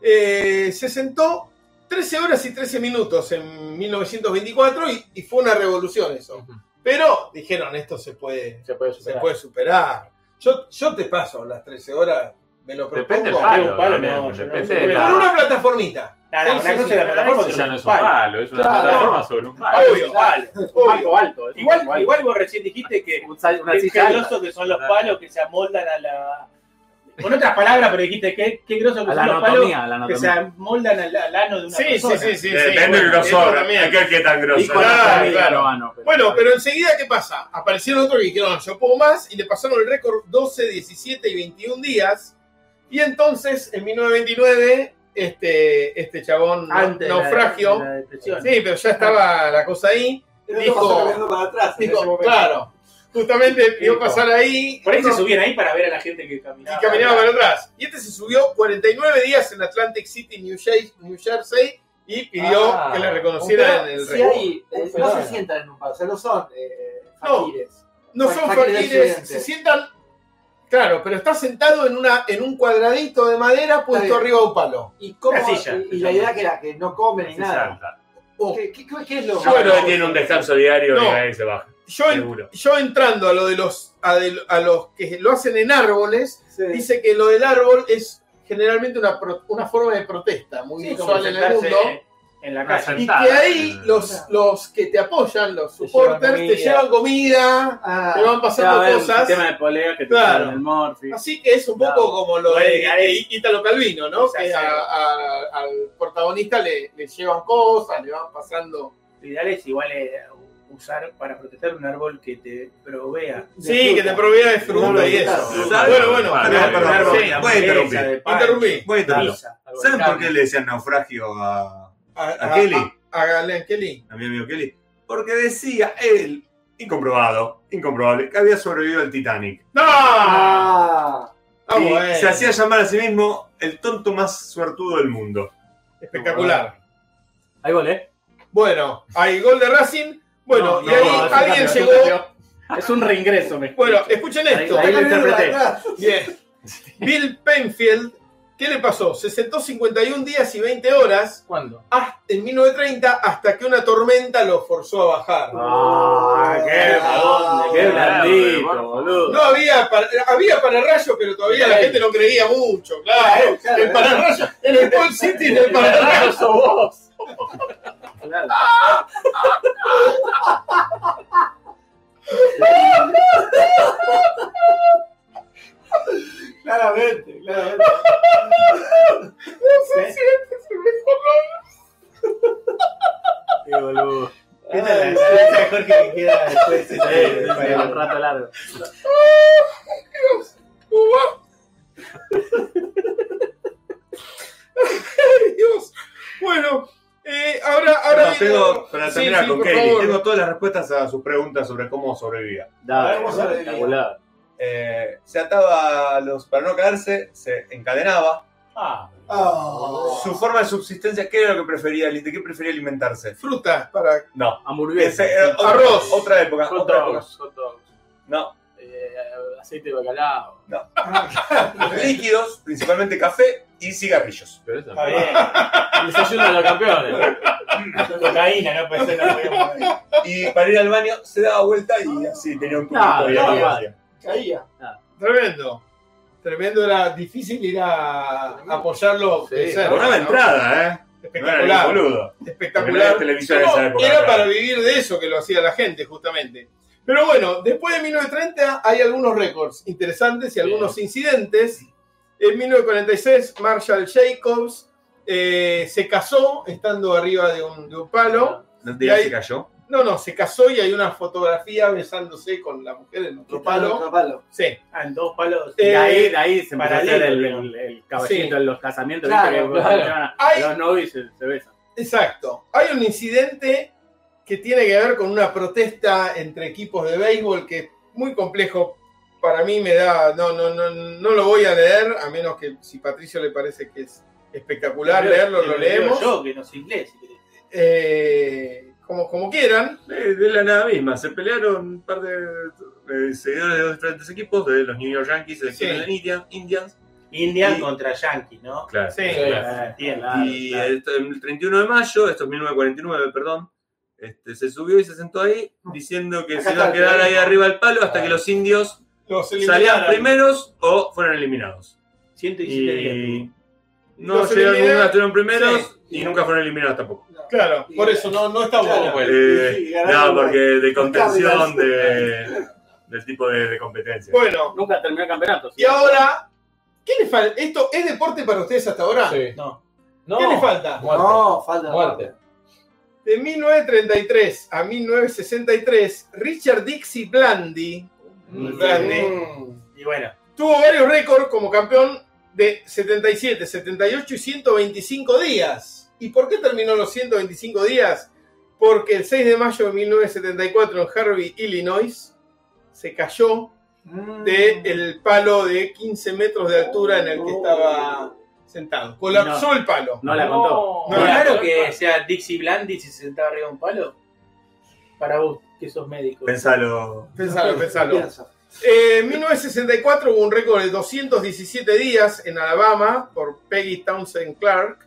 Speaker 5: eh, se sentó 13 horas y 13 minutos en 1924 y, y fue una revolución eso. Pero dijeron, esto se puede,
Speaker 4: Se puede
Speaker 5: se
Speaker 4: superar.
Speaker 5: puede superar. Yo, yo te paso las 13 horas, me lo
Speaker 8: Depende del
Speaker 5: propongo.
Speaker 2: palo,
Speaker 8: palo. también,
Speaker 2: no, yo no
Speaker 8: Depende
Speaker 2: sé.
Speaker 8: de
Speaker 5: Por
Speaker 8: la.
Speaker 5: una plataformita.
Speaker 2: Nah, nah, una cosa es la plataforma,
Speaker 8: Eso
Speaker 2: otra
Speaker 8: ya
Speaker 2: es
Speaker 8: no es un
Speaker 2: palo.
Speaker 8: palo, es una
Speaker 4: Claro.
Speaker 8: plataforma sobre un palo.
Speaker 5: Obvio,
Speaker 2: Un
Speaker 5: obvio.
Speaker 2: banco alto. Igual, igual vos recién dijiste que
Speaker 6: Un sal- Una
Speaker 2: qué
Speaker 6: silla alta.
Speaker 2: grosos que son los palos que se amoldan a la. Con otras palabras, pero dijiste que qué grosos que
Speaker 6: A la
Speaker 2: son los palos
Speaker 6: anatomía, a la
Speaker 2: que se
Speaker 6: anatomía.
Speaker 2: amoldan al, al ano de una
Speaker 5: Sí, sí,
Speaker 2: persona.
Speaker 5: sí, sí. sí.
Speaker 3: Depende del
Speaker 5: Bueno, eso
Speaker 3: grosor.
Speaker 5: también.
Speaker 3: Hay que ver qué tan
Speaker 6: Dijo
Speaker 3: grosso.
Speaker 6: la
Speaker 5: Claro,
Speaker 6: familia
Speaker 5: claro.
Speaker 6: Lovano, pero-
Speaker 5: Bueno, pero enseguida, ¿qué pasa? Aparecieron otros que dijeron, yo puedo más, y le pasaron el récord 12, 17 y 21 días. Y entonces, en 1929, este, este chabón
Speaker 2: Antes de la-
Speaker 5: naufragio,
Speaker 2: de la depresión.
Speaker 5: sí, pero ya estaba la cosa ahí,
Speaker 9: Pero
Speaker 5: Dijo-
Speaker 9: no pasó caminando para atrás. en ese
Speaker 5: dijo,
Speaker 9: momento.
Speaker 5: claro, justamente vio
Speaker 2: Dijo.
Speaker 5: pasar ahí
Speaker 2: Por ahí se
Speaker 5: uno-
Speaker 2: subían ahí para ver a la gente que
Speaker 5: y
Speaker 2: caminaba.
Speaker 5: caminaba para atrás. Y este se subió 49 días en Atlantic City, New Jersey, New Jersey y pidió
Speaker 4: Ah,
Speaker 5: que le
Speaker 9: Pero
Speaker 5: reconocieran el
Speaker 9: si
Speaker 5: récord.
Speaker 9: hay,
Speaker 4: Un
Speaker 9: eh, no
Speaker 4: fenómeno.
Speaker 9: se sientan en un palo, o sea, no son eh,
Speaker 5: No.
Speaker 9: fakires.
Speaker 5: No son
Speaker 9: Ataque de
Speaker 5: fakires,
Speaker 9: accidente.
Speaker 5: se sientan. Claro, pero está sentado en, una, en un cuadradito de madera puesto
Speaker 9: bien.
Speaker 5: arriba de un palo.
Speaker 9: Y, cómo,
Speaker 2: Una silla.
Speaker 9: y, y la idea que era que no comen ni
Speaker 8: Sí,
Speaker 9: nada.
Speaker 8: salta.
Speaker 5: Oh.
Speaker 9: ¿Qué, qué, qué- qué es lo
Speaker 3: Yo creo que tiene un descanso diario y
Speaker 5: No.
Speaker 3: ahí se baja.
Speaker 5: Yo, en-
Speaker 3: Seguro.
Speaker 5: yo entrando a lo de los a, de- a los que lo hacen en árboles,
Speaker 9: Sí.
Speaker 5: dice que lo del árbol es generalmente una, pro- una forma de protesta muy
Speaker 2: Sí, como
Speaker 5: usual en el
Speaker 2: sentarse
Speaker 5: mundo.
Speaker 2: en
Speaker 6: Ah,
Speaker 2: la
Speaker 8: Una
Speaker 2: calle.
Speaker 5: Y que
Speaker 8: sentada.
Speaker 5: ahí los, los que te apoyan, los supporters, te llevan comida,
Speaker 9: Ah,
Speaker 5: te van
Speaker 6: Ya, a
Speaker 5: pasando
Speaker 6: ver, El
Speaker 5: cosas.
Speaker 6: tema de polea que te
Speaker 5: Claro. Ah,
Speaker 6: claro. el Morphy.
Speaker 5: Así que es un poco
Speaker 6: Claro.
Speaker 5: como lo
Speaker 2: Bueno,
Speaker 5: de
Speaker 2: ya es.
Speaker 5: de Ítalo Calvino, ¿no?
Speaker 2: Exacto.
Speaker 5: Que a- a- al protagonista le, le llevan cosas, le van pasando.
Speaker 2: Lo ideal es igual eh, usar para proteger un árbol que te provea.
Speaker 5: Sí, que te provea de fruta y eso.
Speaker 3: Claro.
Speaker 5: Bueno, bueno,
Speaker 3: Vale,
Speaker 5: perdón,
Speaker 3: perdón,
Speaker 5: perdón.
Speaker 3: perdón.
Speaker 5: Sí,
Speaker 3: Voy a interrumpir.
Speaker 5: interrumpí.
Speaker 3: Voy a intentarlo.
Speaker 2: Pizza.
Speaker 3: ¿Saben por qué le decían naufragio a,
Speaker 5: A,
Speaker 3: ¿A Kelly?
Speaker 5: A, Galán Kelly.
Speaker 3: a mi amigo Kelly? Porque decía él, incomprobado, incomprobable, que había sobrevivido al Titanic.
Speaker 5: ¡No!
Speaker 9: ah,
Speaker 5: Ah,
Speaker 3: y
Speaker 5: bueno.
Speaker 3: se hacía llamar a sí mismo el tonto más suertudo del mundo.
Speaker 5: Espectacular.
Speaker 4: Hay gol, ¿eh?
Speaker 5: Bueno, hay gol de Racing. Bueno,
Speaker 6: No,
Speaker 5: y ahí
Speaker 6: no, eso
Speaker 5: alguien
Speaker 6: cambió,
Speaker 5: llegó.
Speaker 6: eso cambió. Es un reingreso, me
Speaker 5: Bueno, escuchen esto.
Speaker 6: Ahí lo interpreté.
Speaker 5: Bien. Bill Penfield, ¿qué le pasó? Se sentó 51 días y 20 horas
Speaker 4: ¿Cuándo?
Speaker 5: hasta- en 1930 hasta que una tormenta lo forzó a bajar.
Speaker 6: Ah, qué bondad, qué blandito, boludo.
Speaker 5: No había para, había pararrayo, pero todavía la gente no creía mucho, claro. El pararrayo, el Sport City en el pararrayo.
Speaker 4: vos!
Speaker 9: Claramente, claramente.
Speaker 4: ¡Qué boludo!
Speaker 9: Esa es la esa es la Jorge que queda después. de salir del
Speaker 4: Para un
Speaker 9: país.
Speaker 4: rato largo.
Speaker 5: Ay, Dios. Bueno, eh, ahora, ahora.
Speaker 3: Bueno, tengo, para
Speaker 5: Sí,
Speaker 3: terminar
Speaker 5: sí,
Speaker 3: con
Speaker 5: por
Speaker 3: Kelly,
Speaker 5: favor.
Speaker 3: tengo todas las respuestas a sus preguntas sobre cómo sobrevivía.
Speaker 9: A
Speaker 4: Dale,
Speaker 9: ver, vos sabés.
Speaker 4: espectacular.
Speaker 3: Eh, se ataba a los. para no caerse, se encadenaba.
Speaker 9: Ah.
Speaker 3: Su forma de subsistencia, ¿qué era lo que prefería? ¿De qué prefería alimentarse?
Speaker 5: Fruta para.
Speaker 3: No.
Speaker 4: Hamburguesa.
Speaker 3: Ese era otra-
Speaker 5: Arroz.
Speaker 3: Otra época.
Speaker 4: Hot
Speaker 3: Otra época.
Speaker 4: dogs, hot dogs.
Speaker 3: No.
Speaker 4: Eh, aceite de bacalao.
Speaker 3: Líquidos, principalmente café y cigarrillos.
Speaker 8: Pero eso no.
Speaker 9: Está bien.
Speaker 4: El desayuno de los campeones.
Speaker 9: Cocaína, no puede ser. No podíamos ver.
Speaker 3: Y para ir al baño se daba vuelta y así tenía un poquito
Speaker 4: No,
Speaker 3: de
Speaker 4: no,
Speaker 3: vida.
Speaker 9: Caía.
Speaker 5: Ah, Tremendo. Tremendo, era difícil ir a apoyarlo.
Speaker 4: Sí,
Speaker 5: de cerca,
Speaker 3: Por una
Speaker 5: ¿no?
Speaker 3: entrada, ¿eh? No era ningún
Speaker 5: Espectacular.
Speaker 3: boludo. Primera
Speaker 5: espectacular.
Speaker 3: televisión en
Speaker 5: No,
Speaker 3: esa época,
Speaker 5: era
Speaker 3: claro.
Speaker 5: para vivir de eso que lo hacía la gente, justamente. Pero bueno, después de 1930 hay algunos récords interesantes y algunos incidentes. En 1946, Marshall Jacobs eh, se casó estando arriba de un, de un palo.
Speaker 3: ¿No
Speaker 5: Y ahí-
Speaker 3: te se cayó?
Speaker 5: No, no, se casó y hay una fotografía besándose con la mujer en otro palo.
Speaker 9: Palo.
Speaker 5: Sí.
Speaker 2: Ah, en dos palos.
Speaker 5: Eh,
Speaker 6: De ahí, de ahí se empezó a hacer el,
Speaker 2: paralelo,
Speaker 6: el, el caballito
Speaker 5: Sí.
Speaker 6: en los casamientos.
Speaker 4: Claro,
Speaker 6: ¿viste? Que
Speaker 4: claro.
Speaker 6: van a-
Speaker 5: Ay.
Speaker 6: Los novios se, se besan.
Speaker 5: Exacto. Hay un incidente que tiene que ver con una protesta entre equipos de béisbol que es muy complejo. Para mí me da, no, no, no, no lo voy a leer, a menos que si Patricio le parece que es espectacular leerlo,
Speaker 2: Te
Speaker 5: lo
Speaker 2: leo
Speaker 5: leemos.
Speaker 2: Yo, que no sé inglés. si querés.
Speaker 5: Eh, como, como quieran.
Speaker 3: Eh, De la nada misma, se pelearon un par de eh, seguidores de los diferentes equipos, de los New York Yankees, de los
Speaker 5: Sí.
Speaker 3: Cleveland Indian- Indians.
Speaker 2: Indian
Speaker 3: Y-
Speaker 2: contra Yankee, ¿no?
Speaker 3: Claro.
Speaker 5: Sí.
Speaker 2: Claro, entiendo.
Speaker 3: y esto, el 31 de mayo, esto es 1949, perdón, este, se subió y se sentó ahí diciendo que
Speaker 9: Acá
Speaker 3: se iba a
Speaker 9: está el
Speaker 3: quedar ahí
Speaker 9: periodismo.
Speaker 3: arriba el palo hasta que los indios
Speaker 5: Los
Speaker 3: salían
Speaker 5: eliminaron.
Speaker 3: primeros o fueran eliminados.
Speaker 2: 117 días.
Speaker 3: Y no
Speaker 5: Los
Speaker 3: llegaron
Speaker 5: eliminaron.
Speaker 3: nunca, estuvieron primeros
Speaker 9: Sí.
Speaker 3: y nunca fueron eliminados tampoco.
Speaker 5: Claro, por eso no, no está
Speaker 9: Claro.
Speaker 5: bueno.
Speaker 8: Bueno,
Speaker 3: Eh,
Speaker 9: sí, ganaron
Speaker 3: no, porque de
Speaker 9: con Cardinals.
Speaker 3: contención, de, del tipo de, de competencia.
Speaker 5: Bueno,
Speaker 6: Nunca terminó el campeonato.
Speaker 5: y ahora, ¿qué le falta? ¿Esto es deporte para ustedes hasta ahora?
Speaker 4: Sí.
Speaker 2: No.
Speaker 4: No.
Speaker 5: ¿Qué le falta?
Speaker 4: Muerte.
Speaker 9: No, falta.
Speaker 4: Muerte.
Speaker 5: De 1933 a 1963, Richard Dixie Blandy,
Speaker 4: Mm.
Speaker 5: Blandy
Speaker 2: Y bueno,
Speaker 5: tuvo varios récords como campeón de 77, 78 y 125 días. ¿Y por qué terminó los 125 días? Porque el 6 de mayo de 1974 en Harvey, Illinois, se cayó del palo de 15 metros de altura en
Speaker 9: Oh.
Speaker 5: el que estaba sentado. Colapsó el palo.
Speaker 6: No la contó.
Speaker 5: No,
Speaker 2: ¿es
Speaker 5: la-
Speaker 2: raro que sea Dixie Blandi si se sentaba arriba de un palo? Para vos, que sos médico.
Speaker 5: Pues,
Speaker 3: Pensalo.
Speaker 5: Pensalo, pensalo.
Speaker 9: Piensa.
Speaker 5: En 1964 hubo un récord de 217 días en Alabama por Peggy Townsend Clark.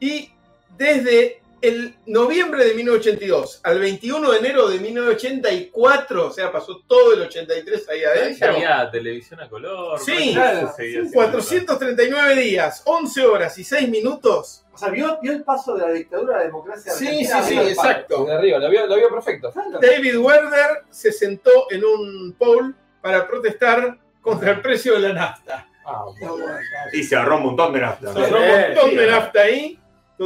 Speaker 5: Y desde el noviembre de 1982 al 21 de enero de 1984, o sea, pasó todo el 83 ahí adentro.
Speaker 8: Había televisión a color.
Speaker 5: Sí.
Speaker 8: eso seguía siendo-
Speaker 5: 439 días, 11 horas y 6 minutos.
Speaker 9: O sea, vio, vio el paso de la dictadura a la democracia.
Speaker 5: Sí, sí,
Speaker 9: argentina,
Speaker 5: sí,
Speaker 9: vio el paso.
Speaker 5: exacto.
Speaker 4: De arriba, lo vio, lo vio perfecto.
Speaker 5: David Werder se sentó en un poll para protestar contra el precio de la nafta.
Speaker 4: Ah, bueno.
Speaker 9: No, bueno, ya.
Speaker 3: Y se ahorró un montón de nafta.
Speaker 5: Se ahorró un montón de nafta ahí,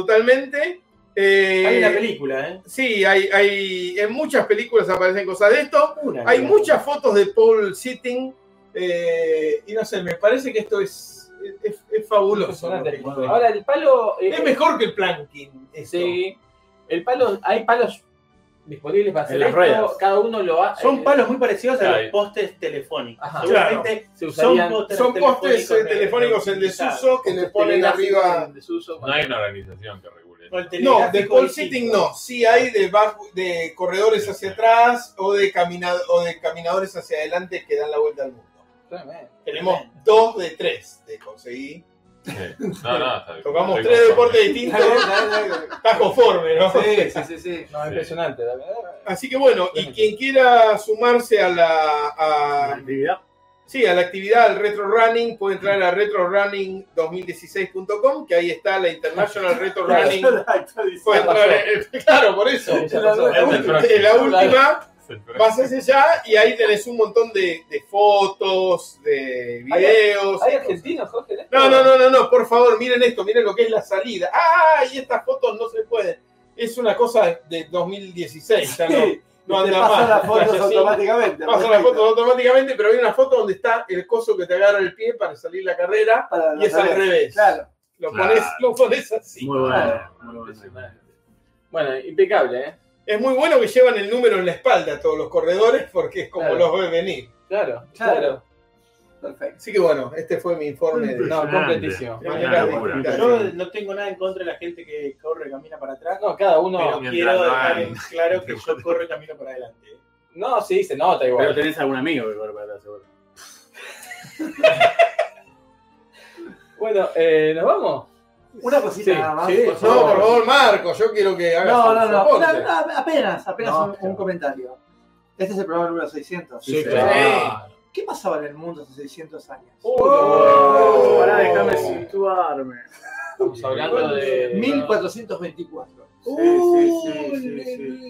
Speaker 5: totalmente. Eh,
Speaker 2: Hay una película, ¿eh?
Speaker 5: Sí, hay, hay, en muchas películas aparecen cosas de esto.
Speaker 2: Una,
Speaker 5: Hay
Speaker 2: creo.
Speaker 5: muchas fotos de Paul Sitting. eh, y no sé, me parece que esto es, es, es fabuloso. lo que
Speaker 4: Impresionante.
Speaker 5: hizo.
Speaker 4: Ahora, el palo. eh,
Speaker 5: Es mejor que el planking. esto.
Speaker 4: Sí. El palo, hay palos disponibles para
Speaker 6: En
Speaker 4: hacer
Speaker 6: las
Speaker 4: esto.
Speaker 6: ruedas.
Speaker 4: Cada uno lo ha.
Speaker 2: Son
Speaker 4: eh,
Speaker 2: palos muy parecidos a
Speaker 8: Ay.
Speaker 2: los postes telefónicos.
Speaker 4: Ajá.
Speaker 2: Seguramente
Speaker 4: Se usarían-
Speaker 5: Son postes eh, telefónicos en desuso que le ponen
Speaker 4: telegráficos
Speaker 5: arriba.
Speaker 4: en desuso.
Speaker 8: No hay una organización que regule eso.
Speaker 5: No, de pole sitting no. Sí hay de, back- de corredores hacia atrás o de, camina- o de caminadores hacia adelante que dan la vuelta al mundo.
Speaker 4: Tremendo.
Speaker 5: Tenemos dos de tres de conseguir.
Speaker 8: Sí. No, no, está bien.
Speaker 5: Tocamos
Speaker 8: Estoy
Speaker 5: tres
Speaker 8: conforme.
Speaker 5: deportes distintos. Estás conforme, ¿no?
Speaker 7: Sí, sí, sí, sí. No, es
Speaker 8: Sí.
Speaker 7: impresionante. la verdad.
Speaker 5: Así que bueno, y quien quiera sumarse a la, a-
Speaker 6: actividad.
Speaker 5: sí, a la actividad, al retro running, puede entrar a retrorunning2016.com, que ahí está la International Retro Running. Puede entrar, eh, claro, por eso.
Speaker 7: Sí, ya pasó.
Speaker 5: La, última- eh, la última, pasás allá y ahí tenés un montón de, de fotos, de videos.
Speaker 7: ¿Hay argentinos, Jorge? en esto?
Speaker 5: No, no, no, no, no, por favor, miren esto, miren lo que es la salida. ¡Ah! Y estas fotos no se pueden. Es una cosa de 2016, ya no, no
Speaker 9: te
Speaker 5: anda
Speaker 9: pasan
Speaker 5: más.
Speaker 9: las fotos
Speaker 5: Así,
Speaker 9: automáticamente.
Speaker 5: Pasan las fotos automáticamente, pero hay una foto donde está el coso que te agarra el pie para salir la carrera
Speaker 9: Para
Speaker 5: y es al
Speaker 9: saber.
Speaker 5: revés.
Speaker 9: Claro.
Speaker 5: Lo, pones, lo pones así.
Speaker 6: Muy bueno. Muy bueno.
Speaker 4: Bueno, impecable, ¿eh?
Speaker 5: Es muy bueno que llevan el número en la espalda todos los corredores porque es como
Speaker 4: Claro.
Speaker 5: los ven venir.
Speaker 4: Claro, claro.
Speaker 9: Claro. Perfecto.
Speaker 5: Así que bueno, este fue mi informe de
Speaker 4: No, completísimo.
Speaker 5: de manera
Speaker 6: Una
Speaker 5: de
Speaker 6: locura.
Speaker 5: explicar.
Speaker 2: Yo no tengo nada en contra de la gente que corre, camina para atrás,
Speaker 4: No, cada uno.
Speaker 2: pero
Speaker 8: mientras
Speaker 2: quiero
Speaker 8: no
Speaker 2: dejar
Speaker 8: hay-
Speaker 2: en claro que yo corro y camino para adelante.
Speaker 4: No, sí, se nota
Speaker 6: Pero
Speaker 4: igual.
Speaker 6: tenés algún amigo que corre para atrás, seguro.
Speaker 4: Bueno, eh, ¿nos vamos?
Speaker 9: Una cosita
Speaker 4: Sí,
Speaker 9: nada más.
Speaker 4: sí,
Speaker 9: por
Speaker 5: No,
Speaker 9: favor.
Speaker 5: por favor, Marco, yo quiero que hagas
Speaker 9: No,
Speaker 5: un
Speaker 9: no, no.
Speaker 5: soporte.
Speaker 9: Una- a- apenas, apenas
Speaker 6: No,
Speaker 9: un,
Speaker 6: pero-
Speaker 9: un comentario. Este es el programa número 600.
Speaker 5: Sí,
Speaker 9: Sí.
Speaker 5: claro.
Speaker 9: ¿Qué pasaba en el mundo hace 600 años?
Speaker 5: Oh.
Speaker 6: Pará, déjame situarme.
Speaker 4: Estamos hablando de.
Speaker 9: 1424.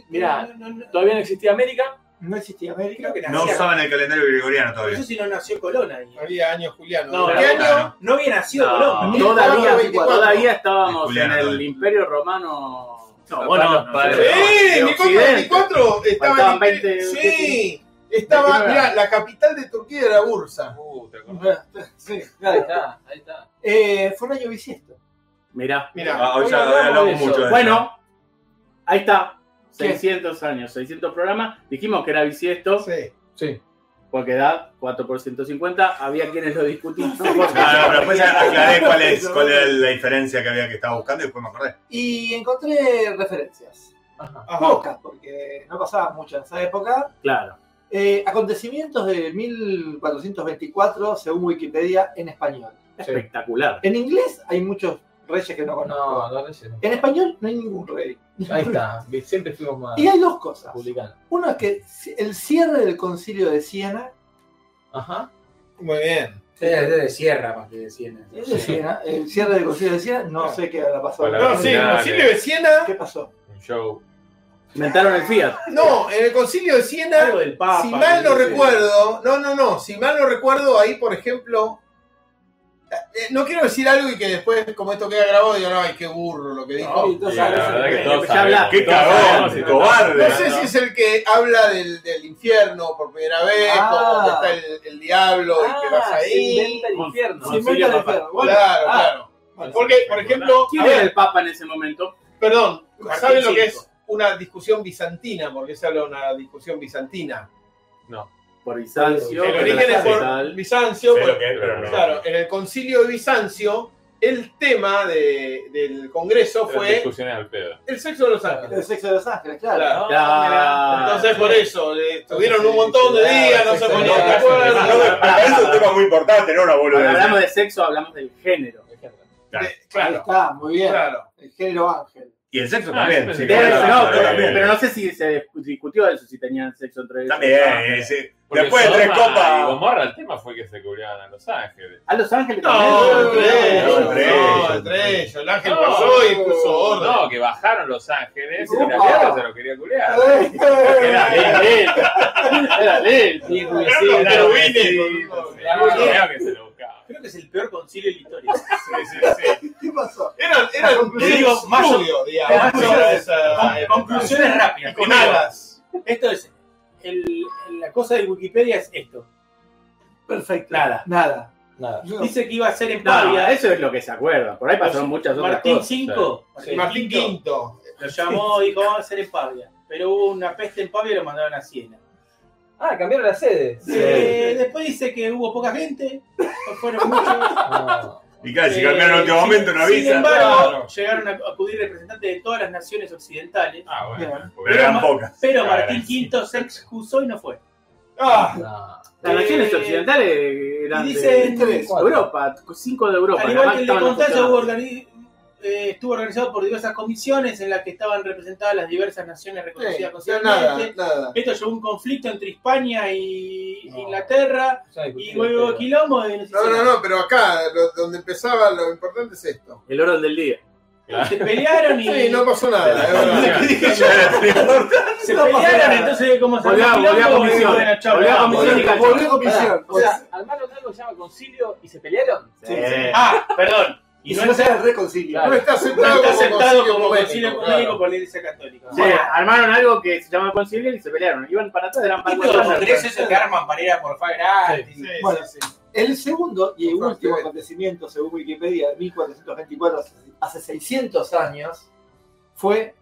Speaker 4: Mirá, todavía no existía América.
Speaker 9: No existía América.
Speaker 2: Creo que
Speaker 3: No
Speaker 2: nació.
Speaker 3: usaban el calendario gregoriano
Speaker 2: No
Speaker 3: todavía. Ah,
Speaker 2: sé si no nació Colón ahí.
Speaker 5: Había años Juliano.
Speaker 2: No,
Speaker 5: ¿De
Speaker 2: no,
Speaker 5: qué
Speaker 2: no,
Speaker 5: año?
Speaker 2: No había nacido
Speaker 6: No.
Speaker 2: Colón.
Speaker 9: Mil-
Speaker 6: Todavía,
Speaker 5: 1424.
Speaker 6: todavía estábamos en
Speaker 3: Juliano,
Speaker 6: el
Speaker 3: todavía.
Speaker 6: Imperio Romano.
Speaker 2: No, bueno,
Speaker 6: Para-
Speaker 2: no,
Speaker 6: para-
Speaker 2: no.
Speaker 5: ¡Eh!
Speaker 6: de Occidente.
Speaker 5: 1424 estaba.
Speaker 6: Faltaban
Speaker 5: en-
Speaker 6: 20,
Speaker 5: Sí, estaba.
Speaker 6: 29.
Speaker 5: Mirá, la capital de Turquía era Bursa.
Speaker 8: Uh, te acordás.
Speaker 9: Sí,
Speaker 4: Ahí
Speaker 9: claro.
Speaker 4: está, ahí está.
Speaker 9: Eh, fue un año bisiesto.
Speaker 6: Mirá.
Speaker 5: Mirá,
Speaker 3: Ah, hoy ya
Speaker 4: Hoy hablamos
Speaker 3: hablamos
Speaker 4: de eso.
Speaker 3: mucho de eso.
Speaker 6: Bueno, ahí está.
Speaker 9: ¿Qué?
Speaker 6: 600 años, 600 programas. Dijimos que era bisiesto
Speaker 5: sí.
Speaker 4: Sí.
Speaker 6: porque da 4 por 150. Había quienes lo discutían.
Speaker 3: Ah, No, no, pero después ya aclaré cuál, es, cuál era la diferencia que había que estaba buscando y después me acordé.
Speaker 9: Y encontré referencias.
Speaker 5: Ajá.
Speaker 9: Pocas, porque no pasaban mucho en esa época.
Speaker 6: Claro.
Speaker 9: Eh, acontecimientos de 1424, según Wikipedia, en español.
Speaker 6: Espectacular.
Speaker 9: En inglés hay muchos reyes que no conozco.
Speaker 4: No, no reyes. no.
Speaker 9: En español no hay ningún rey.
Speaker 4: Ahí está. vi- Siempre fuimos más
Speaker 9: Y hay dos cosas.
Speaker 4: republicanos.
Speaker 9: Uno es que el cierre del concilio de Siena,
Speaker 4: Ajá.
Speaker 5: Muy bien.
Speaker 10: Es de Sierra más que de Siena.
Speaker 9: de Siena, el cierre del concilio de Siena, no sé qué habrá pasado.
Speaker 8: Hola.
Speaker 5: No, sí, el
Speaker 8: Dale.
Speaker 5: concilio de Siena.
Speaker 9: ¿Qué pasó?
Speaker 8: Un show.
Speaker 6: Inventaron el Fiat.
Speaker 5: No, en el concilio de Siena,
Speaker 2: Algo del Papa.
Speaker 5: si mal no
Speaker 2: sé.
Speaker 5: recuerdo, no, no, no, si mal no recuerdo, ahí por ejemplo, eh, no quiero decir algo y que después, como esto queda grabado, digo, no, ay, qué burro lo que dijo.
Speaker 9: No,
Speaker 8: Sí, la verdad que
Speaker 6: Ya
Speaker 8: todos sabemos.
Speaker 6: hablaste.
Speaker 3: ¡Qué
Speaker 8: Todos sabemos si
Speaker 3: cagón!
Speaker 8: te-
Speaker 3: ¡Cobarde!
Speaker 5: No sé si es el que habla del, del infierno por primera vez, como que
Speaker 9: Ah.
Speaker 5: está el, el diablo y que vas
Speaker 4: se
Speaker 5: ahí.
Speaker 4: inventa el infierno.
Speaker 9: Se inventa el infierno. Bueno,
Speaker 5: Claro,
Speaker 9: ah,
Speaker 5: claro. Porque, por ejemplo,
Speaker 6: ¿Quién
Speaker 5: a
Speaker 6: era
Speaker 5: ver,
Speaker 6: el Papa en ese momento?
Speaker 5: perdón,
Speaker 2: Martín
Speaker 5: ¿saben lo que
Speaker 2: Cinco.
Speaker 5: es una discusión bizantina? Porque se habla de una discusión bizantina.
Speaker 6: Por Bizancio.
Speaker 5: El
Speaker 6: por
Speaker 5: origen es por
Speaker 6: Capital.
Speaker 5: Bizancio,
Speaker 3: Sé
Speaker 5: por-
Speaker 3: lo que es, pero no.
Speaker 5: claro, en el concilio de Bizancio, el tema de- del congreso
Speaker 8: Eran
Speaker 5: fue
Speaker 8: discusiones al pedo.
Speaker 5: el sexo de los ángeles.
Speaker 9: El sexo de los ángeles, claro.
Speaker 5: Claro.
Speaker 6: Ya.
Speaker 5: Entonces, por eso, le tuvieron un montón de
Speaker 10: sí,
Speaker 5: días, no se
Speaker 10: sexo de
Speaker 5: ponían de
Speaker 10: los
Speaker 5: acuerdo.
Speaker 10: ángeles.
Speaker 5: no se-
Speaker 3: Ah, Para eso es un tema muy importante, no una
Speaker 6: Cuando hablamos
Speaker 3: boludez.
Speaker 6: de sexo, hablamos del género.
Speaker 5: de-
Speaker 9: Ahí
Speaker 5: Claro,
Speaker 9: está, muy bien.
Speaker 5: claro.
Speaker 9: El género ángel.
Speaker 3: Y el sexo
Speaker 8: Ah,
Speaker 3: también.
Speaker 8: sí,
Speaker 3: sí,
Speaker 8: sí,
Speaker 3: claro,
Speaker 6: Debe ser, no,
Speaker 3: claro,
Speaker 6: pero,
Speaker 3: también.
Speaker 6: pero no sé si se discutió eso, si tenían sexo entre ellos.
Speaker 3: También, eh, sí.
Speaker 8: Porque
Speaker 3: Después de tres
Speaker 8: Sodoma Y
Speaker 3: copas.
Speaker 8: Gomorra, el tema fue que se cubriaban a Los Ángeles.
Speaker 6: A Los Ángeles
Speaker 5: No,
Speaker 6: también.
Speaker 5: entre ellos,
Speaker 3: no, entre
Speaker 5: no,
Speaker 3: ellos.
Speaker 5: entre ellos. El ángel
Speaker 8: No.
Speaker 5: pasó y puso orden.
Speaker 8: No, que bajaron Los Ángeles y
Speaker 9: Upa.
Speaker 8: la mierda se lo quería cubriar.
Speaker 6: Era lento. Era lento.
Speaker 4: Sí,
Speaker 5: Eran
Speaker 4: sí,
Speaker 5: los
Speaker 4: claro,
Speaker 5: querubines,
Speaker 4: sí.
Speaker 5: boludo.
Speaker 8: Creo que se lo buscaba.
Speaker 2: Creo que es el peor concilio de la historia.
Speaker 8: Sí, sí, sí.
Speaker 9: ¿Qué pasó?
Speaker 5: Eran, eran
Speaker 2: Yo digo, más o-
Speaker 5: estudio, digamos.
Speaker 2: más o-
Speaker 5: Era esa-
Speaker 2: Con- Conclusiones rápidas.
Speaker 5: Con
Speaker 2: Primero,
Speaker 5: alas.
Speaker 2: Esto es. el- la cosa de Wikipedia es esto.
Speaker 9: Perfecto.
Speaker 2: Nada.
Speaker 9: Nada.
Speaker 4: Nada.
Speaker 9: Yo-
Speaker 2: Dice que iba a ser en
Speaker 6: No,
Speaker 2: Pavia.
Speaker 6: eso es lo que se acuerda. Por ahí pasaron muchas otras
Speaker 2: Martín
Speaker 6: cosas.
Speaker 2: V.
Speaker 5: Martín Quinto.
Speaker 2: Lo llamó y dijo, vamos a hacer en Pavia. pero hubo una peste en Pavia y lo mandaron a Siena.
Speaker 4: Ah, cambiaron la sede.
Speaker 2: Eh, después dice que hubo poca gente, no fueron muchos.
Speaker 3: Y claro, si cambiaron
Speaker 2: Eh,
Speaker 3: en último
Speaker 2: sin-
Speaker 3: momento, no
Speaker 2: Sin
Speaker 3: avisan.
Speaker 2: embargo,
Speaker 8: Claro.
Speaker 2: llegaron a acudir representantes de todas las naciones occidentales.
Speaker 8: Ah, bueno.
Speaker 3: Pero eran
Speaker 2: Ma-
Speaker 3: pocas.
Speaker 2: Pero
Speaker 8: Claro,
Speaker 2: Martín V se excusó y no fue.
Speaker 5: Ah,
Speaker 7: Las naciones
Speaker 2: Eh,
Speaker 7: occidentales eran
Speaker 2: y dicen-
Speaker 7: de Europa, cinco de Europa.
Speaker 2: Al
Speaker 7: nada
Speaker 2: igual
Speaker 7: más
Speaker 2: que el de
Speaker 7: estaban
Speaker 2: Constanza hubo
Speaker 7: ocupadas.
Speaker 2: organi- eh, estuvo organizado por diversas comisiones en las que estaban representadas las diversas naciones reconocidas
Speaker 5: o sea, nada,
Speaker 2: constitucionalmente.
Speaker 5: nada.
Speaker 2: Esto llevó a un conflicto entre España y
Speaker 4: No.
Speaker 2: Inglaterra y luego quilombo de
Speaker 5: No, no, no, pero acá, lo- donde empezaba, lo importante es esto.
Speaker 7: El orden del día.
Speaker 2: se pelearon y
Speaker 5: Sí, no pasó nada, es verdad.
Speaker 2: se pelearon, entonces como se
Speaker 7: Volvió-
Speaker 2: armó
Speaker 7: volvió a
Speaker 2: quilombo,
Speaker 7: comisión.
Speaker 2: bueno, chau,
Speaker 7: Volvió a
Speaker 2: vamos.
Speaker 7: comisión y cachó.
Speaker 5: Volvió con misión.
Speaker 4: O sea, armaron algo que se llama concilio y se pelearon.
Speaker 2: Ah, perdón. Y no está,
Speaker 9: reconciliar.
Speaker 5: No está
Speaker 2: no
Speaker 5: aceptado
Speaker 2: está
Speaker 5: como
Speaker 2: aceptado como
Speaker 5: concilio
Speaker 2: concilio
Speaker 5: ecuménico,
Speaker 2: ecuménico
Speaker 5: claro.
Speaker 2: por la Iglesia Católica.
Speaker 7: O sea, armaron algo que se llama concilio y se pelearon. Iban para atrás, eran para
Speaker 2: Estos
Speaker 7: atrás.
Speaker 2: congresos que arman para ir a porfar gratis.
Speaker 5: Sí,
Speaker 9: Bueno,
Speaker 5: sí, sí.
Speaker 9: El segundo y
Speaker 5: Ojalá
Speaker 9: último
Speaker 5: que-
Speaker 9: acontecimiento, según Wikipedia, de 1424, hace- hace 600 años, fue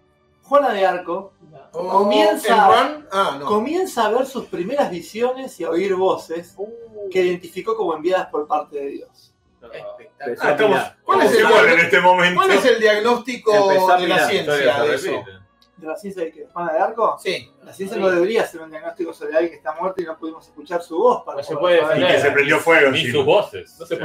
Speaker 9: Juana de Arco
Speaker 5: Oh,
Speaker 9: Comienza-
Speaker 5: ¿el Juan? Ah, no.
Speaker 9: comienza a ver sus primeras visiones y a oír voces
Speaker 5: Uh.
Speaker 9: que identificó como enviadas por parte de Dios.
Speaker 7: Empezó
Speaker 3: Ah,
Speaker 7: a
Speaker 3: estamos
Speaker 7: mirar.
Speaker 5: ¿Cuál es
Speaker 3: como
Speaker 5: el-
Speaker 3: igual en este momento.
Speaker 5: ¿Cuál es el diagnóstico
Speaker 7: Empezá a
Speaker 5: de la
Speaker 7: mirar,
Speaker 5: ciencia de eso?
Speaker 9: ¿De la ciencia de que Juana de Arco?
Speaker 5: Sí.
Speaker 9: La ciencia no debería ser un diagnóstico sobre alguien que está muerto y no pudimos escuchar su voz para
Speaker 4: No se
Speaker 9: poder
Speaker 4: puede
Speaker 9: saber.
Speaker 3: Y que se prendió fuego
Speaker 8: Ni sus
Speaker 3: encima.
Speaker 8: voces.
Speaker 4: se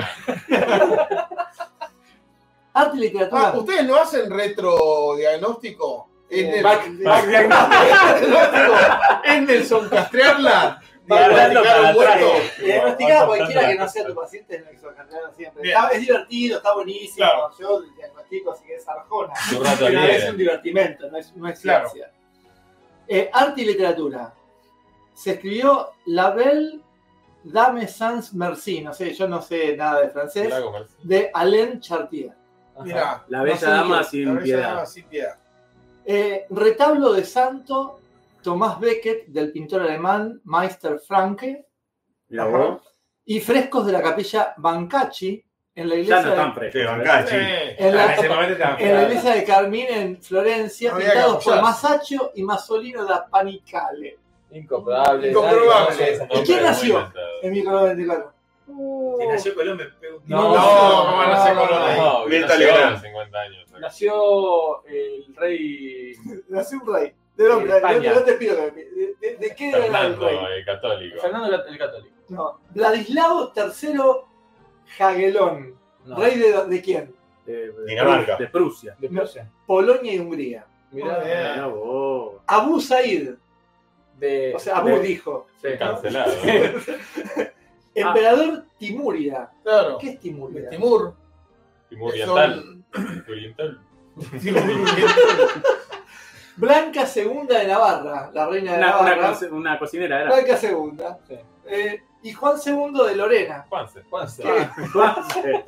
Speaker 9: Arte y literatura.
Speaker 5: Ah, ¿Ustedes no hacen retrodiagnóstico? Es Nel-
Speaker 9: Eh, back- back
Speaker 5: diagnóstico. Es Nelson Castrearla. Diagnosticar un muerto.
Speaker 9: Diagnosticá a cualquiera que no sea tu paciente en el exocardiano siempre.
Speaker 5: Bien.
Speaker 9: Está- es divertido, está buenísimo.
Speaker 5: Claro.
Speaker 9: Yo diagnostico, así que es arjona.
Speaker 8: Un rato
Speaker 9: Pero es un
Speaker 8: libre.
Speaker 9: divertimento, no es, no es
Speaker 5: Claro.
Speaker 9: ciencia. Eh, arte y literatura. Se escribió La Belle Dame Sans Merci, no sé, yo no sé nada de francés,
Speaker 8: Lago Merced.
Speaker 9: de Alain Chartier.
Speaker 5: Mirá.
Speaker 7: La
Speaker 9: No
Speaker 7: bella
Speaker 9: sé
Speaker 7: dama
Speaker 9: qué-
Speaker 5: la
Speaker 7: sin
Speaker 5: bella
Speaker 7: piedad.
Speaker 5: dama sin piedad.
Speaker 9: Eh, retablo de santo Tomás Beckett del pintor alemán Meister Franke
Speaker 7: Mirá vos.
Speaker 9: y frescos de la capilla Bancacci en la
Speaker 7: Ya no
Speaker 9: iglesia de
Speaker 7: están frescos.
Speaker 3: Sí, Bancachi.
Speaker 5: Eh,
Speaker 9: En la,
Speaker 8: Ah, en ese momento estaba
Speaker 9: en la iglesia de Carmín en Florencia,
Speaker 5: Había que
Speaker 9: pintados por
Speaker 5: apoyarse.
Speaker 9: Masaccio y Masolino da Panicale.
Speaker 4: Incomprobable.
Speaker 5: Incomprobable.
Speaker 4: nadie conoce
Speaker 9: ¿Y quién
Speaker 8: Hombre,
Speaker 9: nació? Eh,
Speaker 8: muy inventado.
Speaker 9: En 1924.
Speaker 2: Si nació Colón, me pego un tiro.
Speaker 4: No,
Speaker 5: No, mamá, no se coló ahí.
Speaker 8: No,
Speaker 3: Mirta
Speaker 8: nació
Speaker 3: Legrand.
Speaker 8: a los 50 años.
Speaker 4: esa- Nació el rey.
Speaker 9: Nació un rey. De dónde?
Speaker 4: De España.
Speaker 9: No, no te pido que me- ¿De, de- de qué era el rey?
Speaker 8: Fernando, el católico.
Speaker 4: Fernando el- el Católico.
Speaker 9: No. Vladislao III Jagelón.
Speaker 4: No.
Speaker 9: ¿Rey de, de quién?
Speaker 7: De, de-
Speaker 3: Dinamarca.
Speaker 7: De Prusia.
Speaker 4: de Prusia.
Speaker 9: Polonia y Hungría.
Speaker 5: Muy bien.
Speaker 4: Mirá.
Speaker 7: Mirá vos.
Speaker 9: Abu Said.
Speaker 4: De,
Speaker 9: O sea, Abu
Speaker 4: de-
Speaker 9: dijo.
Speaker 4: sí.
Speaker 8: Cancelado.
Speaker 9: Emperador Timúrida.
Speaker 5: Claro.
Speaker 9: ¿Qué es Timúrida?
Speaker 5: Timur.
Speaker 8: Timur
Speaker 5: que
Speaker 8: oriental.
Speaker 5: son-
Speaker 8: Oriental.
Speaker 9: Blanca II de Navarra. La reina de
Speaker 7: Una, una
Speaker 9: Navarra.
Speaker 7: co- una cocinera era.
Speaker 9: Blanca segunda.
Speaker 4: Sí.
Speaker 9: Eh, y Juan II de Lorena,
Speaker 8: Juanse. Ah,
Speaker 9: que,
Speaker 7: Juanse.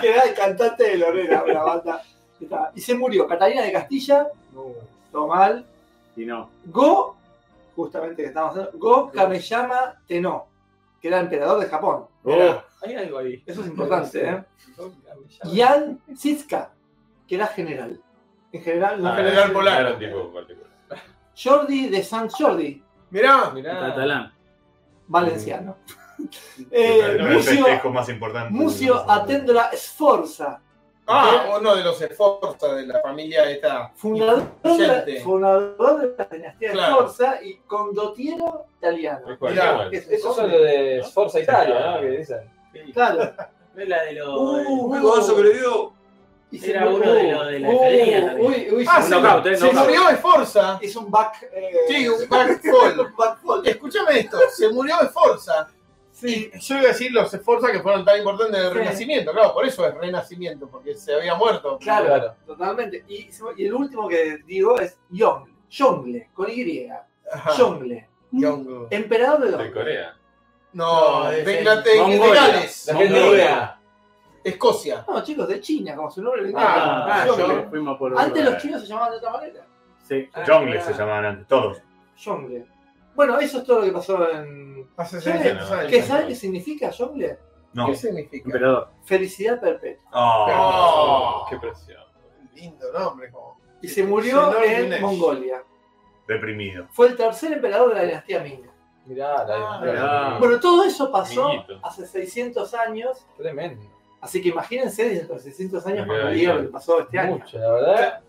Speaker 9: que era el cantante de Lorena, una banda. que estaba- Y se murió Catalina de Castilla, todo mal.
Speaker 7: Y no.
Speaker 9: Go, justamente que estamos hablando, Go Kameyama Tenno, que era emperador de Japón.
Speaker 7: Oh,
Speaker 4: Hay algo ahí.
Speaker 9: Eso es importante, ¿eh? Jan Siska, que era general. En general, no.
Speaker 8: Ah,
Speaker 5: general
Speaker 8: era-
Speaker 5: polaco.
Speaker 8: Era un tipo particular.
Speaker 9: Jordi de San Jordi,
Speaker 5: Mirá.
Speaker 9: Ah,
Speaker 7: catalán.
Speaker 9: valenciano. Eh,
Speaker 3: No era el
Speaker 9: Mucio,
Speaker 3: festejo más importante.
Speaker 9: Mucio Atendola Sforza.
Speaker 5: Ah, uno de los esforzos de la familia esta.
Speaker 9: Fundador de,
Speaker 5: Vicente.
Speaker 9: la, fundador de la dinastía
Speaker 5: Claro.
Speaker 9: de Forza y condotiero italiano.
Speaker 8: Es cual-
Speaker 5: Mirá,
Speaker 8: igual.
Speaker 9: Es-
Speaker 4: Eso
Speaker 9: Eso
Speaker 4: es lo de Forza Italia, ¿no? Que dicen.
Speaker 9: claro. Uh,
Speaker 2: No es la de los.
Speaker 6: Uh.
Speaker 3: muy gozo que le dio.
Speaker 9: Y Uh,
Speaker 2: Era uno de los de la academia también.
Speaker 9: uy, uy,
Speaker 5: Ah,
Speaker 9: se-
Speaker 5: se,
Speaker 7: knockout, eh,
Speaker 5: se
Speaker 7: knockout.
Speaker 5: murió Esforza.
Speaker 9: es un back. eh,
Speaker 5: Sí, un back fall.
Speaker 9: un back fall.
Speaker 5: Escúchame esto, se murió Esforza. Sí. Yo iba a decir los Esforza que fueron tan importantes del
Speaker 9: Sí.
Speaker 5: Renacimiento, claro, por eso es Renacimiento, porque se había muerto.
Speaker 9: Claro, totalmente. Y, se- y el último que digo es Yongle, Yongle, con Y.
Speaker 5: Ajá.
Speaker 9: Yongle,
Speaker 5: Yongo.
Speaker 9: emperador de
Speaker 8: De
Speaker 9: Dongle.
Speaker 8: Corea.
Speaker 5: No,
Speaker 2: No,
Speaker 5: de,
Speaker 2: de-
Speaker 5: Inglaterra- de
Speaker 7: Mongolia.
Speaker 5: Gales,
Speaker 4: La gente europea.
Speaker 5: Escocia.
Speaker 9: No, chicos, de China, como su nombre lo indica.
Speaker 7: Ah,
Speaker 5: ah,
Speaker 7: yo-
Speaker 5: yo-
Speaker 7: fuimos por
Speaker 9: Antes los chinos se llamaban de otra manera.
Speaker 7: Sí.
Speaker 3: Jungles se llamaban antes, todos.
Speaker 9: Yongle. Bueno, eso es todo lo que pasó en.
Speaker 5: Hace
Speaker 9: Sí,
Speaker 5: 600 años.
Speaker 9: ¿Qué saben qué significa Yongle?
Speaker 3: No.
Speaker 5: ¿Qué significa?
Speaker 7: Emperador.
Speaker 9: Felicidad perpetua.
Speaker 3: Oh.
Speaker 5: Oh.
Speaker 8: Qué presión.
Speaker 5: Lindo nombre, como
Speaker 9: y se murió
Speaker 5: Shenor
Speaker 9: en
Speaker 5: Yunesh.
Speaker 9: Mongolia.
Speaker 3: Deprimido.
Speaker 9: Fue el tercer emperador de la dinastía Ming.
Speaker 4: Mirá, la-
Speaker 5: Ah,
Speaker 6: mirá.
Speaker 9: Bueno, todo eso pasó
Speaker 8: Minguito.
Speaker 9: hace 600 años,
Speaker 4: tremendo.
Speaker 9: así que imagínense dentro de 600 años
Speaker 8: Me queda
Speaker 9: cuando
Speaker 8: ahí,
Speaker 9: vieron
Speaker 8: claro.
Speaker 9: lo que pasó este año.
Speaker 4: Mucho, la verdad.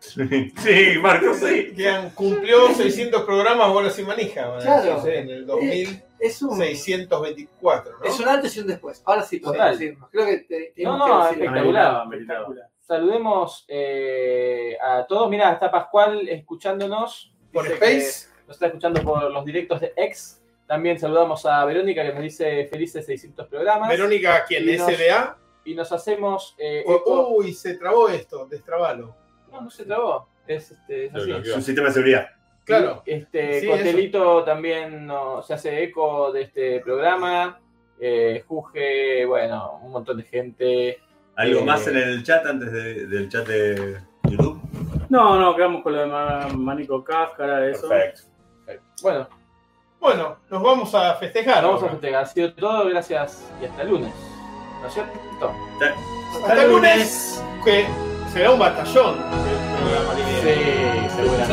Speaker 3: Sí, Marco, sí.
Speaker 5: Que han- cumplió 600 programas bola sin manija. ¿verdad?
Speaker 9: Claro.
Speaker 5: Sí, en el 2624,
Speaker 9: Es un, es
Speaker 5: ¿no?
Speaker 9: un antes y un después. Ahora sí podemos
Speaker 4: Total.
Speaker 9: decirnos. Creo que te- tenemos
Speaker 4: No,
Speaker 9: que
Speaker 4: no,
Speaker 9: decirlo.
Speaker 4: espectacular.
Speaker 2: Espectacular.
Speaker 4: Saludemos eh, a todos. Mirá, está Pascual escuchándonos.
Speaker 5: Por
Speaker 4: Dice
Speaker 5: Space.
Speaker 4: que Nos está escuchando por los directos de X. También saludamos a Verónica que nos dice felices 600 programas.
Speaker 5: Verónica, Oh, quien
Speaker 4: Y nos-
Speaker 5: SDA.
Speaker 4: Y nos hacemos. eh,
Speaker 5: O-
Speaker 4: eco-
Speaker 5: Uy, se trabó esto, destrabalo.
Speaker 4: No, no se trabó. Es, este, es
Speaker 8: Lo
Speaker 4: así.
Speaker 8: bloqueó.
Speaker 3: Es un sistema de seguridad.
Speaker 5: Claro.
Speaker 4: Este,
Speaker 5: Sí,
Speaker 4: Cotelito también no- se hace eco de este programa. Eh, Juge, bueno, un montón de gente.
Speaker 3: ¿Algo
Speaker 4: Eh,
Speaker 3: más en el chat antes de- del chat de YouTube?
Speaker 6: No, no, quedamos con lo de Ma- Manico Cáscara, eso.
Speaker 3: Perfecto.
Speaker 4: Bueno,
Speaker 5: Bueno, nos vamos a festejar.
Speaker 4: vamos a
Speaker 5: ahora.
Speaker 4: festejar. Ha sido todo, gracias y hasta el lunes. ¿No es cierto?
Speaker 5: Hasta el lunes, que será un batallón. el programa que viene.
Speaker 4: Sí, seguramente.